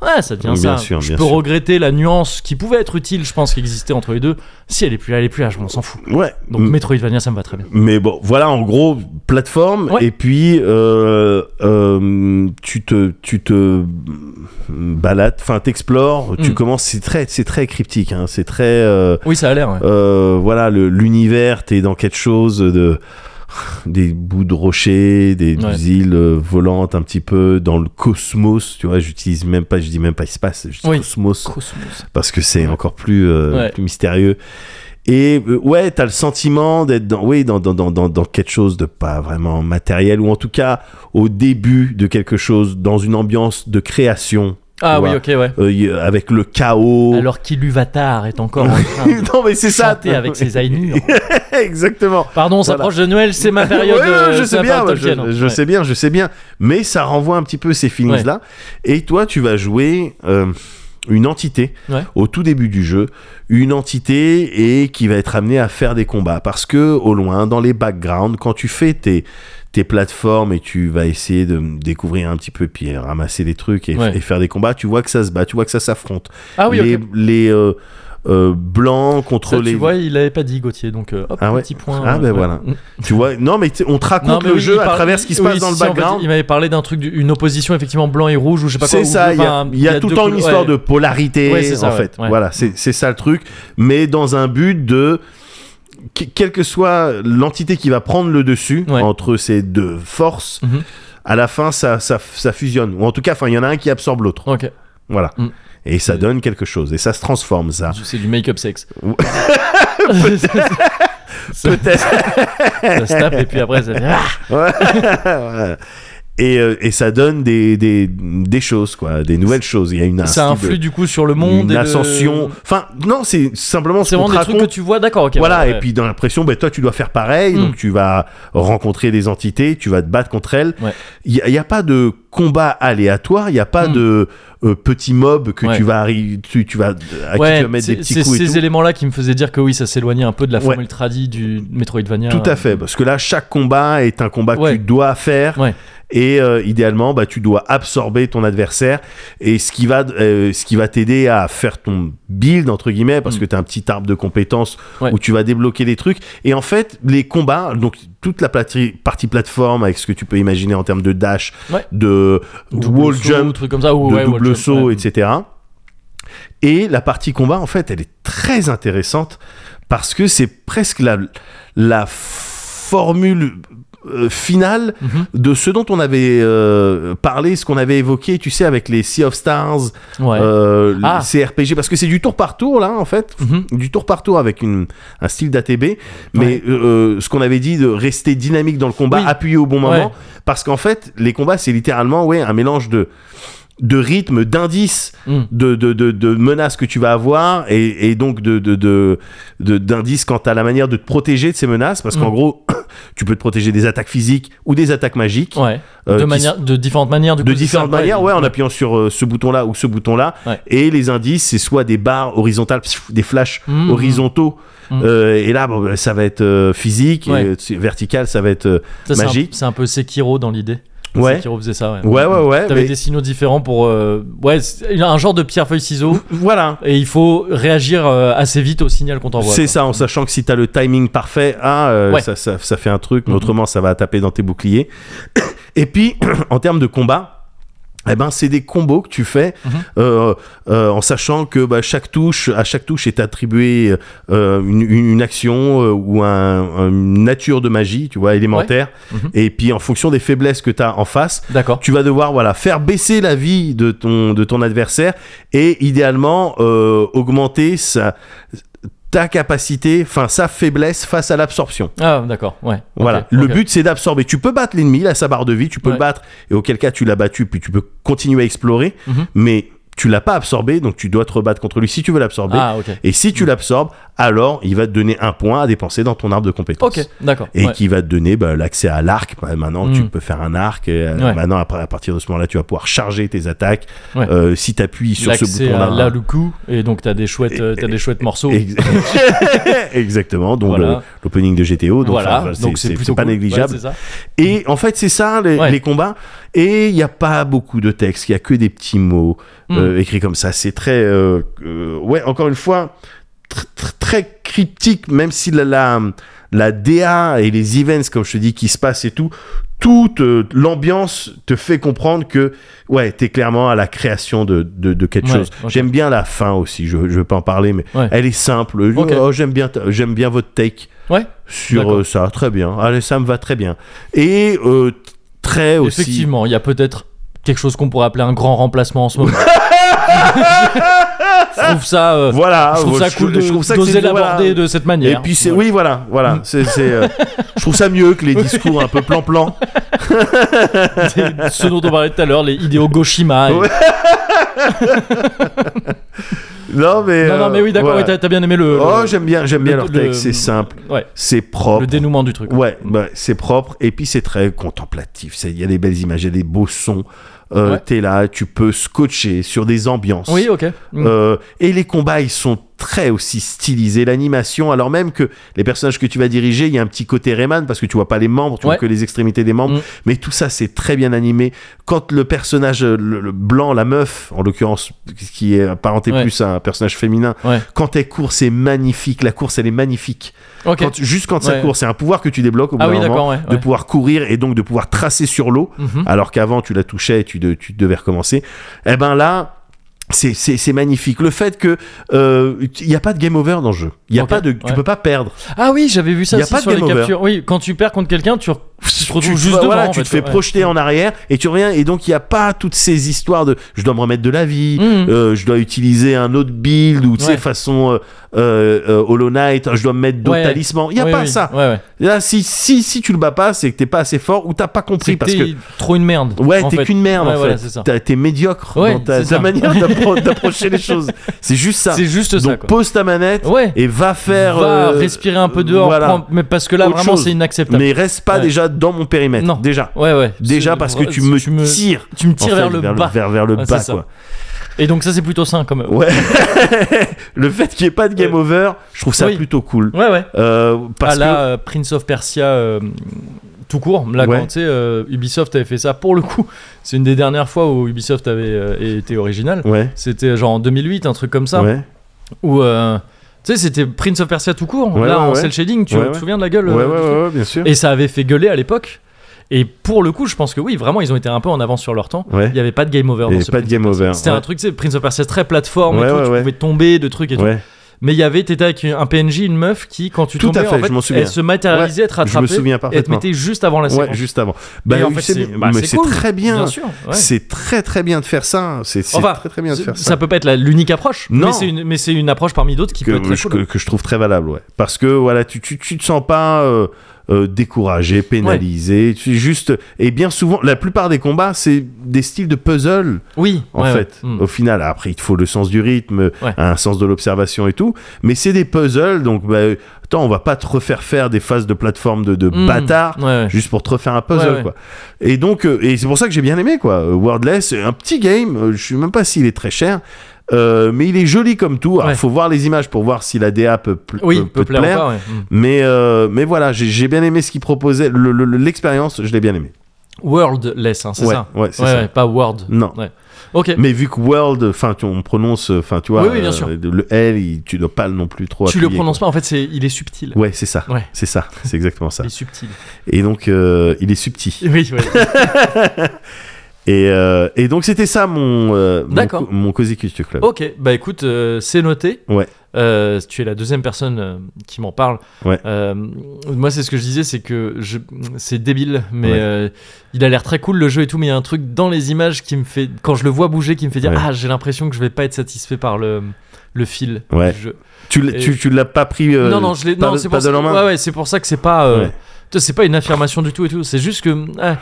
Speaker 1: ouais, ça devient
Speaker 2: Bien
Speaker 1: ça.
Speaker 2: sûr,
Speaker 1: je
Speaker 2: bien
Speaker 1: peux
Speaker 2: sûr.
Speaker 1: regretter la nuance qui pouvait être utile, je pense, qui existait entre les deux. Si elle est plus là, elle est plus là, je m'en s'en fous.
Speaker 2: Ouais.
Speaker 1: Donc
Speaker 2: m-
Speaker 1: Metroidvania, ça me va très bien.
Speaker 2: Mais bon, voilà en gros plateforme
Speaker 1: Ouais.
Speaker 2: et puis euh, euh, tu te tu te balades, enfin t'explores, tu
Speaker 1: Mm.
Speaker 2: commences c'est très c'est très cryptique, hein, c'est très euh,
Speaker 1: Oui, ça a l'air. ouais.
Speaker 2: euh, voilà le- l'univers, t'es dans quelque chose de des bouts de rochers, des,
Speaker 1: Ouais.
Speaker 2: des îles euh, volantes un petit peu dans le cosmos, tu vois, j'utilise même pas, je dis même pas espace, je dis
Speaker 1: Oui.
Speaker 2: Euh, cosmos
Speaker 1: Cosmos.
Speaker 2: parce que c'est encore plus, euh,
Speaker 1: Ouais.
Speaker 2: plus mystérieux. Et euh, ouais, t'as le sentiment d'être dans, oui, dans, dans, dans, dans, dans quelque chose de pas vraiment matériel, ou en tout cas au début de quelque chose, dans une ambiance de création,
Speaker 1: Ah oui,
Speaker 2: Ouais.
Speaker 1: ok, ouais.
Speaker 2: euh, y- avec le chaos.
Speaker 1: Alors qu'Iluvatar est encore en train de
Speaker 2: non mais c'est ça.
Speaker 1: chanter avec ses ainurs.
Speaker 2: Exactement.
Speaker 1: Pardon, on s'approche de Noël, c'est ma période.
Speaker 2: Ouais, ouais,
Speaker 1: euh,
Speaker 2: je
Speaker 1: c'est
Speaker 2: sais
Speaker 1: ma
Speaker 2: bien,
Speaker 1: période
Speaker 2: ouais, je,
Speaker 1: Tolkien,
Speaker 2: je
Speaker 1: ouais.
Speaker 2: sais bien, je sais bien. Mais ça renvoie un petit peu ces films là. Et toi, tu vas jouer euh, une entité
Speaker 1: Ouais.
Speaker 2: au tout début du jeu, une entité et qui va être amenée à faire des combats parce que au loin, dans les backgrounds, quand tu fais tes tes plateformes et tu vas essayer de découvrir un petit peu puis euh, ramasser des trucs et,
Speaker 1: Ouais.
Speaker 2: et faire des combats, tu vois que ça se bat, tu vois que ça s'affronte.
Speaker 1: Ah oui,
Speaker 2: les
Speaker 1: ok.
Speaker 2: les, euh, euh, blancs contre
Speaker 1: Ça,
Speaker 2: les
Speaker 1: Tu vois, il avait pas dit Gauthier, donc euh, hop,
Speaker 2: Ah ouais.
Speaker 1: petit point.
Speaker 2: Ah,
Speaker 1: euh,
Speaker 2: ben
Speaker 1: ouais.
Speaker 2: voilà. Tu vois, non, mais t- on te raconte
Speaker 1: mais
Speaker 2: le
Speaker 1: oui,
Speaker 2: jeu
Speaker 1: il
Speaker 2: à
Speaker 1: parle-
Speaker 2: travers ce qui se
Speaker 1: oui,
Speaker 2: passe dans
Speaker 1: si,
Speaker 2: le
Speaker 1: en fait,
Speaker 2: background.
Speaker 1: il m'avait parlé d'un truc, d'une opposition effectivement blanc et rouge ou je sais pas quoi.
Speaker 2: C'est
Speaker 1: ou-
Speaker 2: ça, il y a,
Speaker 1: enfin,
Speaker 2: il y a tout
Speaker 1: deux
Speaker 2: le temps une
Speaker 1: couleurs,
Speaker 2: histoire
Speaker 1: ouais.
Speaker 2: de polarité,
Speaker 1: Ouais, c'est ça,
Speaker 2: en
Speaker 1: ouais,
Speaker 2: fait.
Speaker 1: ouais.
Speaker 2: Voilà, c'est c'est ça le truc. Mais dans un but de. que- Quelle que soit l'entité qui va prendre le dessus
Speaker 1: Ouais.
Speaker 2: entre ces deux forces,
Speaker 1: Mhm.
Speaker 2: à la fin, ça, ça, ça fusionne. Ou en tout cas, enfin, il y en a un qui absorbe l'autre.
Speaker 1: Ok,
Speaker 2: Voilà.
Speaker 1: Mm.
Speaker 2: Et ça
Speaker 1: C'est-
Speaker 2: donne quelque chose. Et ça se transforme, ça.
Speaker 1: c'est du make-up sexe.
Speaker 2: Ouais.
Speaker 1: ça, ça se tape et puis après ça fait, ah
Speaker 2: Ouais. Ouais. et, euh, et ça donne des, des, des choses, quoi, des nouvelles choses. Il y a une un
Speaker 1: ça
Speaker 2: style de-
Speaker 1: influe du coup sur le monde. et
Speaker 2: une
Speaker 1: le-
Speaker 2: ascension. Enfin, non, c'est simplement ce
Speaker 1: C'est
Speaker 2: qu'on
Speaker 1: vraiment
Speaker 2: te
Speaker 1: des trucs que
Speaker 2: raconte.
Speaker 1: tu vois, d'accord, ok.
Speaker 2: Voilà,
Speaker 1: ouais,
Speaker 2: et
Speaker 1: ouais.
Speaker 2: puis dans l'impression, ben, toi tu dois faire pareil,
Speaker 1: Mm.
Speaker 2: donc tu vas rencontrer des entités, tu vas te battre contre elles.
Speaker 1: Ouais.
Speaker 2: Il n'y a, pas de combat aléatoire, il n'y a pas
Speaker 1: Mm.
Speaker 2: de euh, petit mob que
Speaker 1: Ouais.
Speaker 2: tu vas arri- tu, tu vas, à qui
Speaker 1: Ouais,
Speaker 2: tu vas mettre des
Speaker 1: c'est
Speaker 2: petits
Speaker 1: c'est
Speaker 2: coups et
Speaker 1: ces
Speaker 2: tout.
Speaker 1: éléments-là qui me faisaient dire que oui, ça s'éloignait un peu de la
Speaker 2: Ouais.
Speaker 1: formule tradie du Metroidvania.
Speaker 2: Tout à fait, parce que là, chaque combat est un combat
Speaker 1: euh, Ouais.
Speaker 2: que tu dois faire.
Speaker 1: Ouais.
Speaker 2: Et euh, idéalement, bah, tu dois absorber ton adversaire. Et ce qui va, euh, ce qui va t'aider à faire ton build, entre guillemets, parce
Speaker 1: Mm.
Speaker 2: que tu as un petit arbre de compétences
Speaker 1: Ouais.
Speaker 2: où tu vas débloquer des trucs. Et en fait, les combats, donc toute la plati- partie plateforme avec ce que tu peux imaginer en termes de dash,
Speaker 1: Ouais.
Speaker 2: de
Speaker 1: Double
Speaker 2: wall
Speaker 1: saut,
Speaker 2: jump,
Speaker 1: truc comme ça, ou
Speaker 2: de
Speaker 1: Oh ouais, wall
Speaker 2: double
Speaker 1: jump,
Speaker 2: saut,
Speaker 1: ouais.
Speaker 2: etc. Et la partie combat, en fait, elle est très intéressante parce que c'est presque la, la formule euh, finale
Speaker 1: Mhm.
Speaker 2: de ce dont on avait euh, parlé, ce qu'on avait évoqué, tu sais, avec les Sea of Stars,
Speaker 1: Ouais.
Speaker 2: euh,
Speaker 1: Ah.
Speaker 2: les CRPG, parce que c'est du tour par tour, là, en fait,
Speaker 1: Mhm.
Speaker 2: du tour par tour avec une, un style d'ATB, mais euh, ce qu'on avait dit de rester dynamique dans le combat,
Speaker 1: Oui.
Speaker 2: appuyer au bon moment,
Speaker 1: Ouais.
Speaker 2: parce qu'en fait, les combats, c'est littéralement ouais, un mélange de, de rythme, d'indices,
Speaker 1: Mm.
Speaker 2: de, de, de, de menaces que tu vas avoir, et, et donc de, de, de, de- d'indices quant à la manière de te protéger de ces menaces, parce qu'en
Speaker 1: Mm.
Speaker 2: gros, tu peux te protéger des attaques physiques ou des attaques magiques.
Speaker 1: Ouais.
Speaker 2: euh,
Speaker 1: de,
Speaker 2: qui
Speaker 1: manière, de différentes manières, du coup.
Speaker 2: de
Speaker 1: c'est ça,
Speaker 2: différentes
Speaker 1: ouais.
Speaker 2: manières, ouais, en appuyant sur euh, ce bouton-là ou ce bouton-là.
Speaker 1: Ouais.
Speaker 2: Et les indices, c'est soit des barres horizontales, pfff, des flashs
Speaker 1: Mhm.
Speaker 2: horizontaux.
Speaker 1: Mhm.
Speaker 2: euh, et là, bon, bah, ça va être euh, physique.
Speaker 1: Ouais.
Speaker 2: Et, euh, c'est- vertical, ça va être. euh,
Speaker 1: Ça, c'est un-
Speaker 2: Magique.
Speaker 1: C'est un, peu Sekiro dans l'idée.
Speaker 2: Ouais.
Speaker 1: Sekiro faisait ça, ouais.
Speaker 2: Ouais, ouais, ouais.
Speaker 1: T'avais
Speaker 2: mais-
Speaker 1: des signaux différents pour. euh, Ouais, c'est- il a un genre de pierre-feuille-ciseau.
Speaker 2: Voilà.
Speaker 1: Et il faut réagir euh, assez vite au signal qu'on t'envoie.
Speaker 2: C'est
Speaker 1: quoi.
Speaker 2: ça, en sachant que si t'as le timing parfait, ah, euh,
Speaker 1: Ouais.
Speaker 2: ça, ça, ça fait un truc, mais
Speaker 1: Mhm.
Speaker 2: autrement, ça va taper dans tes boucliers. Et puis, en termes de combat, eh ben, c'est des combos que tu fais
Speaker 1: Mhm.
Speaker 2: euh, euh, en sachant que bah, chaque touche, à chaque touche est attribuée euh, une, une- une action euh, ou un- une nature de magie, tu vois, élémentaire.
Speaker 1: Mhm.
Speaker 2: Et puis en fonction des faiblesses que tu as en face,
Speaker 1: D'accord.
Speaker 2: tu vas devoir voilà faire baisser la vie de ton de ton adversaire et idéalement euh, augmenter sa ta capacité, enfin sa faiblesse face à l'absorption.
Speaker 1: Ah, d'accord, ouais.
Speaker 2: Voilà.
Speaker 1: Ok,
Speaker 2: le
Speaker 1: ok.
Speaker 2: but c'est d'absorber. Tu peux battre l'ennemi, il a sa barre de vie, tu peux
Speaker 1: Ouais.
Speaker 2: le battre et auquel cas tu l'as battu puis tu peux continuer à explorer,
Speaker 1: Mhm.
Speaker 2: mais tu l'as pas absorbé donc tu dois te rebattre contre lui si tu veux l'absorber.
Speaker 1: Ah, ok.
Speaker 2: Et si tu l'absorbes, alors il va te donner un point à dépenser dans ton arbre de compétences
Speaker 1: Ok, d'accord.
Speaker 2: et
Speaker 1: ouais.
Speaker 2: qui va te donner bah, l'accès à l'arc. Bah, maintenant, tu
Speaker 1: Mm.
Speaker 2: peux faire un arc. et, euh,
Speaker 1: Ouais.
Speaker 2: Maintenant, après, à partir de ce moment-là, tu vas pouvoir charger tes attaques.
Speaker 1: Ouais.
Speaker 2: Euh, si tu appuies sur ce
Speaker 1: L'accès
Speaker 2: bouton-là.
Speaker 1: à là, le coup, et donc t'as des chouettes, euh, t'as des chouettes morceaux.
Speaker 2: Ex- Exactement, donc
Speaker 1: Voilà.
Speaker 2: le- l'opening de GTO, donc,
Speaker 1: voilà,
Speaker 2: enfin, c'est-
Speaker 1: donc
Speaker 2: c'est
Speaker 1: c'est
Speaker 2: c'est
Speaker 1: plutôt
Speaker 2: pas
Speaker 1: cool.
Speaker 2: négligeable.
Speaker 1: Ouais, c'est ça.
Speaker 2: et en fait, c'est ça les,
Speaker 1: Ouais.
Speaker 2: les combats. Et il n'y a pas beaucoup de texte, il y a que des petits mots
Speaker 1: Mm.
Speaker 2: euh, écrits comme ça. C'est très, euh, euh, ouais, encore une fois, tr- tr- très cryptique, même si la, la, la DA et les events, comme je te dis, qui se passent et tout, toute euh, l'ambiance te fait comprendre que, ouais, t'es clairement à la création de, de, de quelque
Speaker 1: Ouais,
Speaker 2: chose.
Speaker 1: ok.
Speaker 2: J'aime bien la fin aussi, je, je veux pas en parler, mais
Speaker 1: Ouais.
Speaker 2: elle est simple. Je-
Speaker 1: Ok.
Speaker 2: oh, j'aime bien, ta- j'aime bien votre take
Speaker 1: Ouais,
Speaker 2: sur
Speaker 1: D'accord.
Speaker 2: euh, ça, très bien. Allez, ça me va très bien. Et euh, t- très aussi.
Speaker 1: effectivement, il y a peut-être quelque chose qu'on pourrait appeler un grand remplacement en ce moment. je trouve ça, euh,
Speaker 2: Voilà,
Speaker 1: je trouve ça
Speaker 2: Ah, je-
Speaker 1: cool
Speaker 2: je trouve ça
Speaker 1: de-
Speaker 2: que
Speaker 1: d'oser
Speaker 2: c'est- voilà.
Speaker 1: l'aborder de cette
Speaker 2: Et
Speaker 1: manière. Mm.
Speaker 2: puis c'est oui voilà voilà c'est c'est, euh, je trouve ça mieux que les discours un peu plan plan
Speaker 1: C'est ce dont on parlait tout à l'heure, les idéaux Goshima. et-
Speaker 2: Ouais, non mais
Speaker 1: non, non,
Speaker 2: euh,
Speaker 1: mais oui, d'accord,
Speaker 2: voilà.
Speaker 1: ouais, t'as- t'as bien aimé le.
Speaker 2: oh
Speaker 1: le-
Speaker 2: j'aime bien j'aime bien
Speaker 1: le-
Speaker 2: leur
Speaker 1: le-
Speaker 2: texte c'est simple
Speaker 1: Ouais,
Speaker 2: c'est propre
Speaker 1: le dénouement du truc.
Speaker 2: ouais bah, c'est propre et puis c'est très contemplatif c'est- il y a des belles images il y a des beaux sons Euh,
Speaker 1: Ouais.
Speaker 2: t'es là tu peux scotcher sur des ambiances
Speaker 1: Oui, ok. Mm.
Speaker 2: Euh, et les combats, ils sont très aussi stylisés. L'animation, alors même que les personnages que tu vas diriger, il y a un petit côté Rayman parce que tu vois pas les membres, tu
Speaker 1: Ouais.
Speaker 2: vois que les extrémités des membres.
Speaker 1: Mm.
Speaker 2: Mais tout ça, c'est très bien animé. Quand le personnage, euh, le, le blanc, la meuf, en l'occurrence, qui est apparenté
Speaker 1: Ouais.
Speaker 2: plus à un personnage féminin,
Speaker 1: Ouais.
Speaker 2: quand elle court, c'est magnifique. La course, elle est magnifique.
Speaker 1: Ok.
Speaker 2: Quand, juste quand ça
Speaker 1: Ouais.
Speaker 2: court, c'est un pouvoir que tu débloques au bout
Speaker 1: Ah
Speaker 2: d'un
Speaker 1: oui,
Speaker 2: moment
Speaker 1: d'accord, ouais.
Speaker 2: de
Speaker 1: ouais.
Speaker 2: pouvoir courir et donc de pouvoir tracer sur l'eau,
Speaker 1: Mhm.
Speaker 2: alors qu'avant tu la touchais et tu, de- tu devais recommencer. Eh ben là, c'est- c'est c'est magnifique. Le fait que euh, il y a pas de game over dans le jeu. Il y a
Speaker 1: Ok,
Speaker 2: pas de,
Speaker 1: ouais.
Speaker 2: tu peux pas perdre.
Speaker 1: Ah oui, j'avais vu ça
Speaker 2: Y a
Speaker 1: aussi
Speaker 2: pas de
Speaker 1: sur les
Speaker 2: game over.
Speaker 1: captures. Oui, quand tu perds contre quelqu'un, tu, re- tu te retrouves
Speaker 2: tu,
Speaker 1: juste
Speaker 2: voilà,
Speaker 1: devant. en
Speaker 2: tu te
Speaker 1: fait,
Speaker 2: fais
Speaker 1: ouais.
Speaker 2: projeter en arrière et tu reviens. Et donc il y a pas toutes ces histoires de je dois me remettre de la vie.
Speaker 1: Mhm.
Speaker 2: euh, je dois utiliser un autre build ou tu
Speaker 1: Ouais.
Speaker 2: sais façon euh, euh, euh, Hollow Knight je dois me mettre d'autres
Speaker 1: Ouais.
Speaker 2: talismans il y a
Speaker 1: Oui,
Speaker 2: pas
Speaker 1: oui,
Speaker 2: ça
Speaker 1: Ouais, ouais.
Speaker 2: là si, si, si tu le bats pas c'est que t'es pas assez fort ou t'as pas compris
Speaker 1: C'est que
Speaker 2: parce que
Speaker 1: t'es trop une merde.
Speaker 2: Ouais,
Speaker 1: en
Speaker 2: t'es
Speaker 1: fait.
Speaker 2: qu'une merde
Speaker 1: Ouais,
Speaker 2: en
Speaker 1: voilà,
Speaker 2: fait.
Speaker 1: c'est ça.
Speaker 2: T'as- T'es médiocre
Speaker 1: Ouais,
Speaker 2: dans ta,
Speaker 1: c'est
Speaker 2: ta
Speaker 1: ça.
Speaker 2: manière d'appro- d'approcher les choses. C'est juste ça.
Speaker 1: C'est juste ça.
Speaker 2: Donc
Speaker 1: quoi.
Speaker 2: pose ta manette
Speaker 1: Ouais.
Speaker 2: et va faire.
Speaker 1: Va
Speaker 2: euh,
Speaker 1: respirer un peu dehors.
Speaker 2: voilà.
Speaker 1: prends- Mais parce que là,
Speaker 2: Autre
Speaker 1: vraiment,
Speaker 2: chose.
Speaker 1: c'est inacceptable.
Speaker 2: Mais reste pas
Speaker 1: Ouais.
Speaker 2: déjà dans mon périmètre.
Speaker 1: Non.
Speaker 2: Déjà.
Speaker 1: Ouais, ouais.
Speaker 2: Déjà
Speaker 1: C'est-
Speaker 2: parce que tu me, tires.
Speaker 1: Tu me
Speaker 2: en
Speaker 1: tires
Speaker 2: fait,
Speaker 1: vers le bas.
Speaker 2: Vers, vers le
Speaker 1: Ouais,
Speaker 2: bas,
Speaker 1: c'est ça.
Speaker 2: quoi.
Speaker 1: Et donc ça, c'est plutôt sain quand même.
Speaker 2: Ouais. le fait qu'il n'y ait pas de game over, je trouve ça
Speaker 1: Oui.
Speaker 2: plutôt cool.
Speaker 1: Ouais, ouais.
Speaker 2: Euh, parce
Speaker 1: ah là, euh, Prince of Persia euh, tout court. Là,
Speaker 2: Ouais.
Speaker 1: quand tu sais, euh, Ubisoft avait fait ça pour le coup. C'est une des dernières fois où Ubisoft avait euh, été original.
Speaker 2: que. Ouais.
Speaker 1: C'était genre en 2008, un truc comme ça.
Speaker 2: Ouais.
Speaker 1: Où, euh, tu sais, c'était Prince of Persia tout court.
Speaker 2: Ouais,
Speaker 1: là,
Speaker 2: ouais,
Speaker 1: en
Speaker 2: ouais.
Speaker 1: cel shading, tu
Speaker 2: Ouais,
Speaker 1: te
Speaker 2: ouais.
Speaker 1: souviens de la gueule
Speaker 2: Ouais,
Speaker 1: euh,
Speaker 2: ouais,
Speaker 1: du truc
Speaker 2: ouais, ouais, bien sûr.
Speaker 1: Et ça avait fait gueuler à l'époque. Et pour le coup, je pense que oui, vraiment, ils ont été un peu en avance sur leur temps.
Speaker 2: Ouais.
Speaker 1: Il n'y avait pas de game over.
Speaker 2: Il y
Speaker 1: dans
Speaker 2: avait
Speaker 1: ce
Speaker 2: pas de
Speaker 1: Prince
Speaker 2: game
Speaker 1: of Persia.
Speaker 2: over,
Speaker 1: C'était
Speaker 2: ouais.
Speaker 1: un truc, c'est Prince of Persia très plateforme.
Speaker 2: Ouais,
Speaker 1: et tout,
Speaker 2: ouais,
Speaker 1: tu
Speaker 2: ouais.
Speaker 1: pouvais tomber de trucs et tout.
Speaker 2: Ouais.
Speaker 1: Mais il y avait, t'étais avec un PNJ, une meuf qui, quand tu
Speaker 2: Tout à
Speaker 1: tombais,
Speaker 2: fait,
Speaker 1: en fait,
Speaker 2: je m'en souviens.
Speaker 1: elle se matérialisait, elle te
Speaker 2: Je me
Speaker 1: rattrapait,
Speaker 2: souviens
Speaker 1: et elle te
Speaker 2: parfaitement.
Speaker 1: mettait juste avant la séquence.
Speaker 2: Ouais, juste avant. Bah,
Speaker 1: Et en
Speaker 2: oui,
Speaker 1: fait,
Speaker 2: c'est-
Speaker 1: c'est- bah,
Speaker 2: mais
Speaker 1: c'est
Speaker 2: c'est
Speaker 1: cool.
Speaker 2: très bien.
Speaker 1: sûr. ouais.
Speaker 2: C'est très très bien de faire ça. hein. C'est c'est
Speaker 1: Enfin,
Speaker 2: très très bien de
Speaker 1: c'est-
Speaker 2: faire
Speaker 1: ça
Speaker 2: ça.
Speaker 1: peut pas être la- l'unique approche,
Speaker 2: Non.
Speaker 1: mais c'est une, mais c'est une approche parmi d'autres qui peut être
Speaker 2: Que,
Speaker 1: très
Speaker 2: je,
Speaker 1: cool. hein.
Speaker 2: que- que je trouve très valable, ouais. Parce que voilà, tu, tu, tu te sens pas euh, euh, découragé, pénalisé. Tu es juste. Et bien souvent, la plupart des combats, c'est des styles de puzzle,
Speaker 1: Oui,
Speaker 2: en
Speaker 1: ouais,
Speaker 2: fait.
Speaker 1: ouais. Mm.
Speaker 2: Au final, après, il te faut le sens du rythme,
Speaker 1: Ouais.
Speaker 2: un sens de l'observation et tout. Mais c'est des puzzles, donc bah, euh, attends, on va pas te refaire faire des phases de plateforme de, de
Speaker 1: Mm.
Speaker 2: bâtard.
Speaker 1: Ouais, ouais.
Speaker 2: juste pour te refaire un puzzle
Speaker 1: Ouais, ouais.
Speaker 2: quoi. Et donc euh, et c'est pour ça que j'ai bien aimé quoi. Euh, Wordless, un petit game, euh, je sais même pas s'il est très cher. euh, mais il est joli comme tout. Alors,
Speaker 1: Ouais.
Speaker 2: faut voir les images pour voir si la DA peut, pl-
Speaker 1: Oui,
Speaker 2: peut-
Speaker 1: peut
Speaker 2: te
Speaker 1: plaire ou pas, ouais. Mm.
Speaker 2: Mais, euh, mais voilà, j'ai j'ai bien aimé ce qu'il proposait. Le- le- le- L'expérience, je l'ai bien aimé.
Speaker 1: Worldless, hein, c'est
Speaker 2: ouais,
Speaker 1: ça.
Speaker 2: ouais, c'est
Speaker 1: Ouais,
Speaker 2: ça.
Speaker 1: ouais, pas Word.
Speaker 2: Non.
Speaker 1: Ouais. Ok.
Speaker 2: Mais vu que World, enfin, tu- on prononce, enfin, tu vois, euh,
Speaker 1: Oui, oui, bien sûr.
Speaker 2: le L, il- tu dois pas non plus trop.
Speaker 1: tu le
Speaker 2: appuyer,
Speaker 1: prononces
Speaker 2: quoi.
Speaker 1: pas, en fait, c'est, il est subtil.
Speaker 2: Ouais, c'est ça.
Speaker 1: Ouais.
Speaker 2: C'est ça. C'est exactement ça.
Speaker 1: Il est subtil.
Speaker 2: Et donc, euh, il est subtil.
Speaker 1: Oui, ouais.
Speaker 2: Et, euh, et donc c'était ça mon, euh, mon,
Speaker 1: D'accord.
Speaker 2: co- mon Cozy Culture Club.
Speaker 1: Ok, bah écoute, euh, c'est noté.
Speaker 2: Ouais.
Speaker 1: Euh, tu es la deuxième personne euh, qui m'en parle.
Speaker 2: Ouais.
Speaker 1: Euh, moi, c'est ce que je disais, c'est que je... c'est débile, mais
Speaker 2: Ouais.
Speaker 1: euh, il a l'air très cool le jeu et tout, mais il y a un truc dans les images qui me fait, quand je le vois bouger, qui me fait dire
Speaker 2: Ouais.
Speaker 1: ah j'ai l'impression que je vais pas être satisfait par le le fil
Speaker 2: Ouais.
Speaker 1: du jeu.
Speaker 2: Tu l'as-
Speaker 1: Et-
Speaker 2: tu, tu l'as pas pris euh,
Speaker 1: non non, je l'ai.
Speaker 2: pas,
Speaker 1: Non, c'est
Speaker 2: pas
Speaker 1: pour
Speaker 2: de
Speaker 1: ça.
Speaker 2: la main
Speaker 1: Ouais ouais, c'est pour ça que c'est pas. euh,
Speaker 2: Ouais.
Speaker 1: tu sais, C'est pas une affirmation du tout et tout. C'est juste que ah,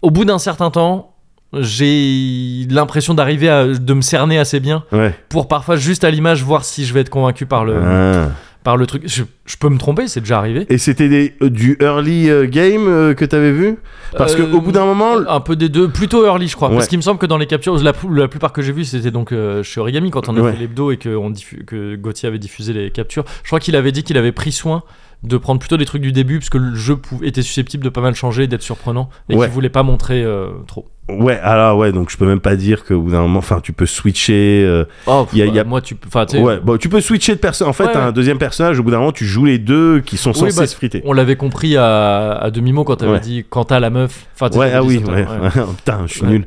Speaker 1: au bout d'un certain temps, j'ai l'impression d'arriver à de me cerner assez bien
Speaker 2: Ouais.
Speaker 1: pour parfois juste à l'image voir si je vais être convaincu par le,
Speaker 2: Ah.
Speaker 1: par le truc. Je, je peux me tromper, c'est déjà arrivé.
Speaker 2: Et c'était des- euh, du early euh, game euh, que t'avais vu Parce
Speaker 1: Euh,
Speaker 2: que au bout d'un moment, l-
Speaker 1: Un peu des deux, plutôt early je crois.
Speaker 2: Ouais.
Speaker 1: Parce qu'il me semble que dans les captures, la, plou- la plupart que j'ai vu c'était donc euh, chez Origami quand on a
Speaker 2: Ouais.
Speaker 1: fait l'hebdo et que, on diffu- que Gauthier avait diffusé les captures. Je crois qu'il avait dit qu'il avait pris soin de prendre plutôt des trucs du début parce que le jeu pou- était susceptible de pas mal changer, d'être surprenant et
Speaker 2: Ouais.
Speaker 1: qu'il voulait pas montrer euh, trop.
Speaker 2: ouais, alors ouais, donc je peux même pas dire qu'au bout d'un moment, enfin, tu peux switcher. euh,
Speaker 1: Oh,
Speaker 2: Il y a- il y a-
Speaker 1: moi tu peux- enfin, tu sais,
Speaker 2: ouais, bon, tu peux switcher de personne. En fait,
Speaker 1: Ouais,
Speaker 2: t'as
Speaker 1: ouais.
Speaker 2: un deuxième personnage. Au bout d'un moment, tu joues les deux qui sont
Speaker 1: Oui,
Speaker 2: censés
Speaker 1: bah,
Speaker 2: se friter.
Speaker 1: on l'avait compris à, à demi mot quand t'avais
Speaker 2: Ouais.
Speaker 1: dit quant à la meuf. Enfin, tu sais,
Speaker 2: Ouais,
Speaker 1: t'avais
Speaker 2: ah
Speaker 1: dit
Speaker 2: oui,
Speaker 1: ça,
Speaker 2: ouais.
Speaker 1: ouais.
Speaker 2: Putain, je suis
Speaker 1: Ouais.
Speaker 2: nul.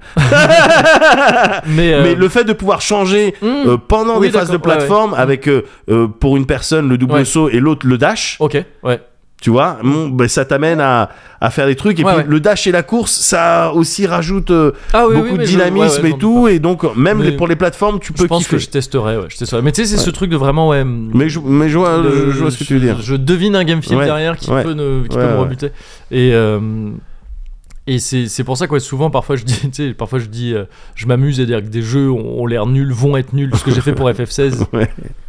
Speaker 1: Mais, euh,
Speaker 2: Mais le fait de pouvoir changer
Speaker 1: hmm,
Speaker 2: euh, pendant
Speaker 1: Oui,
Speaker 2: des phases de
Speaker 1: d'accord, ouais,
Speaker 2: plateforme avec euh, euh, pour une personne le double
Speaker 1: Ouais.
Speaker 2: saut et l'autre le dash,
Speaker 1: ok, ouais.
Speaker 2: tu vois, bon, ben, ça t'amène à, à faire des trucs. Et
Speaker 1: Ouais,
Speaker 2: puis
Speaker 1: ouais.
Speaker 2: le dash et la course, ça aussi rajoute euh,
Speaker 1: Ah oui, oui,
Speaker 2: beaucoup de
Speaker 1: mais je-
Speaker 2: dynamisme
Speaker 1: ouais, ouais,
Speaker 2: et
Speaker 1: j'en doute
Speaker 2: tout. Et donc, même
Speaker 1: Mais
Speaker 2: les- pour les plateformes, tu
Speaker 1: Je
Speaker 2: peux
Speaker 1: pense
Speaker 2: kiffer.
Speaker 1: que je testerai, ouais, je testerai. Mais tu sais, c'est ce truc de vraiment, ouais.
Speaker 2: Mais, je, mais je, vois, euh,
Speaker 1: le-
Speaker 2: je- je vois ce que tu veux dire.
Speaker 1: Je devine un game film
Speaker 2: Ouais,
Speaker 1: derrière qui
Speaker 2: ouais,
Speaker 1: peut, ne- qui
Speaker 2: ouais,
Speaker 1: peut me
Speaker 2: ouais.
Speaker 1: rebuter. Et. euh, et c'est c'est pour ça que ouais, souvent, parfois, je dis, tu sais, parfois je dis, euh, je m'amuse à dire que des jeux ont, ont l'air nuls, vont être nuls, ce que j'ai fait pour FF16.
Speaker 2: Ouais.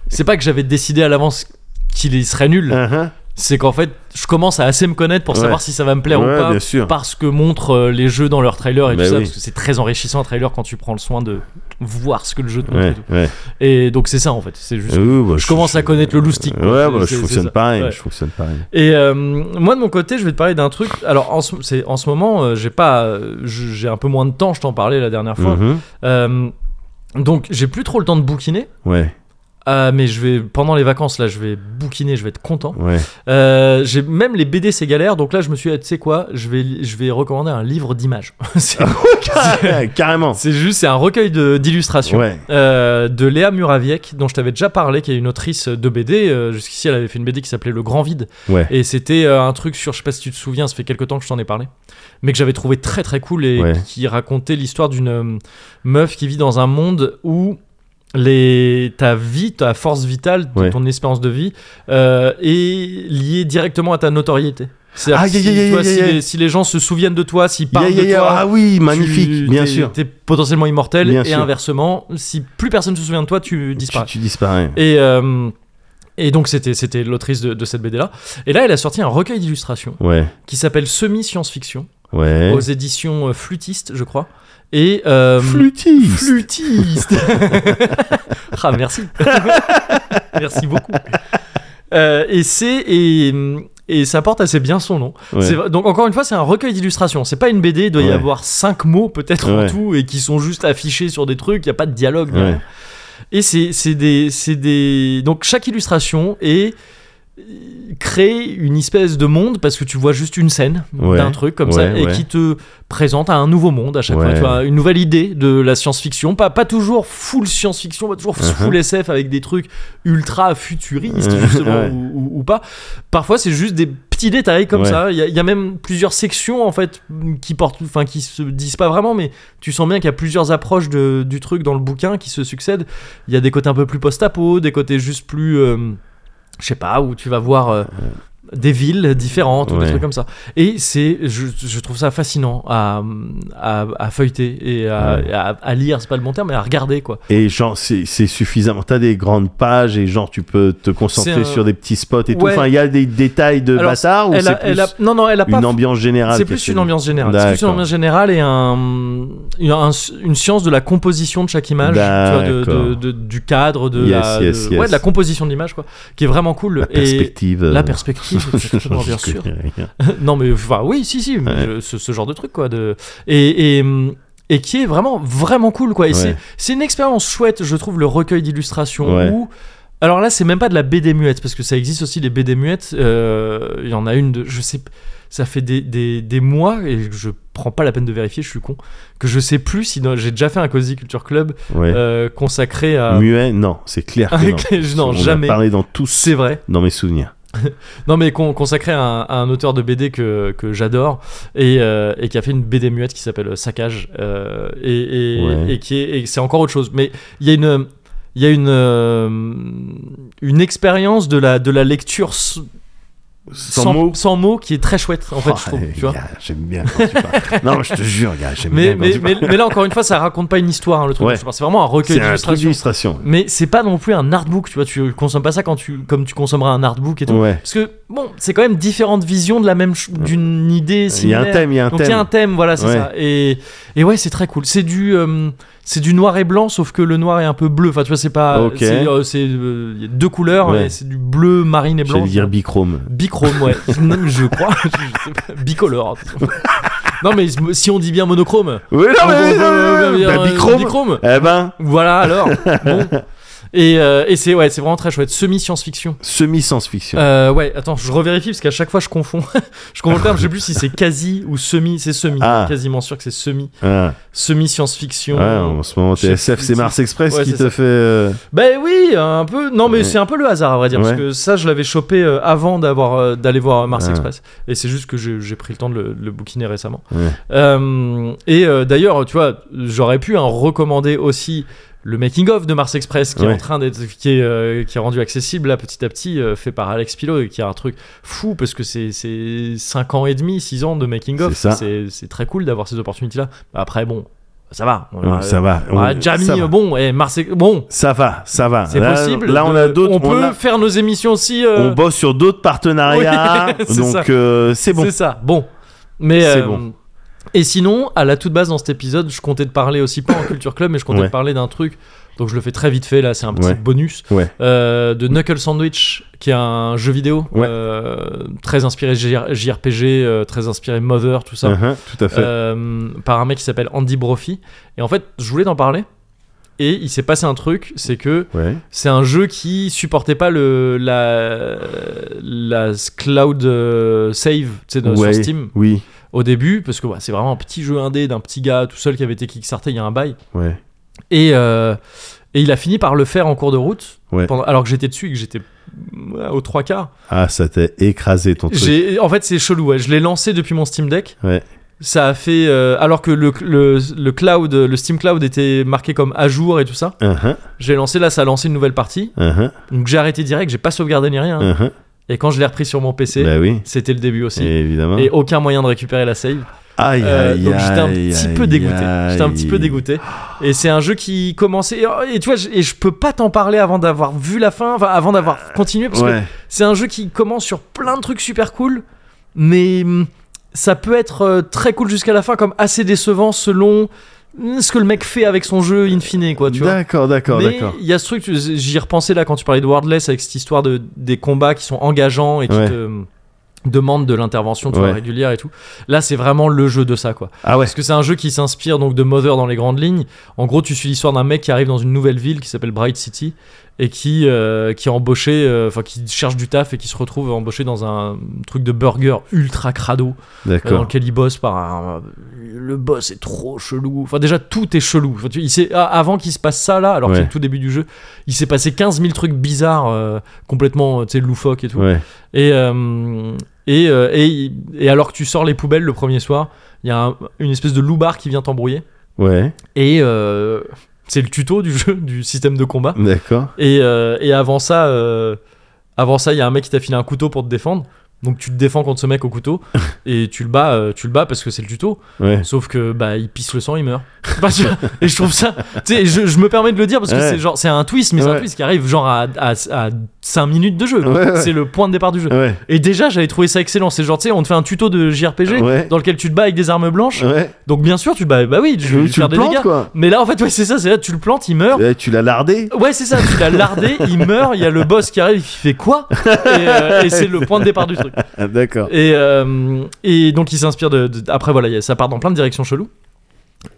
Speaker 1: C'est pas que j'avais décidé à l'avance qu'il y serait nul,
Speaker 2: Uh-huh.
Speaker 1: c'est qu'en fait, je commence à assez me connaître pour
Speaker 2: Ouais.
Speaker 1: savoir si ça va me plaire
Speaker 2: Ouais,
Speaker 1: ou pas,
Speaker 2: bien sûr.
Speaker 1: parce que montrent euh, les jeux dans leurs trailers et
Speaker 2: Bah
Speaker 1: tout ça,
Speaker 2: oui.
Speaker 1: parce que c'est très enrichissant un trailer quand tu prends le soin de voir ce que le jeu te montre. Et,
Speaker 2: Ouais,
Speaker 1: tout.
Speaker 2: ouais.
Speaker 1: Et donc c'est ça en fait, c'est juste.
Speaker 2: Ouh, bah,
Speaker 1: Je commence à connaître le loustic.
Speaker 2: Ouais,
Speaker 1: quoi.
Speaker 2: bah,
Speaker 1: C'est-
Speaker 2: je
Speaker 1: c'est- c'est
Speaker 2: fonctionne
Speaker 1: ça.
Speaker 2: pareil.
Speaker 1: Ouais.
Speaker 2: Je fonctionne pareil.
Speaker 1: Et euh, moi de mon côté, je vais te parler d'un truc. Alors en ce, c'est- en ce moment, euh, j'ai pas, euh, je- j'ai un peu moins de temps. Je t'en parlais la dernière fois.
Speaker 2: Mhm.
Speaker 1: Euh, donc j'ai plus trop le temps de bouquiner.
Speaker 2: Ouais,
Speaker 1: euh, mais je vais pendant les vacances là, je vais bouquiner, je vais être content.
Speaker 2: ouais.
Speaker 1: Euh, j'ai même les BD c'est galère, donc là je me suis dit, tu sais quoi, je vais, je vais recommander un livre d'images. c'est
Speaker 2: Carrément.
Speaker 1: c'est juste, c'est un recueil de- d'illustrations.
Speaker 2: Ouais.
Speaker 1: Euh, de Léa Muraviec, dont je t'avais déjà parlé, qui est une autrice de BD. Euh, Jusqu'ici, elle avait fait une BD qui s'appelait Le Grand Vide.
Speaker 2: Ouais.
Speaker 1: Et c'était euh, un truc sur, je sais pas si tu te souviens, ça fait quelques temps que je t'en ai parlé, mais que j'avais trouvé très très cool et
Speaker 2: Ouais.
Speaker 1: qui racontait l'histoire d'une euh, meuf qui vit dans un monde où les, ta vie, ta force vitale, ton-
Speaker 2: Ouais.
Speaker 1: ton espérance de vie euh, est liée directement à ta notoriété. C'est-à-dire
Speaker 2: Ah,
Speaker 1: que
Speaker 2: yeah,
Speaker 1: si,
Speaker 2: yeah,
Speaker 1: tu vois,
Speaker 2: yeah,
Speaker 1: si
Speaker 2: yeah.
Speaker 1: les, si les gens se souviennent de toi, s'ils parlent
Speaker 2: Yeah, yeah,
Speaker 1: de
Speaker 2: yeah.
Speaker 1: toi,
Speaker 2: Ah oui, magnifique,
Speaker 1: tu-
Speaker 2: bien
Speaker 1: t'es-
Speaker 2: sûr.
Speaker 1: T'es potentiellement immortel
Speaker 2: Bien
Speaker 1: et
Speaker 2: sûr.
Speaker 1: inversement, si plus personne se souvient de toi, tu
Speaker 2: Tu,
Speaker 1: disparais.
Speaker 2: tu disparais.
Speaker 1: Et, euh, et donc c'était c'était l'autrice de, de cette BD là. Et là, elle a sorti un recueil d'illustrations
Speaker 2: Ouais,
Speaker 1: qui s'appelle Semi Science Fiction
Speaker 2: ouais.
Speaker 1: aux éditions euh, Flûtiste, je crois. Et euh,
Speaker 2: Flûtiste.
Speaker 1: Flûtiste. ah merci. merci beaucoup. Euh, et c'est et, et ça porte assez bien son nom.
Speaker 2: Ouais.
Speaker 1: C'est vrai- donc encore une fois, c'est un recueil d'illustrations. C'est pas une BD. Il doit y
Speaker 2: Ouais.
Speaker 1: avoir cinq mots peut-être en
Speaker 2: Ouais.
Speaker 1: tout et qui sont juste affichés sur des trucs. Il y a pas de dialogue.
Speaker 2: Ouais.
Speaker 1: derrière. Et c'est c'est des c'est des donc chaque illustration est euh, crée une espèce de monde parce que tu vois juste une scène
Speaker 2: Ouais.
Speaker 1: d'un truc comme ça
Speaker 2: Ouais,
Speaker 1: et
Speaker 2: ouais.
Speaker 1: qui te présente à un nouveau monde à chaque
Speaker 2: Ouais.
Speaker 1: fois tu vois, une nouvelle idée de la science-fiction pas pas toujours full science-fiction pas toujours
Speaker 2: Uh-huh.
Speaker 1: full SF avec des trucs ultra futuristes
Speaker 2: Ouais.
Speaker 1: justement
Speaker 2: Ouais.
Speaker 1: ou- ou- ou pas Parfois, c'est juste des petits détails comme
Speaker 2: Ouais.
Speaker 1: ça. Il y, a- il y a même plusieurs sections en fait qui portent, enfin qui se disent pas vraiment, mais tu sens bien qu'il y a plusieurs approches de- du truc dans le bouquin qui se succèdent. Il y a des côtés un peu plus post-apo, des côtés juste plus, euh, je sais pas, où tu vas voir. euh, des villes différentes ou des
Speaker 2: Ouais.
Speaker 1: trucs comme ça et c'est je, je trouve ça fascinant à, à, à feuilleter et à,
Speaker 2: Ouais.
Speaker 1: à- à lire c'est pas le bon terme mais à regarder quoi
Speaker 2: Et genre, c'est c'est suffisamment. T'as des grandes pages et genre, tu peux te concentrer
Speaker 1: C'est un-
Speaker 2: sur des petits spots et tout.
Speaker 1: Ouais.
Speaker 2: Enfin, il y a des détails de
Speaker 1: Alors,
Speaker 2: bâtard ou
Speaker 1: elle
Speaker 2: Oh, c'est
Speaker 1: a,
Speaker 2: plus
Speaker 1: elle a- non non elle a pas
Speaker 2: une ambiance générale
Speaker 1: C'est
Speaker 2: qui est
Speaker 1: plus une
Speaker 2: celle-
Speaker 1: ambiance générale. C'est plus une
Speaker 2: D'accord.
Speaker 1: ambiance générale et un, une, un- une science de la composition de chaque image, tu vois, de-
Speaker 2: D'accord.
Speaker 1: de- de- du cadre, de,
Speaker 2: Yes,
Speaker 1: la, de-
Speaker 2: yes, yes.
Speaker 1: ouais, de la composition de l'image, quoi, qui est vraiment cool.
Speaker 2: La
Speaker 1: et
Speaker 2: perspective. euh,
Speaker 1: la perspective, exactement, bien sûr. non, mais enfin, oui, si, si, mais
Speaker 2: Ouais.
Speaker 1: je- ce, ce genre de truc, quoi. De, et, et, et qui est vraiment, vraiment cool, quoi. Et
Speaker 2: Ouais.
Speaker 1: c'est- c'est une expérience chouette, je trouve, le recueil d'illustrations
Speaker 2: Ouais.
Speaker 1: où. Alors là, c'est même pas de la BD muette, parce que ça existe aussi les BD muettes. euh, Il y en a une de. Je sais. ça fait des, des, des mois, et je prends pas la peine de vérifier, je suis con, que je sais plus si dans- j'ai déjà fait un Cozy Culture Club
Speaker 2: Ouais.
Speaker 1: euh, consacré à.
Speaker 2: Muet, non, c'est clair que non.
Speaker 1: Avec- non,
Speaker 2: On en a
Speaker 1: jamais.
Speaker 2: parlé dans tous,
Speaker 1: C'est vrai.
Speaker 2: dans mes souvenirs.
Speaker 1: Non, mais con- consacré à un, à un auteur de BD que, que j'adore et, euh, et qui a fait une BD muette qui s'appelle Saccage euh, et, et-
Speaker 2: Ouais.
Speaker 1: et qui est et c'est encore autre chose. Mais il y a une il y a une euh, une expérience de la de la lecture s-
Speaker 2: Sans mots.
Speaker 1: sans mots qui est très chouette en fait.
Speaker 2: Oh,
Speaker 1: je trouve,
Speaker 2: allez,
Speaker 1: tu vois.
Speaker 2: gars, J'aime bien quand tu parles. Non, je te jure, gars, j'aime
Speaker 1: Mais,
Speaker 2: bien
Speaker 1: mais,
Speaker 2: quand tu
Speaker 1: mais,
Speaker 2: parles.
Speaker 1: mais là encore une fois, ça raconte pas une histoire hein, le truc.
Speaker 2: Ouais.
Speaker 1: C'est vraiment un recueil
Speaker 2: C'est un truc
Speaker 1: d'illustrations.
Speaker 2: d'illustration.
Speaker 1: Mais c'est pas non plus un artbook, tu vois. Tu consommes pas ça quand tu comme tu consommeras un artbook et tout.
Speaker 2: Ouais.
Speaker 1: Parce que, bon, c'est quand même différentes visions de la même ch- d'une idée
Speaker 2: Il y a
Speaker 1: similaire.
Speaker 2: un thème, il y a un
Speaker 1: Donc il y a un
Speaker 2: thème.
Speaker 1: thème, voilà, c'est
Speaker 2: Ouais.
Speaker 1: ça. Et, et ouais, c'est très cool. C'est du, euh, c'est du noir et blanc, sauf que le noir est un peu bleu. Enfin, tu vois, c'est pas.
Speaker 2: Ok.
Speaker 1: C'est, euh, c'est, euh, il y a deux couleurs,
Speaker 2: Ouais.
Speaker 1: mais c'est du bleu marine et blanc.
Speaker 2: J'allais dire bichrome.
Speaker 1: Bichrome, ouais. Non, mais je crois. je sais pas. Bicolore. non, mais si on dit bien monochrome.
Speaker 2: Oui, non,
Speaker 1: on peut- on
Speaker 2: mais.
Speaker 1: peut- on peut
Speaker 2: non,
Speaker 1: dire,
Speaker 2: oh, bah,
Speaker 1: euh,
Speaker 2: Bichrome.
Speaker 1: bichrome.
Speaker 2: Eh ben,
Speaker 1: Voilà, alors. Bon. Et, euh, et c'est, ouais, c'est vraiment très chouette. Semi-science-fiction.
Speaker 2: semi-science-fiction.
Speaker 1: Euh, ouais, attends, je revérifie parce qu'à chaque fois je confonds. je confonds le terme, je sais plus si c'est quasi ou semi. C'est semi.
Speaker 2: Ah.
Speaker 1: Quasiment sûr que c'est semi.
Speaker 2: Ah,
Speaker 1: Semi science-fiction.
Speaker 2: ouais, en ce moment,
Speaker 1: Oh. je-
Speaker 2: TSF, c'est Mars Express
Speaker 1: Ouais,
Speaker 2: qui
Speaker 1: c'est
Speaker 2: te
Speaker 1: ça.
Speaker 2: fait. euh,
Speaker 1: Ben oui, un peu. Non, mais
Speaker 2: Ouais.
Speaker 1: c'est un peu le hasard à vrai dire
Speaker 2: Ouais.
Speaker 1: parce que ça, je l'avais chopé euh, avant d'avoir euh, d'aller voir Mars
Speaker 2: Ah.
Speaker 1: Express. Et c'est juste que j'ai j'ai pris le temps de le, de le bouquiner récemment.
Speaker 2: Ouais.
Speaker 1: Euh, et euh, d'ailleurs, tu vois, j'aurais pu hein, recommander aussi. Le making of de Mars Express qui
Speaker 2: Ouais.
Speaker 1: est en train d'être qui est euh, qui est rendu accessible là petit à petit euh, fait par Alex Pilot et qui est un truc fou parce que c'est 5 ans et demi, 6 ans de making of.
Speaker 2: C'est ça.
Speaker 1: C'est c'est très cool d'avoir ces opportunités là. Après bon, ça va. On
Speaker 2: ouais,
Speaker 1: a-
Speaker 2: Ah, ça va.
Speaker 1: on a
Speaker 2: on-
Speaker 1: déjà mis,
Speaker 2: ça va.
Speaker 1: euh, bon et Mars Ex- bon,
Speaker 2: Ça va, ça va.
Speaker 1: c'est
Speaker 2: Là-
Speaker 1: possible.
Speaker 2: Là, on a
Speaker 1: de-
Speaker 2: d'autres.
Speaker 1: On peut
Speaker 2: a-
Speaker 1: faire nos émissions aussi. euh,
Speaker 2: on bosse sur d'autres partenariats.
Speaker 1: Oui, c'est ça.
Speaker 2: donc, euh, c'est bon.
Speaker 1: C'est ça. Bon. Mais.
Speaker 2: C'est
Speaker 1: euh,
Speaker 2: bon.
Speaker 1: Et sinon, à la toute base dans cet épisode, je comptais te parler aussi pas en culture club, mais je comptais
Speaker 2: Ouais.
Speaker 1: te parler d'un truc. Donc je le fais très vite fait là, c'est un petit
Speaker 2: Ouais.
Speaker 1: bonus
Speaker 2: Ouais.
Speaker 1: Euh, de Knuckle Sandwich, qui est un jeu vidéo
Speaker 2: Ouais.
Speaker 1: euh, très inspiré JR- JRPG, euh, très inspiré Mother, tout ça.
Speaker 2: Uh-huh, tout à fait.
Speaker 1: Euh, par un mec qui s'appelle Andy Brophy. Et en fait, je voulais t'en parler. Et il s'est passé un truc, c'est que
Speaker 2: Ouais.
Speaker 1: c'est un jeu qui supportait pas le la la cloud euh, save tu sais, de-
Speaker 2: Ouais.
Speaker 1: sur Steam
Speaker 2: Oui.
Speaker 1: au début parce que ouais, c'est vraiment un petit jeu indé d'un petit gars tout seul qui avait été kickstarté il y a un bail
Speaker 2: Ouais.
Speaker 1: et euh, et il a fini par le faire en cours de route
Speaker 2: Ouais.
Speaker 1: pendant- alors que j'étais dessus et que j'étais ouais, aux trois quarts
Speaker 2: Ah, ça t'a écrasé ton truc.
Speaker 1: j'ai en fait c'est chelou ouais. je l'ai lancé depuis mon Steam Deck
Speaker 2: Ouais.
Speaker 1: ça a fait euh, alors que le, le le cloud le Steam Cloud était marqué comme à jour et tout ça
Speaker 2: Uh-huh,
Speaker 1: j'ai lancé là ça a lancé une nouvelle partie
Speaker 2: uh-huh,
Speaker 1: donc j'ai arrêté direct, j'ai pas sauvegardé ni rien. hein.
Speaker 2: uh-huh.
Speaker 1: Et quand je l'ai repris sur mon PC,
Speaker 2: Bah oui.
Speaker 1: c'était le début aussi. Et...
Speaker 2: Évidemment.
Speaker 1: aucun moyen de récupérer la save.
Speaker 2: Aïe,
Speaker 1: Euh,
Speaker 2: aïe,
Speaker 1: donc j'étais un
Speaker 2: aïe,
Speaker 1: petit
Speaker 2: aïe,
Speaker 1: peu dégoûté.
Speaker 2: aïe.
Speaker 1: J'étais un petit peu dégoûté. Et c'est un jeu qui commençait. Et, et tu vois, je- et je peux pas t'en parler avant d'avoir vu la fin, enfin avant d'avoir continué, parce que
Speaker 2: Euh, Ouais.
Speaker 1: c'est un jeu qui commence sur plein de trucs super cool, mais hum, ça peut être euh, très cool jusqu'à la fin, comme assez décevant selon hum, ce que le mec fait avec son jeu in fine, quoi. Tu vois.
Speaker 2: D'accord, d'accord,
Speaker 1: Mais
Speaker 2: d'accord.
Speaker 1: il y a ce truc, j'y repensais là quand tu parlais de Wordless avec cette histoire de, des combats qui sont engageants et qui
Speaker 2: Ouais.
Speaker 1: te euh, demandent de l'intervention tu vois,
Speaker 2: Ouais.
Speaker 1: régulière et tout. Là, c'est vraiment le jeu de ça, quoi.
Speaker 2: Ah ouais.
Speaker 1: Parce que c'est un jeu qui s'inspire donc de Mother dans les grandes lignes. En gros, tu suis l'histoire d'un mec qui arrive dans une nouvelle ville qui s'appelle Bright City et qui, euh, qui est embauché, euh, enfin qui cherche du taf et qui se retrouve embauché dans un truc de burger ultra crado euh, dans
Speaker 2: D'accord.
Speaker 1: lequel il bosse par un... Le boss est trop chelou. Enfin, déjà, tout est chelou. Enfin, tu- il s'est- ah, avant qu'il se passe ça, là, alors que
Speaker 2: Ouais.
Speaker 1: c'est le tout début du jeu, il s'est passé 15 000 trucs bizarres, euh, complètement, euh, tu sais, loufoques et tout.
Speaker 2: Ouais.
Speaker 1: Et, euh, et, euh, et, et alors que tu sors les poubelles le premier soir, il y a un- une espèce de loupard qui vient t'embrouiller.
Speaker 2: Ouais.
Speaker 1: Et euh, c'est le tuto du jeu, du système de combat.
Speaker 2: D'accord.
Speaker 1: Et, euh, et avant ça, euh, avant ça, il y a un mec qui t'a filé un couteau pour te défendre. Donc tu te défends contre ce mec au couteau et tu le bats, euh, tu le bats parce que c'est le tuto.
Speaker 2: Ouais.
Speaker 1: Sauf que bah il pisse le sang, il meurt. Bah, tu vois, et je trouve ça, tu sais, je, je me permets de le dire parce que
Speaker 2: Ouais.
Speaker 1: c'est genre c'est un twist, mais c'est
Speaker 2: Ouais.
Speaker 1: un twist qui arrive genre à, 5 minutes de jeu.
Speaker 2: Ouais, ouais.
Speaker 1: C'est le point de départ du jeu.
Speaker 2: Ouais.
Speaker 1: Et déjà j'avais trouvé ça excellent. C'est genre tu sais on te fait un tuto de JRPG
Speaker 2: Ouais.
Speaker 1: dans lequel tu te bats avec des armes blanches.
Speaker 2: Ouais.
Speaker 1: Donc bien sûr tu te bats, bah oui, je vais lui
Speaker 2: tu
Speaker 1: faire
Speaker 2: le
Speaker 1: des
Speaker 2: plantes,
Speaker 1: dégâts.
Speaker 2: quoi.
Speaker 1: Mais là en fait ouais c'est ça, c'est là Eh, tu le plantes, il meurt.
Speaker 2: Ouais, tu l'as lardé.
Speaker 1: Ouais, c'est ça, tu l'as lardé, il meurt, il y a le boss qui arrive, il fait quoi Et, euh, et c'est le point de départ du truc.
Speaker 2: Ah, D'accord.
Speaker 1: Et, euh, et donc il s'inspire de, de- Après, voilà, il y a- ça part dans plein de directions cheloues.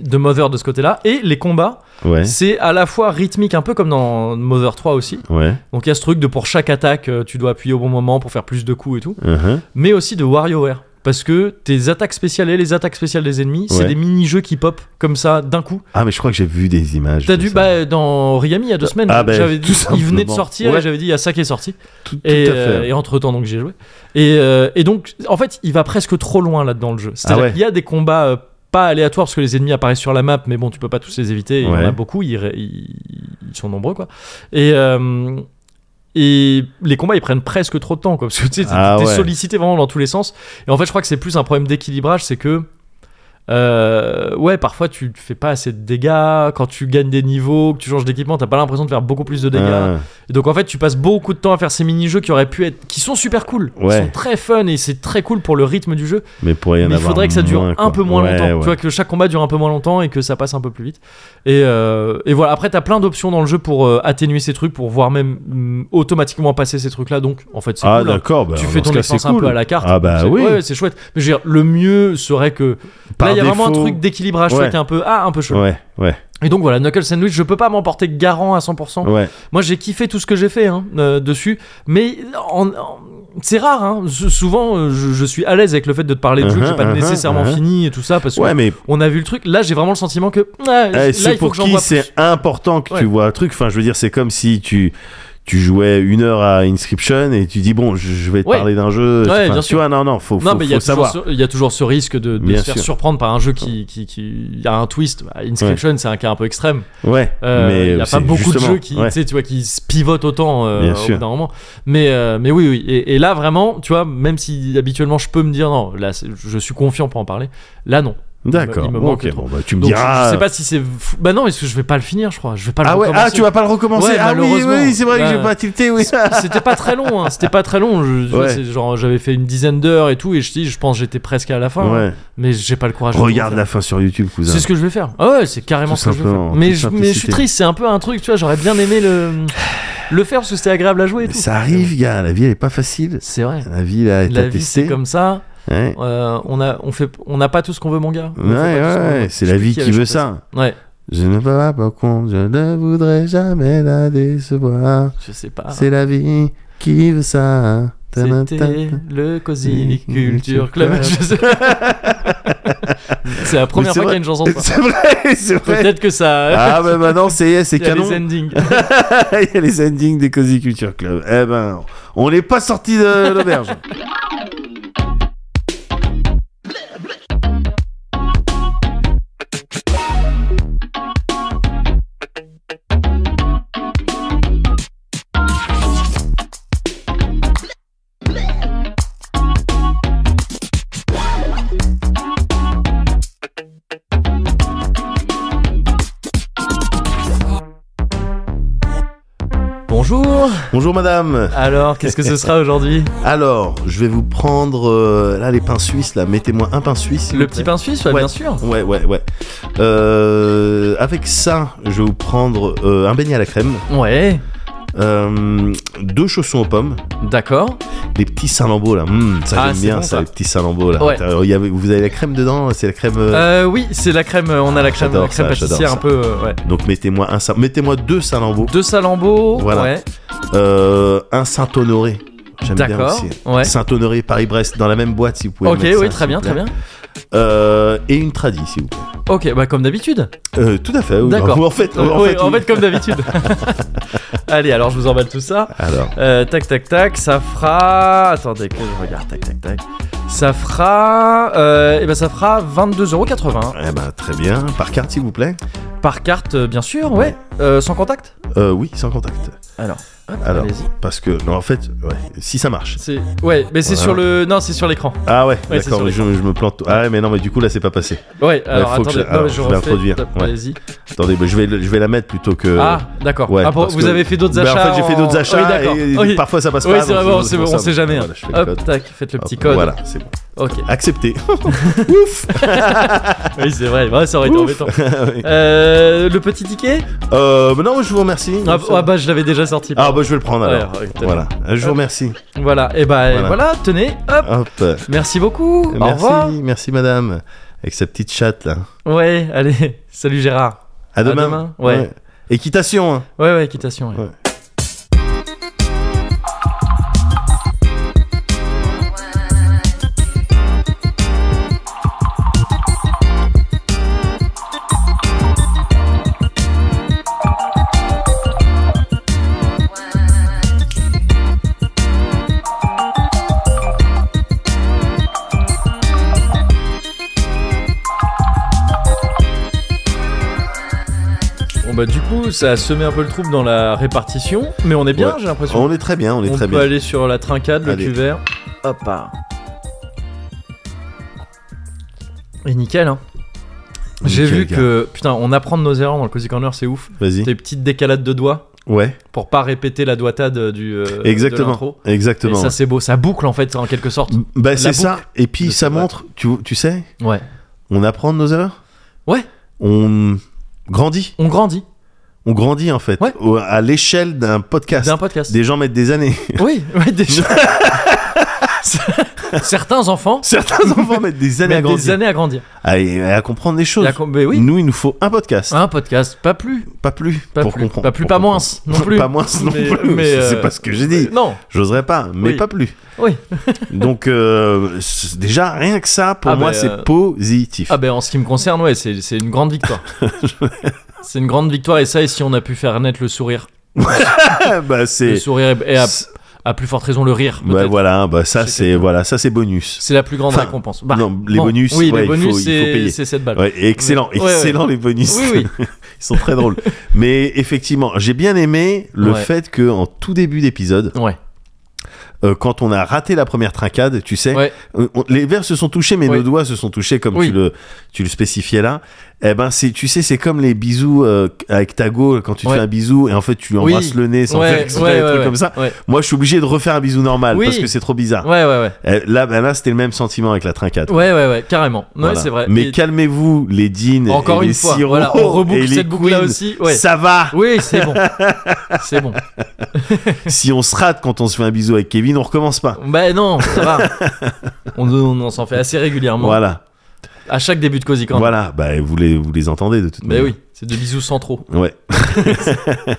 Speaker 1: De Mother de ce côté-là. Et les combats,
Speaker 2: Ouais.
Speaker 1: c'est à la fois rythmique, un peu comme dans Mother 3 aussi.
Speaker 2: Ouais.
Speaker 1: Donc il y a ce truc de pour chaque attaque, euh, tu dois appuyer au bon moment pour faire plus de coups et tout.
Speaker 2: Uh-huh.
Speaker 1: Mais aussi de WarioWare. parce que tes attaques spéciales et les attaques spéciales des ennemis, c'est
Speaker 2: Ouais.
Speaker 1: des mini-jeux qui pop comme ça d'un coup.
Speaker 2: Ah, mais je crois que j'ai vu des images.
Speaker 1: T'as
Speaker 2: de
Speaker 1: dû
Speaker 2: ça.
Speaker 1: bah, dans Origami il y a deux semaines,
Speaker 2: Ah, bah,
Speaker 1: j'avais
Speaker 2: tout
Speaker 1: dit, il venait de
Speaker 2: simplement.
Speaker 1: sortir
Speaker 2: Ouais.
Speaker 1: et j'avais dit il y a ça qui est sorti.
Speaker 2: Tout, tout
Speaker 1: Et,
Speaker 2: à
Speaker 1: euh,
Speaker 2: fait.
Speaker 1: et entre temps donc j'ai joué. Et, euh, et donc en fait il va presque trop loin là dans le jeu. C'est-à-dire
Speaker 2: Ah ouais.
Speaker 1: qu'il y a des combats euh, pas aléatoires parce que les ennemis apparaissent sur la map, mais bon tu peux pas tous les éviter. Il y en
Speaker 2: Ouais.
Speaker 1: a beaucoup, ils, ré- ils- ils sont nombreux quoi. Et euh, et les combats ils prennent presque trop de temps quoi parce que tu sais, t'es
Speaker 2: Ah
Speaker 1: t'es
Speaker 2: ouais.
Speaker 1: sollicité vraiment dans tous les sens. Et en fait je crois que c'est plus un problème d'équilibrage, c'est que euh, ouais, parfois tu fais pas assez de dégâts. Quand tu gagnes des niveaux, que tu changes d'équipement, t'as pas l'impression de faire beaucoup plus de dégâts.
Speaker 2: Ah,
Speaker 1: Et donc en fait, tu passes beaucoup de temps à faire ces mini-jeux qui auraient pu être, qui sont super cool,
Speaker 2: Ouais.
Speaker 1: qui sont très fun et c'est très cool pour le rythme du jeu.
Speaker 2: mais pour y en
Speaker 1: mais il
Speaker 2: avoir
Speaker 1: faudrait que ça dure
Speaker 2: moins,
Speaker 1: un
Speaker 2: quoi.
Speaker 1: peu moins
Speaker 2: Ouais,
Speaker 1: longtemps.
Speaker 2: ouais.
Speaker 1: Tu vois que chaque combat dure un peu moins longtemps et que ça passe un peu plus vite. Et, euh, et voilà. Après, t'as plein d'options dans le jeu pour euh, atténuer ces trucs, pour voir même hum, automatiquement passer ces trucs-là. Donc en fait, c'est
Speaker 2: Ah,
Speaker 1: cool. hein.
Speaker 2: d'accord. bah,
Speaker 1: Tu
Speaker 2: dans
Speaker 1: fais
Speaker 2: ce
Speaker 1: ton
Speaker 2: cas,
Speaker 1: défense
Speaker 2: c'est
Speaker 1: un peu
Speaker 2: cool.
Speaker 1: à la carte.
Speaker 2: Ah, bah
Speaker 1: C'est-
Speaker 2: oui.
Speaker 1: ouais, c'est chouette. Mais je veux dire, le mieux serait que
Speaker 2: Par
Speaker 1: là, il y a vraiment un
Speaker 2: défaut-
Speaker 1: truc d'équilibrage tu vois,
Speaker 2: Ouais.
Speaker 1: qui est un peu ah un peu chaud.
Speaker 2: Ouais, ouais,
Speaker 1: Et donc voilà, Knuckles Sandwich, je peux pas m'emporter garant à 100%.
Speaker 2: ouais.
Speaker 1: Moi, j'ai kiffé tout ce que j'ai fait hein, euh, dessus, mais en- en- c'est rare. hein. S- Souvent, euh, je, je suis à l'aise avec le fait de te parler de jeu que j'ai
Speaker 2: Uh-huh,
Speaker 1: pas
Speaker 2: uh-huh,
Speaker 1: nécessairement
Speaker 2: uh-huh.
Speaker 1: fini et tout ça, parce
Speaker 2: Ouais, mais
Speaker 1: qu'on a vu le truc. Là, j'ai vraiment le sentiment que ah,
Speaker 2: Eh,
Speaker 1: là, il
Speaker 2: ceux
Speaker 1: faut
Speaker 2: pour
Speaker 1: que j'en
Speaker 2: qui
Speaker 1: vois plus.
Speaker 2: c'est important que
Speaker 1: Ouais.
Speaker 2: tu vois un truc. Enfin, je veux dire, c'est comme si tu tu jouais une heure à Inscription et tu dis bon, je, je vais te
Speaker 1: Ouais.
Speaker 2: parler d'un jeu.
Speaker 1: Ouais,
Speaker 2: Enfin,
Speaker 1: bien
Speaker 2: tu
Speaker 1: sûr.
Speaker 2: vois, non, non, faut,
Speaker 1: Non,
Speaker 2: faut,
Speaker 1: mais il y,
Speaker 2: faut
Speaker 1: a toujours
Speaker 2: savoir.
Speaker 1: ce- il y a toujours ce risque de, de
Speaker 2: Bien
Speaker 1: se faire
Speaker 2: sûr.
Speaker 1: surprendre par un jeu qui, qui, qui- il y a un twist. Inscription, c'est un cas un peu extrême.
Speaker 2: Ouais,
Speaker 1: Euh,
Speaker 2: mais
Speaker 1: il n'y a
Speaker 2: c'est
Speaker 1: pas beaucoup de
Speaker 2: justement-
Speaker 1: jeux qui,
Speaker 2: ouais.
Speaker 1: tu sais, tu vois, qui se pivotent autant euh,
Speaker 2: Bien
Speaker 1: au bout
Speaker 2: sûr.
Speaker 1: d'un moment. Mais, euh, mais oui, oui. Et, et là, vraiment, tu vois, même si habituellement je peux me dire non, là, c'est- je suis confiant pour en parler. Là, non.
Speaker 2: D'accord.
Speaker 1: il me
Speaker 2: Bon,
Speaker 1: manque
Speaker 2: ok,
Speaker 1: trop.
Speaker 2: bon, bah, tu me
Speaker 1: Donc, je,
Speaker 2: diras.
Speaker 1: je sais pas si c'est. fou- Bah non, parce que je vais pas le finir, je crois. Je vais pas le
Speaker 2: ah ouais, ah,
Speaker 1: recommencer.
Speaker 2: tu vas pas le recommencer.
Speaker 1: Ouais,
Speaker 2: ah oui,
Speaker 1: malheureusement.
Speaker 2: oui, c'est vrai que
Speaker 1: Ouais.
Speaker 2: j'ai pas tilté. Oui.
Speaker 1: C'était pas très long, hein. C'était pas très long. Je- je-
Speaker 2: Ouais.
Speaker 1: c'est genre, j'avais fait une dizaine d'heures et tout, et je dis, je pense que j'étais presque à la fin. hein.
Speaker 2: Ouais.
Speaker 1: Mais j'ai pas le courage. de le
Speaker 2: Regarde
Speaker 1: faire.
Speaker 2: la fin sur YouTube, cousin.
Speaker 1: C'est ce que je vais faire. Ah ouais, c'est carrément
Speaker 2: Tout
Speaker 1: ce que je vais
Speaker 2: simplement,
Speaker 1: faire. Mais
Speaker 2: toute
Speaker 1: je, mais je suis
Speaker 2: simplicité.
Speaker 1: triste, c'est un peu un truc, tu vois, j'aurais bien aimé le, le faire parce que c'était agréable à jouer et
Speaker 2: Mais
Speaker 1: tout.
Speaker 2: Ça arrive, gars. La vie elle est pas facile.
Speaker 1: C'est vrai.
Speaker 2: La vie là est
Speaker 1: La
Speaker 2: à
Speaker 1: vie, c'est
Speaker 2: tester.
Speaker 1: comme ça.
Speaker 2: Ouais,
Speaker 1: Euh, on a, on fait, on n'a pas tout ce qu'on veut, mon gars. On
Speaker 2: ouais,
Speaker 1: fait pas tout ce qu'on
Speaker 2: ouais.
Speaker 1: veut.
Speaker 2: C'est
Speaker 1: Je
Speaker 2: la
Speaker 1: sais plus
Speaker 2: vie
Speaker 1: avait
Speaker 2: qui veut
Speaker 1: chanté
Speaker 2: ça.
Speaker 1: Ouais,
Speaker 2: Je ne peux pas contre, je ne voudrais jamais la décevoir.
Speaker 1: je sais pas.
Speaker 2: C'est la vie qui veut ça.
Speaker 1: Ah. C'était
Speaker 2: Ta-na-ta-ta.
Speaker 1: le Cozy
Speaker 2: Mm,
Speaker 1: Culture
Speaker 2: mm,
Speaker 1: Club.
Speaker 2: Club.
Speaker 1: Je sais- c'est la première
Speaker 2: c'est
Speaker 1: fois qu'il y a
Speaker 2: vrai.
Speaker 1: une chanson. de ça.
Speaker 2: C'est vrai, c'est vrai.
Speaker 1: bah. Peut-être que ça.
Speaker 2: Ah bah maintenant c'est c'est
Speaker 1: il y a
Speaker 2: canon.
Speaker 1: les endings.
Speaker 2: Il y a les endings des Cozy Culture Club. Eh ben, on n'est pas sorti de l'auberge.
Speaker 1: Bonjour.
Speaker 2: Bonjour madame.
Speaker 1: Alors, qu'est-ce que ce sera aujourd'hui
Speaker 2: Alors, je vais vous prendre euh, là les pains suisses là. Mettez-moi un pain suisse. s'il
Speaker 1: Le
Speaker 2: vous
Speaker 1: petit
Speaker 2: plaît.
Speaker 1: pain suisse, ouais,
Speaker 2: Ouais.
Speaker 1: bien sûr.
Speaker 2: Ouais, ouais, ouais. Euh, avec ça, je vais vous prendre euh, un beignet à la crème,
Speaker 1: Ouais.
Speaker 2: euh, deux chaussons aux pommes.
Speaker 1: D'accord.
Speaker 2: Les petits salambeaux là, Mmh, ça
Speaker 1: Ah,
Speaker 2: j'aime
Speaker 1: c'est
Speaker 2: bien
Speaker 1: bon,
Speaker 2: ça,
Speaker 1: ça.
Speaker 2: les petits salambeaux là.
Speaker 1: Ouais.
Speaker 2: Alors, il y avait- vous avez la crème dedans, c'est la crème. euh,
Speaker 1: Euh, oui, c'est la crème. euh, On a la crème, la
Speaker 2: j'adore
Speaker 1: crème
Speaker 2: ça,
Speaker 1: pâtissière
Speaker 2: j'adore
Speaker 1: un
Speaker 2: ça.
Speaker 1: peu. euh, ouais.
Speaker 2: Donc mettez-moi un, sa- mettez-moi deux salambeaux,
Speaker 1: Deux salambeaux.
Speaker 2: Voilà.
Speaker 1: Ouais.
Speaker 2: Euh, un Saint Honoré. J'aime bien
Speaker 1: D'accord.
Speaker 2: aussi.
Speaker 1: Ouais.
Speaker 2: Saint Honoré Paris-Brest dans la même boîte si vous pouvez.
Speaker 1: Ok,
Speaker 2: mettre
Speaker 1: oui,
Speaker 2: ça,
Speaker 1: très
Speaker 2: s'il
Speaker 1: bien,
Speaker 2: vous
Speaker 1: très
Speaker 2: plaît.
Speaker 1: bien.
Speaker 2: Euh, et une tradie s'il vous plaît.
Speaker 1: Ok, bah comme d'habitude.
Speaker 2: Euh, tout à fait. oui.
Speaker 1: D'accord.
Speaker 2: En fait, Euh, en
Speaker 1: Oui,
Speaker 2: fait,
Speaker 1: en
Speaker 2: oui.
Speaker 1: fait, comme d'habitude. Allez, alors je vous emballe tout ça.
Speaker 2: Alors,
Speaker 1: Euh, tac, tac, tac, ça fera. Attendez que je regarde. Tac, tac, tac. Ça fera. Euh, eh ben, ça fera 22,80€
Speaker 2: eh ben, très bien. Par carte s'il vous plaît.
Speaker 1: par carte, euh, bien sûr. Ouais. Euh, sans contact.
Speaker 2: Euh, oui, sans contact.
Speaker 1: Alors. hop,
Speaker 2: Alors.
Speaker 1: Allez-y.
Speaker 2: Parce que non, en fait, ouais, si ça marche.
Speaker 1: C'est. Ouais, mais c'est
Speaker 2: Voilà.
Speaker 1: sur le. Non, c'est sur l'écran.
Speaker 2: Ah ouais.
Speaker 1: Ouais, c'est sur
Speaker 2: D'accord.
Speaker 1: les
Speaker 2: Je, je me plante. Ah ouais, mais non, mais du coup là c'est pas passé.
Speaker 1: Ouais. Alors
Speaker 2: Bah, faut que
Speaker 1: attendez.
Speaker 2: je-
Speaker 1: Non,
Speaker 2: alors,
Speaker 1: mais
Speaker 2: je vais
Speaker 1: refais.
Speaker 2: introduire,
Speaker 1: Top,
Speaker 2: ouais.
Speaker 1: Allez-y.
Speaker 2: Attendez, mais je vais le- je vais la mettre plutôt que.
Speaker 1: Ah, d'accord.
Speaker 2: Ouais,
Speaker 1: Ah, pour-
Speaker 2: parce
Speaker 1: vous
Speaker 2: que-
Speaker 1: avez fait d'autres
Speaker 2: Ben,
Speaker 1: achats.
Speaker 2: En fait, j'ai fait
Speaker 1: en-
Speaker 2: d'autres achats
Speaker 1: Oui, d'accord.
Speaker 2: et
Speaker 1: Oui.
Speaker 2: parfois ça passe
Speaker 1: Oui,
Speaker 2: pas.
Speaker 1: c'est
Speaker 2: donc
Speaker 1: vrai, bon,
Speaker 2: c'est
Speaker 1: c'est
Speaker 2: pour
Speaker 1: bon,
Speaker 2: ça.
Speaker 1: on sait jamais. hein.
Speaker 2: Voilà, je fais le
Speaker 1: Hop,
Speaker 2: code.
Speaker 1: tac, faites le petit
Speaker 2: Hop,
Speaker 1: code.
Speaker 2: Voilà, c'est bon.
Speaker 1: Ok.
Speaker 2: Accepté.
Speaker 1: Oui, c'est vrai. Ouais, ça aurait été
Speaker 2: Ouf.
Speaker 1: embêtant.
Speaker 2: Oui.
Speaker 1: Euh, le petit ticket
Speaker 2: Euh, mais non, je vous remercie.
Speaker 1: ah, ah bah, je l'avais déjà sorti.
Speaker 2: Ah, bah, je vais le prendre alors.
Speaker 1: Ouais, ouais, tenez.
Speaker 2: voilà, Euh, je vous
Speaker 1: Hop.
Speaker 2: remercie.
Speaker 1: Voilà. Et bah voilà,
Speaker 2: Voilà.
Speaker 1: tenez. Hop.
Speaker 2: Hop.
Speaker 1: Merci beaucoup. Au revoir.
Speaker 2: Merci, merci madame. Avec sa petite chatte là.
Speaker 1: Ouais, allez. Salut Gérard.
Speaker 2: À demain.
Speaker 1: demain, ouais.
Speaker 2: Équitation. hein.
Speaker 1: Ouais, ouais, équitation. ouais.
Speaker 2: Ouais.
Speaker 1: bah, du coup, ça a semé un peu le trouble dans la répartition, mais on est bien,
Speaker 2: Ouais.
Speaker 1: j'ai l'impression.
Speaker 2: On est très bien, on est
Speaker 1: On
Speaker 2: très
Speaker 1: peut
Speaker 2: bien.
Speaker 1: aller sur la trincade, le
Speaker 2: Allez.
Speaker 1: cuvert. Hop ah. Et nickel, hein. J'ai
Speaker 2: Nickel,
Speaker 1: vu
Speaker 2: gars.
Speaker 1: que, putain, on apprend de nos erreurs dans le Cozy Corner, c'est ouf.
Speaker 2: Vas-y.
Speaker 1: Des petites décalades de doigts
Speaker 2: Ouais,
Speaker 1: pour pas répéter la doitade du. euh, de
Speaker 2: exactement.
Speaker 1: l'intro. Et
Speaker 2: Exactement.
Speaker 1: ça, c'est beau, ça boucle en fait, en quelque sorte.
Speaker 2: Bah,
Speaker 1: la
Speaker 2: c'est
Speaker 1: boucle
Speaker 2: ça. Et puis,
Speaker 1: de
Speaker 2: ça
Speaker 1: ce- ouais.
Speaker 2: montre, tu, tu sais,
Speaker 1: Ouais.
Speaker 2: on apprend de nos erreurs.
Speaker 1: Ouais.
Speaker 2: On grandit.
Speaker 1: On grandit
Speaker 2: On grandit, en fait.
Speaker 1: Ouais.
Speaker 2: Au- À l'échelle d'un podcast.
Speaker 1: d'un podcast.
Speaker 2: Ah, Des gens mettent des années.
Speaker 1: Oui, ouais, déjà. Certains enfants
Speaker 2: Certains enfants mettent des années à
Speaker 1: mettent
Speaker 2: grandir.
Speaker 1: des années à grandir.
Speaker 2: À, à comprendre les choses.
Speaker 1: La com- mais oui,
Speaker 2: Nous, il nous faut un podcast.
Speaker 1: un podcast, pas plus.
Speaker 2: Pas plus.
Speaker 1: Pas
Speaker 2: pour
Speaker 1: plus,
Speaker 2: comprendre.
Speaker 1: pas plus,
Speaker 2: Pour
Speaker 1: pas moins
Speaker 2: comprendre.
Speaker 1: non plus.
Speaker 2: Pas moins non
Speaker 1: Mais-
Speaker 2: plus.
Speaker 1: mais,
Speaker 2: C'est
Speaker 1: euh,
Speaker 2: pas ce que j'ai dit.
Speaker 1: Non,
Speaker 2: J'oserais pas, mais
Speaker 1: Oui.
Speaker 2: pas plus.
Speaker 1: oui.
Speaker 2: Donc, euh, c'est- déjà, rien que ça, pour
Speaker 1: Ah
Speaker 2: moi,
Speaker 1: bah,
Speaker 2: c'est
Speaker 1: euh,
Speaker 2: positif.
Speaker 1: Ah ben en ce qui me concerne, ouais, c'est c'est une grande victoire. c'est une grande victoire et ça, et si on a pu faire naître le sourire,
Speaker 2: Ah, bah,
Speaker 1: le
Speaker 2: c'est.
Speaker 1: sourire et, et à,
Speaker 2: c'est-
Speaker 1: à plus forte raison le rire.
Speaker 2: Bah,
Speaker 1: peut-être.
Speaker 2: voilà, bah, ça,
Speaker 1: Chez
Speaker 2: c'est voilà, ça, c'est bonus.
Speaker 1: C'est la plus grande
Speaker 2: Enfin,
Speaker 1: récompense. Bah,
Speaker 2: non, les bonus,
Speaker 1: oui, les
Speaker 2: ouais, il faut-
Speaker 1: bonus,
Speaker 2: il faut
Speaker 1: c'est-
Speaker 2: payer.
Speaker 1: c'est cette balle.
Speaker 2: Ouais, et excellent,
Speaker 1: Ouais, ouais.
Speaker 2: excellent les bonus.
Speaker 1: Oui, oui.
Speaker 2: Ils sont très drôles. Mais effectivement, j'ai bien aimé le
Speaker 1: Ouais.
Speaker 2: fait que en tout début d'épisode,
Speaker 1: Ouais.
Speaker 2: euh, quand on a raté la première trincade, tu sais,
Speaker 1: Ouais.
Speaker 2: euh, on- les verres se sont touchés, mais
Speaker 1: Oui.
Speaker 2: nos doigts se sont touchés comme
Speaker 1: Oui.
Speaker 2: tu le tu le spécifiais là. Eh ben, c'est tu sais, c'est comme les bisous euh, avec ta go quand tu te
Speaker 1: Ouais.
Speaker 2: fais un bisou et en fait tu lui
Speaker 1: Oui.
Speaker 2: embrasses le nez sans
Speaker 1: ouais,
Speaker 2: faire exprès,
Speaker 1: ouais,
Speaker 2: un truc
Speaker 1: ouais,
Speaker 2: comme ça.
Speaker 1: Ouais,
Speaker 2: Moi, je suis obligé de refaire un bisou normal
Speaker 1: Oui.
Speaker 2: parce que c'est trop bizarre.
Speaker 1: ouais, ouais, ouais,
Speaker 2: Eh, Là, ben là, c'était le même sentiment avec la trincade.
Speaker 1: ouais, ouais, ouais, carrément. Ouais,
Speaker 2: Voilà.
Speaker 1: c'est vrai.
Speaker 2: Mais
Speaker 1: Et-
Speaker 2: calmez-vous, les dînes,
Speaker 1: encore
Speaker 2: et les
Speaker 1: une fois,
Speaker 2: sirops
Speaker 1: voilà, on reboucle
Speaker 2: et les
Speaker 1: cette boucle là
Speaker 2: queens.
Speaker 1: aussi. Ouais.
Speaker 2: Ça va.
Speaker 1: Oui, c'est bon, c'est bon.
Speaker 2: si on se rate quand on se fait un bisou avec Kevin, on recommence pas.
Speaker 1: Bah non, ça va. on on- on s'en fait assez régulièrement.
Speaker 2: Voilà,
Speaker 1: À chaque début de Cozy Corner.
Speaker 2: voilà. Bah, vous les vous les entendez de toute
Speaker 1: Mais
Speaker 2: manière.
Speaker 1: Bah oui, c'est de bisous sans trop.
Speaker 2: Ouais. Mais,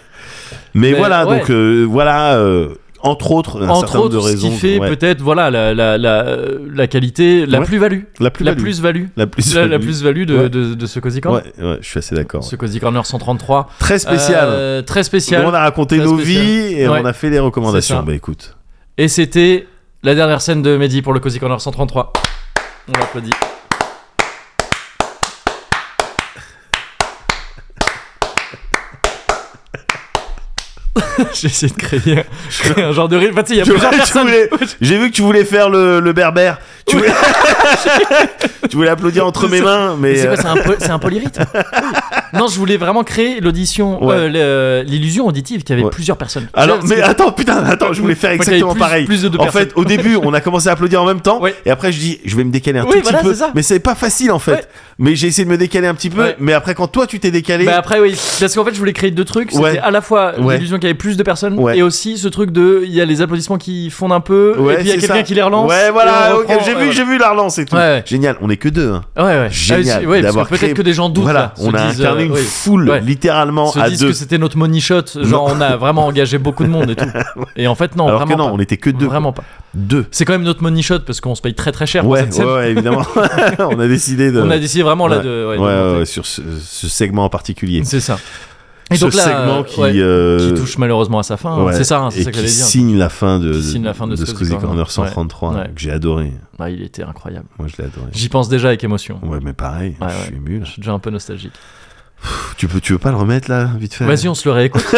Speaker 1: Mais
Speaker 2: voilà,
Speaker 1: ouais.
Speaker 2: donc euh, voilà, euh, entre autres, un
Speaker 1: Entre
Speaker 2: certain nombre
Speaker 1: autres,
Speaker 2: de
Speaker 1: ce
Speaker 2: raisons.
Speaker 1: qui fait
Speaker 2: ouais.
Speaker 1: peut-être voilà la, la, la, la qualité, la
Speaker 2: Ouais.
Speaker 1: plus-value,
Speaker 2: la plus
Speaker 1: la plus-value,
Speaker 2: la plus,
Speaker 1: la, la plus-value de,
Speaker 2: Ouais.
Speaker 1: de, de ce Cozy Corner.
Speaker 2: Ouais, ouais, je suis assez d'accord.
Speaker 1: Ce Cozy Corner 133.
Speaker 2: Très spécial.
Speaker 1: Euh, très
Speaker 2: Nous,
Speaker 1: spécial.
Speaker 2: on a raconté
Speaker 1: Très
Speaker 2: nos
Speaker 1: spécial.
Speaker 2: vies et
Speaker 1: Ouais.
Speaker 2: on a fait les recommandations.
Speaker 1: C'est ça.
Speaker 2: Bah écoute,
Speaker 1: Et c'était la dernière scène de Mehdi pour le Cozy Corner 133. On l'applaudit. J'ai essayé de créer, créer un genre de rire. Enfin, tu sais, il y a
Speaker 2: Tu
Speaker 1: plusieurs
Speaker 2: vois, tu
Speaker 1: personnes.
Speaker 2: voulais- j'ai vu que tu voulais faire le, le berbère. Tu voulais, tu voulais applaudir entre mes mains,
Speaker 1: Mais
Speaker 2: mais
Speaker 1: c'est
Speaker 2: euh,
Speaker 1: quoi, c'est un, po- c'est un polyrythme Non, je voulais vraiment créer l'audition,
Speaker 2: Ouais.
Speaker 1: euh, le- l'illusion auditive qu'il y avait
Speaker 2: Ouais.
Speaker 1: plusieurs personnes.
Speaker 2: alors,
Speaker 1: Parce
Speaker 2: mais
Speaker 1: que-
Speaker 2: attends, putain, attends, je voulais faire
Speaker 1: Moi, qu'il y avait
Speaker 2: exactement
Speaker 1: plus-
Speaker 2: pareil.
Speaker 1: plus de deux
Speaker 2: en
Speaker 1: personnes.
Speaker 2: fait, au début, on a commencé à applaudir en même temps,
Speaker 1: Ouais.
Speaker 2: et après, je dis, je vais me décaler un
Speaker 1: Oui,
Speaker 2: tout
Speaker 1: voilà,
Speaker 2: petit peu.
Speaker 1: c'est ça.
Speaker 2: Mais c'est pas facile en fait.
Speaker 1: Ouais.
Speaker 2: Mais j'ai essayé de me décaler un petit peu,
Speaker 1: Ouais.
Speaker 2: mais après, quand toi, tu t'es décalé,
Speaker 1: Bah après oui, parce qu'en fait je voulais créer deux trucs, c'était
Speaker 2: Ouais.
Speaker 1: à la fois
Speaker 2: Ouais.
Speaker 1: l'illusion qu'il y avait plus de personnes
Speaker 2: Ouais.
Speaker 1: et aussi ce truc de il y a les applaudissements qui fondent un peu
Speaker 2: ouais,
Speaker 1: et puis il y a
Speaker 2: c'est
Speaker 1: quelqu'un
Speaker 2: ça.
Speaker 1: qui les relance.
Speaker 2: Ouais,
Speaker 1: et
Speaker 2: voilà,
Speaker 1: on
Speaker 2: ok,
Speaker 1: reprend,
Speaker 2: j'ai
Speaker 1: ouais,
Speaker 2: vu,
Speaker 1: voilà.
Speaker 2: j'ai vu la relance et tout.
Speaker 1: Ouais, ouais.
Speaker 2: Génial, on est que deux. hein.
Speaker 1: Ouais ouais.
Speaker 2: Génial
Speaker 1: Ah oui, c'est- ouais, parce
Speaker 2: d'avoir
Speaker 1: que peut-être
Speaker 2: créé-
Speaker 1: que des gens doutent
Speaker 2: voilà,
Speaker 1: là, se
Speaker 2: on a
Speaker 1: disent,
Speaker 2: incarné
Speaker 1: euh,
Speaker 2: une
Speaker 1: oui.
Speaker 2: foule
Speaker 1: Ouais.
Speaker 2: littéralement
Speaker 1: se
Speaker 2: à
Speaker 1: disent
Speaker 2: deux.
Speaker 1: que c'était notre money shot, genre on a vraiment engagé beaucoup de monde et tout. Et en fait non,
Speaker 2: Alors que
Speaker 1: vraiment
Speaker 2: non,
Speaker 1: pas.
Speaker 2: on était que deux.
Speaker 1: Vraiment pas.
Speaker 2: Deux.
Speaker 1: C'est quand même notre money shot parce qu'on se paye très très cher. pour
Speaker 2: Ouais,
Speaker 1: cette scène.
Speaker 2: ouais, ouais, évidemment. on a décidé de.
Speaker 1: On a décidé vraiment là de. ouais,
Speaker 2: Ouais,
Speaker 1: de
Speaker 2: ouais,
Speaker 1: monter.
Speaker 2: ouais, sur ce, ce segment en particulier.
Speaker 1: C'est ça.
Speaker 2: ce segment qui,
Speaker 1: ouais,
Speaker 2: euh,
Speaker 1: qui touche malheureusement à sa fin. hein.
Speaker 2: ouais,
Speaker 1: c'est ça, hein, c'est
Speaker 2: et
Speaker 1: ça que
Speaker 2: qui
Speaker 1: j'allais dire.
Speaker 2: signe la fin de,
Speaker 1: Qui signe la fin de
Speaker 2: de
Speaker 1: Scozy
Speaker 2: Scozy
Speaker 1: Corner.
Speaker 2: Corner 133
Speaker 1: Ouais.
Speaker 2: que j'ai adoré.
Speaker 1: Bah, il était incroyable.
Speaker 2: Moi, je l'ai adoré.
Speaker 1: J'y pense déjà avec émotion.
Speaker 2: Ouais, mais pareil,
Speaker 1: Ouais,
Speaker 2: je
Speaker 1: ouais.
Speaker 2: suis ému. là.
Speaker 1: Je suis déjà un peu nostalgique.
Speaker 2: Tu peux, tu veux pas le remettre là, vite fait
Speaker 1: Vas-y, on se le réécoute.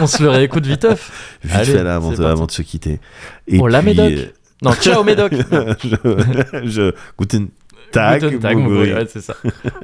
Speaker 1: on se le réécoute viteuf.
Speaker 2: Vite
Speaker 1: Allez,
Speaker 2: fait là, avant
Speaker 1: c'est
Speaker 2: de,
Speaker 1: parti.
Speaker 2: avant de se quitter. Et
Speaker 1: Oh, la
Speaker 2: puis,
Speaker 1: Médoc.
Speaker 2: euh,
Speaker 1: Non, ciao Médoc.
Speaker 2: je, je- Guten Tag,
Speaker 1: Guten Tag,
Speaker 2: Moguri.
Speaker 1: Moguri. Ouais, c'est ça.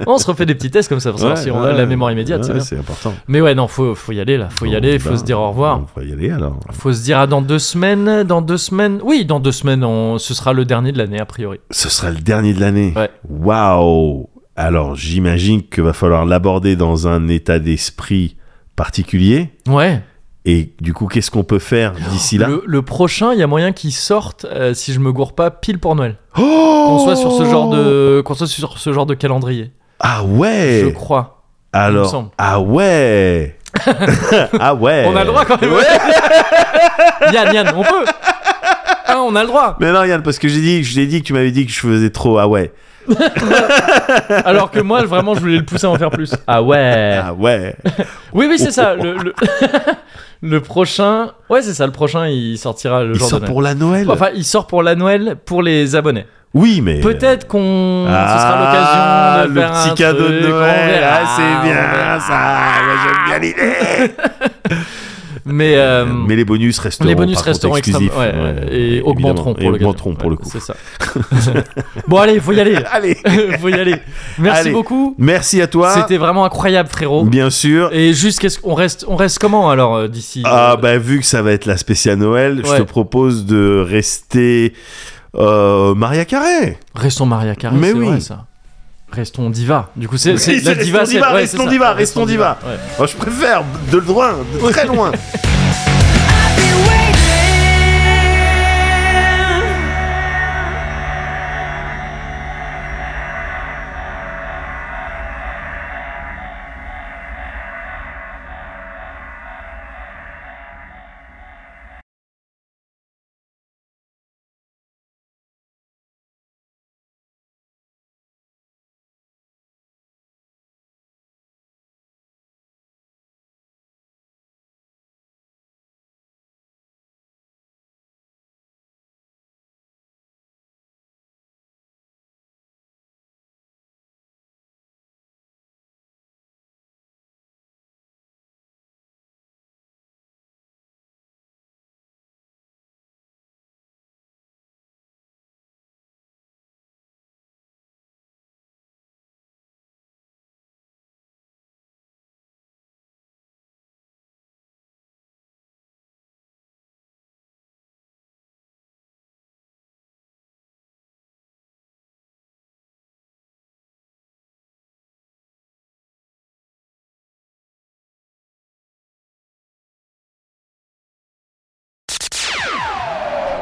Speaker 1: On se refait des petits tests comme ça pour savoir
Speaker 2: Ouais,
Speaker 1: si on a
Speaker 2: ouais,
Speaker 1: la mémoire immédiate.
Speaker 2: ouais,
Speaker 1: c'est bien.
Speaker 2: c'est important.
Speaker 1: Mais ouais, non, faut, faut y aller là. Faut y
Speaker 2: Bon,
Speaker 1: aller, faut
Speaker 2: bah,
Speaker 1: se dire au revoir.
Speaker 2: On va y aller alors.
Speaker 1: Faut se dire à dans deux semaines. Dans deux semaines. Oui, dans deux semaines, on... ce sera le dernier de l'année a priori.
Speaker 2: Ce sera le dernier de l'année.
Speaker 1: Ouais.
Speaker 2: Waouh Alors j'imagine que va falloir l'aborder dans un état d'esprit particulier.
Speaker 1: Ouais.
Speaker 2: Et du coup, qu'est-ce qu'on peut faire d'ici là
Speaker 1: Le, le prochain, il y a moyen qu'il sorte, euh, si je me gourre pas, pile pour Noël.
Speaker 2: Oh
Speaker 1: Qu'on soit sur ce genre de, qu'on soit sur ce genre de calendrier.
Speaker 2: Ah
Speaker 1: Je
Speaker 2: ouais
Speaker 1: crois. il me
Speaker 2: Alors
Speaker 1: semble.
Speaker 2: ah ouais ah ouais
Speaker 1: On a le droit quand même. Yann, Yann, on peut. Hein, on a le droit.
Speaker 2: Mais non Yann parce que j'ai dit je t'ai dit que tu m'avais dit que je faisais trop ah ouais
Speaker 1: Alors que moi, vraiment, je voulais le pousser à en faire plus. Ah ouais.
Speaker 2: ah ouais
Speaker 1: Oui, oui, c'est ça. Le, le... le prochain. Ouais, c'est ça. Le prochain, il sortira le
Speaker 2: il
Speaker 1: jour
Speaker 2: sort
Speaker 1: de Noël.
Speaker 2: pour la Noël
Speaker 1: Enfin, il sort pour la Noël pour les abonnés.
Speaker 2: Oui, mais. euh,
Speaker 1: Peut-être qu'on.
Speaker 2: Ah,
Speaker 1: ce sera l'occasion de
Speaker 2: le
Speaker 1: faire
Speaker 2: petit
Speaker 1: un
Speaker 2: cadeau de
Speaker 1: truc, on
Speaker 2: Noël.
Speaker 1: verra,
Speaker 2: Ah,
Speaker 1: on
Speaker 2: c'est bien
Speaker 1: verra.
Speaker 2: ça. Ah, Moi, J'aime bien l'idée.
Speaker 1: Mais, euh,
Speaker 2: Mais les bonus resteront.
Speaker 1: les bonus
Speaker 2: par contre,
Speaker 1: resteront
Speaker 2: exclusifs.
Speaker 1: extrêmement. ouais,
Speaker 2: Ouais,
Speaker 1: et
Speaker 2: évidemment.
Speaker 1: augmenteront pour
Speaker 2: Et
Speaker 1: le gagnant.
Speaker 2: augmenteront pour le
Speaker 1: Ouais,
Speaker 2: coup.
Speaker 1: C'est ça. bon, allez, faut y aller.
Speaker 2: Allez,
Speaker 1: faut y aller. Merci
Speaker 2: Allez.
Speaker 1: beaucoup.
Speaker 2: merci à toi.
Speaker 1: C'était vraiment incroyable, frérot.
Speaker 2: Bien sûr.
Speaker 1: Et juste, qu'est-ce qu'on reste, on reste comment alors euh, d'ici
Speaker 2: Ah
Speaker 1: euh,
Speaker 2: bah vu que ça va être la spéciale Noël, je
Speaker 1: Ouais.
Speaker 2: te propose de rester euh, Maria Carré.
Speaker 1: Restons Maria Carré,
Speaker 2: Mais
Speaker 1: c'est
Speaker 2: oui.
Speaker 1: vrai, ça. Restons diva. Du coup, c'est
Speaker 2: Oui,
Speaker 1: c'est-
Speaker 2: c'est
Speaker 1: la
Speaker 2: restons
Speaker 1: diva, c'est-
Speaker 2: diva,
Speaker 1: ouais, c'est
Speaker 2: restons
Speaker 1: ça.
Speaker 2: diva, restons diva.
Speaker 1: ouais.
Speaker 2: Oh, je préfère de loin, de très loin.
Speaker 3: I've been waiting.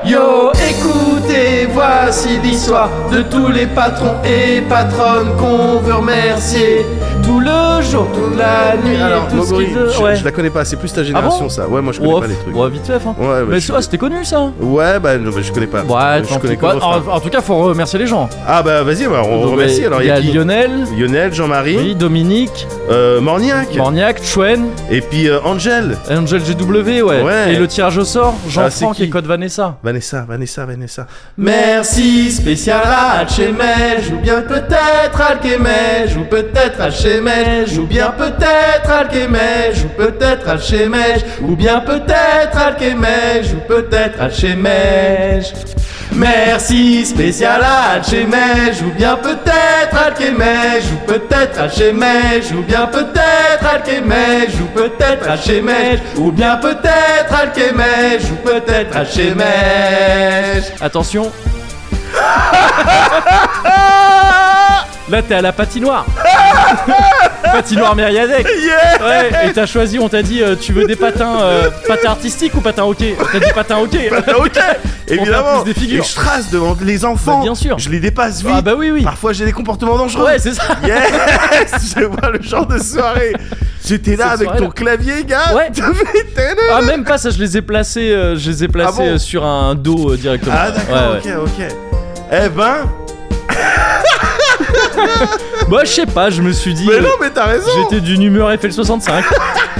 Speaker 5: Yo, écoutez, voici l'histoire de tous les patrons et patronnes qu'on veut remercier. Tout le jour, toute la nuit,
Speaker 2: Alors,
Speaker 5: tout ce
Speaker 2: Moguri,
Speaker 5: qu'ils veulent.
Speaker 2: je,
Speaker 1: ouais. Ah
Speaker 2: je la connais pas, c'est plus ta génération
Speaker 1: bon
Speaker 2: ça. Ouais, moi je connais
Speaker 1: ouf,
Speaker 2: pas les trucs.
Speaker 1: ouais, vite fait. hein.
Speaker 2: Ouais, ouais,
Speaker 1: mais
Speaker 2: je-
Speaker 1: ça, c'était connu ça.
Speaker 2: Ouais, bah non, bah, je connais pas.
Speaker 1: Ouais,
Speaker 2: je
Speaker 1: tant
Speaker 2: connais
Speaker 1: pis,
Speaker 2: que
Speaker 1: quoi. Ah,
Speaker 2: le refrain.
Speaker 1: en, en tout cas, faut remercier les gens.
Speaker 2: Ah bah vas-y, bah, on
Speaker 1: Donc,
Speaker 2: remercie.
Speaker 1: ouais,
Speaker 2: Alors
Speaker 1: Oh, il y a
Speaker 2: qui
Speaker 1: Lionel,
Speaker 2: Lionel, Jean-Marie,
Speaker 1: oui, Dominique,
Speaker 2: euh, Morniac,
Speaker 1: Morniac, Chuen,
Speaker 2: et puis euh, Angel.
Speaker 1: Angel GW, ouais.
Speaker 2: Ouais. Ah,
Speaker 1: Et le tirage au sort,
Speaker 2: c'est
Speaker 1: Jean-Franck
Speaker 2: qui
Speaker 1: et Code Vanessa.
Speaker 2: Vanessa, Vanessa, Vanessa.
Speaker 5: Merci spécial à Alchemège, ou bien peut-être Alchemège, ou peut-être Alchemège, ou bien peut-être Alchemège, ou peut-être Alchemège, ou bien peut-être Alchemège, ou peut-être Alchemège. Merci spécial à Alchemège, ou bien peut-être Alchemège, ou peut-être Alchemège, ou bien peut-être Alchemège, ou peut-être Alchemège, ou bien peut-être Alchemège, ou peut-être Alchemège.
Speaker 1: Attention. Là, t'es à la patinoire. patinoire Mériadec. Ouais, et t'as choisi, on t'a dit, euh, tu veux des patins, euh, patins artistiques ou patins hockey T'as dit patins hockey.
Speaker 2: Bah, ok, évidemment.
Speaker 1: plus des figures.
Speaker 2: Et je trace devant les enfants.
Speaker 1: Bah, bien sûr.
Speaker 2: Je les dépasse vite.
Speaker 1: ah bah oui, oui.
Speaker 2: Parfois j'ai des comportements dangereux.
Speaker 1: Ouais, c'est ça.
Speaker 2: Yes Je vois le genre de soirée. J'étais là
Speaker 1: Cette
Speaker 2: avec ton
Speaker 1: soirée-là.
Speaker 2: clavier, gars.
Speaker 1: Ouais.
Speaker 2: T'as fait-
Speaker 1: Ah, même pas ça, je les ai placés, euh, je les ai placés
Speaker 2: Ah bon
Speaker 1: euh, sur un dos euh, directement.
Speaker 2: Ah, d'accord,
Speaker 1: Ouais, ouais.
Speaker 2: ok, ok. Eh ben,
Speaker 1: Bah, je sais pas, je me suis dit.
Speaker 2: mais
Speaker 1: euh,
Speaker 2: non, mais t'as raison.
Speaker 1: J'étais d'une humeur FL65.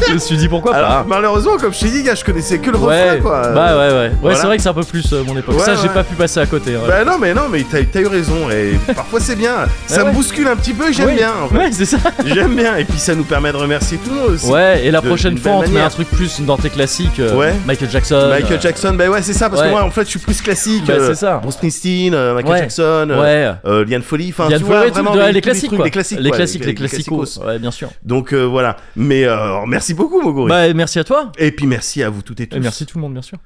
Speaker 1: je me suis dit pourquoi
Speaker 2: Alors,
Speaker 1: pas.
Speaker 2: malheureusement, comme je t'ai dit, gars, je connaissais que le refrain,
Speaker 1: Ouais,
Speaker 2: quoi.
Speaker 1: bah ouais, ouais. Ouais,
Speaker 2: voilà.
Speaker 1: c'est vrai que c'est un peu plus euh, mon époque.
Speaker 2: Ouais,
Speaker 1: ça, j'ai
Speaker 2: ouais.
Speaker 1: pas pu passer à côté. ouais. Bah
Speaker 2: Bah non, mais non, mais t'as t'as eu raison. Et parfois, c'est bien. Ça
Speaker 1: Ouais,
Speaker 2: me
Speaker 1: ouais.
Speaker 2: bouscule un petit peu et j'aime
Speaker 1: Ouais.
Speaker 2: bien. en fait.
Speaker 1: Ouais, c'est ça.
Speaker 2: J'aime bien. Et puis, ça nous permet de remercier tout le monde aussi.
Speaker 1: Ouais, et la
Speaker 2: de-
Speaker 1: prochaine
Speaker 2: d'une
Speaker 1: fois, on
Speaker 2: belle
Speaker 1: te met
Speaker 2: manière.
Speaker 1: un truc plus dans tes classiques. euh,
Speaker 2: Ouais.
Speaker 1: Michael Jackson.
Speaker 2: Michael
Speaker 1: euh,
Speaker 2: Jackson, bah ouais, c'est ça, parce que
Speaker 1: ouais.
Speaker 2: moi, en fait, je suis plus classique.
Speaker 1: Bah,
Speaker 2: euh,
Speaker 1: c'est ça.
Speaker 2: Bruce Springsteen, euh, Michael
Speaker 1: Ouais.
Speaker 2: Jackson, euh,
Speaker 1: Ouais.
Speaker 2: euh, Liane Folly, enfin,
Speaker 1: Il y a
Speaker 2: tu vois, vraiment
Speaker 1: les,
Speaker 2: tous
Speaker 1: classiques,
Speaker 2: trucs,
Speaker 1: quoi.
Speaker 2: les classiques,
Speaker 1: les
Speaker 2: ouais,
Speaker 1: classiques, les classicos.
Speaker 2: classicos.
Speaker 1: Ouais, bien sûr.
Speaker 2: Donc euh, voilà. Mais euh, merci beaucoup, Moguri.
Speaker 1: Bah, merci à toi.
Speaker 2: Et puis merci à vous toutes et tous.
Speaker 1: Et merci tout le monde, bien sûr.